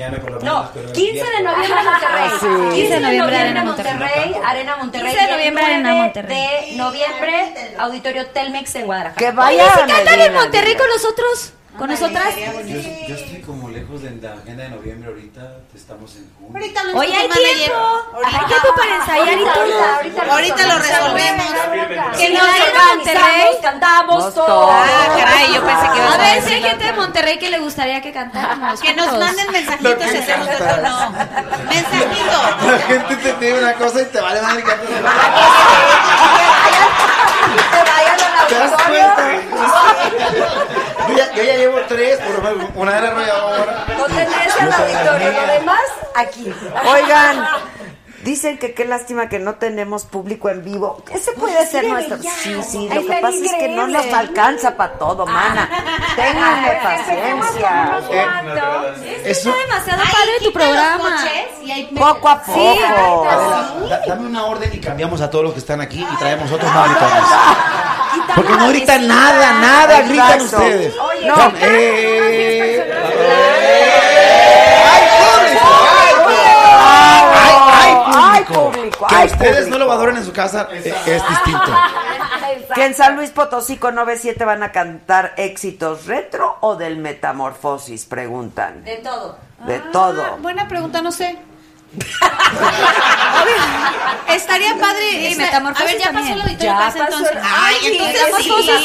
Speaker 13: noviembre.
Speaker 15: por lo menos,
Speaker 13: No,
Speaker 15: pero
Speaker 13: 15 de noviembre Monterrey.
Speaker 14: Ah,
Speaker 1: Sí.
Speaker 13: 15 de noviembre Arena Monterrey.
Speaker 11: Monterrey.
Speaker 13: Arena Monterrey.
Speaker 11: 15 de noviembre,
Speaker 13: y el
Speaker 11: Arena
Speaker 13: 9
Speaker 11: Monterrey.
Speaker 13: De noviembre, Auditorio Telmex en Guadalajara.
Speaker 1: Que
Speaker 11: Oye,
Speaker 1: vaya
Speaker 11: si
Speaker 1: a
Speaker 11: cantan en
Speaker 1: Medina,
Speaker 11: Monterrey
Speaker 1: diga.
Speaker 11: con nosotros, con nosotras.
Speaker 14: Yo, yo estoy como lejos de la agenda de noviembre ahorita, estamos en junio.
Speaker 10: Ahorita lo
Speaker 11: Oye, hay
Speaker 10: nuestro manager-
Speaker 11: tiempo.
Speaker 10: Ahorita-
Speaker 11: Hay tiempo para ensayar y
Speaker 13: Ahorita,
Speaker 11: todo.
Speaker 13: ahorita,
Speaker 10: Ahorita lo resolvemos.
Speaker 11: Que
Speaker 13: Que
Speaker 11: nos
Speaker 13: nos
Speaker 11: Monterrey.
Speaker 13: organizamos,
Speaker 1: Nos
Speaker 13: cantamos
Speaker 1: todos.
Speaker 13: todo.
Speaker 10: Ah, caray, yo pensé que ibas
Speaker 11: A
Speaker 10: a
Speaker 11: ver si
Speaker 10: decir
Speaker 11: hay
Speaker 10: la
Speaker 11: gente de
Speaker 10: otra.
Speaker 11: Monterrey que le gustaría que cantáramos.
Speaker 10: Que nos
Speaker 11: juntos.
Speaker 10: manden mensajitos y hacemos otro no. Mensajitos.
Speaker 15: La gente te tiene una cosa y te vale madre que te ¿Te das cuenta? Yo ya, yo ya llevo tres, por lo menos una de las arrolladora.
Speaker 13: No tendrías al auditorio, lo demás aquí.
Speaker 1: Oigan, dicen que qué lástima que no tenemos público en vivo. Ese puede ser nuestro. Sí, sí, lo
Speaker 12: Ahí
Speaker 1: que
Speaker 12: está
Speaker 1: pasa es que no
Speaker 12: increíble.
Speaker 1: nos alcanza para todo, mana. Ténganme paciencia.
Speaker 11: Es
Speaker 15: Eso.
Speaker 11: está demasiado padre tu programa.
Speaker 1: Poco a poco.
Speaker 15: Da- dame una orden y cambiamos a todos los que están aquí y traemos otros monitores. Porque no gritan nada, nada gritan
Speaker 1: Exacto.
Speaker 15: ustedes.
Speaker 1: Oye,
Speaker 15: no,
Speaker 1: gritan
Speaker 15: eh,
Speaker 1: Ay,
Speaker 15: ay,
Speaker 1: ay,
Speaker 15: público.
Speaker 1: público,
Speaker 15: Que
Speaker 1: ay,
Speaker 15: ustedes
Speaker 1: público.
Speaker 15: no lo adoren en su casa eh, es distinto.
Speaker 1: Que en San Luis Potosí con 97 van a cantar éxitos retro o del Metamorfosis, preguntan.
Speaker 13: De todo.
Speaker 1: De todo.
Speaker 10: Ah, Buena pregunta, no sé. A ver, estaría padre.
Speaker 11: Sí,
Speaker 10: esa-
Speaker 11: Metamorfosis
Speaker 10: a ver, ya
Speaker 11: también.
Speaker 10: pasó el auditorio
Speaker 13: Ya
Speaker 10: pasa
Speaker 13: pasó
Speaker 10: entonces.
Speaker 13: el-
Speaker 10: Ay,
Speaker 13: Ay,
Speaker 10: entonces
Speaker 11: Metamorfosis,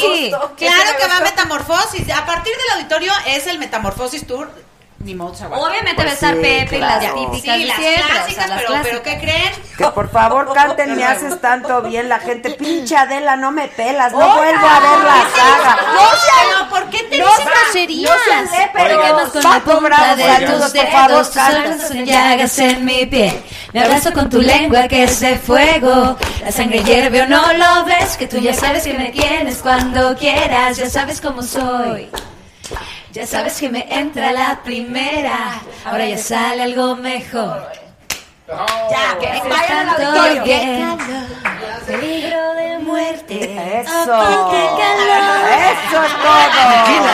Speaker 10: sí.
Speaker 11: sí.
Speaker 10: Claro que va metamorfosis. A partir del auditorio es el metamorfosis tour. Ni modo, chaval.
Speaker 11: Obviamente
Speaker 1: Pues
Speaker 11: va a estar
Speaker 1: sí,
Speaker 11: Pepe
Speaker 1: claro.
Speaker 11: y las típicas
Speaker 10: Sí,
Speaker 11: de
Speaker 10: las
Speaker 11: siempre, o sea,
Speaker 10: clásicas,
Speaker 11: las
Speaker 10: pero,
Speaker 11: clásicas.
Speaker 10: pero ¿qué creen?
Speaker 1: Que por favor canten, me haces tanto bien la gente. Pinche Adela, no me pelas, no vuelvo a ver la saga.
Speaker 10: No, pero ¿por qué te dicen groserías?
Speaker 11: groserías.
Speaker 1: sé, pero
Speaker 11: Problemas con
Speaker 1: Paco
Speaker 11: la punta
Speaker 1: Bravo,
Speaker 11: de
Speaker 1: saludos,
Speaker 11: tus
Speaker 1: por favor,
Speaker 11: dedos, tus
Speaker 1: Carlos.
Speaker 11: ojos son llagas en mi piel. Me abrazo con tu lengua que es de fuego. La sangre hierve o no lo ves, que tú ya sabes que me tienes cuando quieras. Ya sabes cómo soy. Ya sabes que me entra la primera. Ahora ya sale algo mejor.
Speaker 13: Ya, que
Speaker 11: Haces
Speaker 13: vayan al
Speaker 11: tanto
Speaker 13: auditorio.
Speaker 11: bien. Peligro de muerte.
Speaker 1: Eso.
Speaker 11: Oh, qué calor.
Speaker 1: Eso es todo.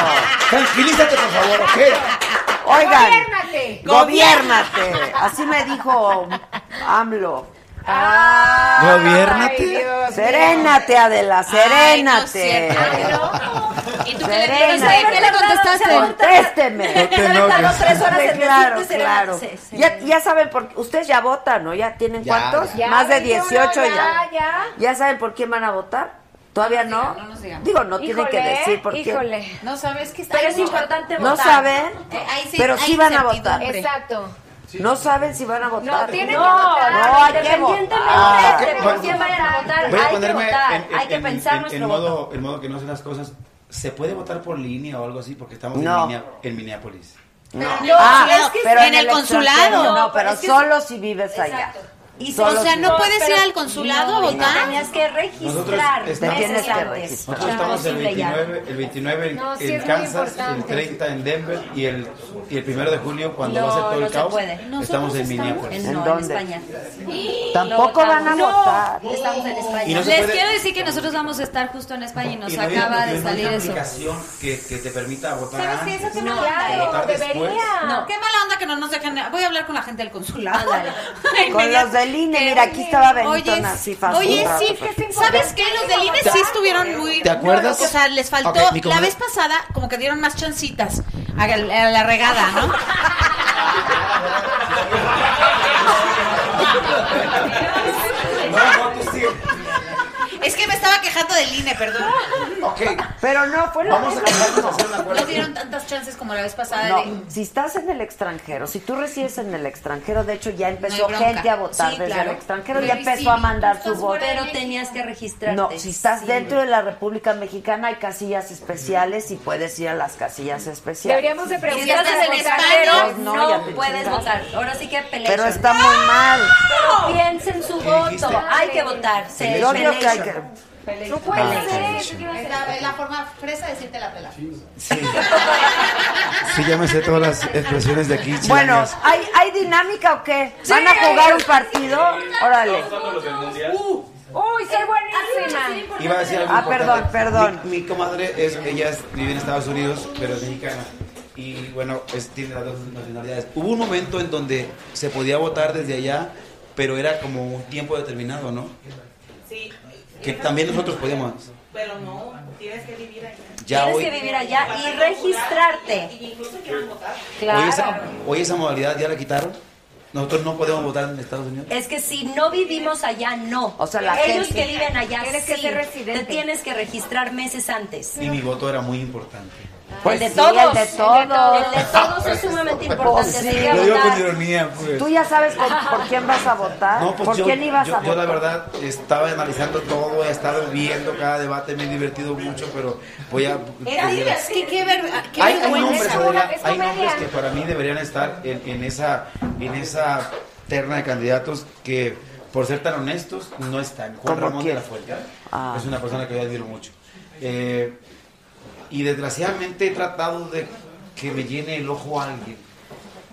Speaker 15: Tranquilízate, por favor, ¿ok?
Speaker 1: Oigan,
Speaker 12: Gobiérnate.
Speaker 1: gobiérnate. Así me dijo AMLO.
Speaker 12: Ay,
Speaker 15: Gobiernate.
Speaker 12: Dios mío.
Speaker 1: Serénate, Adela,
Speaker 10: Ay, no es
Speaker 1: serénate.
Speaker 10: cierto. ¿Y tú qué le
Speaker 1: Serena.
Speaker 10: dijiste?
Speaker 11: ¿Qué le contestaste?
Speaker 1: Contésteme.
Speaker 15: te enojes.
Speaker 13: tres horas en
Speaker 1: Claro,
Speaker 13: decirte
Speaker 1: claro.
Speaker 13: serénate. Sí, sí.
Speaker 1: Ya, ya saben por qué. Ustedes ya votan, ¿no? ¿Ya tienen
Speaker 15: Ya,
Speaker 1: cuántos?
Speaker 12: ya.
Speaker 1: Más de
Speaker 12: Ya,
Speaker 1: 18 ya.
Speaker 12: ya, ya.
Speaker 1: saben por quién van a votar? ¿Todavía no?
Speaker 10: no nos digan.
Speaker 1: Digo, no tienen que
Speaker 12: Híjole,
Speaker 1: decir por qué.
Speaker 12: Híjole.
Speaker 10: No sabes que está.
Speaker 13: Pero
Speaker 10: ahí,
Speaker 13: es
Speaker 10: no.
Speaker 13: importante
Speaker 1: No
Speaker 13: votar.
Speaker 1: saben,
Speaker 10: Eh, ahí sí-
Speaker 1: pero
Speaker 10: ahí
Speaker 1: sí van a
Speaker 10: incertidumbre.
Speaker 1: votar.
Speaker 12: Exacto.
Speaker 1: No saben si van a votar.
Speaker 12: tienen
Speaker 13: No,
Speaker 12: que votar.
Speaker 1: no, hay que
Speaker 13: independientemente
Speaker 1: votar.
Speaker 13: de
Speaker 15: Ah,
Speaker 13: por
Speaker 15: que-
Speaker 13: quién vayan a votar,
Speaker 15: Voy a
Speaker 13: hay que
Speaker 15: ponerme
Speaker 13: votar,
Speaker 15: en- en-
Speaker 13: hay que
Speaker 15: en-
Speaker 13: pensar
Speaker 15: en- en
Speaker 13: nuestro
Speaker 15: modo,
Speaker 13: voto.
Speaker 15: en modo que no se las cosas. ¿Se puede votar por línea o algo así? Porque estamos
Speaker 1: No.
Speaker 15: en, línea, en Minneapolis.
Speaker 1: No.
Speaker 10: No,
Speaker 1: Ah,
Speaker 10: sí, es que
Speaker 1: pero
Speaker 10: en
Speaker 1: en
Speaker 10: el
Speaker 1: el
Speaker 10: consulado.
Speaker 1: extranjero, no,
Speaker 10: No,
Speaker 1: pero
Speaker 10: es que-
Speaker 1: solo si vives allá.
Speaker 10: Y
Speaker 1: Solo
Speaker 10: o sea,
Speaker 1: si-
Speaker 10: no puedes ir
Speaker 13: pero-
Speaker 10: al consulado a
Speaker 13: no,
Speaker 10: votar.
Speaker 13: Tenías que registrar.
Speaker 1: Te tienes que
Speaker 13: antes.
Speaker 1: registrar.
Speaker 13: Ya,
Speaker 15: Nosotros estamos el
Speaker 13: posible ya.
Speaker 15: 29, el 29 en,
Speaker 13: No, sí
Speaker 15: en
Speaker 13: es muy
Speaker 15: Kansas, el
Speaker 13: importante.
Speaker 15: 30 en Denver y el, y el 1 de julio, cuando
Speaker 13: No,
Speaker 15: va a ser todo
Speaker 13: no
Speaker 15: el
Speaker 13: se
Speaker 15: caos,
Speaker 13: puede.
Speaker 15: estamos
Speaker 13: Nosotros
Speaker 15: en Minneapolis.
Speaker 13: En, no, en España.
Speaker 1: Tampoco
Speaker 13: No
Speaker 1: van a
Speaker 13: votamos.
Speaker 1: votar.
Speaker 13: No, Estamos en España.
Speaker 15: Y no se
Speaker 11: Les
Speaker 15: puede-
Speaker 11: quiero decir que nosotros vamos a estar justo en España y nos
Speaker 15: Y no hay-
Speaker 11: acaba
Speaker 15: y
Speaker 11: de
Speaker 15: no hay
Speaker 11: salir
Speaker 15: una
Speaker 11: eso.
Speaker 15: aplicación que, que te permita votar
Speaker 1: Ah,
Speaker 10: ¿Sabes qué?
Speaker 15: antes.
Speaker 10: Esa es una
Speaker 11: No,
Speaker 10: mala
Speaker 11: claro,
Speaker 10: onda.
Speaker 15: Votar después.
Speaker 10: No, qué mala onda que no nos dejen. Voy a hablar con la gente del consulado. Ay,
Speaker 1: Con
Speaker 10: mira,
Speaker 1: los del INE, mira, aquí estaba
Speaker 10: Oye,
Speaker 1: Benito así fácil.
Speaker 10: oye, sí,
Speaker 1: E.
Speaker 10: ¿sabes qué? Los del INE sí estuvieron muy...
Speaker 1: ¿Te acuerdas?
Speaker 10: O sea, les faltó...
Speaker 1: Ok, mi
Speaker 10: la
Speaker 1: comadre-
Speaker 10: vez pasada como que dieron más chancitas a la, a la regada, ¿no? Es que me estaba quejando del INE, perdón.
Speaker 1: Pero no, fue lo mismo.
Speaker 10: No dieron tantas chances como la vez pasada.
Speaker 1: No,
Speaker 10: de-
Speaker 1: si estás en el extranjero, si tú resides en el extranjero, de hecho ya empezó
Speaker 10: bronca.
Speaker 1: gente a votar
Speaker 10: Sí,
Speaker 1: desde
Speaker 10: claro.
Speaker 1: el extranjero,
Speaker 10: Pero
Speaker 1: ya
Speaker 10: y
Speaker 1: empezó
Speaker 10: si
Speaker 1: a mandar
Speaker 10: estás
Speaker 1: su voto.
Speaker 10: fuera de
Speaker 13: Pero tenías que registrarte.
Speaker 1: No, si estás
Speaker 13: Sí.
Speaker 1: dentro de la República Mexicana hay casillas especiales y puedes ir a las casillas especiales.
Speaker 13: Deberíamos de
Speaker 1: preguntar.
Speaker 13: preguntar
Speaker 10: estás en
Speaker 13: si
Speaker 10: España,
Speaker 13: votaron,
Speaker 1: pues no,
Speaker 13: no,
Speaker 1: ya te
Speaker 13: puedes
Speaker 1: chingaste.
Speaker 13: votar. Ahora sí que pelea.
Speaker 1: Pero está muy mal.
Speaker 13: Pero piensen su voto. Hay que votar. Se
Speaker 1: Yo creo que hay que...
Speaker 13: No
Speaker 1: puede
Speaker 13: puede
Speaker 1: Ah, ser,
Speaker 13: ser.
Speaker 1: sí,
Speaker 10: Es la, es la forma fresa de decirte la pela.
Speaker 15: Sí, ya me sé todas las expresiones de aquí.
Speaker 1: Bueno,
Speaker 15: chilangas.
Speaker 1: ¿hay, ¿hay dinámica o qué?
Speaker 15: Sí.
Speaker 1: ¿Van a jugar un partido? Órale.
Speaker 13: Uy, soy buenísima.
Speaker 15: Iba a decir algo
Speaker 1: Ah,
Speaker 15: importante.
Speaker 1: perdón, perdón.
Speaker 15: Mi, mi comadre es, ella es- vive en Estados Unidos, pero es mexicana. Y bueno, es- tiene las dos nacionalidades. Hubo un momento en donde se podía votar desde allá, pero era como un tiempo determinado, ¿no?
Speaker 24: Sí.
Speaker 15: Que también nosotros podíamos.
Speaker 24: Pero no, tienes que vivir allá.
Speaker 15: Ya
Speaker 13: Tienes
Speaker 15: hoy,
Speaker 13: que vivir allá y registrarte.
Speaker 24: Y incluso quieres votar.
Speaker 15: hoy, esa, hoy esa modalidad ya la quitaron. Nosotros no podemos votar en Estados Unidos.
Speaker 13: Es que si no vivimos allá, no. O sea,
Speaker 15: la
Speaker 13: Ellos
Speaker 15: gente-
Speaker 13: que viven allá,
Speaker 11: Tienes
Speaker 13: sí.
Speaker 11: que ser residente.
Speaker 13: Te tienes que registrar meses antes.
Speaker 15: Y mi voto era muy importante.
Speaker 1: Pues
Speaker 13: el de
Speaker 1: sí,
Speaker 13: todos.
Speaker 1: el de todos.
Speaker 13: El de todos es sumamente importante.
Speaker 1: Pues
Speaker 13: así
Speaker 1: sí.
Speaker 13: que
Speaker 1: Lo digo
Speaker 13: votar.
Speaker 1: con
Speaker 15: ironía, pues.
Speaker 1: ¿Tú ya sabes por, por quién vas a votar?
Speaker 15: No, pues
Speaker 1: ¿Por
Speaker 15: yo,
Speaker 1: quién ibas
Speaker 15: yo-
Speaker 1: a
Speaker 15: yo
Speaker 1: votar?
Speaker 15: la verdad estaba analizando todo, he estado viendo cada debate, me he divertido mucho, pero voy a...
Speaker 10: Era es que qué ver- qué
Speaker 15: hay, hay
Speaker 10: vergüenza.
Speaker 15: nombres, Adela, hay nombres que para mí deberían estar en, en esa, en esa terna de candidatos que, por ser tan honestos, no están. Juan
Speaker 1: ¿Cómo
Speaker 15: Ramón
Speaker 1: quién?
Speaker 15: de la Fuente ¿eh?
Speaker 1: Ah.
Speaker 15: es una persona que yo admiro mucho. Eh, y desgraciadamente he tratado de que me llene el ojo alguien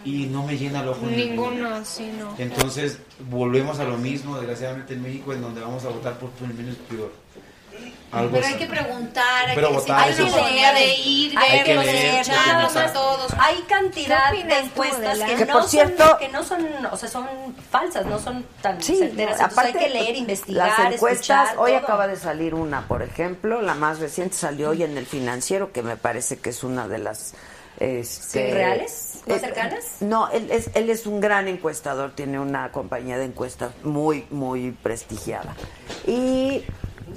Speaker 15: y no me llena el ojo ninguno.
Speaker 12: Ninguno, sí, no.
Speaker 15: Entonces volvemos a lo mismo, desgraciadamente en México, en donde vamos a votar por primero y peor. Algo
Speaker 10: Pero hay
Speaker 15: así.
Speaker 10: que preguntar, hay
Speaker 15: Pero
Speaker 10: que
Speaker 15: votar,
Speaker 10: hay
Speaker 15: eso
Speaker 10: una
Speaker 15: sí.
Speaker 10: oportunidad de ir,
Speaker 15: Hay que
Speaker 10: verlos,
Speaker 15: leer,
Speaker 10: escucharlos
Speaker 15: hay que
Speaker 10: a todos.
Speaker 13: Hay cantidad
Speaker 10: ¿Qué
Speaker 13: de
Speaker 10: opinas tú,
Speaker 13: encuestas
Speaker 10: Adela?
Speaker 13: que,
Speaker 10: Que
Speaker 13: no
Speaker 10: por
Speaker 13: son,
Speaker 10: cierto-
Speaker 13: que no son, o sea, son falsas, no son tan
Speaker 1: Sí,
Speaker 13: certeras.
Speaker 1: no,
Speaker 13: Entonces hay que leer, investigar,
Speaker 1: Las encuestas,
Speaker 13: escuchar,
Speaker 1: hoy
Speaker 13: todo.
Speaker 1: acaba de salir una, por ejemplo, la más reciente salió hoy en el financiero, que me parece que es una de las... este,
Speaker 13: Sí, ¿reales? ¿Más
Speaker 1: eh,
Speaker 13: cercanas?
Speaker 1: No, él es, él es un gran encuestador, tiene una compañía de encuestas muy, muy prestigiada. Y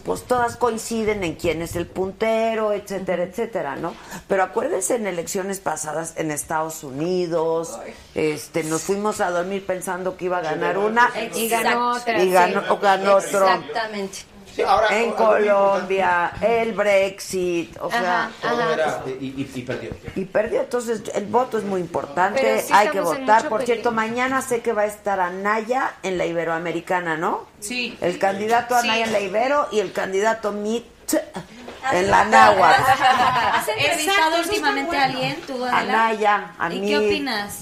Speaker 1: pues todas coinciden en quién es el puntero, etcétera, etcétera, ¿no? Pero acuérdense en elecciones pasadas en Estados Unidos, este, nos fuimos a dormir pensando que iba a ganar una
Speaker 13: Y ganó
Speaker 1: Exacto.
Speaker 13: otra,
Speaker 1: y ganó,
Speaker 13: sí.
Speaker 1: o ganó Trump.
Speaker 13: Exactamente.
Speaker 15: Sí, ahora,
Speaker 1: en
Speaker 15: algo muy
Speaker 1: Colombia, el Brexit, o sea,
Speaker 15: Todo era- y, y- y perdió.
Speaker 1: y perdió. Entonces, el voto es muy importante,
Speaker 12: Pero sí
Speaker 1: hay que
Speaker 12: estamos en
Speaker 1: votar.
Speaker 12: mucho
Speaker 1: Por cierto,
Speaker 12: peligro.
Speaker 1: mañana sé que va a estar Anaya en la Iberoamericana, ¿no?
Speaker 10: Sí.
Speaker 1: El candidato
Speaker 10: Sí.
Speaker 1: Anaya en la Ibero y el candidato Mit en la Náhuatl.
Speaker 11: ¿Has
Speaker 10: Exacto,
Speaker 11: entrevistado
Speaker 10: eso está
Speaker 11: últimamente
Speaker 10: bueno.
Speaker 11: a alguien, tú, Adela?
Speaker 1: Anaya, a
Speaker 11: ¿Y
Speaker 1: mí.
Speaker 11: qué opinas?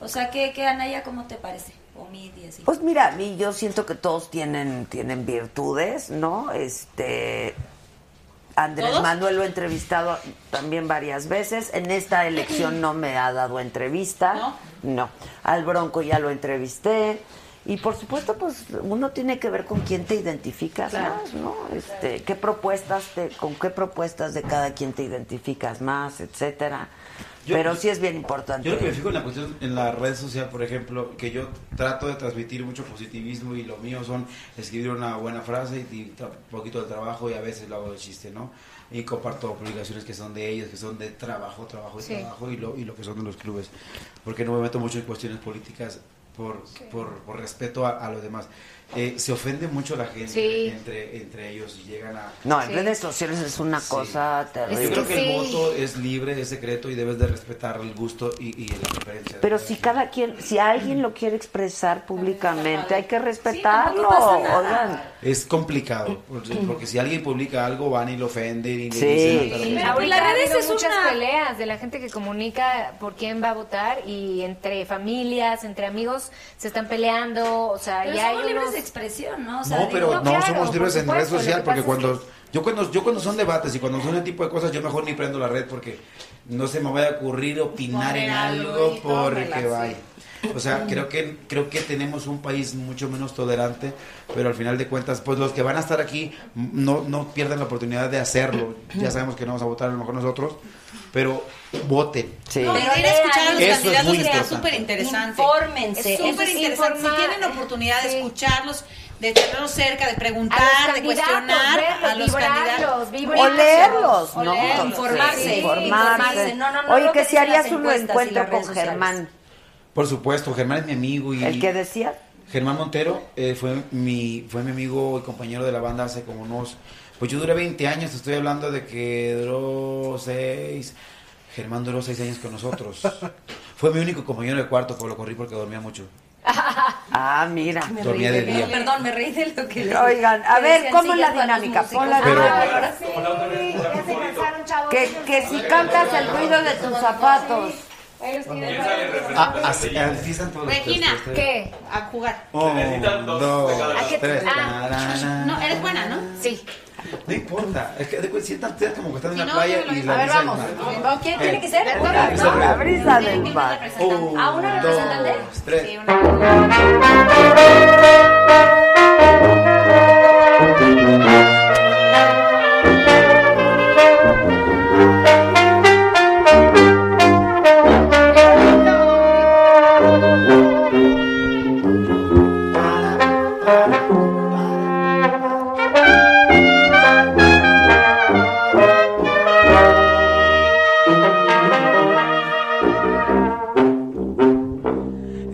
Speaker 11: O sea, ¿qué, qué Anaya, cómo te parece? O mi 10.
Speaker 1: Pues mira, a mí yo siento que todos tienen, tienen virtudes, ¿no? Este. Andrés
Speaker 11: ¿Todos?
Speaker 1: Manuel lo he entrevistado también varias veces. En esta elección no me ha dado entrevista. No. Al Bronco ya lo entrevisté. Y por supuesto, pues uno tiene que ver con quién te identificas
Speaker 13: Claro.
Speaker 1: más, ¿no? Este, qué propuestas te, con qué propuestas de cada quien te identificas más, etcétera.
Speaker 15: Yo-
Speaker 1: Pero sí es bien importante.
Speaker 15: Yo lo que me fijo en la cuestión, en la red social, por ejemplo, que yo trato de transmitir mucho positivismo y lo mío son escribir una buena frase y un poquito de trabajo y a veces lo hago de chiste, ¿no? Y comparto publicaciones que son de ellos, que son de trabajo, trabajo y
Speaker 12: Sí.
Speaker 15: trabajo y lo, y lo que son de los clubes. Porque no me meto mucho en cuestiones políticas
Speaker 14: por, por, por respeto a, a los demás. Eh, se ofende mucho la gente
Speaker 1: Sí.
Speaker 14: entre, entre ellos y llegan a...
Speaker 1: No, en redes sociales es una cosa terrible.
Speaker 14: Yo creo que el voto es libre, es secreto y debes de respetar el gusto y, y la preferencia.
Speaker 1: Pero si cada quien, si alguien lo quiere expresar públicamente, hay que
Speaker 14: tampoco
Speaker 1: respetarlo.
Speaker 14: pasa nada.
Speaker 1: oigan.
Speaker 14: Es complicado, porque, porque si alguien publica algo van y lo ofenden y le
Speaker 1: Sí.
Speaker 14: dicen... "Ah,
Speaker 12: Sí,
Speaker 14: hasta lo-
Speaker 12: ahorita
Speaker 11: las
Speaker 12: ha
Speaker 11: redes
Speaker 12: habido
Speaker 11: Pues es
Speaker 12: muchas
Speaker 11: una-
Speaker 12: peleas de la gente que comunica por quién va a votar y entre familias, entre amigos se están peleando, o sea,
Speaker 11: Pero
Speaker 12: ya
Speaker 11: somos
Speaker 12: hay
Speaker 11: libres
Speaker 12: unos-
Speaker 11: de expresión, ¿no? O sea,
Speaker 14: No, pero
Speaker 11: digo,
Speaker 14: no
Speaker 11: claro,
Speaker 14: somos
Speaker 11: por
Speaker 14: libres en redes
Speaker 11: supuesto, lo
Speaker 14: sociales
Speaker 11: que
Speaker 14: porque
Speaker 11: pasa es
Speaker 14: cuando yo cuando yo cuando son debates y cuando son ese tipo de cosas yo mejor ni prendo la red porque no se me vaya a ocurrir opinar
Speaker 25: Poner
Speaker 14: en
Speaker 25: algo
Speaker 14: algo
Speaker 25: y tómala,
Speaker 14: porque
Speaker 25: sí.
Speaker 14: vaya. O sea, creo que creo que tenemos un país mucho menos tolerante, pero al final de cuentas, pues los que van a estar aquí m- no no pierdan la oportunidad de hacerlo. Ya sabemos que no vamos a votar a lo mejor nosotros, pero voten.
Speaker 10: No, pero ir a escuchar a los
Speaker 14: Eso es
Speaker 10: candidatos
Speaker 14: muy
Speaker 10: está
Speaker 14: importante.
Speaker 10: súper interesante.
Speaker 13: Infórmense,
Speaker 10: Es
Speaker 13: eso es
Speaker 10: súper interesante. Si
Speaker 13: informar.
Speaker 10: tienen la oportunidad de escucharlos, de tenerlos cerca, de preguntar,
Speaker 12: A los
Speaker 10: de
Speaker 12: candidatos,
Speaker 10: cuestionar
Speaker 12: verlos,
Speaker 10: a los
Speaker 12: vibrarlos,
Speaker 10: candidatos.
Speaker 12: vibrarlos.
Speaker 1: O leerlos, ¿no?
Speaker 10: leerlos.
Speaker 1: Informarse.
Speaker 10: Sí,
Speaker 1: informarse. Oye,
Speaker 13: lo
Speaker 1: que
Speaker 13: que
Speaker 1: si
Speaker 13: dicen las
Speaker 1: harías un
Speaker 13: encuestas y
Speaker 1: encuentro
Speaker 13: las redes
Speaker 1: con
Speaker 13: sociales.
Speaker 1: Germán,
Speaker 14: Por supuesto, Germán es mi amigo y
Speaker 1: el que decía,
Speaker 14: Germán Montero eh, fue, mi, fue mi amigo y compañero de la banda hace como unos... Pues yo duré 20 años, te estoy hablando de que duró 6... Germán duró 6 años con nosotros. fue mi único compañero de cuarto, pero lo corrí porque dormía mucho.
Speaker 1: Ah, mira.
Speaker 11: Me
Speaker 14: Dormía
Speaker 11: reí
Speaker 14: de día.
Speaker 11: Perdón, me reí de lo que le
Speaker 1: Oigan, a
Speaker 11: que
Speaker 1: ver,
Speaker 11: decían,
Speaker 1: ¿cómo
Speaker 11: sí,
Speaker 1: es la
Speaker 11: ya para los
Speaker 1: dinámica?
Speaker 11: músicos.
Speaker 1: Pon la
Speaker 11: Pero-
Speaker 1: dinámica.
Speaker 14: Ah,
Speaker 12: Ya se cansaron, chavos.
Speaker 1: Que, que si cantas el ruido de tus zapatos.
Speaker 12: Ellos tienen-
Speaker 14: Ah, así- así están todos los
Speaker 10: Regina,
Speaker 14: textos.
Speaker 10: ¿qué? A jugar.
Speaker 14: Un, dos, tres. tararán.
Speaker 10: Ah, No, eres buena, ¿no?
Speaker 12: Sí.
Speaker 14: No importa, es que de cuenta, sientan ustedes como que están
Speaker 10: Si
Speaker 14: en la
Speaker 10: no,
Speaker 14: playa
Speaker 10: yo me lo
Speaker 14: y
Speaker 10: digo.
Speaker 14: la
Speaker 10: A ver,
Speaker 14: brisa del
Speaker 10: vamos.
Speaker 14: mar.
Speaker 10: Va, ¿quién tiene que ser?
Speaker 14: Eh,
Speaker 10: Toca,
Speaker 14: brisa del
Speaker 1: La
Speaker 14: mar.
Speaker 1: brisa del mar.
Speaker 14: Un,
Speaker 1: ¿A una
Speaker 14: dos,
Speaker 1: representante?
Speaker 14: tres.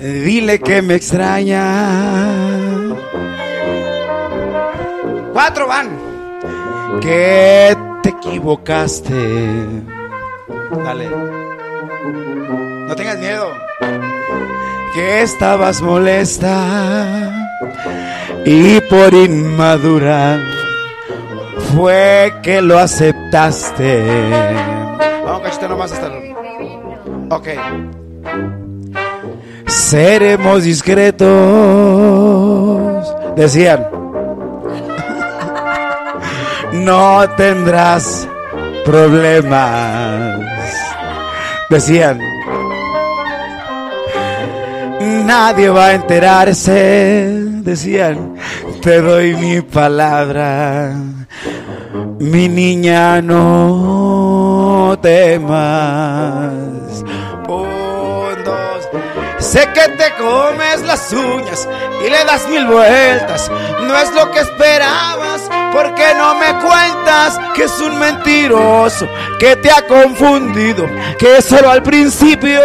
Speaker 15: Eh, Dile que me extraña. Cuatro van. Que te equivocaste. Dale. No tengas miedo. Que estabas molesta. Y por inmadura fue que lo aceptaste. Vamos, cachito nomás hasta Ok. Seremos discretos. Decían. No tendrás problemas. Decían. Nadie va a enterarse. Decían. Te doy mi palabra. Mi niña, no temas. Un, dos. Sé que te comes las uñas y le das mil vueltas. No es lo que esperabas, porque no me cuentas que es un mentiroso, que te ha confundido, que solo al principio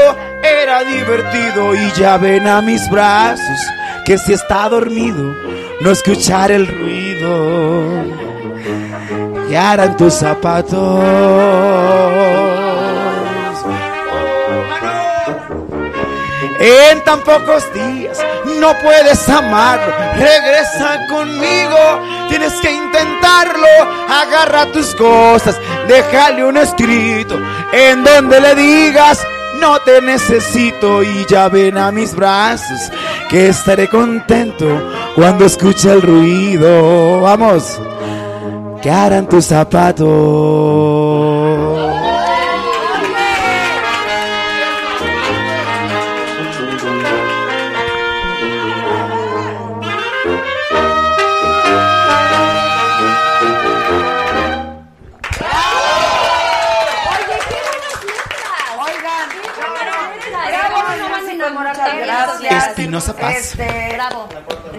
Speaker 15: era divertido y ya ven a mis brazos que si está dormido no escuchar el ruido y harán tus zapatos. En tan pocos días no puedes amarlo. Regresa conmigo, tienes que intentarlo. Agarra tus cosas, déjale un escrito en donde le digas. No te necesito y ya ven a mis brazos que estaré contento cuando escuche el ruido. Vamos, que harán tus zapatos.
Speaker 1: Oigan,
Speaker 13: Muchas
Speaker 1: gracias.
Speaker 14: Espinosa Paz.
Speaker 1: Este,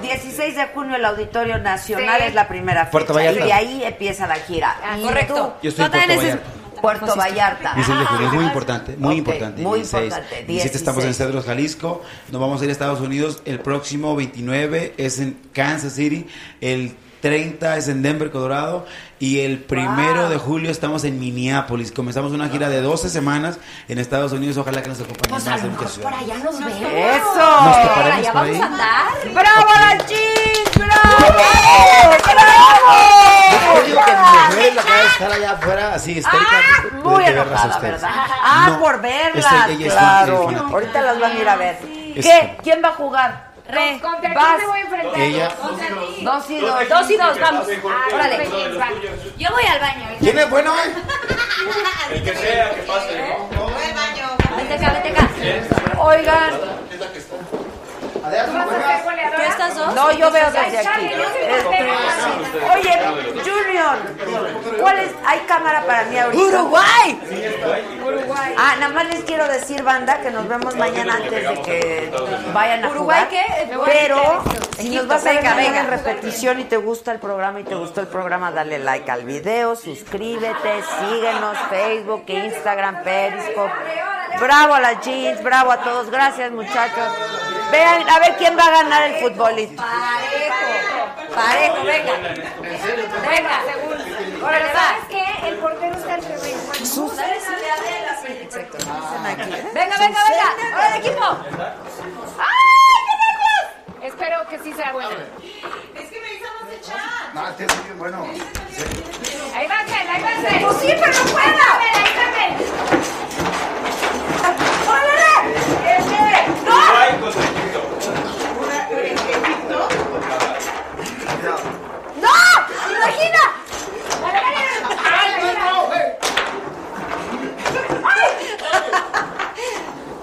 Speaker 1: 16 de junio el Auditorio Nacional
Speaker 13: Sí.
Speaker 1: es la primera fecha
Speaker 14: Puerto Vallarta.
Speaker 1: y ahí empieza la gira.
Speaker 13: Ah,
Speaker 1: Y
Speaker 13: correcto.
Speaker 1: tú,
Speaker 14: Yo estoy en Puerto Vallarta.
Speaker 1: Puerto
Speaker 14: Fosistú.
Speaker 1: Vallarta.
Speaker 15: 16 de junio, es muy
Speaker 1: Ah,
Speaker 15: importante, muy
Speaker 1: ok,
Speaker 15: importante.
Speaker 1: Muy
Speaker 15: 16.
Speaker 1: importante.
Speaker 15: 17 estamos en
Speaker 1: 16.
Speaker 15: Cedros, Jalisco. Nos vamos a ir a Estados Unidos. El próximo 29 es en Kansas City. El 30 es en Denver, Colorado. Y el primero de julio estamos en Minneapolis. Comenzamos una gira de 12 semanas en Estados Unidos. Ojalá que nos acompañen
Speaker 13: Pues a
Speaker 15: más
Speaker 13: lo
Speaker 15: en muchas
Speaker 13: mejor por
Speaker 15: ciudades.
Speaker 13: allá nos vemos.
Speaker 1: ¡Eso!
Speaker 15: Nos
Speaker 13: Por
Speaker 15: toparemos
Speaker 13: allá
Speaker 15: por
Speaker 13: vamos
Speaker 15: ahí.
Speaker 13: a andar.
Speaker 1: ¡Bravo, la chis! ¡Bravo! ¡Bravo!
Speaker 15: Yo digo que mi mujer la acaba de estar allá afuera, así, histérica. de- de
Speaker 1: Ah, Muy
Speaker 15: verlas a
Speaker 1: enojada,
Speaker 15: ustedes.
Speaker 1: ¿verdad? Ah,
Speaker 15: No,
Speaker 1: por verlas,
Speaker 15: ella es fan-
Speaker 1: claro.
Speaker 15: es fanática.
Speaker 1: Ahorita las van a ir a ver.
Speaker 15: Es-
Speaker 1: ¿Qué? ¿Quién va a jugar?
Speaker 14: Re.
Speaker 1: ¿Contra
Speaker 14: vas.
Speaker 1: voy a enfrentar?
Speaker 15: Ella-
Speaker 1: Dos y dos.
Speaker 14: Dos y dos, vamos.
Speaker 1: Ah,
Speaker 14: Órale.
Speaker 1: perfecto.
Speaker 14: Yo voy al baño.
Speaker 15: ¿Quién es bueno, eh?
Speaker 14: El
Speaker 26: que sea, que pase, ¿no?
Speaker 14: Vete acá, vete acá.
Speaker 1: Oigan.
Speaker 14: ¿Tú estás dos?
Speaker 1: No, yo veo desde
Speaker 14: Ay,
Speaker 1: aquí.
Speaker 14: chale, yo soy
Speaker 1: Este,
Speaker 14: portera.
Speaker 1: Oye, Junior, ¿cuál es? Hay cámara para mí ahorita. ¡Uruguay! Uruguay. Ah, nada más les quiero decir, banda, que nos vemos Pues mañana antes de que vayan a
Speaker 14: ¿Uruguay
Speaker 1: jugar.
Speaker 14: qué? Me voy a
Speaker 1: Pero eh,
Speaker 14: meter esto.
Speaker 1: si
Speaker 14: Egipto,
Speaker 1: nos vas a ver
Speaker 14: venga,
Speaker 1: mañana
Speaker 14: venga.
Speaker 1: en repetición y te gusta el programa y te gustó el programa, dale like al video, suscríbete, síguenos, Facebook, Instagram, Periscope. Bravo a las jeans, bravo a todos, gracias muchachos. Vean, a ver quién va a ganar el futbolito.
Speaker 14: Parejo. Parejo, venga. Venga, según. Pero ¿sabes qué? El portero está entre Venga, venga, venga. Ahora el equipo.
Speaker 12: Espero que sí sea buena.
Speaker 27: Es que me dicen de chat.
Speaker 28: No, este es muy bueno.
Speaker 12: Ahí va, Ken, ahí va, Ken.
Speaker 14: Pues sí, pero no puedo.
Speaker 12: Ahí va, Ken, ahí va, Ken.
Speaker 14: ¡Órale! ¡Este! ¡No!
Speaker 26: Uruguay contra Egipto.
Speaker 14: ¡No! ¡Imagina! ¡Ay, no, no!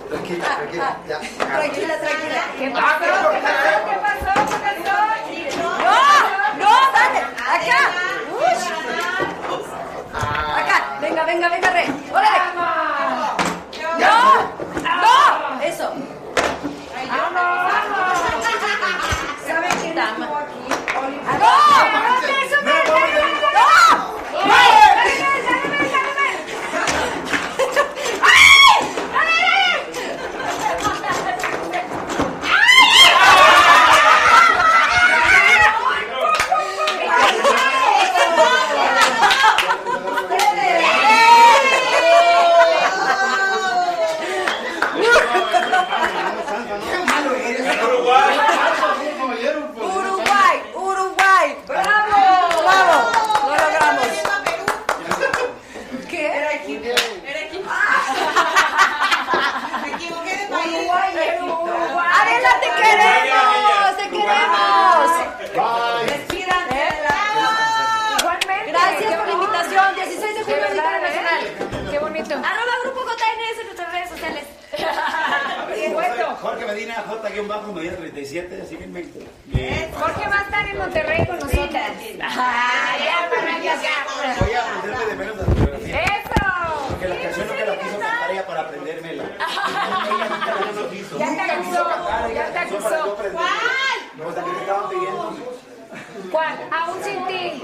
Speaker 28: Tranquila, tranquila. Ya.
Speaker 14: Tranquila, tranquila.
Speaker 12: ¿Qué pasó? ¿Qué pasó? ¿Qué pasó? ¿Qué pasó? Y-
Speaker 14: ¡No! ¡No! ¡Dale! ¡Acá! ¡Ush! ¡Acá! ¡Venga, venga, venga, re! ¡Órale! ¡No! ¡No! ¡Eso! ¿Saben qué? ¡No! ¡No! ¡Eso, pero ¡No! ¡No!
Speaker 1: Uruguay, Uruguay, bravo, vamos, lo logramos. ¿Qué? Era equipo,
Speaker 27: Era equipo. Me equivoqué de país.
Speaker 1: Uruguay, Uruguay.
Speaker 14: ¡Adela, te queremos! ¡Te queremos! ¿Eh?
Speaker 1: Respiran,
Speaker 12: Igualmente.
Speaker 14: Gracias
Speaker 12: Qué
Speaker 14: por la
Speaker 12: bueno.
Speaker 14: invitación. 16 de
Speaker 12: Qué
Speaker 14: junio, Auditorio
Speaker 12: verdad, ¿eh?
Speaker 14: Nacional.
Speaker 12: Qué bonito.
Speaker 14: Arroba Grupo JNS en nuestras redes sociales.
Speaker 11: Jorge Medina, J-Medina37, sígueme. Eh,
Speaker 12: Jorge va a estar en Monterrey con nosotras. Ay, ya, para acá.
Speaker 11: Voy a aprenderme de menos la fotografía.
Speaker 12: ¡Eso!
Speaker 11: Porque la canción nunca la quiso cantar ella para aprendérmela.
Speaker 12: Ya te acusó, ya te acusó. ¿Cuál?
Speaker 11: No, hasta que me estaban pidiendo.
Speaker 12: ¿Cuál? Aún sin ti.